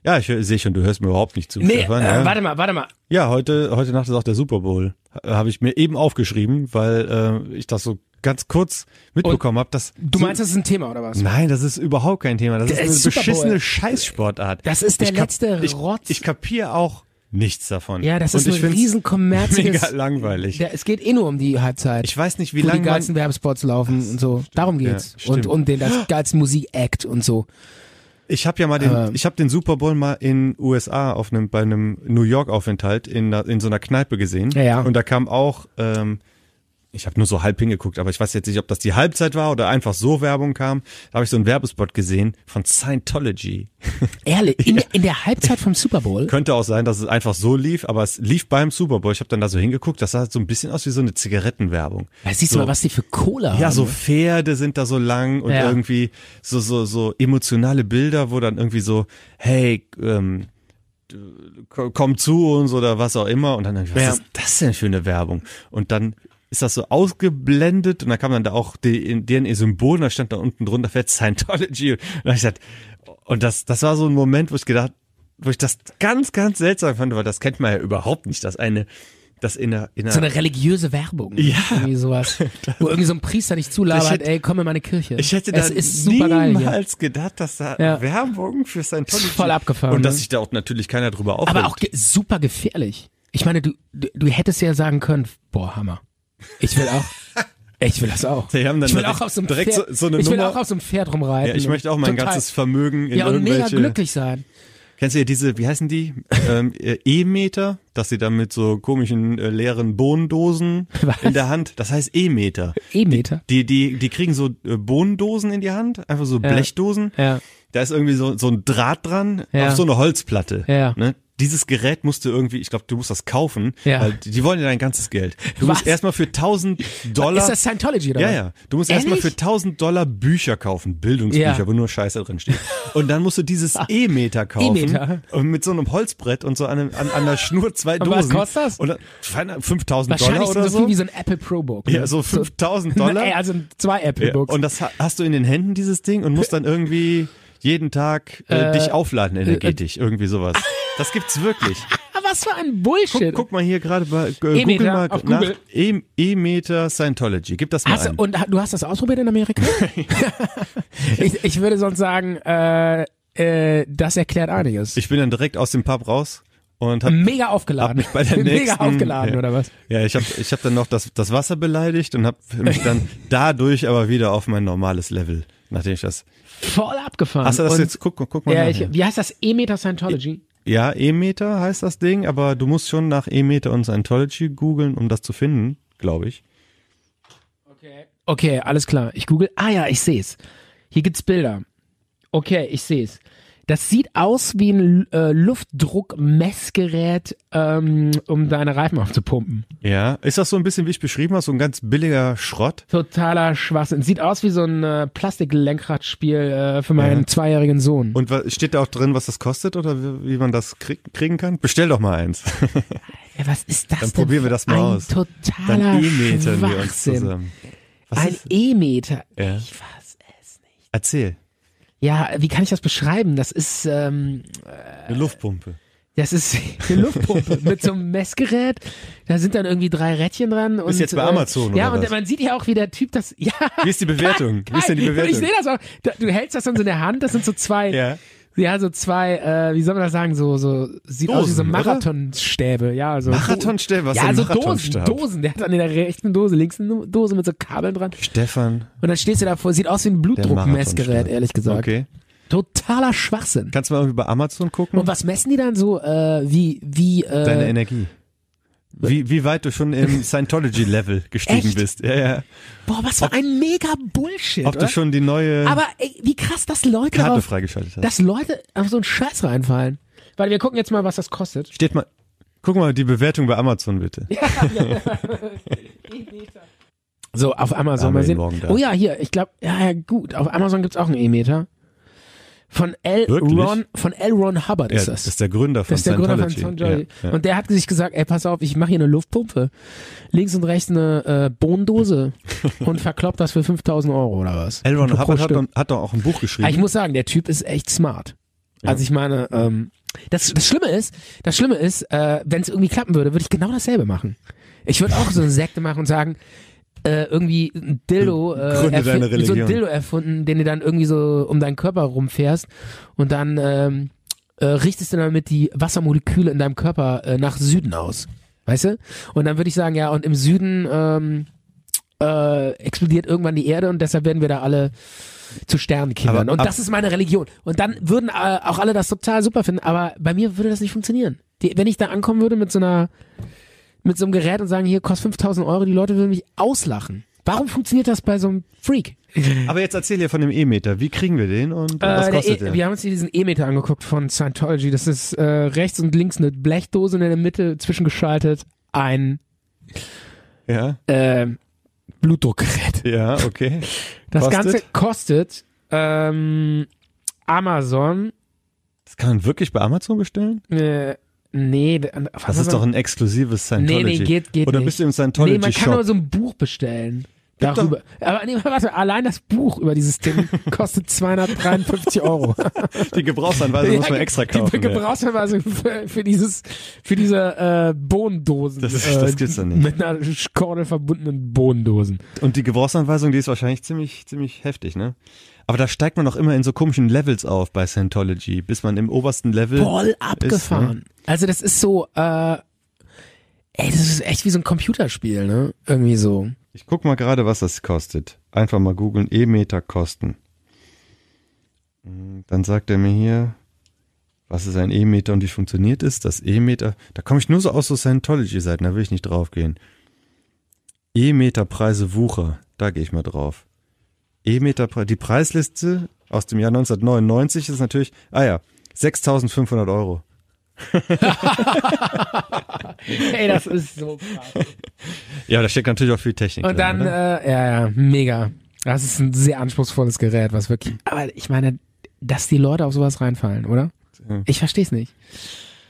[SPEAKER 2] ja, ich sehe schon, du hörst mir überhaupt nicht zu,
[SPEAKER 1] Nee,
[SPEAKER 2] Stefan.
[SPEAKER 1] äh,
[SPEAKER 2] ja.
[SPEAKER 1] warte mal, warte mal.
[SPEAKER 2] Ja, heute, heute Nacht ist auch der Super Bowl. Ha- Habe ich mir eben aufgeschrieben, weil äh, ich das so ganz kurz mitbekommen habe, dass.
[SPEAKER 1] Du
[SPEAKER 2] so,
[SPEAKER 1] meinst, das ist ein Thema oder was?
[SPEAKER 2] Nein, das ist überhaupt kein Thema. Das ist
[SPEAKER 1] Der
[SPEAKER 2] eine
[SPEAKER 1] Super Bowl.
[SPEAKER 2] beschissene Scheißsportart.
[SPEAKER 1] Das ist der
[SPEAKER 2] kap-
[SPEAKER 1] letzte
[SPEAKER 2] ich,
[SPEAKER 1] Rotz.
[SPEAKER 2] Ich kapier auch nichts davon.
[SPEAKER 1] Ja, das ist
[SPEAKER 2] Und ich
[SPEAKER 1] ein
[SPEAKER 2] find's
[SPEAKER 1] riesen kommerziges.
[SPEAKER 2] Mega langweilig.
[SPEAKER 1] Der- Es geht eh nur um die Halbzeit.
[SPEAKER 2] Ich weiß nicht, wie
[SPEAKER 1] wie lange die
[SPEAKER 2] lange
[SPEAKER 1] geilsten
[SPEAKER 2] man.
[SPEAKER 1] Werbespots laufen und so. Darum geht's.
[SPEAKER 2] ja,
[SPEAKER 1] und
[SPEAKER 2] stimmt.
[SPEAKER 1] und den das geilsten Musik-Act und so.
[SPEAKER 2] Ich habe ja mal den,
[SPEAKER 1] Äh.
[SPEAKER 2] ich habe den Super Bowl mal in USA auf einem, bei einem New York Aufenthalt in, einer- in so einer Kneipe gesehen.
[SPEAKER 1] Ja, ja.
[SPEAKER 2] Und da kam auch, ähm, ich habe nur so halb hingeguckt, aber ich weiß jetzt nicht, ob das die Halbzeit war oder einfach so Werbung kam. Da habe ich so einen Werbespot gesehen von Scientology.
[SPEAKER 1] Ehrlich, in, in der Halbzeit vom Super Bowl.
[SPEAKER 2] Könnte auch sein, dass es einfach so lief, aber es lief beim Super Bowl. Ich habe dann da so hingeguckt, das sah so ein bisschen aus wie so eine Zigarettenwerbung.
[SPEAKER 1] Da siehst du
[SPEAKER 2] so.
[SPEAKER 1] mal, was die für Cola haben. ne?
[SPEAKER 2] Ja, so Pferde sind da so lang und
[SPEAKER 1] Ja.
[SPEAKER 2] irgendwie so, so, so emotionale Bilder, wo dann irgendwie so, hey, ähm, d- ko- komm zu uns oder was auch immer. Und dann, irgendwie, was
[SPEAKER 1] Ja.
[SPEAKER 2] ist das denn für eine Werbung? Und dann ist das so ausgeblendet und dann kam dann da auch die, in deren Symbol, und da stand da unten drunter fett Scientology. Und dann hab ich gesagt, und das, das war so ein Moment, wo ich gedacht, wo ich das ganz, ganz seltsam fand, weil das kennt man ja überhaupt nicht, dass eine, dass in einer, in einer
[SPEAKER 1] So eine religiöse Werbung.
[SPEAKER 2] Ja.
[SPEAKER 1] Irgendwie sowas. Wo irgendwie so ein Priester dich zulabert,
[SPEAKER 2] Ich hätte-
[SPEAKER 1] ey, komm in meine Kirche.
[SPEAKER 2] Ich hätte
[SPEAKER 1] es
[SPEAKER 2] da
[SPEAKER 1] ist super geil hier.
[SPEAKER 2] niemals gedacht, dass da
[SPEAKER 1] Ja.
[SPEAKER 2] Werbung für Scientology...
[SPEAKER 1] Ist voll abgefahren,
[SPEAKER 2] Und dass
[SPEAKER 1] ne?
[SPEAKER 2] sich da auch natürlich keiner drüber aufregt.
[SPEAKER 1] Aber auch ge super gefährlich. Ich meine, du, du, du hättest ja sagen können, boah, Hammer. Ich will auch. Ich will das auch.
[SPEAKER 2] Die haben dann
[SPEAKER 1] ich will
[SPEAKER 2] direkt-
[SPEAKER 1] auch auf so einem
[SPEAKER 2] direkt
[SPEAKER 1] Pferd,
[SPEAKER 2] so- so eine
[SPEAKER 1] ich will
[SPEAKER 2] Nummer-
[SPEAKER 1] auch auf so einem Pferd rumreiten.
[SPEAKER 2] ja, ich möchte auch mein
[SPEAKER 1] ne? Total.
[SPEAKER 2] ganzes Vermögen in
[SPEAKER 1] Ja, und mega
[SPEAKER 2] irgendwelche...
[SPEAKER 1] glücklich sein.
[SPEAKER 2] Kennst du ja diese, wie heißen die? Ähm, äh, E-Meter, dass sie da mit so komischen äh, leeren Bohnendosen
[SPEAKER 1] Was?
[SPEAKER 2] in der Hand, das heißt E-Meter.
[SPEAKER 1] E-Meter.
[SPEAKER 2] Die, die, die kriegen so äh, Bohnendosen in die Hand, einfach so Blechdosen.
[SPEAKER 1] Ja.
[SPEAKER 2] Da ist irgendwie so, so ein Draht dran
[SPEAKER 1] Ja.
[SPEAKER 2] auf so eine Holzplatte.
[SPEAKER 1] Ja.
[SPEAKER 2] Ne? Dieses Gerät musst du irgendwie, ich glaube, du musst das kaufen,
[SPEAKER 1] Ja.
[SPEAKER 2] weil die die wollen ja dein ganzes Geld. Du
[SPEAKER 1] Was?
[SPEAKER 2] musst erstmal für 1000 Dollar.
[SPEAKER 1] Ist das Scientology oder
[SPEAKER 2] ja,
[SPEAKER 1] was?
[SPEAKER 2] ja. Du musst erstmal für
[SPEAKER 1] Ehrlich?
[SPEAKER 2] 1000 Dollar Bücher kaufen, Bildungsbücher,
[SPEAKER 1] Ja.
[SPEAKER 2] wo nur Scheiße drin steht. Und dann musst du dieses E-Meter kaufen.
[SPEAKER 1] E-Meter.
[SPEAKER 2] Und mit so einem Holzbrett und so an, einem, an, an der Schnur zwei
[SPEAKER 1] Und
[SPEAKER 2] Dosen.
[SPEAKER 1] was kostet das?
[SPEAKER 2] Und dann 5000
[SPEAKER 1] Wahrscheinlich
[SPEAKER 2] Dollar oder
[SPEAKER 1] so,
[SPEAKER 2] so.
[SPEAKER 1] viel wie so ein Apple Pro Book.
[SPEAKER 2] ja, so 5000
[SPEAKER 1] Dollar?
[SPEAKER 2] Dollar.
[SPEAKER 1] Ey, also zwei Apple
[SPEAKER 2] Ja,
[SPEAKER 1] Books.
[SPEAKER 2] Und das ha- hast du in den Händen, dieses Ding, und musst dann irgendwie jeden Tag äh, dich aufladen energetisch, irgendwie sowas. Das gibt's wirklich.
[SPEAKER 1] Ah, was für ein Bullshit.
[SPEAKER 2] Guck, guck mal hier gerade bei äh, Google
[SPEAKER 1] E-Meter,
[SPEAKER 2] mal
[SPEAKER 1] auf
[SPEAKER 2] nach
[SPEAKER 1] Google.
[SPEAKER 2] E- E-Meter Scientology. Gib das mal
[SPEAKER 1] Hast du,
[SPEAKER 2] ein.
[SPEAKER 1] und ha- du hast das ausprobiert in Amerika? ich, ich würde sonst sagen, äh, äh, das erklärt einiges.
[SPEAKER 2] Ich bin dann direkt aus dem Pub raus und hab
[SPEAKER 1] Mega aufgeladen.
[SPEAKER 2] Hab mich bei der nächsten,
[SPEAKER 1] Mega aufgeladen,
[SPEAKER 2] ja.
[SPEAKER 1] oder was?
[SPEAKER 2] Ja, ich habe ich hab dann noch das, das Wasser beleidigt und habe mich dann dadurch aber wieder auf mein normales Level, nachdem ich das.
[SPEAKER 1] Voll abgefahren. Oh
[SPEAKER 2] Hast du das
[SPEAKER 1] Und-
[SPEAKER 2] jetzt? Guck, guck, guck mal.
[SPEAKER 1] Ja,
[SPEAKER 2] nach
[SPEAKER 1] ich,
[SPEAKER 2] hier.
[SPEAKER 1] wie heißt das? E-Meter Scientology?
[SPEAKER 2] Ja, E-Meter heißt das Ding, aber du musst schon nach E-Meter und Scientology googeln, um das zu finden, glaube ich.
[SPEAKER 1] Okay, alles klar. Ich google. Ah ja, ich seh's. Hier gibt's Bilder. Okay, ich seh's. Das sieht aus wie ein äh, Luftdruckmessgerät, ähm, um deine Reifen aufzupumpen.
[SPEAKER 2] Ja. Ist das so ein bisschen, wie ich beschrieben habe, so ein ganz billiger Schrott?
[SPEAKER 1] Totaler Schwachsinn. Sieht aus wie so ein äh, Plastiklenkradspiel äh, für meinen zweijährigen Sohn.
[SPEAKER 2] Und wa- steht da auch drin, was das kostet oder wie, wie man das krieg kriegen kann? Bestell doch mal eins.
[SPEAKER 1] ja, was ist das
[SPEAKER 2] Dann
[SPEAKER 1] denn?
[SPEAKER 2] probieren wir das mal
[SPEAKER 1] ein
[SPEAKER 2] aus.
[SPEAKER 1] Totaler
[SPEAKER 2] Dann e-metern wir uns
[SPEAKER 1] Schwachsinn.
[SPEAKER 2] zusammen. Was
[SPEAKER 1] Ein
[SPEAKER 2] ist,
[SPEAKER 1] E-Meter.
[SPEAKER 2] Ja.
[SPEAKER 1] Ich weiß es nicht.
[SPEAKER 2] erzähl.
[SPEAKER 1] Ja, wie kann ich das beschreiben? Das ist, ähm,
[SPEAKER 2] Eine Luftpumpe.
[SPEAKER 1] das ist eine Luftpumpe mit so einem Messgerät. Da sind dann irgendwie drei Rädchen dran. und,
[SPEAKER 2] jetzt bei
[SPEAKER 1] äh,
[SPEAKER 2] Amazon,
[SPEAKER 1] Ja,
[SPEAKER 2] oder
[SPEAKER 1] und
[SPEAKER 2] was?
[SPEAKER 1] man sieht ja auch, wie der Typ das. Ja.
[SPEAKER 2] Wie ist die Bewertung? Wie ist denn die
[SPEAKER 1] geil. Und Ich sehe
[SPEAKER 2] Bewertung?
[SPEAKER 1] das auch. Da- Du hältst das dann so in der Hand. Das sind so zwei.
[SPEAKER 2] Ja.
[SPEAKER 1] Ja, so zwei, äh, wie soll man das sagen, so, so, sieht aus wie so
[SPEAKER 2] Dosen, oder?
[SPEAKER 1] Marathonstäbe, ja, also so.
[SPEAKER 2] Marathonstäbe? Was
[SPEAKER 1] Ja,
[SPEAKER 2] denn
[SPEAKER 1] so Dosen,
[SPEAKER 2] Marathonstab?
[SPEAKER 1] Dosen, der hat dann in der rechten Dose, links eine Dose mit so Kabeln dran.
[SPEAKER 2] Stefan,
[SPEAKER 1] Und dann stehst du davor, sieht aus wie ein
[SPEAKER 2] der
[SPEAKER 1] Blutdruckmessgerät,
[SPEAKER 2] Marathonstab.
[SPEAKER 1] ehrlich gesagt.
[SPEAKER 2] Okay.
[SPEAKER 1] Totaler Schwachsinn.
[SPEAKER 2] Kannst du mal irgendwie bei Amazon gucken?
[SPEAKER 1] Und was messen die dann so, äh, wie, wie, äh,
[SPEAKER 2] Deine Energie. Wie, wie weit du schon im Scientology-Level gestiegen
[SPEAKER 1] Echt?
[SPEAKER 2] bist. Ja, ja.
[SPEAKER 1] boah, was für ein mega Bullshit,
[SPEAKER 2] Ob
[SPEAKER 1] oder?
[SPEAKER 2] du schon die neue
[SPEAKER 1] Aber ey, wie krass, dass Leute,
[SPEAKER 2] Karte
[SPEAKER 1] darauf,
[SPEAKER 2] freigeschaltet hast.
[SPEAKER 1] dass Leute auf so einen Scheiß reinfallen. Weil wir gucken jetzt mal, was das kostet.
[SPEAKER 2] Steht mal, guck mal die Bewertung bei Amazon bitte.
[SPEAKER 1] So, auf Amazon.
[SPEAKER 2] haben
[SPEAKER 1] Mal
[SPEAKER 2] wir ihn
[SPEAKER 1] sehen.
[SPEAKER 2] morgen da.
[SPEAKER 1] Oh ja, hier, ich glaube, ja, ja, gut, auf Amazon gibt's auch einen E-Meter. Von L.
[SPEAKER 2] Wirklich?
[SPEAKER 1] Ron, von L. Ron Hubbard
[SPEAKER 2] Ja,
[SPEAKER 1] ist das.
[SPEAKER 2] das ist der Gründer von
[SPEAKER 1] Das ist der Gründer von
[SPEAKER 2] Scientology.
[SPEAKER 1] Scientology.
[SPEAKER 2] Ja, ja.
[SPEAKER 1] Und der hat sich gesagt, ey, pass auf, ich mache hier eine Luftpumpe. Links und rechts eine äh, Bohnendose und verkloppt das für 5000 Euro oder was.
[SPEAKER 2] L. Ron
[SPEAKER 1] Pro
[SPEAKER 2] Hubbard hat,
[SPEAKER 1] Stück.
[SPEAKER 2] doch- hat doch auch ein Buch
[SPEAKER 1] Aber Ah, ich
[SPEAKER 2] geschrieben.
[SPEAKER 1] muss sagen, der Typ ist echt smart. Also ich meine, ähm, das, das Schlimme ist, das Schlimme ist, äh, wenn es irgendwie klappen würde, würde ich genau dasselbe machen. Ich würde auch so eine Sekte machen und sagen, äh, irgendwie ein Dildo, äh,
[SPEAKER 2] Gründe deine
[SPEAKER 1] erfin- so ein
[SPEAKER 2] Religion.
[SPEAKER 1] Dildo erfunden, den du dann irgendwie so um deinen Körper rumfährst und dann ähm, äh, richtest du damit die Wassermoleküle in deinem Körper äh, nach Süden aus. Weißt du? Und dann würde ich sagen, ja, und im Süden ähm, äh, explodiert irgendwann die Erde und deshalb werden wir da alle zu Sternenkindern.
[SPEAKER 2] Aber
[SPEAKER 1] Und
[SPEAKER 2] ab-
[SPEAKER 1] das ist meine Religion. Und dann würden äh, auch alle das total super finden, aber bei mir würde das nicht funktionieren. Die, wenn ich da ankommen würde mit so einer mit so einem Gerät und sagen, hier kostet 5000 Euro, die Leute würden mich auslachen. Warum funktioniert das bei so einem Freak?
[SPEAKER 2] Aber jetzt erzähl dir von dem E-Meter. Wie kriegen wir den und was
[SPEAKER 1] Äh, der
[SPEAKER 2] kostet
[SPEAKER 1] e
[SPEAKER 2] der?
[SPEAKER 1] Wir haben uns hier diesen E-Meter angeguckt von Scientology. Das ist äh, rechts und links eine Blechdose und in der Mitte zwischengeschaltet ein
[SPEAKER 2] Ja,
[SPEAKER 1] äh, Blutdruckgerät.
[SPEAKER 2] ja, okay.
[SPEAKER 1] Das
[SPEAKER 2] Kostet?
[SPEAKER 1] Ganze kostet ähm, Amazon.
[SPEAKER 2] Das kann man wirklich bei Amazon bestellen?
[SPEAKER 1] Äh, nee, d-
[SPEAKER 2] Das ist doch ein exklusives Scientology.
[SPEAKER 1] Nee, nee, geht, geht
[SPEAKER 2] Oder
[SPEAKER 1] nicht.
[SPEAKER 2] bist du im
[SPEAKER 1] Nee, man kann nur
[SPEAKER 2] Scientology-Shop?
[SPEAKER 1] so ein Buch bestellen. Darüber. Aber nee, warte, allein das Buch über dieses Ding kostet 253 Euro.
[SPEAKER 2] die Gebrauchsanweisung Also muss man extra kaufen.
[SPEAKER 1] Die
[SPEAKER 2] ja.
[SPEAKER 1] Gebrauchsanweisung für, für dieses, für diese äh, Bohnendosen. äh,
[SPEAKER 2] Das ist- das gibt's doch nicht.
[SPEAKER 1] Mit einer Kordel verbundenen Bohnendosen.
[SPEAKER 2] Und die Gebrauchsanweisung, die ist wahrscheinlich ziemlich, ziemlich heftig, ne? Aber da steigt man auch immer in so komischen Levels auf bei Scientology, bis man im obersten Level.
[SPEAKER 1] Voll abgefahren. Also das ist so, äh, ey, das ist echt wie so ein Computerspiel, ne? Irgendwie so.
[SPEAKER 2] Ich guck mal gerade, was das kostet. Einfach mal googeln, E-Meter kosten. Hm, Dann sagt er mir hier, was ist ein E-Meter und wie funktioniert es? Das E-Meter, da komme ich nur so aus so Scientology-Seiten, da will ich nicht drauf gehen. E-Meter-Preise Wucher, da gehe ich mal drauf. E-Meter, Pre- die Preisliste aus dem Jahr 1999 ist natürlich, ah ja, 6500 Euro.
[SPEAKER 1] Ey, das ist so krass.
[SPEAKER 2] Ja, da steckt natürlich auch viel Technik
[SPEAKER 1] Und
[SPEAKER 2] drin,
[SPEAKER 1] dann,
[SPEAKER 2] oder?
[SPEAKER 1] äh, ja, ja, mega. Das ist ein sehr anspruchsvolles Gerät, was wirklich. Aber ich meine, dass die Leute auf sowas reinfallen, oder? Ich verstehe es nicht.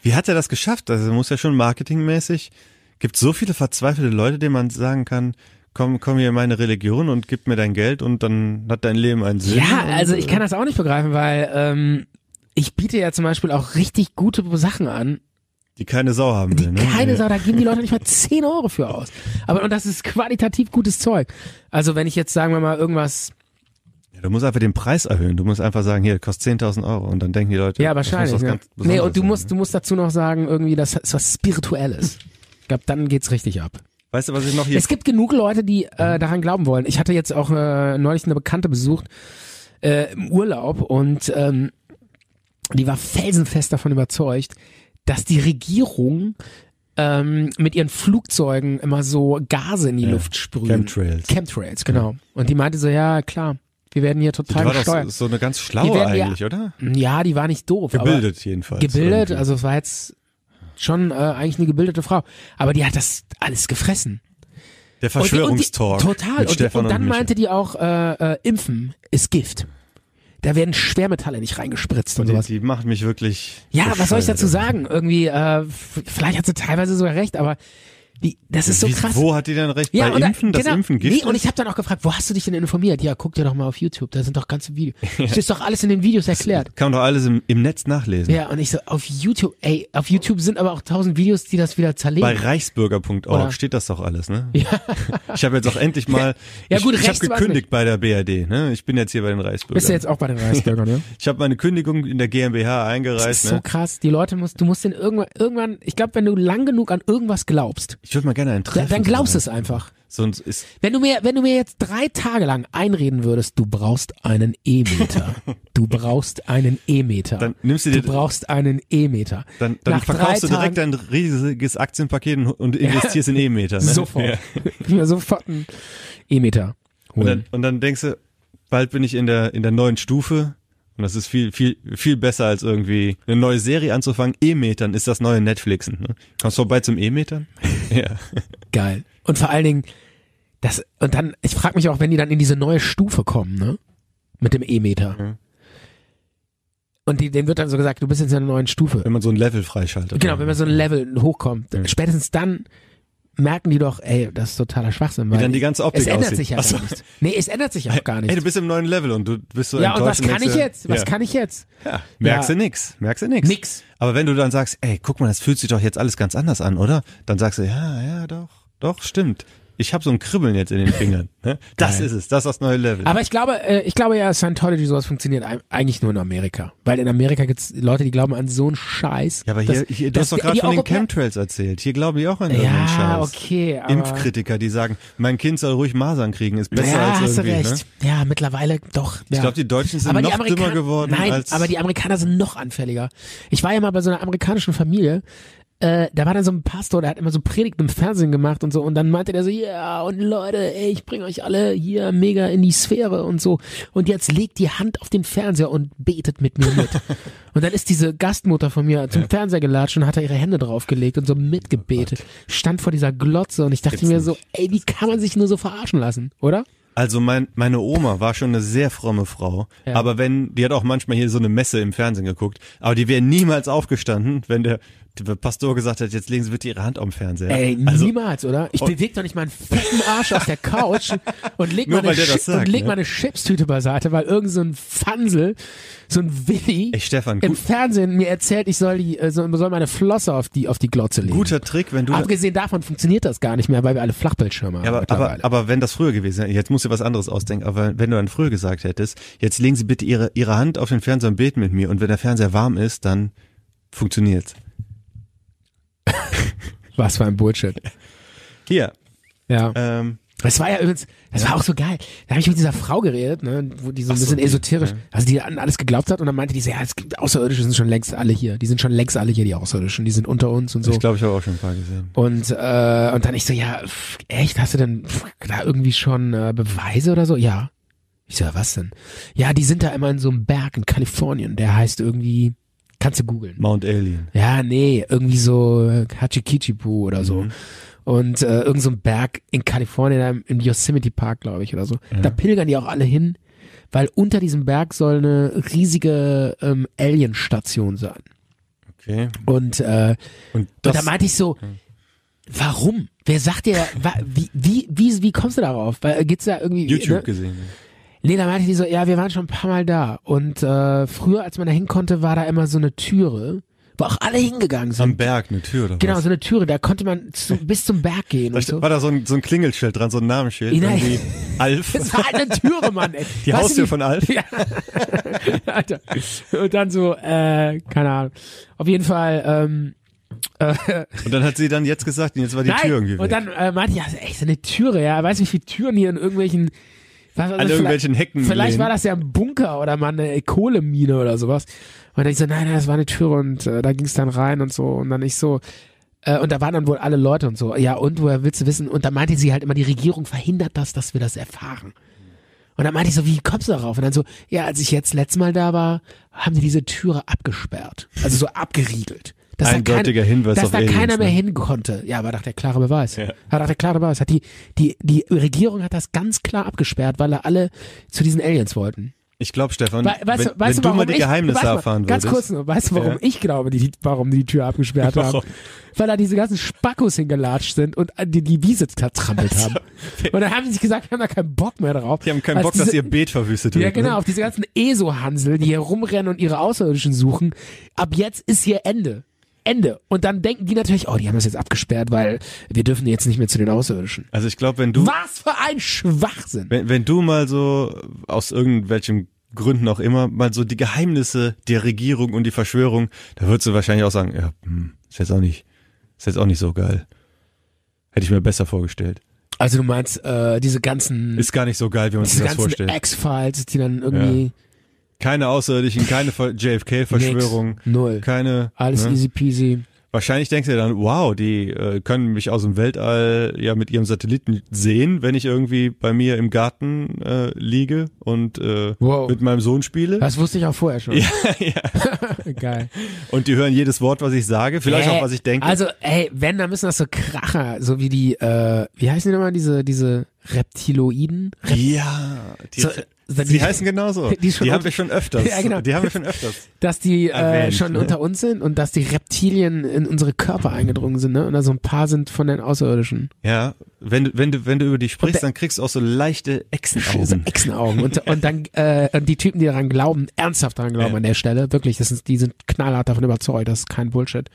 [SPEAKER 2] Wie hat er das geschafft? Also muss ja schon marketingmäßig. Gibt so viele verzweifelte Leute, denen man sagen kann, komm, komm hier in meine Religion und gib mir dein Geld und dann hat dein Leben einen Sinn.
[SPEAKER 1] Ja, also ich kann das auch nicht begreifen, weil ähm, ich biete ja zum Beispiel auch richtig gute Sachen an.
[SPEAKER 2] Die keine Sau haben will.
[SPEAKER 1] Die
[SPEAKER 2] Ne?
[SPEAKER 1] keine Sau, da geben die Leute nicht mal 10 Euro für aus. Aber und das ist qualitativ gutes Zeug. Also wenn ich jetzt, sagen wir mal, irgendwas
[SPEAKER 2] Ja, du musst einfach den Preis erhöhen. Du musst einfach sagen, hier, kostet 10.000 Euro. Und dann denken die Leute,
[SPEAKER 1] Ja,
[SPEAKER 2] das muss
[SPEAKER 1] wahrscheinlich.
[SPEAKER 2] was
[SPEAKER 1] Ne?
[SPEAKER 2] ganz
[SPEAKER 1] Nee,
[SPEAKER 2] Besonderes
[SPEAKER 1] und du
[SPEAKER 2] sein,
[SPEAKER 1] musst,
[SPEAKER 2] ne?
[SPEAKER 1] du musst dazu noch sagen, irgendwie, das ist was Spirituelles. Ich glaube, dann geht's richtig ab.
[SPEAKER 2] Weißt du, was ich noch hier...
[SPEAKER 1] Es gibt genug Leute, die äh, daran glauben wollen. Ich hatte jetzt auch äh, neulich eine Bekannte besucht äh, im Urlaub und ähm, die war felsenfest davon überzeugt, dass die Regierung ähm, mit ihren Flugzeugen immer so Gase in die Luft sprühen.
[SPEAKER 2] Chemtrails.
[SPEAKER 1] Chemtrails, genau. Und die meinte so, ja, klar. Wir werden hier
[SPEAKER 2] Die
[SPEAKER 1] total
[SPEAKER 2] war doch
[SPEAKER 1] gesteuert.
[SPEAKER 2] so eine ganz
[SPEAKER 1] Die
[SPEAKER 2] schlaue
[SPEAKER 1] werden ja-
[SPEAKER 2] eigentlich, oder?
[SPEAKER 1] Ja, die war nicht doof. aber-
[SPEAKER 2] Gebildet jedenfalls.
[SPEAKER 1] gebildet,
[SPEAKER 2] irgendwie.
[SPEAKER 1] also es war jetzt schon äh, eigentlich eine gebildete Frau, aber die hat das alles gefressen.
[SPEAKER 2] Der
[SPEAKER 1] Und die- und die-
[SPEAKER 2] Verschwörungstalk.
[SPEAKER 1] Total.
[SPEAKER 2] Mit
[SPEAKER 1] Und, die,
[SPEAKER 2] Stefan
[SPEAKER 1] und dann
[SPEAKER 2] Michael.
[SPEAKER 1] meinte die auch, äh, äh, Impfen ist Gift. Da werden Schwermetalle nicht reingespritzt und sowas.
[SPEAKER 2] Die, die macht mich wirklich.
[SPEAKER 1] Ja, was soll ich
[SPEAKER 2] bescheuert.
[SPEAKER 1] dazu sagen? Irgendwie, äh, f- vielleicht hat sie teilweise sogar recht, aber die, das ist so
[SPEAKER 2] Wie-
[SPEAKER 1] krass.
[SPEAKER 2] Wo hat die denn recht?
[SPEAKER 1] ja,
[SPEAKER 2] Bei
[SPEAKER 1] und da-
[SPEAKER 2] Impfen? Das
[SPEAKER 1] genau,
[SPEAKER 2] Impfen Gift?
[SPEAKER 1] Nee, und ich habe dann auch gefragt, wo hast du dich denn informiert? Ja, guck dir doch mal auf YouTube, da sind doch ganze Videos. Das ist doch alles in den Videos erklärt.
[SPEAKER 2] Kann man doch alles im, im Netz nachlesen.
[SPEAKER 1] Ja, und ich so, auf YouTube, ey, auf YouTube sind aber auch tausend Videos, die das wieder zerlegen.
[SPEAKER 2] Bei reichsbürger.org
[SPEAKER 1] Oder-
[SPEAKER 2] steht das doch alles, ne? Ja. Ich habe jetzt auch endlich mal.
[SPEAKER 1] Ja, gut,
[SPEAKER 2] ich, ich habe
[SPEAKER 1] rechts war's
[SPEAKER 2] gekündigt bei der BRD, ne? Ich bin jetzt hier bei den Reichsbürgern.
[SPEAKER 1] Bist du jetzt auch bei den Reisbürgern, ne?
[SPEAKER 2] Ich habe meine Kündigung in der
[SPEAKER 1] Das
[SPEAKER 2] GmbH
[SPEAKER 1] ist
[SPEAKER 2] eingereicht,
[SPEAKER 1] so
[SPEAKER 2] ne?
[SPEAKER 1] krass. Die Leute musst, du musst den irgendwann, irgendwann, ich glaube, wenn du lang genug an irgendwas glaubst,
[SPEAKER 2] Ich würde mal gerne einen
[SPEAKER 1] dann,
[SPEAKER 2] treffen.
[SPEAKER 1] dann glaubst du es
[SPEAKER 2] So
[SPEAKER 1] einfach.
[SPEAKER 2] Sonst ist
[SPEAKER 1] Wenn du mir, wenn du mir jetzt drei Tage lang einreden würdest, du brauchst einen E-Meter. Du brauchst einen E-Meter.
[SPEAKER 2] Dann nimmst du dir-
[SPEAKER 1] Du brauchst einen E-Meter.
[SPEAKER 2] dann, dann
[SPEAKER 1] Nach drei
[SPEAKER 2] verkaufst du direkt
[SPEAKER 1] Tagen-
[SPEAKER 2] ein riesiges Aktienpaket und- und investierst in E-Meter, ne?
[SPEAKER 1] Sofort.
[SPEAKER 2] Ja.
[SPEAKER 1] Ich will mir sofort einen E-Meter
[SPEAKER 2] Und
[SPEAKER 1] holen.
[SPEAKER 2] dann, und dann denkst du, bald bin ich in der, in der neuen Stufe. Und das ist viel, viel, viel besser als irgendwie eine neue Serie anzufangen. E-Metern ist das neue Netflixen. Ne? Kommst vorbei zum E-Metern? ja.
[SPEAKER 1] Geil. Und vor allen Dingen, das, und dann, ich frage mich auch, wenn die dann in diese neue Stufe kommen, ne? Mit dem E-Meter.
[SPEAKER 2] Mhm.
[SPEAKER 1] Und die, denen wird dann so gesagt, du bist jetzt in einer neuen Stufe.
[SPEAKER 2] Wenn man so ein Level freischaltet.
[SPEAKER 1] Genau, wenn man so ein Level hochkommt, spätestens dann merken die doch, ey, das ist totaler Schwachsinn. Weil
[SPEAKER 2] dann die ganze Optik
[SPEAKER 1] Es ändert
[SPEAKER 2] aussieht.
[SPEAKER 1] sich ja
[SPEAKER 2] Ach so.
[SPEAKER 1] gar nicht. Nee, es ändert sich ja auch gar
[SPEAKER 2] Ey, du
[SPEAKER 1] nicht.
[SPEAKER 2] bist im neuen Level und du bist so
[SPEAKER 1] Ja, und was
[SPEAKER 2] enttäuscht
[SPEAKER 1] kann
[SPEAKER 2] denkst
[SPEAKER 1] ich
[SPEAKER 2] dir,
[SPEAKER 1] jetzt? Was
[SPEAKER 2] ja.
[SPEAKER 1] kann ich jetzt?
[SPEAKER 2] Ja, merkst
[SPEAKER 1] Ja.
[SPEAKER 2] du nix. Merkst du nix.
[SPEAKER 1] Nix.
[SPEAKER 2] Aber wenn du dann sagst, ey, guck mal, das fühlt sich doch jetzt alles ganz anders an, oder? Dann sagst du, ja, ja, doch, doch, stimmt. Ich habe so ein Kribbeln jetzt in den Fingern. Ne? Das
[SPEAKER 1] Geil.
[SPEAKER 2] ist es, das ist das neue Level.
[SPEAKER 1] Aber ich glaube, äh, ich glaube ja, Scientology sowas funktioniert ein- eigentlich nur in Amerika. Weil in Amerika gibt's Leute, die glauben an so einen Scheiß.
[SPEAKER 2] Ja, aber
[SPEAKER 1] dass-
[SPEAKER 2] hier, hier du
[SPEAKER 1] dass
[SPEAKER 2] hast doch
[SPEAKER 1] die-
[SPEAKER 2] gerade
[SPEAKER 1] die
[SPEAKER 2] von den
[SPEAKER 1] Europäer-
[SPEAKER 2] Chemtrails erzählt. Hier glauben die auch an
[SPEAKER 1] Ja,
[SPEAKER 2] irgendeinen Scheiß.
[SPEAKER 1] okay, aber
[SPEAKER 2] Impfkritiker, die sagen, mein Kind soll ruhig Masern kriegen, ist besser
[SPEAKER 1] ja,
[SPEAKER 2] als
[SPEAKER 1] hast du
[SPEAKER 2] irgendwie.
[SPEAKER 1] recht.
[SPEAKER 2] Ne?
[SPEAKER 1] Ja, mittlerweile doch. Ja.
[SPEAKER 2] Ich glaube, die Deutschen sind
[SPEAKER 1] aber die
[SPEAKER 2] noch
[SPEAKER 1] Amerikan-
[SPEAKER 2] dümmer geworden
[SPEAKER 1] Nein,
[SPEAKER 2] als.
[SPEAKER 1] aber die Amerikaner sind noch anfälliger. Ich war ja mal bei so einer amerikanischen Familie. Äh, da war dann so ein Pastor, der hat immer so Predigten im Fernsehen gemacht und so. Und dann meinte der so, ja, und Leute, ey, ich bringe euch alle hier mega in die Sphäre und so. Und jetzt legt die Hand auf den Fernseher und betet mit mir mit. und dann ist diese Gastmutter von mir zum Fernseher gelatscht und hat da ihre Hände draufgelegt und so mitgebetet. Stand vor dieser Glotze und ich dachte
[SPEAKER 2] Gibt's
[SPEAKER 1] mir
[SPEAKER 2] nicht.
[SPEAKER 1] so, ey, wie kann man sich nur so verarschen lassen, oder?
[SPEAKER 2] also mein, meine Oma war schon eine sehr fromme Frau,
[SPEAKER 1] Ja.
[SPEAKER 2] aber wenn, die hat auch manchmal hier so eine Messe im Fernsehen geguckt, aber die wäre niemals aufgestanden, wenn der, der Pastor gesagt hat, jetzt legen Sie bitte Ihre Hand am Fernseher.
[SPEAKER 1] Ey,
[SPEAKER 2] also,
[SPEAKER 1] niemals, oder? Ich bewege doch nicht meinen fetten Arsch auf der Couch und leg,
[SPEAKER 2] Nur
[SPEAKER 1] meine,
[SPEAKER 2] weil der das
[SPEAKER 1] Chi-
[SPEAKER 2] sagt,
[SPEAKER 1] und leg
[SPEAKER 2] ne?
[SPEAKER 1] meine Chipstüte beiseite, weil irgend so ein Fansel, so ein Willi
[SPEAKER 2] Ey, Stefan,
[SPEAKER 1] im
[SPEAKER 2] gut-
[SPEAKER 1] Fernsehen mir erzählt, ich soll, die, äh, soll soll meine Flosse auf die, auf die Glotze legen.
[SPEAKER 2] guter Trick, wenn du.
[SPEAKER 1] Abgesehen davon funktioniert das gar nicht mehr, weil wir alle Flachbildschirme
[SPEAKER 2] ne? Ja,
[SPEAKER 1] haben
[SPEAKER 2] aber,
[SPEAKER 1] mittlerweile.
[SPEAKER 2] aber, aber wenn das früher gewesen wäre, jetzt musst du was anderes ausdenken, aber wenn du dann früher gesagt hättest, jetzt legen Sie bitte Ihre, Ihre Hand auf den Fernseher und beten mit mir und wenn der Fernseher warm ist, dann funktioniert's.
[SPEAKER 1] Was für ein Bullshit.
[SPEAKER 2] Hier,
[SPEAKER 1] Ja.
[SPEAKER 2] ähm,
[SPEAKER 1] Das war ja übrigens, das war auch so geil. Da habe ich mit dieser Frau geredet, ne, wo die so ein
[SPEAKER 2] Ach so,
[SPEAKER 1] bisschen
[SPEAKER 2] die,
[SPEAKER 1] esoterisch,
[SPEAKER 2] ja.
[SPEAKER 1] also die an alles geglaubt hat und dann meinte die so, ja, es gibt Außerirdische sind schon längst alle hier. Die sind schon längst alle hier, die Außerirdischen, die sind unter uns und so.
[SPEAKER 2] ich glaube, ich habe auch schon ein paar gesehen.
[SPEAKER 1] Und, äh, und dann ich so, ja, pff, echt, hast du denn pff, da irgendwie schon äh, Beweise oder so? Ja. Ich so, ja, was denn? Ja, die sind da immer in so einem Berg in Kalifornien, der heißt irgendwie, kannst du googeln.
[SPEAKER 2] Mount Alien.
[SPEAKER 1] Ja, nee, irgendwie so äh, Hachikichibu oder so. Und äh, irgend so ein Berg in Kalifornien, da im, im Yosemite Park, glaube ich, oder so. Da pilgern die auch alle hin, weil unter diesem Berg soll eine riesige ähm, Alien-Station sein.
[SPEAKER 2] Okay.
[SPEAKER 1] Und äh,
[SPEAKER 2] Und
[SPEAKER 1] und
[SPEAKER 2] das, Hm.
[SPEAKER 1] da meinte ich so, warum? Wer sagt dir, wa, wie, wie, wie, wie kommst du darauf? Weil, äh, Geht's da irgendwie?
[SPEAKER 2] YouTube
[SPEAKER 1] Ne?
[SPEAKER 2] gesehen.
[SPEAKER 1] Nee, da meinte die so, ja, wir waren schon ein paar Mal da. Und äh, früher, als man da hin konnte, war da immer so eine Türe, wo auch alle hingegangen sind.
[SPEAKER 2] Am Berg, eine Tür oder
[SPEAKER 1] genau,
[SPEAKER 2] was?
[SPEAKER 1] so eine Türe, da konnte man zu, bis zum Berg gehen
[SPEAKER 2] Da
[SPEAKER 1] und
[SPEAKER 2] st-
[SPEAKER 1] so.
[SPEAKER 2] War da so ein, so ein Klingelschild dran, so ein Namensschild?
[SPEAKER 1] Nein.
[SPEAKER 2] Irgendwie
[SPEAKER 1] Das
[SPEAKER 2] Alf.
[SPEAKER 1] war eine Türe, Mann, ey.
[SPEAKER 2] Die
[SPEAKER 1] Weißt du,
[SPEAKER 2] Haustür
[SPEAKER 1] wie-
[SPEAKER 2] von Alf?
[SPEAKER 1] Ja. Alter. Und dann so, äh, keine Ahnung. Auf jeden Fall, ähm,
[SPEAKER 2] Und dann hat sie dann jetzt gesagt, und jetzt war die
[SPEAKER 1] Nein.
[SPEAKER 2] Tür irgendwie weg.
[SPEAKER 1] Und dann äh, meinte ich, ja, echt so eine Türe, ja. Weißt du, wie viele Türen hier in irgendwelchen. Was, also
[SPEAKER 2] An irgendwelchen Hecken
[SPEAKER 1] Vielleicht
[SPEAKER 2] lehnen.
[SPEAKER 1] war das ja ein Bunker oder mal eine Kohlemine oder sowas. Und dann ich so, nein, nein, das war eine Türe und äh, da ging es dann rein und so. Und dann ich so. äh, Und da waren dann wohl alle Leute und so. Ja, und woher willst du wissen? Und da meinte sie halt immer, die Regierung verhindert das, dass wir das erfahren. Und dann meinte ich so, wie kommst du darauf? Und dann so, ja, als ich jetzt letztes Mal da war, haben die diese Türe abgesperrt. Also so abgeriegelt. Dass
[SPEAKER 2] Eindeutiger
[SPEAKER 1] da kein,
[SPEAKER 2] Hinweis
[SPEAKER 1] dass
[SPEAKER 2] auf
[SPEAKER 1] da
[SPEAKER 2] Aliens,
[SPEAKER 1] keiner mehr
[SPEAKER 2] ne?
[SPEAKER 1] hin konnte. Ja, war doch der klare Beweis. War doch der klare Beweis. Hat die, die, die Regierung hat das ganz klar abgesperrt, weil da alle zu diesen Aliens wollten.
[SPEAKER 2] Ich glaube, Stefan,
[SPEAKER 1] Wei- weißt,
[SPEAKER 2] wenn,
[SPEAKER 1] du- weißt
[SPEAKER 2] wenn
[SPEAKER 1] du,
[SPEAKER 2] du mal
[SPEAKER 1] warum
[SPEAKER 2] die
[SPEAKER 1] ich,
[SPEAKER 2] Geheimnisse
[SPEAKER 1] weißt du,
[SPEAKER 2] erfahren
[SPEAKER 1] Ganz
[SPEAKER 2] würdest.
[SPEAKER 1] kurz nur, weißt du, warum
[SPEAKER 2] Ja.
[SPEAKER 1] ich glaube, die, warum die die Tür abgesperrt haben?
[SPEAKER 2] Warum?
[SPEAKER 1] Weil da diese ganzen Spackos hingelatscht sind und die, die Wiese zertrampelt haben. Und dann haben sie sich gesagt, wir haben da keinen Bock mehr drauf.
[SPEAKER 2] Also, Die haben keinen
[SPEAKER 1] Als
[SPEAKER 2] Bock,
[SPEAKER 1] Also diese-
[SPEAKER 2] dass ihr Beet verwüstet wird.
[SPEAKER 1] ja, genau,
[SPEAKER 2] Ne?
[SPEAKER 1] auf diese ganzen ESO-Hansel, die hier rumrennen und ihre Außerirdischen suchen. Ab jetzt ist hier Ende. Ende. Und dann denken die natürlich, oh, die haben das jetzt abgesperrt, weil wir dürfen jetzt nicht mehr zu den Außerirdischen.
[SPEAKER 2] Also ich glaube, wenn du,
[SPEAKER 1] Was für ein Schwachsinn.
[SPEAKER 2] wenn, wenn du mal so aus irgendwelchen Gründen auch immer mal so die Geheimnisse der Regierung und die Verschwörung, da würdest du wahrscheinlich auch sagen, ja, hm, ist jetzt auch nicht, ist jetzt auch nicht so geil. Hätte ich mir besser vorgestellt.
[SPEAKER 1] Also du meinst, äh, diese ganzen,
[SPEAKER 2] Ist gar nicht so geil, wie man sich
[SPEAKER 1] diese
[SPEAKER 2] das
[SPEAKER 1] ganzen
[SPEAKER 2] vorstellt.
[SPEAKER 1] X-Files, die dann irgendwie...
[SPEAKER 2] Keine Außerirdischen, keine Ver- JFK-Verschwörung,
[SPEAKER 1] Nix. Null.
[SPEAKER 2] keine.
[SPEAKER 1] Alles
[SPEAKER 2] ne?
[SPEAKER 1] easy peasy.
[SPEAKER 2] Wahrscheinlich denkst du dir dann, wow, die äh, können mich aus dem Weltall ja mit ihrem Satelliten sehen, wenn ich irgendwie bei mir im Garten äh, liege und äh,
[SPEAKER 1] Wow.
[SPEAKER 2] mit meinem Sohn spiele.
[SPEAKER 1] Das wusste ich auch vorher schon. Ja, ja. Geil.
[SPEAKER 2] Und die hören jedes Wort, was ich sage, vielleicht
[SPEAKER 1] Äh,
[SPEAKER 2] auch, was ich denke.
[SPEAKER 1] Also, ey, wenn, dann müssen das so Kracher, so wie die, äh, wie heißen die nochmal, diese, diese Reptiloiden? Rep
[SPEAKER 2] ja, die,
[SPEAKER 1] so, so
[SPEAKER 2] die,
[SPEAKER 1] die-
[SPEAKER 2] heißen genauso.
[SPEAKER 1] die
[SPEAKER 2] Die,
[SPEAKER 1] schon
[SPEAKER 2] haben
[SPEAKER 1] unter-
[SPEAKER 2] wir schon öfters.
[SPEAKER 1] Ja, genau.
[SPEAKER 2] Die haben wir schon öfters.
[SPEAKER 1] dass die äh,
[SPEAKER 2] Erwähnt,
[SPEAKER 1] schon
[SPEAKER 2] ne?
[SPEAKER 1] unter uns sind und dass die Reptilien in unsere Körper eingedrungen sind, ne? Und da so ein paar sind von den Außerirdischen.
[SPEAKER 2] Ja, wenn du, wenn du, wenn du über die
[SPEAKER 1] der-
[SPEAKER 2] sprichst, dann kriegst du auch so leichte
[SPEAKER 1] So
[SPEAKER 2] Echsenaugen.
[SPEAKER 1] Echsenaugen. Und, und dann, äh, und die Typen, die daran glauben, ernsthaft daran glauben
[SPEAKER 2] Ja.
[SPEAKER 1] an der Stelle, wirklich, das sind, die sind knallhart davon überzeugt, das ist kein Bullshit.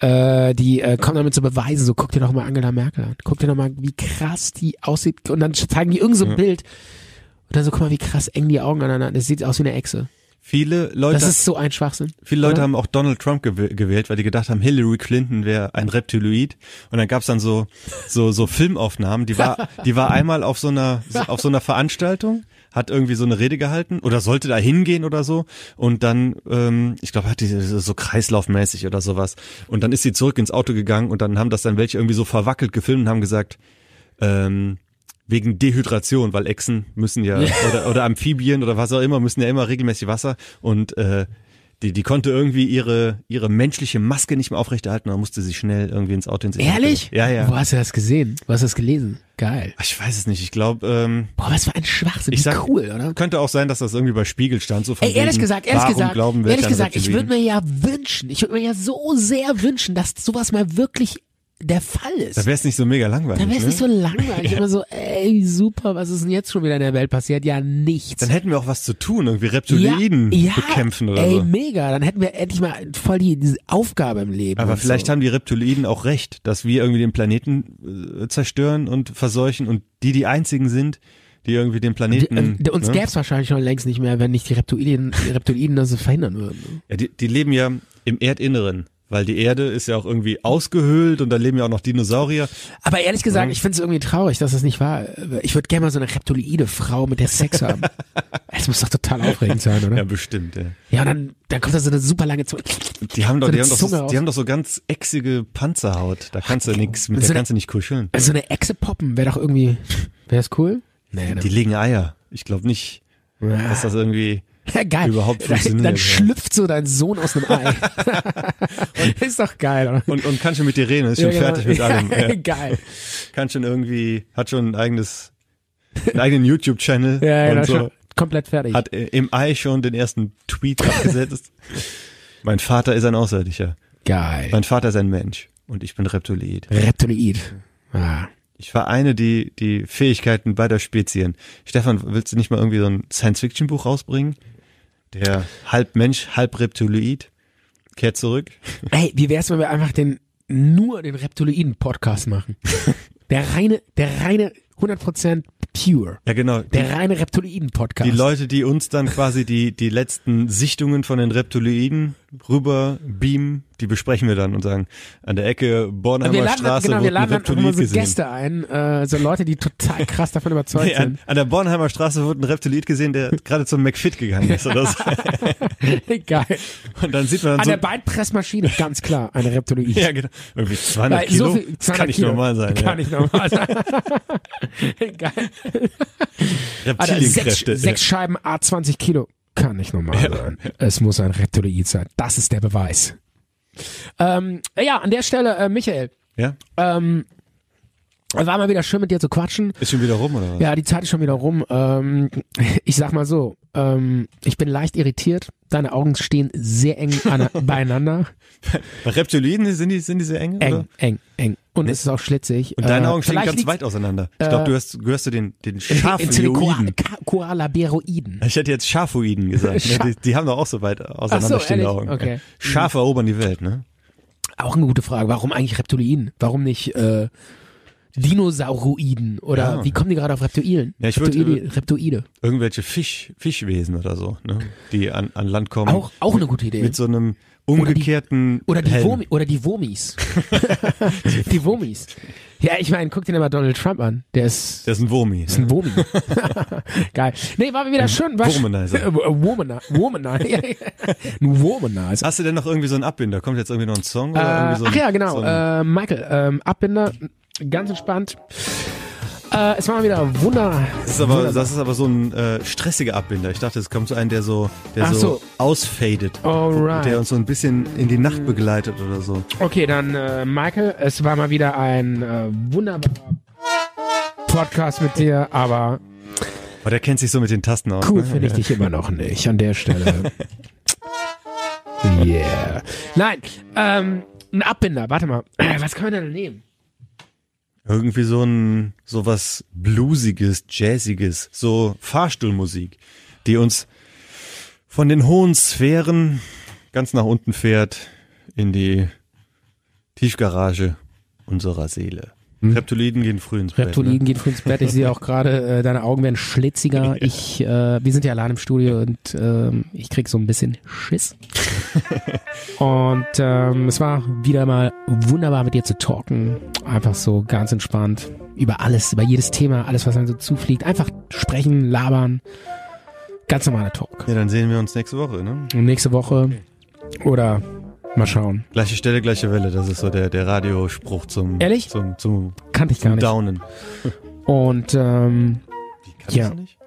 [SPEAKER 1] Äh, die äh, kommen damit zu beweisen, so guck dir doch mal Angela Merkel an, guck dir doch mal, wie krass die aussieht. Und dann zeigen die irgend so ein Bild. Und dann so, guck mal, wie krass eng die Augen aneinander. Das sieht aus wie eine Echse.
[SPEAKER 2] Viele Leute,
[SPEAKER 1] Das ist so ein Schwachsinn.
[SPEAKER 2] viele Leute
[SPEAKER 1] oder?
[SPEAKER 2] haben auch Donald Trump gew- gewählt, weil die gedacht haben, Hillary Clinton wäre ein Reptiloid. Und dann gab's dann so, so, so Filmaufnahmen. Die war, die war einmal auf so einer, auf so einer Veranstaltung, hat irgendwie so eine Rede gehalten oder sollte da hingehen oder so. Und dann, ähm, ich glaube, hat die so kreislaufmäßig oder sowas. Und dann ist sie zurück ins Auto gegangen und dann haben das dann welche irgendwie so verwackelt gefilmt und haben gesagt, ähm, wegen Dehydration, weil Echsen müssen ja, Oder, oder Amphibien oder was auch immer, müssen ja immer regelmäßig Wasser und äh, die, die konnte irgendwie ihre, ihre menschliche Maske nicht mehr aufrechterhalten, dann musste sie schnell irgendwie ins Auto ins
[SPEAKER 1] Ehrlich?
[SPEAKER 2] Ja, ja.
[SPEAKER 1] Wo hast du das gesehen? Wo hast du das gelesen? Geil.
[SPEAKER 2] Ich weiß es nicht, ich glaube, ähm,
[SPEAKER 1] Boah, was für ein Schwachsinn.
[SPEAKER 2] ich
[SPEAKER 1] Wie
[SPEAKER 2] sag,
[SPEAKER 1] cool, oder?
[SPEAKER 2] könnte auch sein, dass das irgendwie bei Spiegel stand, so von
[SPEAKER 1] Ey, ehrlich
[SPEAKER 2] wegen,
[SPEAKER 1] gesagt, ehrlich
[SPEAKER 2] warum
[SPEAKER 1] gesagt,
[SPEAKER 2] glauben wir
[SPEAKER 1] ehrlich
[SPEAKER 2] an
[SPEAKER 1] gesagt, ich würde
[SPEAKER 2] Reptilien?
[SPEAKER 1] mir ja wünschen, ich würde mir ja so sehr wünschen, dass sowas mal wirklich der Fall ist.
[SPEAKER 2] Da wäre es nicht so mega langweilig,
[SPEAKER 1] Dann wäre es
[SPEAKER 2] ne?
[SPEAKER 1] nicht so langweilig. Immer so, ey, super, was ist denn jetzt schon wieder in der Welt passiert? Ja, nichts.
[SPEAKER 2] dann hätten wir auch was zu tun, irgendwie Reptiloiden
[SPEAKER 1] ja,
[SPEAKER 2] bekämpfen oder
[SPEAKER 1] ey,
[SPEAKER 2] so.
[SPEAKER 1] mega. Dann hätten wir endlich mal voll die, diese Aufgabe im Leben.
[SPEAKER 2] Aber
[SPEAKER 1] und
[SPEAKER 2] vielleicht
[SPEAKER 1] so.
[SPEAKER 2] haben die Reptiloiden auch recht, dass wir irgendwie den Planeten äh, zerstören und verseuchen und die die einzigen sind, die irgendwie den Planeten.
[SPEAKER 1] Und, äh, uns
[SPEAKER 2] ne?
[SPEAKER 1] gäb's wahrscheinlich schon längst nicht mehr, wenn nicht die Reptilien, die Reptilien das so verhindern würden.
[SPEAKER 2] ja, die, die leben ja im Erdinneren, weil die Erde ist ja auch irgendwie ausgehöhlt und da leben ja auch noch Dinosaurier.
[SPEAKER 1] Aber ehrlich gesagt, ich find's irgendwie traurig, dass das nicht war. Ich würde gerne mal so eine reptiloide Frau mit der Sex haben. Das muss doch total aufregend sein, oder?
[SPEAKER 2] Ja, bestimmt. Ja.
[SPEAKER 1] Ja, und dann, dann kommt da so eine super lange Zunge.
[SPEAKER 2] Die haben doch,
[SPEAKER 1] So eine
[SPEAKER 2] die, haben doch
[SPEAKER 1] Zunge
[SPEAKER 2] so,
[SPEAKER 1] raus.
[SPEAKER 2] die haben doch so ganz exige Panzerhaut. Da kannst du nichts, mit
[SPEAKER 1] So
[SPEAKER 2] der
[SPEAKER 1] eine-
[SPEAKER 2] kannst du nicht kuscheln.
[SPEAKER 1] Also so eine Echse poppen, wäre doch irgendwie, wäre das cool? Nee,
[SPEAKER 2] Die legen Eier. Ich glaube nicht, dass das irgendwie.
[SPEAKER 1] ja, geil.
[SPEAKER 2] überhaupt
[SPEAKER 1] dann,
[SPEAKER 2] funktioniert,
[SPEAKER 1] dann
[SPEAKER 2] ja.
[SPEAKER 1] schlüpft so dein Sohn aus einem Ei. ist doch geil, oder?
[SPEAKER 2] Und, und kann schon mit dir reden, ist
[SPEAKER 1] Ja,
[SPEAKER 2] schon
[SPEAKER 1] genau.
[SPEAKER 2] fertig mit allem. Ja.
[SPEAKER 1] Geil.
[SPEAKER 2] kann schon irgendwie, hat schon ein eigenes, einen eigenen YouTube-Channel
[SPEAKER 1] Ja,
[SPEAKER 2] und
[SPEAKER 1] genau,
[SPEAKER 2] so.
[SPEAKER 1] schon komplett fertig.
[SPEAKER 2] Hat äh, im Ei schon den ersten Tweet abgesetzt. mein Vater ist ein Außerirdischer.
[SPEAKER 1] geil.
[SPEAKER 2] Mein Vater ist ein Mensch und ich bin Reptiloid.
[SPEAKER 1] Reptiloid. Ah.
[SPEAKER 2] Ich vereine die, die Fähigkeiten beider Spezien. Stefan, willst du nicht mal irgendwie so ein Science-Fiction-Buch rausbringen? Der halb Mensch, halb Reptiloid kehrt zurück.
[SPEAKER 1] Ey, wie wär's, wenn wir einfach den, nur den Reptiloiden-Podcast machen? der reine, der reine 100% pure.
[SPEAKER 2] Ja, genau. Die,
[SPEAKER 1] Der reine Reptiloiden-Podcast.
[SPEAKER 2] die Leute, die uns dann quasi die, die letzten Sichtungen von den Reptiloiden rüber beamen, die besprechen wir dann und sagen, an der Ecke
[SPEAKER 1] wir
[SPEAKER 2] Bornheimer
[SPEAKER 1] laden, dann-
[SPEAKER 2] Straße
[SPEAKER 1] genau, wir
[SPEAKER 2] wurde ein
[SPEAKER 1] laden dann auch immer
[SPEAKER 2] Reptilit
[SPEAKER 1] so
[SPEAKER 2] gesehen.
[SPEAKER 1] Gäste ein, äh, so Leute, die total krass davon überzeugt
[SPEAKER 2] Nee, an,
[SPEAKER 1] sind.
[SPEAKER 2] an der Bornheimer Straße wurde ein Reptilit gesehen, der gerade zum McFit gegangen ist oder so.
[SPEAKER 1] Geil.
[SPEAKER 2] Und dann sieht man dann
[SPEAKER 1] An
[SPEAKER 2] so,
[SPEAKER 1] der Beinpressmaschine, ganz klar, eine Reptiloid.
[SPEAKER 2] ja genau, irgendwie 200
[SPEAKER 1] Weil
[SPEAKER 2] Kilo,
[SPEAKER 1] so viel,
[SPEAKER 2] das
[SPEAKER 1] 200
[SPEAKER 2] kann nicht
[SPEAKER 1] Kilo.
[SPEAKER 2] normal sein.
[SPEAKER 1] Kann
[SPEAKER 2] ja.
[SPEAKER 1] nicht normal sein. Geil. Alter, Ah, sechs,
[SPEAKER 2] Reptilienkräfte.
[SPEAKER 1] sechs Scheiben A20 Kilo. Kann nicht normal sein. Es muss ein Reptiloid sein. Das ist der Beweis. Ähm, ja, an der Stelle, äh, Michael,
[SPEAKER 2] ja.
[SPEAKER 1] ähm, war mal wieder schön mit dir zu quatschen.
[SPEAKER 2] Ist schon wieder rum oder was?
[SPEAKER 1] Ja, die Zeit ist schon wieder rum. Ähm, ich sag mal so, ähm, ich bin leicht irritiert. Deine Augen stehen sehr eng an, beieinander.
[SPEAKER 2] Bei Reptiliden sind die, sind die sehr eng,
[SPEAKER 1] Eng,
[SPEAKER 2] oder?
[SPEAKER 1] eng, eng. Und es ist auch schlitzig.
[SPEAKER 2] Ne?
[SPEAKER 1] Äh,
[SPEAKER 2] Und deine Augen stehen
[SPEAKER 1] vielleicht
[SPEAKER 2] ganz
[SPEAKER 1] liegt's- Äh,
[SPEAKER 2] weit auseinander. Ich glaube, du hast, gehörst zu den, den Schafoiden.
[SPEAKER 1] Koalaberoiden.
[SPEAKER 2] Ich hätte jetzt Schafoiden gesagt. ne?
[SPEAKER 1] Scha-
[SPEAKER 2] die, die haben doch auch so weit auseinanderstehende
[SPEAKER 1] ehrlich?
[SPEAKER 2] Augen.
[SPEAKER 1] Okay. Hm.
[SPEAKER 2] Schafe erobern die Welt, ne?
[SPEAKER 1] Auch eine gute Frage. Warum eigentlich Reptiloiden? Warum nicht äh, Dinosauroiden? Oder
[SPEAKER 2] Ja.
[SPEAKER 1] wie kommen die gerade auf Reptilen?
[SPEAKER 2] Ja, ich würd- äh,
[SPEAKER 1] Reptoide. Reptoide.
[SPEAKER 2] Irgendwelche Fisch, Fischwesen oder so, ne? Die an, an Land kommen.
[SPEAKER 1] Auch, auch eine gute Idee.
[SPEAKER 2] um Mit so einem umgekehrten
[SPEAKER 1] Oder die,
[SPEAKER 2] Helm.
[SPEAKER 1] Womi oder die Womis. die Womis. Ja, ich meine, guck dir mal Donald Trump an. Der ist,
[SPEAKER 2] Das ist ein Womi.
[SPEAKER 1] ist ein Womi. Geil. Nee, war wieder schön. War sch-
[SPEAKER 2] Womanizer.
[SPEAKER 1] Äh, Womanizer. Womanizer. Ein Womanizer.
[SPEAKER 2] Hast du denn noch irgendwie so einen Abbinder? Kommt jetzt irgendwie noch ein Song?
[SPEAKER 1] Äh,
[SPEAKER 2] Oder irgendwie so ein,
[SPEAKER 1] ach ja, genau.
[SPEAKER 2] So ein,
[SPEAKER 1] äh, Michael, ähm, Abbinder, ganz entspannt. Äh, es war wieder Wunder.
[SPEAKER 2] das, ist aber, das ist aber so ein äh, stressiger Abbinder. Ich dachte, es kommt so ein, der so, der
[SPEAKER 1] Ach
[SPEAKER 2] so,
[SPEAKER 1] so.
[SPEAKER 2] ausfadet.
[SPEAKER 1] Alright.
[SPEAKER 2] Der uns so ein bisschen in die
[SPEAKER 1] Hm.
[SPEAKER 2] Nacht begleitet oder so.
[SPEAKER 1] Okay, dann äh, Michael, es war mal wieder ein äh, wunderbarer Podcast mit dir, aber
[SPEAKER 2] Aber der kennt sich so mit den Tasten aus.
[SPEAKER 1] cool
[SPEAKER 2] ne?
[SPEAKER 1] finde ich dich immer noch nicht an der Stelle. yeah. Nein, ähm, ein Abbinder, warte mal. Äh, Was kann man denn nehmen?
[SPEAKER 2] Irgendwie so ein so was bluesiges, jazziges, so Fahrstuhlmusik, die uns von den hohen Sphären ganz nach unten fährt in die Tiefgarage unserer Seele.
[SPEAKER 1] Hm?
[SPEAKER 2] Reptiliden gehen früh ins Bett. ne?
[SPEAKER 1] Reptilien geht früh ins Bett. Ich sehe auch gerade, äh, deine Augen werden schlitziger. Ich, äh, wir sind ja allein im Studio und ähm, ich krieg so ein bisschen Schiss. und ähm, es war wieder mal wunderbar mit dir zu talken. Einfach so ganz entspannt über alles, über jedes Thema, alles, was einem so zufliegt. Einfach sprechen, labern. Ganz normaler Talk.
[SPEAKER 2] Ne? Ja, dann sehen wir uns nächste Woche. Ne?
[SPEAKER 1] Und nächste Woche oder mal schauen.
[SPEAKER 2] Gleiche Stelle, gleiche Welle. Das ist so der, der Radiospruch zum
[SPEAKER 1] Ehrlich?
[SPEAKER 2] zum zum
[SPEAKER 1] Kannte ich gar nicht.
[SPEAKER 2] Downen.
[SPEAKER 1] Und ähm,
[SPEAKER 2] Die kannst
[SPEAKER 1] Ja.
[SPEAKER 2] du nicht?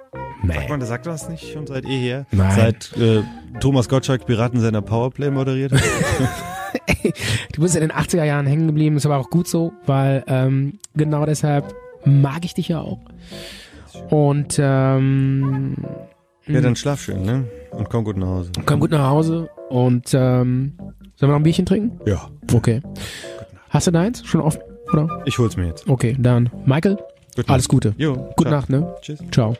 [SPEAKER 1] nee.
[SPEAKER 2] Sagt man, das sagt man das nicht schon seit eh her?
[SPEAKER 1] Nein.
[SPEAKER 2] Seit äh, Thomas Gottschalk Piraten seiner Powerplay moderiert hat?
[SPEAKER 1] Du bist in den 80er Jahren hängen geblieben, ist aber auch gut so, weil ähm, genau deshalb mag ich dich ja auch. Und ähm,
[SPEAKER 2] Ja, dann schlaf schön, ne? Und komm gut nach Hause.
[SPEAKER 1] komm gut nach Hause und ähm, sollen wir noch ein Bierchen trinken?
[SPEAKER 2] Ja.
[SPEAKER 1] Okay. Hast du deins? Schon offen? Oder?
[SPEAKER 2] Ich hol's mir jetzt.
[SPEAKER 1] Okay, dann Michael,
[SPEAKER 2] Gute
[SPEAKER 1] alles Gute.
[SPEAKER 2] ne? Jo.
[SPEAKER 1] Gute
[SPEAKER 2] ciao.
[SPEAKER 1] Nacht, ne?
[SPEAKER 2] Tschüss.
[SPEAKER 1] Ciao.